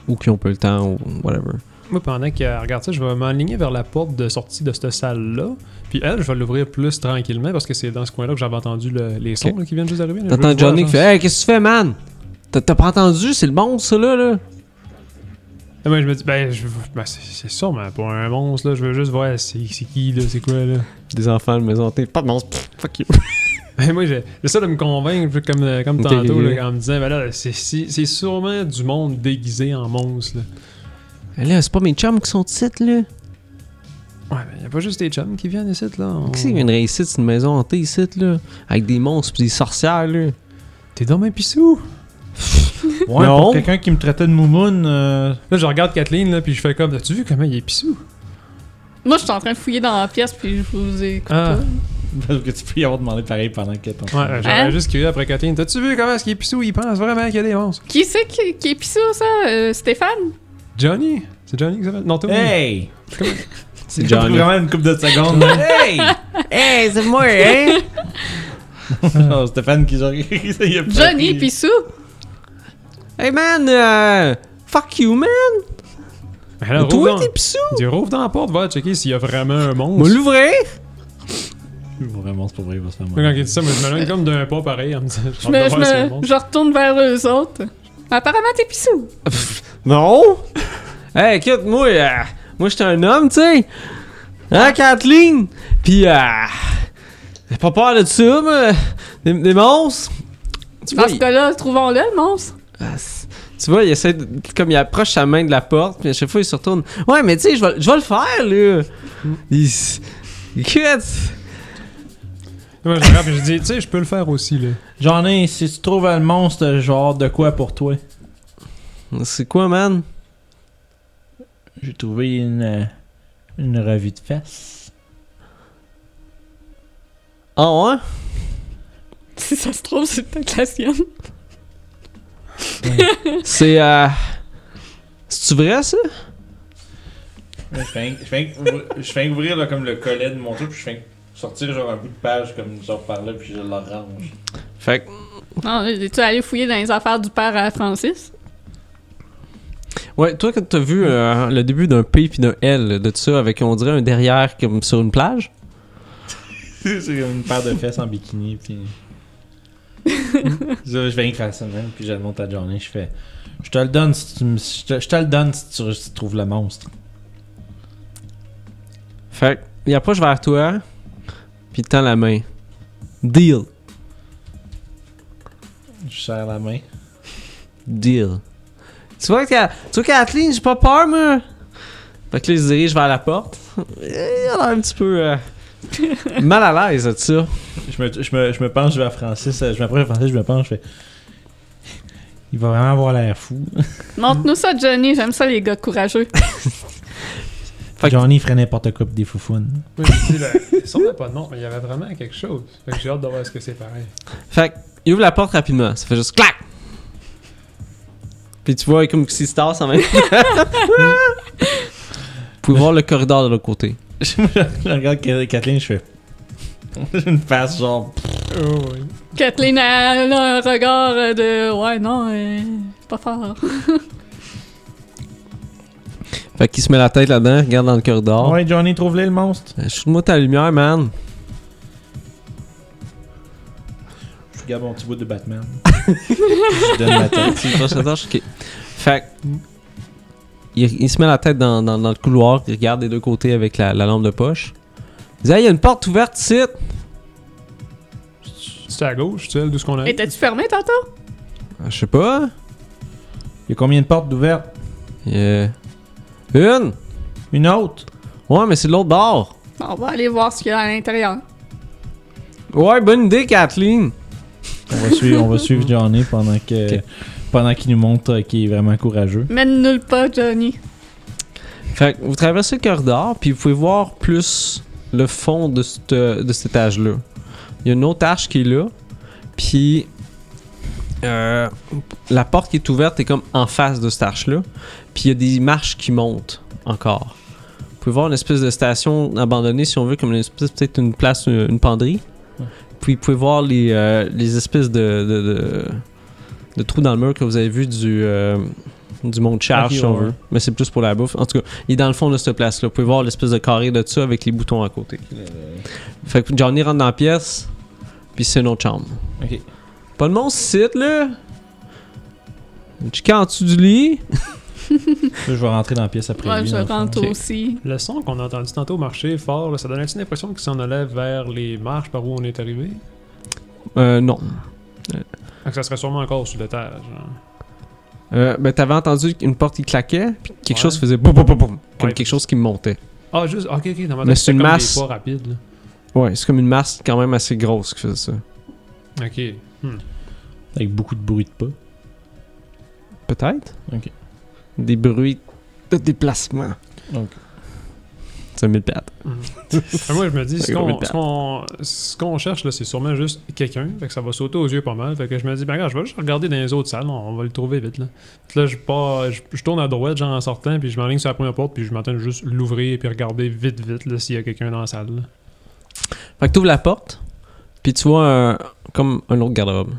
B: ou qu'ils ont pas eu le temps ou whatever.
D: Moi, pendant qu'elle regarde ça, je vais m'enligner vers la porte de sortie de cette salle-là. Puis elle, je vais l'ouvrir plus tranquillement parce que c'est dans ce coin-là que j'avais entendu le- les sons
B: Ok.
D: là, qui viennent juste d'arriver. là. Je veux
B: T'entends
D: voir,
B: Johnny
D: genre,
B: qui fait Hey, qu'est-ce que tu fais, man? T'as t'as pas entendu? C'est le bon, ça, là? là.
D: Ah, moi, je me dis, ben, je... ben, c'est- c'est sûrement pas un monstre, là. Je veux juste voir c'est c'est qui, là, c'est quoi, là.
B: Des enfants à la maison, t'es pas de monstre, pff, fuck you.
D: Ben, moi, j'ai- j'essaie de me convaincre, comme, euh, comme
B: T'es
D: tantôt,
B: rieux.
D: là, en me disant, ben là, c'est- c'est c'est sûrement du monde déguisé en monstre. Là.
B: Mais Eh Là, c'est pas mes chums qui sont titres, là.
D: Ouais, mais y a pas juste des chums qui viennent ici, là. on-
B: Qui c'est qui viendrait ici? C'est une maison hantée ici, là. Avec des monstres pis des sorcières, là.
D: T'es dans mes pissous.
E: Ouais,
B: Non.
E: pour quelqu'un qui me traitait de moumoune, euh,
D: Là, je regarde Kathleen, là, puis je fais comme, as-tu vu comment il est pissou?
C: Moi, je suis en train de fouiller dans la pièce, puis je vous écoute
D: Ah.
C: pas.
E: parce que tu peux y avoir demandé pareil pendant que ton.
D: Ouais, euh, j'aurais
C: Hein?
D: juste curieux après Kathleen. T'as-tu vu comment est-ce qu'il est pissou? Il pense vraiment qu'il y a des monstres.
C: Qui c'est qui, qui est pissou, ça? Euh, Stéphane?
D: Johnny? C'est Johnny qui s'appelle? Non, Tony.
E: Hey!
B: C'est
E: J'ai pris
B: Johnny.
E: vraiment une couple de secondes. là. hey!
B: Hey, c'est moi, hein?
E: Non, Stéphane qui genre. il a pas
C: Johnny
E: pris.
C: pissou?
B: hey, man, euh, fuck you, man.
D: Mais Ben, là, rouvre
B: Toi,
D: dans...
B: t'es pissou.
D: dis, rouvre dans la porte, va checker s'il y a vraiment un
B: Moi,
D: monstre.
B: l'ouvrir.
E: Vraiment, c'est pas vrai, il va se faire
D: Là, Quand il
E: mal.
D: dit ça, moi, je me lève comme d'un pas pareil en me disant,
C: Je, me,
D: vais
C: je,
D: voir s'il y a un
C: me,
D: monstre.
C: je retourne vers eux autres. Apparemment, t'es pissou.
B: Non! Hey, écoute, moi, euh, moi, j'étais un homme, tu sais. Hein, Kathleen? Pis, euh, j'ai pas peur de ça, moi. Des, des monstres. Tu
C: Dans
B: vois,
C: ce
B: il,
C: cas-là, trouvons-le, le monstre.
B: ah, c'est- tu vois, il essaie de, comme il approche sa main de la porte, puis à chaque fois, il se retourne. Ouais, mais tu sais, je vais je vais le faire, là. Il s- Écoute.
D: Moi, je regarde et je dis, tu sais, je peux le faire aussi, là.
E: Johnny, si tu trouves le monstre, genre de quoi pour toi?
B: C'est quoi, man?
E: J'ai trouvé une. euh, Une revue de fesses.
B: Ah ouais?
C: Si ça se trouve, c'est peut-être la sienne.
B: C'est, euh. C'est-tu vrai, ça?
E: Je fais un- je fais un- ouvri- je fais un ouvrir là, comme le collet de mon truc, puis je fais un- sortir genre un bout de page comme genre par là, puis je le range.
B: Fait que.
C: Non, es-tu allé fouiller dans les affaires du père à Francis?
B: Ouais, toi, quand t'as vu euh, le début d'un P puis d'un L, de tout ça, avec, on dirait, un derrière comme sur une plage,
E: C'est comme une paire de fesses en bikini, puis. je je vais faire ça même, puis je le monte à Johnny, je fais. Je te le donne si tu me- je te- je te le donne si tu, si tu trouves le monstre.
B: fait que, il approche vers toi, puis il te tend la main. Deal.
E: Je serre la main.
B: Deal. Tu vois, que, tu vois Kathleen, j'ai pas peur, moi. Fait que là, il se dirige vers la porte. Il a l'air un petit peu euh, mal à l'aise de ça.
E: Je me, je me, je me penche vers Francis, euh, je m'approche de Francis, je me penche, je fais. Il va vraiment avoir l'air fou.
C: Montre-nous ça, Johnny. J'aime ça, les gars courageux.
B: Fait que-
E: Johnny ferait n'importe quoi pour des foufounes.
D: Moi, je dis, là, il semblait pas de nom, mais il y avait vraiment quelque chose. Fait que j'ai hâte de voir ce que c'est pareil.
B: Fait que, il ouvre la porte rapidement. Ça fait juste clac! Puis tu vois, comme s'il se tasse en même temps. Vous pouvez voir le corridor de l'autre côté.
E: je regarde Ka- Kathleen, je fais. une face genre.
D: Oh, oui.
C: Kathleen elle a un regard euh, de. Ouais, non, euh, pas fort.
B: Fait qu'il se met la tête là-dedans, regarde dans le corridor.
E: Ouais, Johnny, trouve-le le monstre.
B: Euh, Shoot-moi ta lumière, man.
E: Je regarde mon petit bout de Batman. je donne ma tête.
B: C'est une grosse attache, ok. Fait que, il, il se met la tête dans, dans- dans le couloir, il regarde des deux côtés avec la, la lampe de poche. Il dit Hey, il y a une porte ouverte ici
D: C'est à gauche, tu sais, d'où ce qu'on a.
C: Étais-tu fermé tantôt?
B: Ah, Je sais pas.
E: Il y a combien de portes d'ouvertes
B: Il y a Euh, Une
E: Une autre
B: Ouais, mais c'est de l'autre bord.
C: On va aller voir ce qu'il y a à l'intérieur.
B: Ouais, bonne idée, Kathleen.
E: On va suivre, on va suivre Johnny pendant que
B: Ok.
E: pendant qu'il nous montre euh, qu'il est vraiment courageux.
C: Mène nulle pas, Johnny.
B: Fait que vous traversez le corridor, puis vous pouvez voir plus le fond de, cette- de cet étage-là. Il y a une autre arche qui est là, puis euh, la porte qui est ouverte est comme en face de cette arche-là, puis il y a des marches qui montent encore. Vous pouvez voir une espèce de station abandonnée, si on veut, comme une espèce, peut-être une place, euh, une, une penderie. Puis vous pouvez voir les, euh, les espèces de, de, de- de trous dans le mur que vous avez vu du, euh, du monde charge,
E: Ok,
B: si on
E: ouais.
B: veut. Mais c'est plus pour la bouffe. En tout cas, il est dans le fond de cette place-là. Vous pouvez voir l'espèce de carré de ça avec les boutons à côté. Fait que Johnny rentre dans la pièce, puis c'est une autre chambre.
E: Ok.
B: Pas de mon site, là! Un chicken en dessous du lit.
E: Là, je vais rentrer dans la pièce après
C: Moi,
E: lui.
C: je
E: dans le fond.
C: rentre
B: Ok.
C: aussi.
D: Le son qu'on a entendu tantôt marcher fort, là, ça donnait-tu l'impression qu'il s'en allait vers les marches par où on est arrivé?
B: Euh, non.
D: Ah, que ça serait sûrement encore sous l'étage. hein. genre.
B: Euh, ben, t'avais entendu une porte qui claquait, puis quelque
D: Ouais.
B: chose faisait boum boum boum boum. Comme
D: Ouais.
B: quelque chose qui montait.
D: Ah, juste, ok, ok, dans ma
B: Mais
D: tête,
B: c'est
D: c'était
B: une
D: comme
B: masse.
D: des pas rapides. là.
B: Ouais, c'est comme une masse quand même assez grosse qui faisait ça.
D: Ok. Hmm.
E: Avec beaucoup de bruit de pas.
B: Peut-être?
E: Ok.
B: Des bruits de déplacement.
E: Ok.
B: Ça me pète.
D: Fait que moi, je me dis, ce
B: Fait que
D: qu'on,
B: Robert.
D: ce qu'on- ce qu'on cherche, là, c'est sûrement juste quelqu'un. Fait que ça va sauter aux yeux pas mal. Fait que je me dis, ben, regarde, je vais juste regarder dans les autres salles. On va le trouver vite, là. Fait que là, je, pars, je, je tourne à droite, genre en sortant, puis je m'enligne sur la première porte, puis je m'entends juste l'ouvrir, puis regarder vite, vite, là, s'il y a quelqu'un dans la salle. là.
B: Fait que t'ouvres la porte, puis tu vois un, comme un autre garde-robe.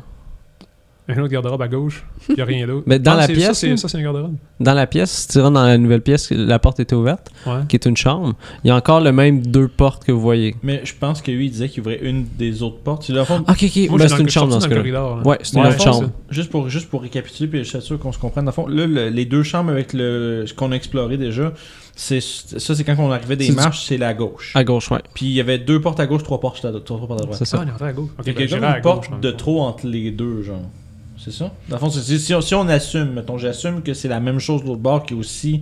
D: Un autre garde-robe à gauche, puis il n'y a rien d'autre.
B: Mais dans
D: Ah,
B: la
D: c'est-
B: pièce,
D: Ça, c'est,
B: ou-
D: ça, c'est un garde-robe.
B: Dans la pièce, si tu rentres dans la nouvelle pièce, la porte était ouverte,
D: Ouais.
B: qui est une chambre. Il y a encore le même deux portes que vous voyez.
E: Mais je pense que lui, il disait qu'il ouvrait une des autres portes. Il a fond,
B: Ok, ok.
D: Moi,
B: ben, c'est
D: j'ai dans-
B: une
D: je suis
B: chambre dans
D: sorti
B: ce
D: le
B: cas-là.
D: corridor, là.
B: Ouais, c'est une
E: Ouais,
B: autre
E: je
D: pense
B: chambre.
E: Juste pour, juste pour récapituler, puis je suis sûr qu'on se comprenne. Dans le fond, là, le- les deux chambres avec le, ce qu'on a exploré déjà, c'est ça, c'est quand on arrivait des
B: C'est du-
E: marches, c'est la gauche.
B: À gauche, ouais.
E: Puis il y avait deux portes à gauche, trois portes à, trois portes à droite.
B: C'est
D: Ah,
B: ça.
D: on est rentré à gauche. Ok,
E: Il y a
D: ben, j'irai
E: comme
D: à
E: une
D: gauche, dans
E: porte
D: le
E: de
D: fond.
E: trop entre les deux, genre. C'est ça? Dans le fond, c'est- c'est- si, on, si on assume, mettons, j'assume que c'est la même chose de l'autre bord qui est aussi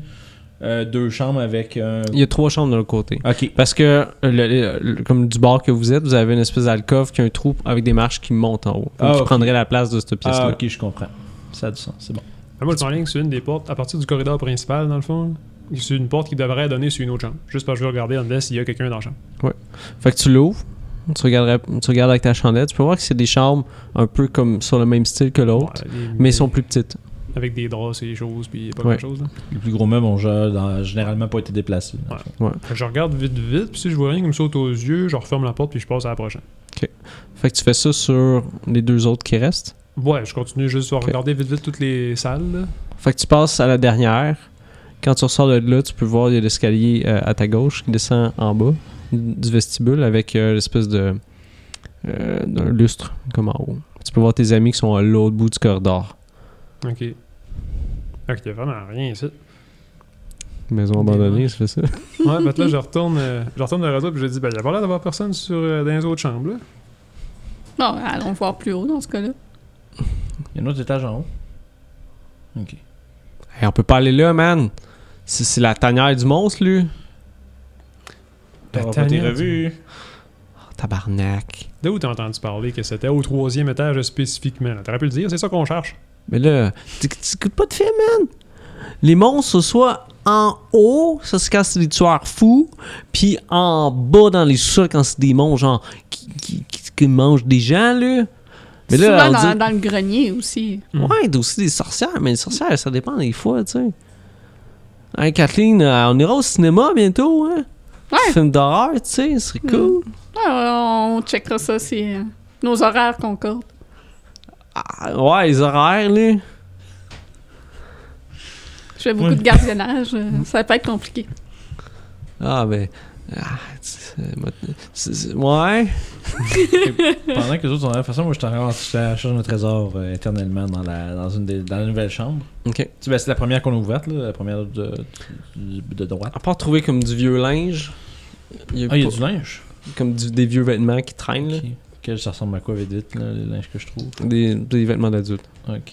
E: euh, deux chambres avec un.
D: Ah.
B: Il y a trois chambres de l'autre côté.
E: Ok.
B: Parce que, euh, le- le- le- comme du bord que vous êtes, vous avez une espèce d'alcôve qui a un trou avec des marches qui montent en haut. Donc,
E: Ah,
B: qui
E: ok.
B: prendrait la place de cette pièce-là.
E: Ah, ok, je comprends. Ça a du sens, c'est bon.
D: Ben, Moi, je m'enligne sur une des portes, à partir du corridor principal, dans le fond. là. C'est une porte qui devrait donner sur une autre chambre. Juste parce que je vais regarder en dedans s'il y a quelqu'un dans la chambre.
B: Fait que tu l'ouvres, tu, regarderais- tu regardes avec ta chandelle, tu peux voir que c'est des chambres un peu comme sur le même style que l'autre,
D: Ouais, des-
B: mais elles sont plus petites.
D: Avec des draps et des choses, puis pas
B: Ouais.
D: grand-chose. là.
E: Les plus gros meubles ont genre, dans- généralement pas été déplacés.
D: Ouais. Fait que Je regarde vite, vite, puis si je vois rien qui me saute aux yeux, je referme la porte, puis je passe à la prochaine.
B: Fait que tu fais ça sur les deux autres qui restent.
D: Ouais, je continue juste à regarder vite, vite toutes les salles. là.
B: Fait que tu passes à la dernière. Quand tu ressors de là, tu peux voir il y a l'escalier euh, à ta gauche qui descend en bas du vestibule avec euh, l'espèce de euh, d'un lustre comme en haut. Tu peux voir tes amis qui sont à l'autre bout du corridor.
D: Ok. Ok, y a vraiment rien ici.
B: Maison
D: Des
B: abandonnée,
D: marches.
B: ça fait ça.
D: Ouais, ben là, je retourne, euh, je retourne vers toi, puis je dis, ben, il y a pas l'air d'avoir personne sur, euh, dans les autres chambres, là.
C: Bon, allons voir plus haut dans ce cas-là.
E: Il y a un autre étage en haut. Ok.
B: Hey, on peut pas aller là, man. C'est c'est la tanière du monstre, lui.
D: La
E: T'auras pas tes
D: tanière,
E: revues.
B: Oh, tabarnak.
D: De où t'as entendu parler que c'était au troisième étage spécifiquement? là? T'aurais pu le dire, c'est ça qu'on cherche.
B: Mais là, tu t'écoutes pas de film, man. Les monstres, soit en haut, ça c'est quand c'est des tueurs fous, puis en bas dans les sous quand c'est des monstres, genre, qui, qui, qui- qui mangent des gens, là. Mais là,
C: Souvent
B: on
C: dans,
B: dit-
C: dans le grenier aussi.
B: ouais, il y a aussi des sorcières, mais les sorcières, ça dépend des fois, tu sais. Hein, Kathleen, euh, on ira au cinéma bientôt, hein?
C: Ouais. Mm.
B: Film d'horreur, tu sais, ce serait cool.
C: Ouais, on checkera ça si euh, nos horaires concordent.
B: Ah, ouais, les horaires, là.
C: Je fais beaucoup de gardiennage, euh, ça peut être compliqué.
B: Ah, ben, Ah, c'est- c'est- c'est- ouais.
E: Pendant que les autres sont là, de toute façon, moi, je suis à la recherche de trésor euh, éternellement dans la, dans, une des- dans la nouvelle chambre.
B: Ok.
E: Tu sais, ben, c'est la première qu'on a ouverte, là, la première de, de, de droite.
B: À part trouver comme du vieux linge, il y a,
E: Ah, il y a
B: pas-
E: du linge.
B: comme du- des vieux vêtements qui traînent,
E: Ok. Ok, ça ressemble à quoi, Vedit, là, les linges que je trouve
B: là. Des, des vêtements d'adultes.
E: Ok.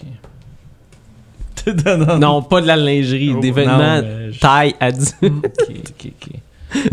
E: T'es donnant-
B: Non, pas de la lingerie,
E: Ah. Oh,
B: des
E: non,
B: vêtements
E: mais je-
B: taille adulte.
E: Ok, ok, ok.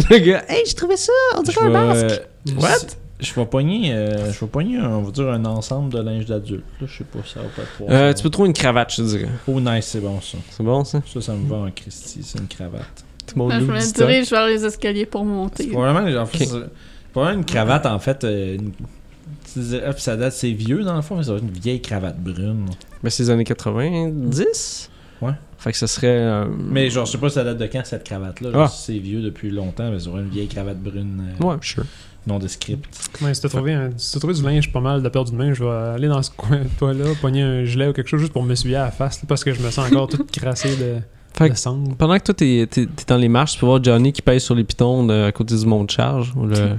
B: Le gars, hey, j'ai trouvé ça, on dirait un
E: Je vais,
B: masque.
E: euh,
B: What?
E: c- Je vais pogner, euh, je vais pogner un- on va dire, un ensemble de linge d'adulte. là. Je sais pas, ça va pas pouvoir.
B: Euh, tu peux trouver une cravate, je te dirais.
E: Oh, nice, c'est bon ça.
B: C'est bon, ça?
E: Ça, ça me va en Christie, c'est une cravate.
B: Tout le monde
C: Ah, je
B: loue du
C: me
B: stock.
C: dirige vers les escaliers pour
E: C'est
C: monter.
E: probablement, en fait,
B: Ok.
E: c'est- c'est probablement une cravate, en fait. euh, une- tu disais, ah, puis ça date, c'est vieux dans le fond, mais ça va être une vieille cravate brune.
B: Mais Ben, c'est les années 90?
E: Ouais.
B: Fait que ça serait... euh,
E: Mais genre, je sais pas ça date de quand cette cravate-là.
B: Ah.
E: Genre, si C'est vieux depuis longtemps, mais c'est vraiment une vieille cravate brune euh,
B: Ouais, sure.
E: non descripte.
D: Ouais, si t'as trouvé, un- si t'as trouvé du linge pas mal de peur d'une main, je vais aller dans ce coin de toi-là, pogner un gilet ou quelque chose juste pour me suyer à la face, là, parce que je me sens encore tout crassé de,
B: Fait
D: de
B: que
D: sang.
B: pendant que toi, t'es, t'es- t'es dans les marches, tu peux voir Johnny qui pèse sur les pitons de- à côté du monde charge, ou le,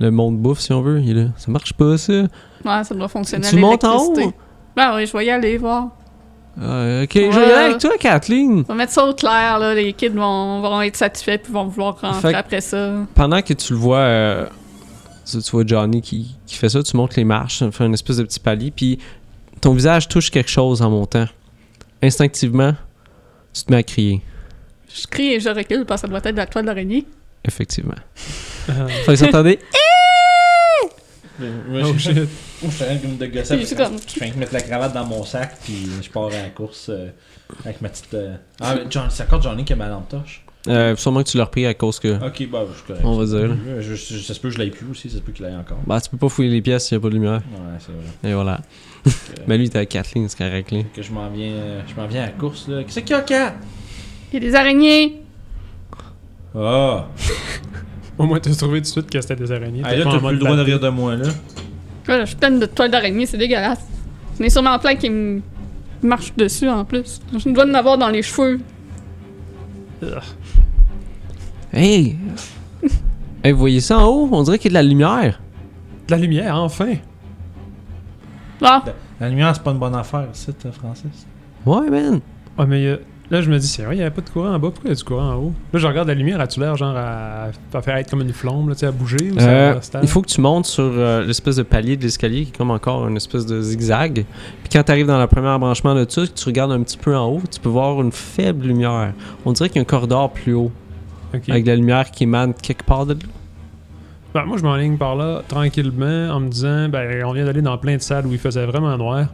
B: le monde bouffe, si on veut. Il est là, ça marche pas, ça.
C: Ouais, ça doit fonctionner.
B: Tu
C: à
B: montes en haut?
C: l'électricité. Ben oui, je vais y aller voir.
B: Ah, ok, je vais y aller avec toi, Kathleen.
C: On va mettre ça au clair, là. Les kids vont, vont être satisfaits puis vont vouloir rentrer
B: Fait que-
C: après ça.
B: Pendant que tu le vois, euh, tu, tu vois Johnny qui, qui fait ça, tu montes les marches, tu fais une espèce de petit palier, puis ton visage touche quelque chose en montant. Instinctivement, tu te mets à crier,
C: Je crie et je recule parce que ça doit être de la toile d'araignée.
B: effectivement.
D: Ah,
B: Fait que vous entendez
D: oh shit.
E: Ou je suis comme de gosser.
C: Puis je suis comme-
E: Je fais mettre la cravate dans mon sac, puis je pars à la course euh, avec ma petite. euh, Ah, mais John, c'est encore Johnny qui a ma lampe torche.
B: Euh, sûrement que tu l'as repris à cause que.
E: Ok, bah, je suis correct.
B: On va dire.
E: Je- je- je- ça se peut que je l'aille plus aussi, ça se peut qu'il l'aille encore.
B: Bah, tu peux pas fouiller les pièces s'il n'y a pas de lumière.
E: Ouais, c'est vrai.
B: Et voilà. Mais lui, t'es à Kathleen, c'est correct, là.
E: Fait que je m'en viens, euh, je m'en viens à la course, là. Qu'est-ce qu'il y a, Kat?
C: Il y a des araignées!
E: Ah!
D: Au moins, t'as trouvé tout de suite que c'était des araignées.
E: Hey, là,
D: pas en
E: t'as plus
D: mode
E: le droit de
D: batterie.
E: rire de moi, là.
C: Là, je suis pleine de toiles d'araignée, c'est dégueulasse. Mais sûrement plein qui me marche dessus en plus. Je dois en avoir dans les cheveux.
B: Hey! hey, vous voyez ça en haut? On dirait qu'il y a de la lumière.
D: De la lumière, enfin!
C: Ah,
E: La lumière, c'est pas une bonne affaire, c'est, euh, Francis.
B: Ouais, man.
D: Ouais, mais euh, là, je me dis, c'est vrai, il n'y avait pas de courant en bas, pourquoi il y a du courant en haut? Là, je regarde la lumière, as-tu l'air genre à, à faire être comme une flamme, là, tu sais, à bouger ou ça
B: Euh,
D: reste stable?
B: il faut que tu montes sur euh, l'espèce de palier de l'escalier qui est comme encore une espèce de zigzag. Puis quand tu arrives dans le premier branchement de ça, que tu regardes un petit peu en haut, tu peux voir une faible lumière. On dirait qu'il y a un corridor plus haut,
D: Ok.
B: avec de la lumière qui émane quelque part de là.
D: Ben, moi, je m'enligne par là tranquillement en me disant, ben, on vient d'aller dans plein de salles où il faisait vraiment noir.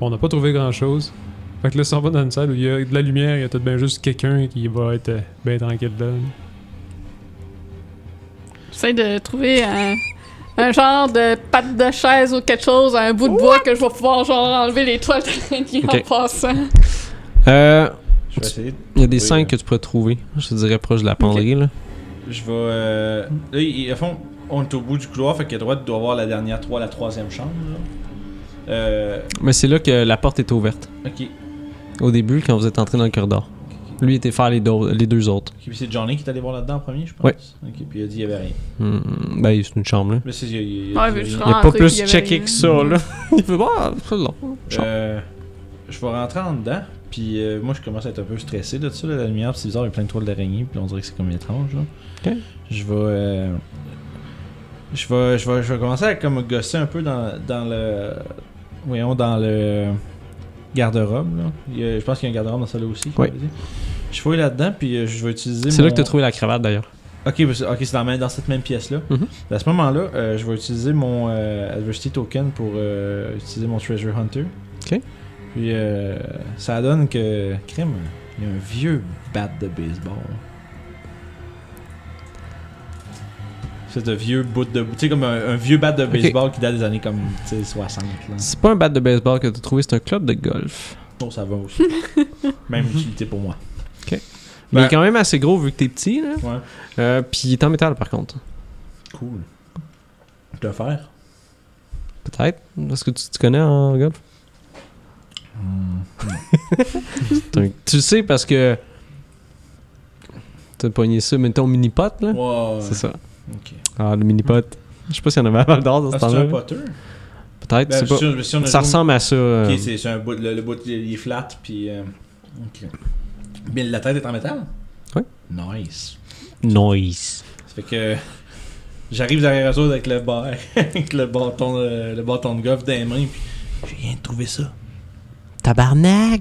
D: On n'a pas trouvé grand chose. Fait que là, si on va dans une salle où il y a de la lumière, il y a peut-être bien juste quelqu'un qui va être euh, ben tranquille là.
C: j'essaie de trouver un, un genre de patte de chaise ou quelque chose, un bout de bois que je vais pouvoir genre enlever les toiles d'araignée
B: Ok.
C: en passant.
B: Euh,
E: Je vais essayer. de-
B: il y a des
E: Oui,
B: signes
E: euh.
B: que tu pourrais trouver, je te dirais proche de la penderie. Là.
E: Je vais. euh, Là, il- à fond, on est au bout du couloir, fait qu'à droite, il doit y avoir la dernière 3, la troisième chambre, là. Euh.
B: Mais c'est là que la porte est ouverte.
E: Ok.
B: Au début, quand vous êtes entré dans le corridor. Lui était faire les, do- les deux autres.
E: Ok, puis c'est Johnny qui est allé voir là-dedans en premier, je pense.
B: Ouais.
E: Ok, puis il a dit qu'il n'y avait rien.
B: Hmm, ben, c'est une chambre, là.
E: Mais c'est. il- il- il-
C: Ouais,
E: il-
C: mais je
E: il-
C: serais
B: Il n'y a
C: Ah,
B: pas
C: c'est
B: plus
C: qu'il y avait
B: checké
C: rien.
B: que ça, là. Il fait, bah, c'est long.
E: Euh, je vais rentrer en dedans, puis euh, moi je commence à être un peu stressé de ça, là, la lumière, puis c'est bizarre, il y a plein de toiles d'araignée, puis on dirait que c'est comme étrange. Là.
B: Ok.
E: Je vais, euh, je vais, je vais, je vais commencer à comme gosser un peu dans, dans le, voyons, dans le garde-robe. là. Il y a- Je pense qu'il y a un garde-robe dans celle-là aussi.
B: Oui.
E: Je fouille là-dedans, puis euh, je vais utiliser.
B: C'est là que
E: mon-
B: tu as trouvé la cravate, d'ailleurs.
E: Ok, parce- ok, c'est dans, ma- dans cette même pièce-là.
B: Mhm.
E: À ce moment-là, euh, je vais utiliser mon euh, Adversity Token pour euh, utiliser mon Treasure Hunter.
B: Ok.
E: Puis euh, ça donne que. Crime, il y a un vieux bat de baseball. C'est un vieux bout de. Tu sais, comme un, un vieux bat de baseball qui date des années comme tu sais, 60. Là.
B: C'est pas un bat de baseball que tu as trouvé, c'est un club de golf.
E: Non, ça va aussi. même utilité pour moi.
B: Mais
E: Ben-
B: il est quand même assez gros vu que t'es petit, là.
E: Ouais.
B: Euh, Puis il est en métal, par contre.
E: Cool. Je dois faire.
B: Peut-être. Est-ce que tu te connais en golf C'est un- Tu le sais parce que. T'as pogné ça, mettons, mini-pot, là.
A: Wow.
B: C'est ça.
A: Ok.
B: Ah, le mini-pot. Je sais pas s'il y en avait à Val d'Or dans ce
A: Ah, c'est un
B: temps-là.
A: potter?
B: Peut-être,
A: Ben,
B: c'est pas.
A: si- si on a
B: Ça
A: joué-
B: ressemble à ça. euh,
A: Ok, c'est c'est un bout, le, le bout il est flat, puis. euh, ok. Mais la tête est en métal?
B: Ouais.
A: Nice.
B: Noise.
A: Ça fait que. J'arrive derrière la chose avec le, ba- avec le, bâton, de- le bâton de golf dans les mains, puis j'ai rien trouvé ça.
B: Tabarnak!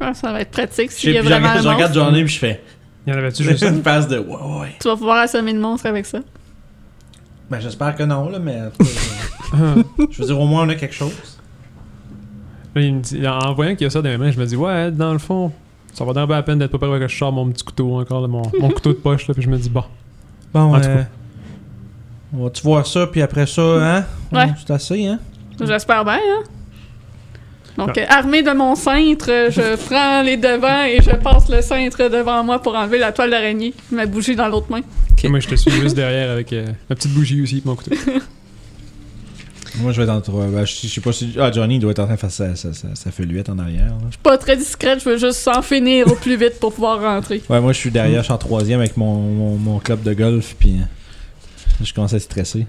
C: Ah, ça va être pratique
A: Je
C: s'il y
A: sais,
C: a
A: puis je
C: vraiment
A: regarde, je
C: un
A: regarde
C: monstre.
A: Johnny, puis je fais.
D: Il y en avait-tu juste un?
A: une face de. Ouais, ouais.
C: Tu vas pouvoir assommer le monstre avec ça.
A: Ben, j'espère que non, là, mais. en tout cas,
D: Ah.
A: euh, je veux dire, au moins, on a quelque chose.
D: Là, il me dit- en voyant qu'il y a ça dans mes mains, je me dis, ouais, dans le fond, ça va d'arriver à peine d'être pas prêt que je sors mon petit couteau encore, là, mon, mon couteau de poche, là, puis je me dis, bon,
I: Bon,
D: En tout
I: euh,
D: cas.
I: on va-tu voir ça, puis après ça, hein?
C: Ouais.
I: On- C'est assez, hein?
C: J'espère bien, hein? Donc, euh, armée de mon cintre, euh, je prends les devants et je passe le cintre devant moi pour enlever la toile d'araignée, ma bougie dans l'autre main.
D: Et moi je te suis juste derrière avec euh, ma petite bougie aussi, et mon couteau.
A: Moi, je vais être entre. Ben, je, je sais pas si. Ah, Johnny, il doit être en train de faire sa, sa, sa, sa feluette en arrière, là.
C: Pas très discrète, je veux juste s'en finir au plus vite pour pouvoir rentrer.
A: Ouais, moi je suis derrière, je suis en troisième avec mon, mon, mon club de golf, puis euh, je commence à être stressé.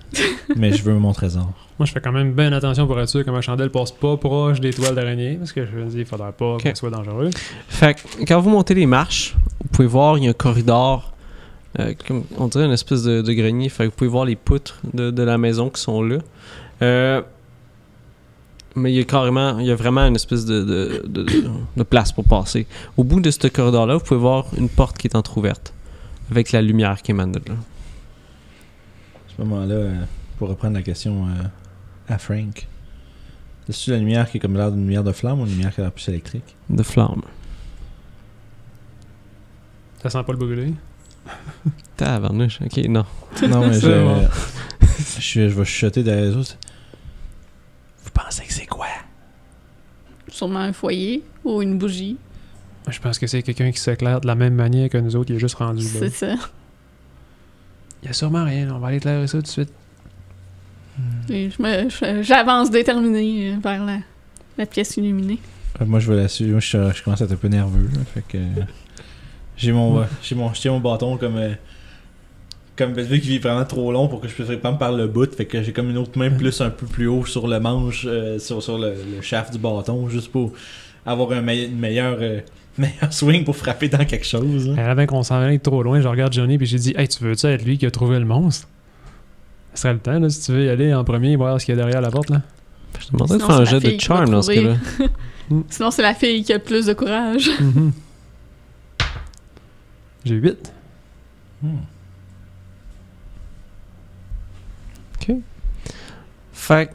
A: mais je veux mon trésor.
D: Moi je fais quand même bien attention pour être sûr que ma chandelle passe pas proche des toiles d'araignée, parce que je me dis, il faudrait pas que ce soit dangereux.
B: Fait que quand vous montez les marches, vous pouvez voir, il y a un corridor, euh, comme on dirait une espèce de, de grenier. Fait que vous pouvez voir les poutres de, de la maison qui sont là. Euh, mais il y a carrément, il y a vraiment une espèce de, de- de- de- de place pour passer. Au bout de ce corridor-là, vous pouvez voir une porte qui est entr'ouverte, avec la lumière qui émane de là.
A: À ce moment-là, euh, pour reprendre la question euh, à Frank, c'est la lumière qui est comme l'air d'une lumière de flamme ou une lumière qui a l'air plus électrique
B: De flamme.
D: Ça sent pas le brûler.
B: Tabarnouche, ok, non.
A: Non, mais je,
D: C'est bon.
A: je, suis- je vais chuchoter derrière les autres. Vous pensez que c'est quoi
C: Sûrement un foyer ou une bougie,
D: Moi, Je pense que c'est quelqu'un qui s'éclaire de la même manière que nous autres, il est juste rendu là.
C: c'est ça.
D: Il y a sûrement rien, on va aller éclairer ça tout de suite.
C: Et je me- je- J'avance déterminée euh, vers la, la pièce illuminée.
A: Euh, Moi, je vais la suivre. Moi, je, je commence à être un peu nerveux. là, fait que. euh, J'ai mon, euh, j'ai mon, je tiens mon bâton comme. euh, comme vu qu'il est vraiment trop long pour que je puisse prendre par le bout. Fait que j'ai comme une autre main plus un peu plus haut sur le manche, euh, sur, sur le, le shaft du bâton, juste pour avoir un meille- une meilleure, euh, meilleur swing pour frapper dans quelque chose. hein. là.
D: Avant qu'on s'en aille trop loin, je regarde Johnny puis j'ai dit, hey, tu veux-tu être lui qui a trouvé le monstre? Ce serait le temps, là, si tu veux y aller en premier, voir ce qu'il y a derrière la porte, là.
B: Je te demanderais de
C: Sinon,
B: faire un
C: c'est la
B: jet de
C: fille qui va
B: charm dans ce
C: trouver.
B: cas-là.
C: Sinon, c'est la fille qui a le plus de courage.
D: Mhm. J'ai 8.
B: Fait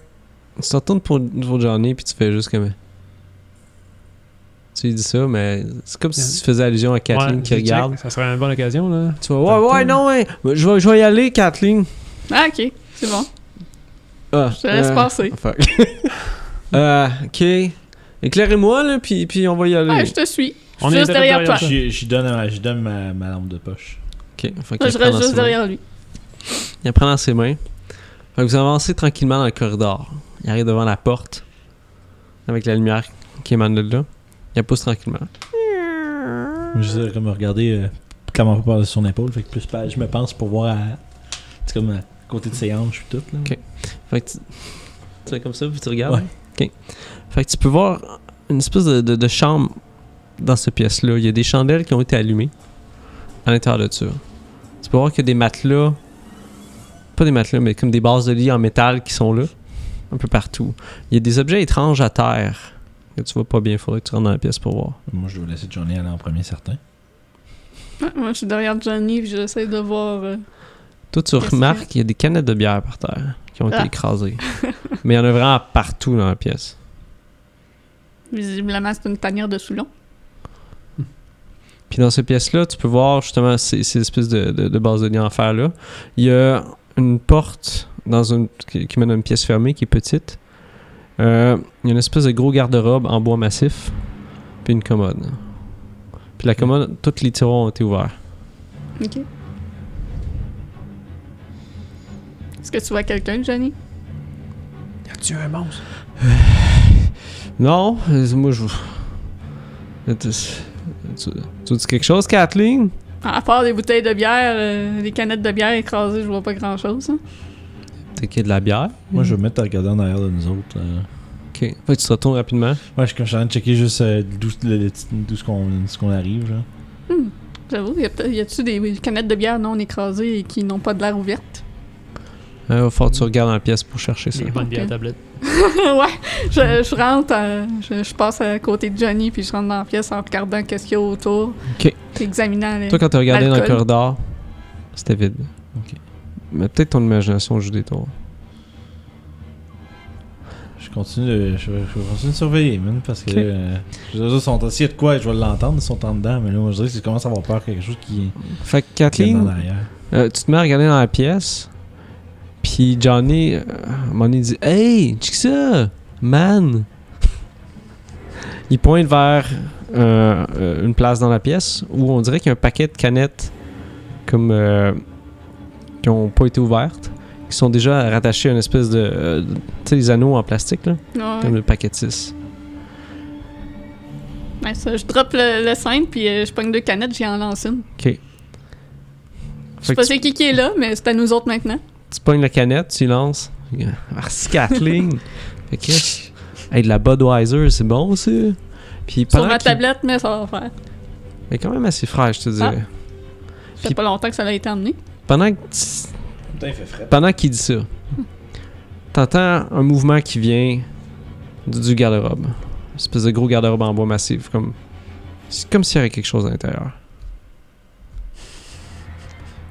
B: que tu te retournes pour, pour Johnny puis tu fais juste comme. Tu lui dis ça, mais c'est comme si tu faisais allusion à Kathleen qui regarde.
D: Ça serait une bonne occasion, là.
B: Tu vois, ouais, ouais, non, ouais, je vais, je vais y aller, Kathleen.
C: Ah, ok, c'est bon.
B: Ah,
C: Je te laisse
B: euh,
C: passer.
B: Fuck. Euh, ok. Éclairez-moi, là, puis, puis on va y aller.
C: Ouais, Ah, je te suis. Je
D: On
C: suis
D: est
C: juste derrière toi.
D: derrière toi.
A: J'y j'y donne, un- j'y donne ma, ma lampe de poche.
B: Ok, fait qu'il
C: Moi,
B: prend
C: je
B: dans
C: reste
B: ses
C: juste
B: mains.
C: derrière lui.
B: Il la prend dans ses mains. Fait que vous avancez tranquillement dans le corridor. Il arrive devant la porte avec la lumière qui émane de là. Il la pousse tranquillement.
A: Je vais comme regarder euh, clairement pas par-dessus son épaule. Fait que plus pas- je me pense pour voir à. C'est comme à côté de ses hanches et tout. Là.
B: Ok. Fait que tu, tu fais comme ça, puis tu regardes.
A: Ouais.
B: OK. Fait que tu peux voir une espèce de, de- de chambre dans cette pièce-là. Il y a des chandelles qui ont été allumées à l'intérieur de ça. Tu peux voir qu'il y a des matelas, pas des matelas, mais comme des bases de lit en métal qui sont là, un peu partout. Il y a des objets étranges à terre que tu vois pas bien. faudrait que tu rentres dans la pièce pour voir.
A: Moi, je vais laisser Johnny aller en premier, certain.
C: Ouais, moi, je suis derrière Johnny puis j'essaie de voir. euh,
B: Toi, tu
C: Qu'est-ce
B: remarques qu'il y a des canettes de bière par terre qui ont été
C: Ah.
B: écrasées. mais il y en a vraiment partout dans la pièce.
C: visiblement, c'est une tanière de Soulon.
B: Puis dans cette pièce-là, tu peux voir justement ces, ces espèces de, de, de bases de lien en fer là. Il y a une porte dans une, qui, qui mène à une pièce fermée qui est petite. Euh, il y a une espèce de gros garde-robe en bois massif. Puis une commode. Puis la commode, toutes les tiroirs ont été ouverts.
C: Ok. Est-ce que tu vois quelqu'un, Johnny?
D: Y a-tu un monstre?
B: Non, euh, moi je. vous- Tu, tu, tu dis quelque chose, Kathleen?
C: À part des bouteilles de bière, euh, des canettes de bière écrasées, je vois pas grand-chose. hein.
B: T'es qu'il y a de la bière.
E: Moi, je vais me mettre à regarder en arrière de nous autres. euh.
B: Ok. Fait que tu te retournes rapidement.
E: Ouais, je je suis en train de checker juste euh, d'où le- le- d'où ce qu'on ce qu'on arrive. Là.
C: J'avoue, y a peut-être- y a-tu des canettes de bière non écrasées et qui n'ont pas de l'air ouverte?
B: Euh, va falloir que tu regardes dans la pièce pour chercher ça.
H: C'est bonne bière
C: Ok.
H: tablette.
C: ouais, je, je rentre, euh, je, je passe à côté de Johnny, puis je rentre dans la pièce en regardant qu'est-ce qu'il y a autour.
B: Ok.
C: Examinant les...
B: Toi, quand t'as regardé dans le
C: Alcool.
B: corridor, c'était vide.
E: Ok.
B: Mais peut-être ton imagination joue des tours.
E: Je continue de, euh, je, je continue de surveiller, man, parce que euh, les autres sont assis, il y a de quoi, je vais l'entendre, ils sont en dedans, mais là, moi, je dirais que je commence à avoir peur qu'il y a quelque chose qui
B: Fait que
E: qui est en
B: Kathleen,
E: arrière.
B: euh, tu te mets à regarder dans la pièce. Puis Johnny, euh, à un moment donné, il dit Hey, check ça, man. Il pointe vers euh, euh, une place dans la pièce où on dirait qu'il y a un paquet de canettes comme euh, qui ont pas été ouvertes, qui sont déjà rattachées à une espèce de, euh, de- tu sais, les anneaux en plastique là,
C: Ouais.
B: comme le paquet de 6.
C: Ouais, Ben, ça, je drop le, le cintre, puis euh, je pogne deux canettes, j'y en lance une. Je sais pas c'est qui qui est là, mais c'est à nous autres maintenant.
B: tu pognes la canette, tu lances. Ah, Merci Kathleen. fait que, hey, de la Budweiser, c'est bon ça. Puis
C: Sur
B: pendant
C: ma
B: qu'il-
C: tablette, mais ça va faire.
B: Elle est quand même assez fraîche, je te dirais.
C: Ah. Ça
B: Puis-
C: fait pas longtemps que ça a été emmené.
B: Pendant que tu-
E: Putain, il fait frais.
B: pendant qu'il dit ça, t'entends un mouvement qui vient du, du garde-robe. Une espèce de gros garde-robe en bois massif, comme c'est comme s'il y avait quelque chose à l'intérieur.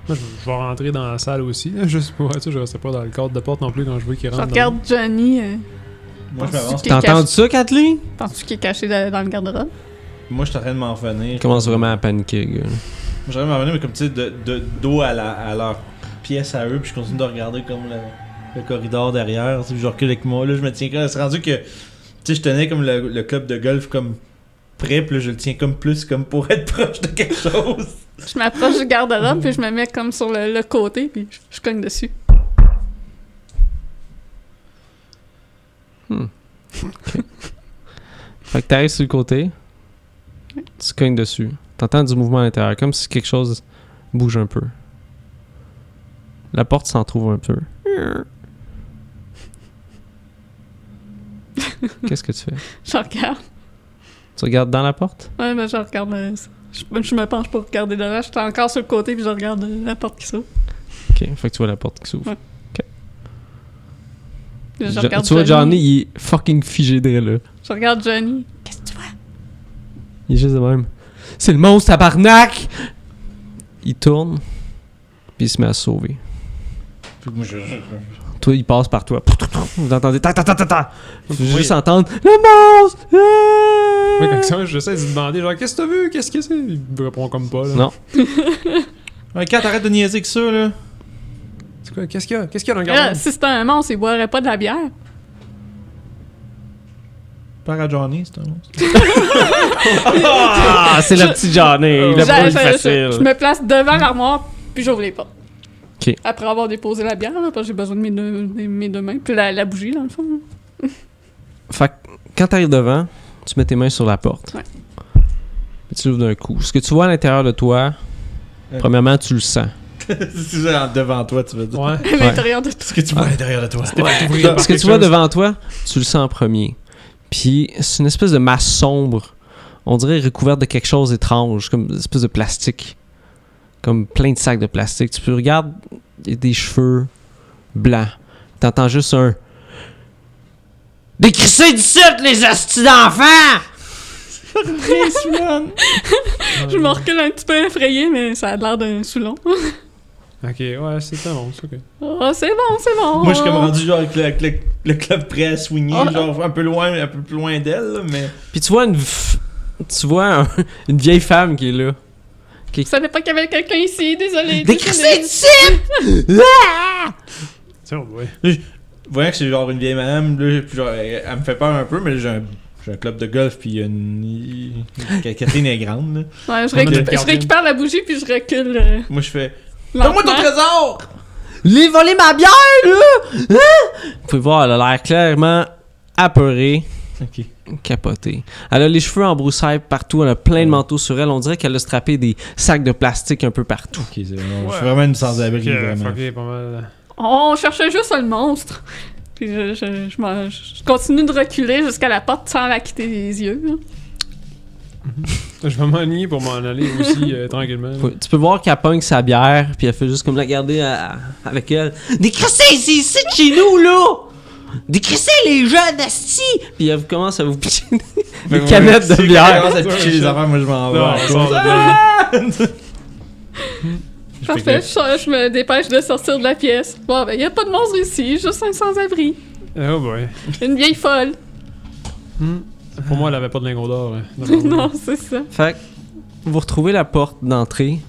D: Moi, je, je vais rentrer dans la salle aussi, là, juste pour être sûr, je reste pas dans le cadre de porte non plus quand je veux qu'il
C: Je
D: rentre. dans-
C: regarde Johnny. euh,
E: Moi, je m'avance.
C: Qui est
B: T'as
C: caché.
B: entendu ça, Kathleen?
C: Penses-tu qu'il est caché dans, dans le garde-robe?
E: Moi, je suis en train de m'en revenir.
B: Il commence vraiment à paniquer, gars.
E: Moi, Je suis en train de m'en revenir, mais comme tu sais, de, de- dos à, la, à leur pièce à eux, puis je continue de regarder comme le, le corridor derrière, tu sais, puis je recule avec moi, là, je me tiens comme, c'est rendu que, tu sais, je tenais comme le, le club de golf comme prêt, puis là, je le tiens comme plus, comme pour être proche de quelque chose.
C: Je m'approche du garde-robe, puis je me mets comme sur le, le côté, puis je, je cogne dessus.
B: Fait que t'arrives sur le côté, tu cognes dessus. T'entends du mouvement à l'intérieur, comme si quelque chose bouge un peu. La porte s'en trouve un peu. Qu'est-ce que tu fais?
C: Je regarde.
B: Tu regardes dans la porte?
C: Ouais, mais je regarde. euh, je, je me penche pour regarder devant. Je suis encore sur le côté, puis je regarde euh, la porte qui s'ouvre.
B: Ok, fait que tu vois la porte qui s'ouvre.
C: Ouais. Je
B: Jo-
C: regarde
B: tu vois,
C: Johnny.
B: Johnny, il est fucking figé de là.
C: Je regarde Johnny.
B: Il est juste de même. C'est le monstre, tabarnak! Il tourne, puis il se met à se sauver.
E: Puis moi, je- je-
B: Toi, il passe par toi. Vous entendez ta ta ta ta ta. Vous pouvez
E: Oui.
B: juste entendre le monstre. Ah!
D: Moi, quand ça, j'essaie de lui demander, genre, qu'est-ce que t'as vu, qu'est-ce que c'est Il me répond comme pas, là.
B: Non.
E: Ouais, Kat, arrête de niaiser que ça, là.
D: C'est quoi, qu'est-ce qu'il y a Qu'est-ce qu'il y a dans le
C: Ah,
D: garde
C: si c'était un monstre, il boirait pas de la bière.
E: Père à Johnny, c'est un monstre.
B: Ah, c'est le petit Johnny. Il a
C: Je-
B: pas eu
C: je-
B: facile.
C: Je me place devant l'armoire, puis j'ouvre les portes.
B: Ok.
C: Après avoir déposé la bière, là, parce que j'ai besoin de mes deux, mes- mes deux mains, puis la, la bougie, dans le fond. là.
B: Fait que quand t'arrives devant, tu mets tes mains sur la porte.
C: Ouais.
B: Puis tu l'ouvres d'un coup. Ce que tu vois à l'intérieur de toi,
E: Ouais.
B: premièrement, tu le sens.
E: c'est ça, en- devant toi, tu veux dire.
D: Ouais.
C: À l'intérieur de tout.
E: Ce que tu vois à l'intérieur de toi. Ouais.
D: par
B: Ce que
D: quelque
B: tu vois
D: chose.
B: devant toi, tu le sens en premier. Puis c'est une espèce de masse sombre. On dirait recouverte de quelque chose d'étrange, comme une espèce de plastique. Comme plein de sacs de plastique. Tu peux regardes, il y a des cheveux blancs. T'entends juste un. Décrissez du site, les hosties d'enfants!
C: Je me recule un petit peu effrayé, mais ça a l'air d'un soulon.
D: Ok, ouais, c'est un monstre, ok.
C: Oh, c'est bon, c'est bon.
E: Moi, je suis comme rendu genre avec le, avec le, le club prêt à swinguer,
C: Ah.
E: genre un peu loin, un peu plus loin d'elle, là, mais.
B: Puis tu vois une. f- Tu vois un- une vieille femme qui est là.
C: Je savais pas qu'il y avait quelqu'un ici, désolé.
B: Décrissez du site!
D: C'est bon, ouais.
E: Voyant que c'est genre une vieille madame, là, puis genre, elle, elle me fait peur un peu, mais là, j'ai un, j'ai un club de golf, puis il y a une. Catherine est grande, là.
C: Ouais, je,
D: On a
C: récup-
D: notre
C: je
D: gardienne.
C: récupère la bougie, puis je recule. euh,
E: Moi, je fais.
C: lentement.
E: Donne-moi ton trésor!
B: Les voler ma bière, là! Hein? Vous pouvez voir, elle a l'air clairement apeurée.
A: Ok.
B: Capoté. Elle a les cheveux en broussailles partout, elle a plein de manteaux sur elle. On dirait qu'elle a strappé des sacs de plastique un peu partout.
A: Ok, c'est vraiment. Je suis vraiment une sans-abri,
D: Fuck, euh,
A: vraiment.
D: fuck, il est pas mal.
C: On cherchait juste le monstre. Puis je, je, je m'en- je continue de reculer jusqu'à la porte sans la quitter des yeux. là.
D: Je vais m'ennuyer pour m'en aller aussi euh, tranquillement.
B: Faut- Tu peux voir qu'elle pogne sa bière, puis elle fait juste comme la garder à- avec elle. Décrissez, c'est ici de chez nous, là! Décrissez les jeunes, asti! Puis elle commence à vous pitcher des canettes de
A: Elle
B: bière.
A: commence à picher les affaires, moi je m'en vais.
D: Non,
A: Ouais.
D: on sort de
C: Parfait, je, sors- je me dépêche de sortir de la pièce. Bon, ben, y a pas de monstre ici, juste un sans-abri.
D: là. Oh boy.
C: Une vieille folle.
D: Pour moi, elle avait pas de lingot d'or. hein.
C: non, c'est ça.
B: Fait que vous retrouvez la porte d'entrée,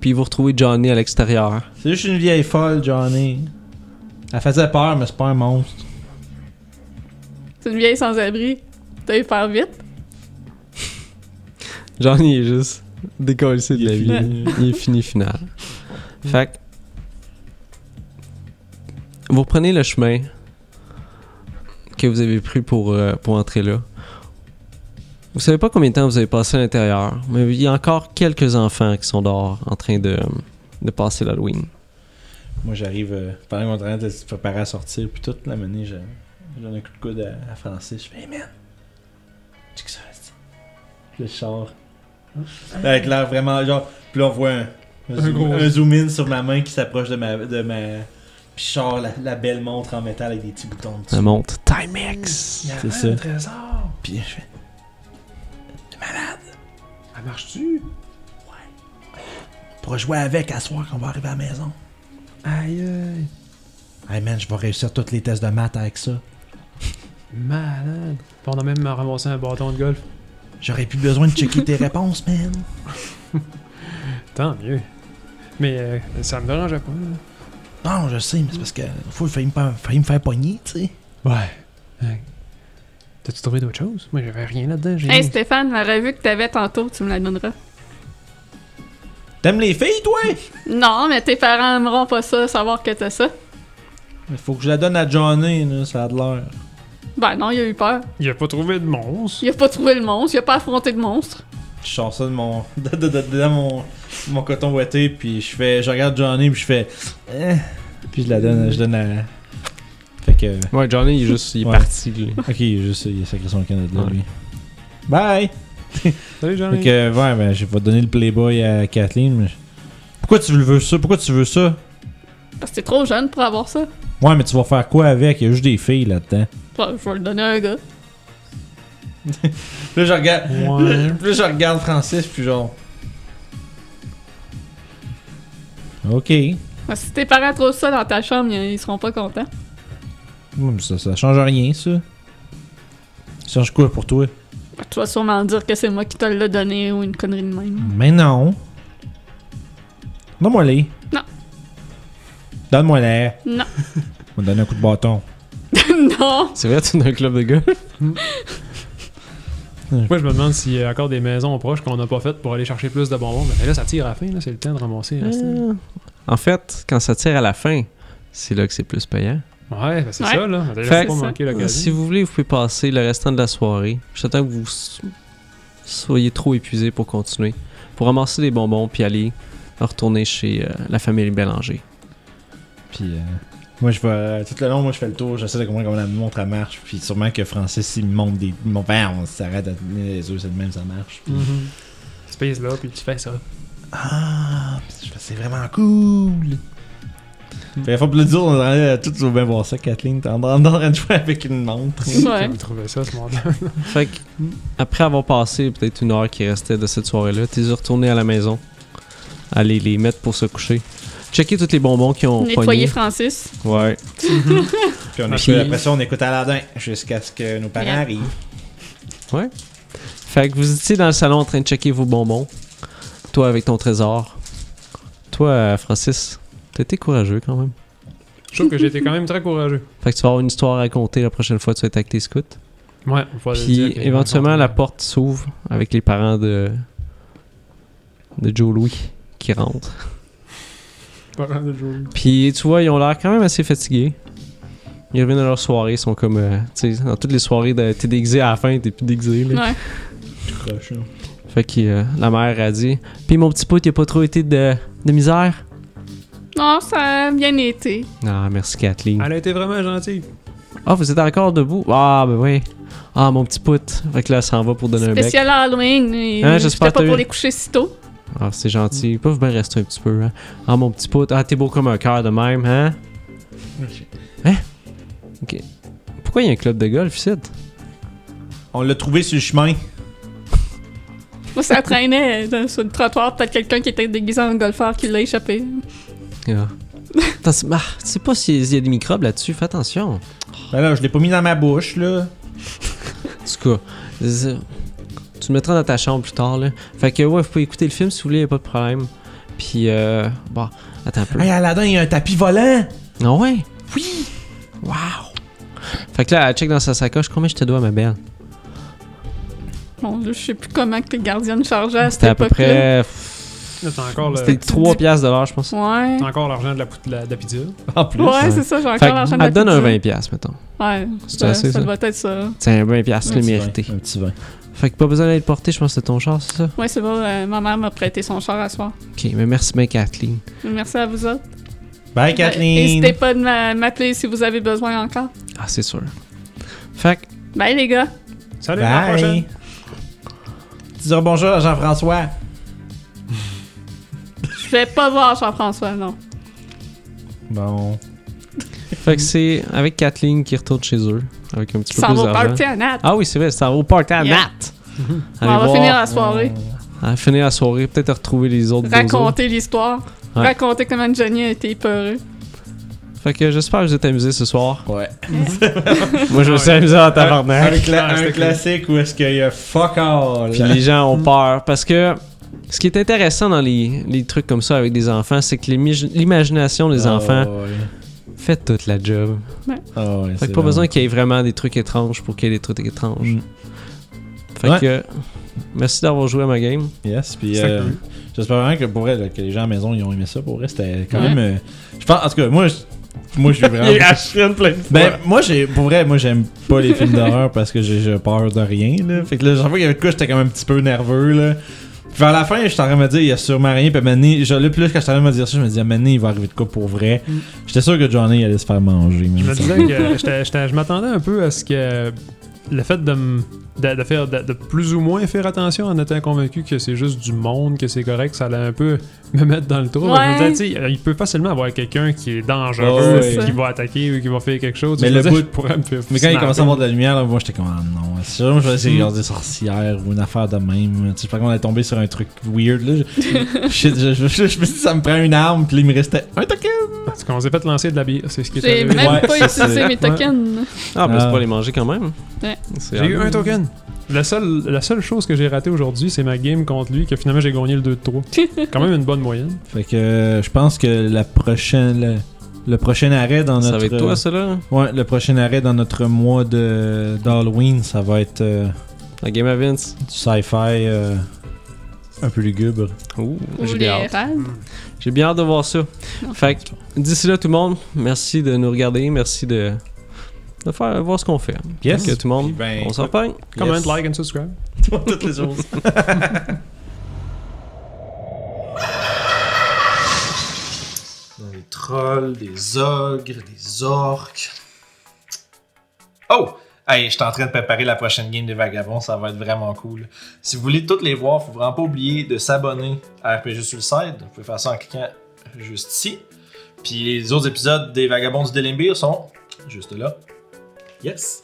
B: puis vous retrouvez Johnny à l'extérieur.
A: C'est juste une vieille folle, Johnny. Elle faisait peur, mais c'est pas un monstre.
C: C'est une vieille sans-abri. T'as eu peur vite.
B: Johnny est juste décollé de la vie. Il est fini final. Fait que vous prenez le chemin que vous avez pris pour, euh, pour entrer là. Vous savez pas combien de temps vous avez passé à l'intérieur, mais il y a encore quelques enfants qui sont dehors en train de, de passer l'Halloween.
A: Moi j'arrive, euh, pendant qu'on est en train de se préparer à sortir, puis toute la manée, je, je donne un coup de coude à, à Francis. Je fais, hey man, check ça, c'est- Le char. Avec l'air vraiment, genre, puis là on voit un, un
D: Un
A: zoom,
D: gros-
A: un zoom in sur ma main qui s'approche de ma. De ma puis je sors la, la belle montre en métal avec des petits boutons dessus.
B: Ça monte. Timex!
A: C'est ça.
D: trésor.
A: Puis je fais,
D: Elle marche-tu?
A: on pourra jouer avec à soir quand on va arriver à la maison.
D: Aïe aïe.
A: Hey man, je vais réussir tous les tests de maths avec ça.
D: Malade. Puis on a même ramassé un bâton de golf.
A: J'aurais plus besoin de checker tes réponses, man.
D: Tant mieux. Mais euh, ça me dérangeait pas. là.
A: Non, je sais, mais c'est parce que faut il failli me faire, failli me faire pogner, tu sais.
D: Ouais. Ouais. T'as-tu trouvé d'autres choses? Moi, j'avais rien là-dedans. J'ai
C: Hey Stéphane, la revue que t'avais tantôt, tu me la donneras.
A: T'aimes les filles, toi?
C: Non, mais tes parents aimeront pas ça, savoir que t'as ça.
A: Il faut que je la donne à Johnny, là, ça a de l'air.
C: Ben non, il a eu peur.
D: Il a pas trouvé de monstre.
C: Il a pas trouvé le monstre, il a pas affronté de monstre.
A: Je sors ça de mon. de, de- de- de mon, mon coton ouaté, puis je fais. Je regarde Johnny, puis je fais. Eh. Puis je la donne, je donne à. Fait que.
B: Ouais, Johnny, il est juste il est
A: Ouais.
B: parti. lui.
A: Ok, juste, il a sacré son Canada,
B: Ouais.
A: lui. Bye!
D: Salut, Johnny.
A: Fait que, ouais, ben, je vais donner le Playboy à Kathleen, mais. Pourquoi tu veux ça? Pourquoi tu veux ça?
C: Parce que t'es trop jeune pour avoir ça.
A: Ouais, mais tu vas faire quoi avec? Il y a juste des filles là-dedans.
C: Bon, je vais le donner à un gars.
A: Là, je regarde.
D: Ouais.
A: Plus je regarde Francis, puis genre. Ok. Ouais,
C: Ben, si tes parents trouvent ça dans ta chambre, ils ils seront pas contents. Ben,
A: mais Ça, ça change rien, ça. Ça change quoi pour toi?
C: Ben, tu vas sûrement dire que c'est moi qui te l'ai donné ou une connerie de même.
A: Mais non. Donne-moi les.
C: Non.
A: Donne-moi les.
C: Non.
A: On me donne un coup de bâton.
C: non!
B: C'est vrai, tu es un club de gars?
D: Moi, je me demande s'il y a encore des maisons proches qu'on n'a pas faites pour aller chercher plus de bonbons. Mais là, ça tire à la fin. là. C'est le temps de ramasser. là, c'est-
B: Euh, En fait, quand ça tire à la fin, c'est là que c'est plus payant.
D: Ouais, ben, c'est
C: Ouais.
D: ça, là. T'as
B: Fait-
D: pas manqué
B: Euh, Si
D: l'occasion.
B: vous voulez, vous pouvez passer le restant de la soirée. J'attends que vous s- soyez trop épuisé pour continuer. Pour ramasser des bonbons puis aller retourner chez euh, la famille Bélanger.
A: Puis, euh, moi, je vais. euh, tout le long, moi, je fais le tour. J'essaie de comprendre comment la montre elle marche. Puis, sûrement que Francis, il me montre des. Mon père, on s'arrête à tenir les yeux, c'est le même, ça marche. Puis,
D: Mhm. Tu pèses là, puis tu fais ça.
A: Ah, je fais, c'est vraiment cool. Fait faut plus dur, on est tous au bien voir ça, Kathleen. T'es en train en train de jouer avec une montre.
C: Ouais.
D: Vous trouvez ça, ce monde
B: Fait que, après avoir passé peut-être une heure qui restait de cette soirée-là, t'es retourné à la maison. Aller les mettre pour se coucher. Checker tous les bonbons qui ont
C: Nettoyer
B: pogné.
C: Francis.
B: Ouais.
A: Puis on écoute,
B: Puis-
A: après ça, on écoute Aladdin jusqu'à ce que nos parents
C: Yeah.
A: arrivent.
B: Fait que vous étiez dans le salon en train de checker vos bonbons. Toi avec ton trésor. Toi, euh, Francis, t'étais courageux quand même.
D: Je trouve que j'étais quand même très courageux.
B: Fait que tu vas avoir une histoire à raconter la prochaine fois que tu vas être avec tes scouts.
D: Ouais, faut dire
B: Puis
D: que-
B: éventuellement, la porte s'ouvre avec les parents de, de Joe Louis qui rentrent.
D: Parents de Joe.
B: Puis tu vois, ils ont l'air quand même assez fatigués. Ils reviennent à leur soirée, ils sont comme. euh, tu sais, dans toutes les soirées, de- t'es déguisé à la fin, t'es plus déguisé. Là.
C: Ouais.
A: Croche, là.
B: Fait que euh, la mère a dit Puis mon petit pote, il a pas trop été de, de misère
C: Non, ça a bien été.
B: Ah, merci Kathleen.
D: Elle a été vraiment gentille.
B: Ah, vous êtes encore debout Ah, ben oui. Ah, mon petit pote. Fait que là, elle s'en va pour donner un bec.
C: Spécial Halloween. et
B: Hein, j'espère que t'as
C: J'étais pas
B: eu-
C: pour les coucher si tôt.
B: Ah, c'est gentil. Ils peuvent bien rester un petit peu. Hein? Ah, mon petit pote. Ah, t'es beau comme un cœur de même, hein Hein Ok. Pourquoi il y a un club de golf ici
A: On l'a trouvé sur le chemin.
C: Moi, ça traînait euh, dans- sur le trottoir. Peut-être quelqu'un qui était déguisé en golfeur qui l'a échappé.
B: Ah. Attends, c'est- ah, tu sais pas s'il y a des microbes là-dessus, fais attention.
A: Ben là, je l'ai pas mis dans ma bouche, là.
B: En tout cas, z- tu le mettras dans ta chambre plus tard. Là. Fait que ouais, vous pouvez écouter le film si vous voulez, y a pas de problème. Puis, euh, bon, attends un peu.
A: Hey, Aladdin, il y a un tapis volant.
B: Ah ouais? Oui! Wow! Fait que là, elle check dans sa sacoche, combien je te dois, ma belle?
C: Bon, là, je sais plus comment que les gardiennes chargeaient à cette
B: C'était à peu
C: époque-là.
B: près.
D: Là, t'as encore, le-
B: C'était 3 piastres de l'heure, je pense.
C: Ouais.
D: t'as encore l'argent de la, pou- de la- de la pizza.
A: En plus.
C: Ouais,
B: ouais.
C: c'est ça, j'ai
B: Fait
C: encore l'argent
B: que,
C: de la
B: elle donne un
C: pizza.
B: 20 piastres, mettons.
C: Ouais,
B: C'est
C: ça,
B: assez,
C: ça
B: ça.
C: doit être ça.
B: Tiens, un 20 piastres,
C: Un
B: le
C: petit
B: mérité.
A: Un petit vin.
B: Fait que pas besoin d'aller le porter, je pense que c'est ton char, c'est ça?
C: Ouais, c'est bon, euh, ma mère m'a prêté son char à soir.
B: Ok, mais merci bien, Kathleen.
C: Merci à vous autres.
A: Bye,
C: Ben,
A: Kathleen.
C: N'hésitez pas de m'a- m'appeler si vous avez besoin encore.
B: Ah, c'est sûr. Fait que,
C: Bye les gars.
D: Salut, à la prochaine.
A: Bye. Dis bonjour à Jean-François.
C: Je vais pas voir Jean-François, non.
A: Bon.
B: fait que c'est avec Kathleen qui retourne chez eux, avec un petit
C: Qui
B: peu
C: s'en
B: plus
C: va au
B: d'argent.
C: party à Nat.
B: Ah oui, c'est vrai, ça va au party à
C: Yeah.
B: Nat.
C: on
B: Allez
C: va
B: voir,
C: finir la soirée.
B: à finir la soirée, peut-être à retrouver les autres bozos.
C: raconter l'histoire.
B: Ouais.
C: Raconter comment Johnny a été peureux.
B: Fait que j'espère que vous êtes amusés ce soir.
A: Ouais.
B: Moi, je me suis amusé en tabarnak.
A: Un, cla-
D: Ah,
A: un
D: c'était cool.
A: classique où est-ce qu'il y a fuck all.
B: Puis les gens
A: Mm.
B: ont peur. Parce que ce qui est intéressant dans les, les trucs comme ça avec des enfants, c'est que l'imi- l'imagination des enfants
A: Ah ouais.
B: fait toute la job.
A: Ah ouais, c'est
B: Fait que pas
A: vraiment-
B: besoin qu'il y ait vraiment des trucs étranges pour qu'il y ait des trucs étranges.
A: Mm.
B: Fait
A: Ouais.
B: que merci d'avoir joué à ma game.
A: Yes, puis
D: C'était
A: euh,
D: cool.
A: j'espère vraiment que pour vrai, là, que les gens à la maison ils ont aimé ça. Pour vrai, c'était quand
C: Ouais.
A: même. euh, je pense, en tout cas, moi, je- moi, j'ai vraiment. Ben, moi, j'ai, pour vrai, moi, j'aime pas les films d'horreur parce que j'ai j'ai peur de rien, là. Fait que là, chaque fois qu'il y avait de quoi, j'étais quand même un petit peu nerveux, là. Puis vers la fin, j'étais en train de me dire, il y a sûrement rien. Puis maintenant, je, là, plus quand j'étais en train de me dire ça, je me disais, maintenant, il va arriver de quoi pour vrai. J'étais sûr que Johnny allait se faire manger.
D: Je me
A: mais ça-
D: disais que j'étais- j'étais- je m'attendais un peu à ce que le fait de, me- de, de faire de, de plus ou moins faire attention en étant convaincu que c'est juste du monde, que c'est correct, ça allait un peu me mettre dans le trou. Je me
C: Ouais.
D: disais, tu sais, il peut facilement avoir quelqu'un qui est dangereux,
A: Ouais, ouais.
D: qui va attaquer ou qui va faire quelque chose.
A: Mais
D: Je me
A: le
D: disais,
A: bout-
D: je pourrais me faire
A: Mais quand il commençait à
D: snapper.
A: avoir de la lumière, là, moi j'étais comme ah non, c'est sûr, moi je vais essayer de regarder sorcière ou une affaire de même. Tu sais, je qu'on est tombé sur un truc weird là. Je, Shit, je, je- je- je me suis dit, ça me prend une arme, puis là, il me restait un token.
D: Parce qu'on s'est fait lancer de la bière, c'est ce qui est
C: J'ai
D: arrivé.
C: même
A: Ouais,
C: pas
A: ça, c'est-
C: utilisé mes tokens.
B: Ah, ben
A: Ah.
B: c'est pas les manger quand même.
C: Ouais.
B: C'est
D: J'ai eu
B: hard.
D: un token. La seule, la seule chose que j'ai ratée aujourd'hui, c'est ma game contre lui, que finalement j'ai gagné le 2 de 3. Quand même une bonne moyenne.
A: Fait que euh, je pense que la prochaine, le, le prochain arrêt dans
B: Ça
A: notre euh,
B: va être toi, ça là
A: ouais, le prochain arrêt dans notre mois de d'Halloween, ça va être euh,
B: La game à Vince.
A: du sci-fi euh, un peu lugubre.
B: Ouh,
C: Ou
B: j'ai
C: les
B: bien hâte.
C: rêves.
B: J'ai bien hâte de voir ça.
C: Non.
B: Fait que d'ici là, tout le monde, merci de nous regarder. Merci de, de faire voir ce qu'on fait.
A: Yes.
B: Fait que tout le monde,
A: Puis ben,
B: on s'en reparle.
D: Comment,
A: Yes.
D: like and subscribe.
A: Toutes les choses.
E: Des trolls, des ogres, des orques. Oh! Hey, je suis en train de préparer la prochaine game des Vagabonds, ça va être vraiment cool. Si vous voulez toutes les voir, faut vraiment pas oublier de s'abonner à RPG Suicide. Vous pouvez faire ça en cliquant juste ici. Puis les autres épisodes des Vagabonds du Delimbir sont juste là. Yes!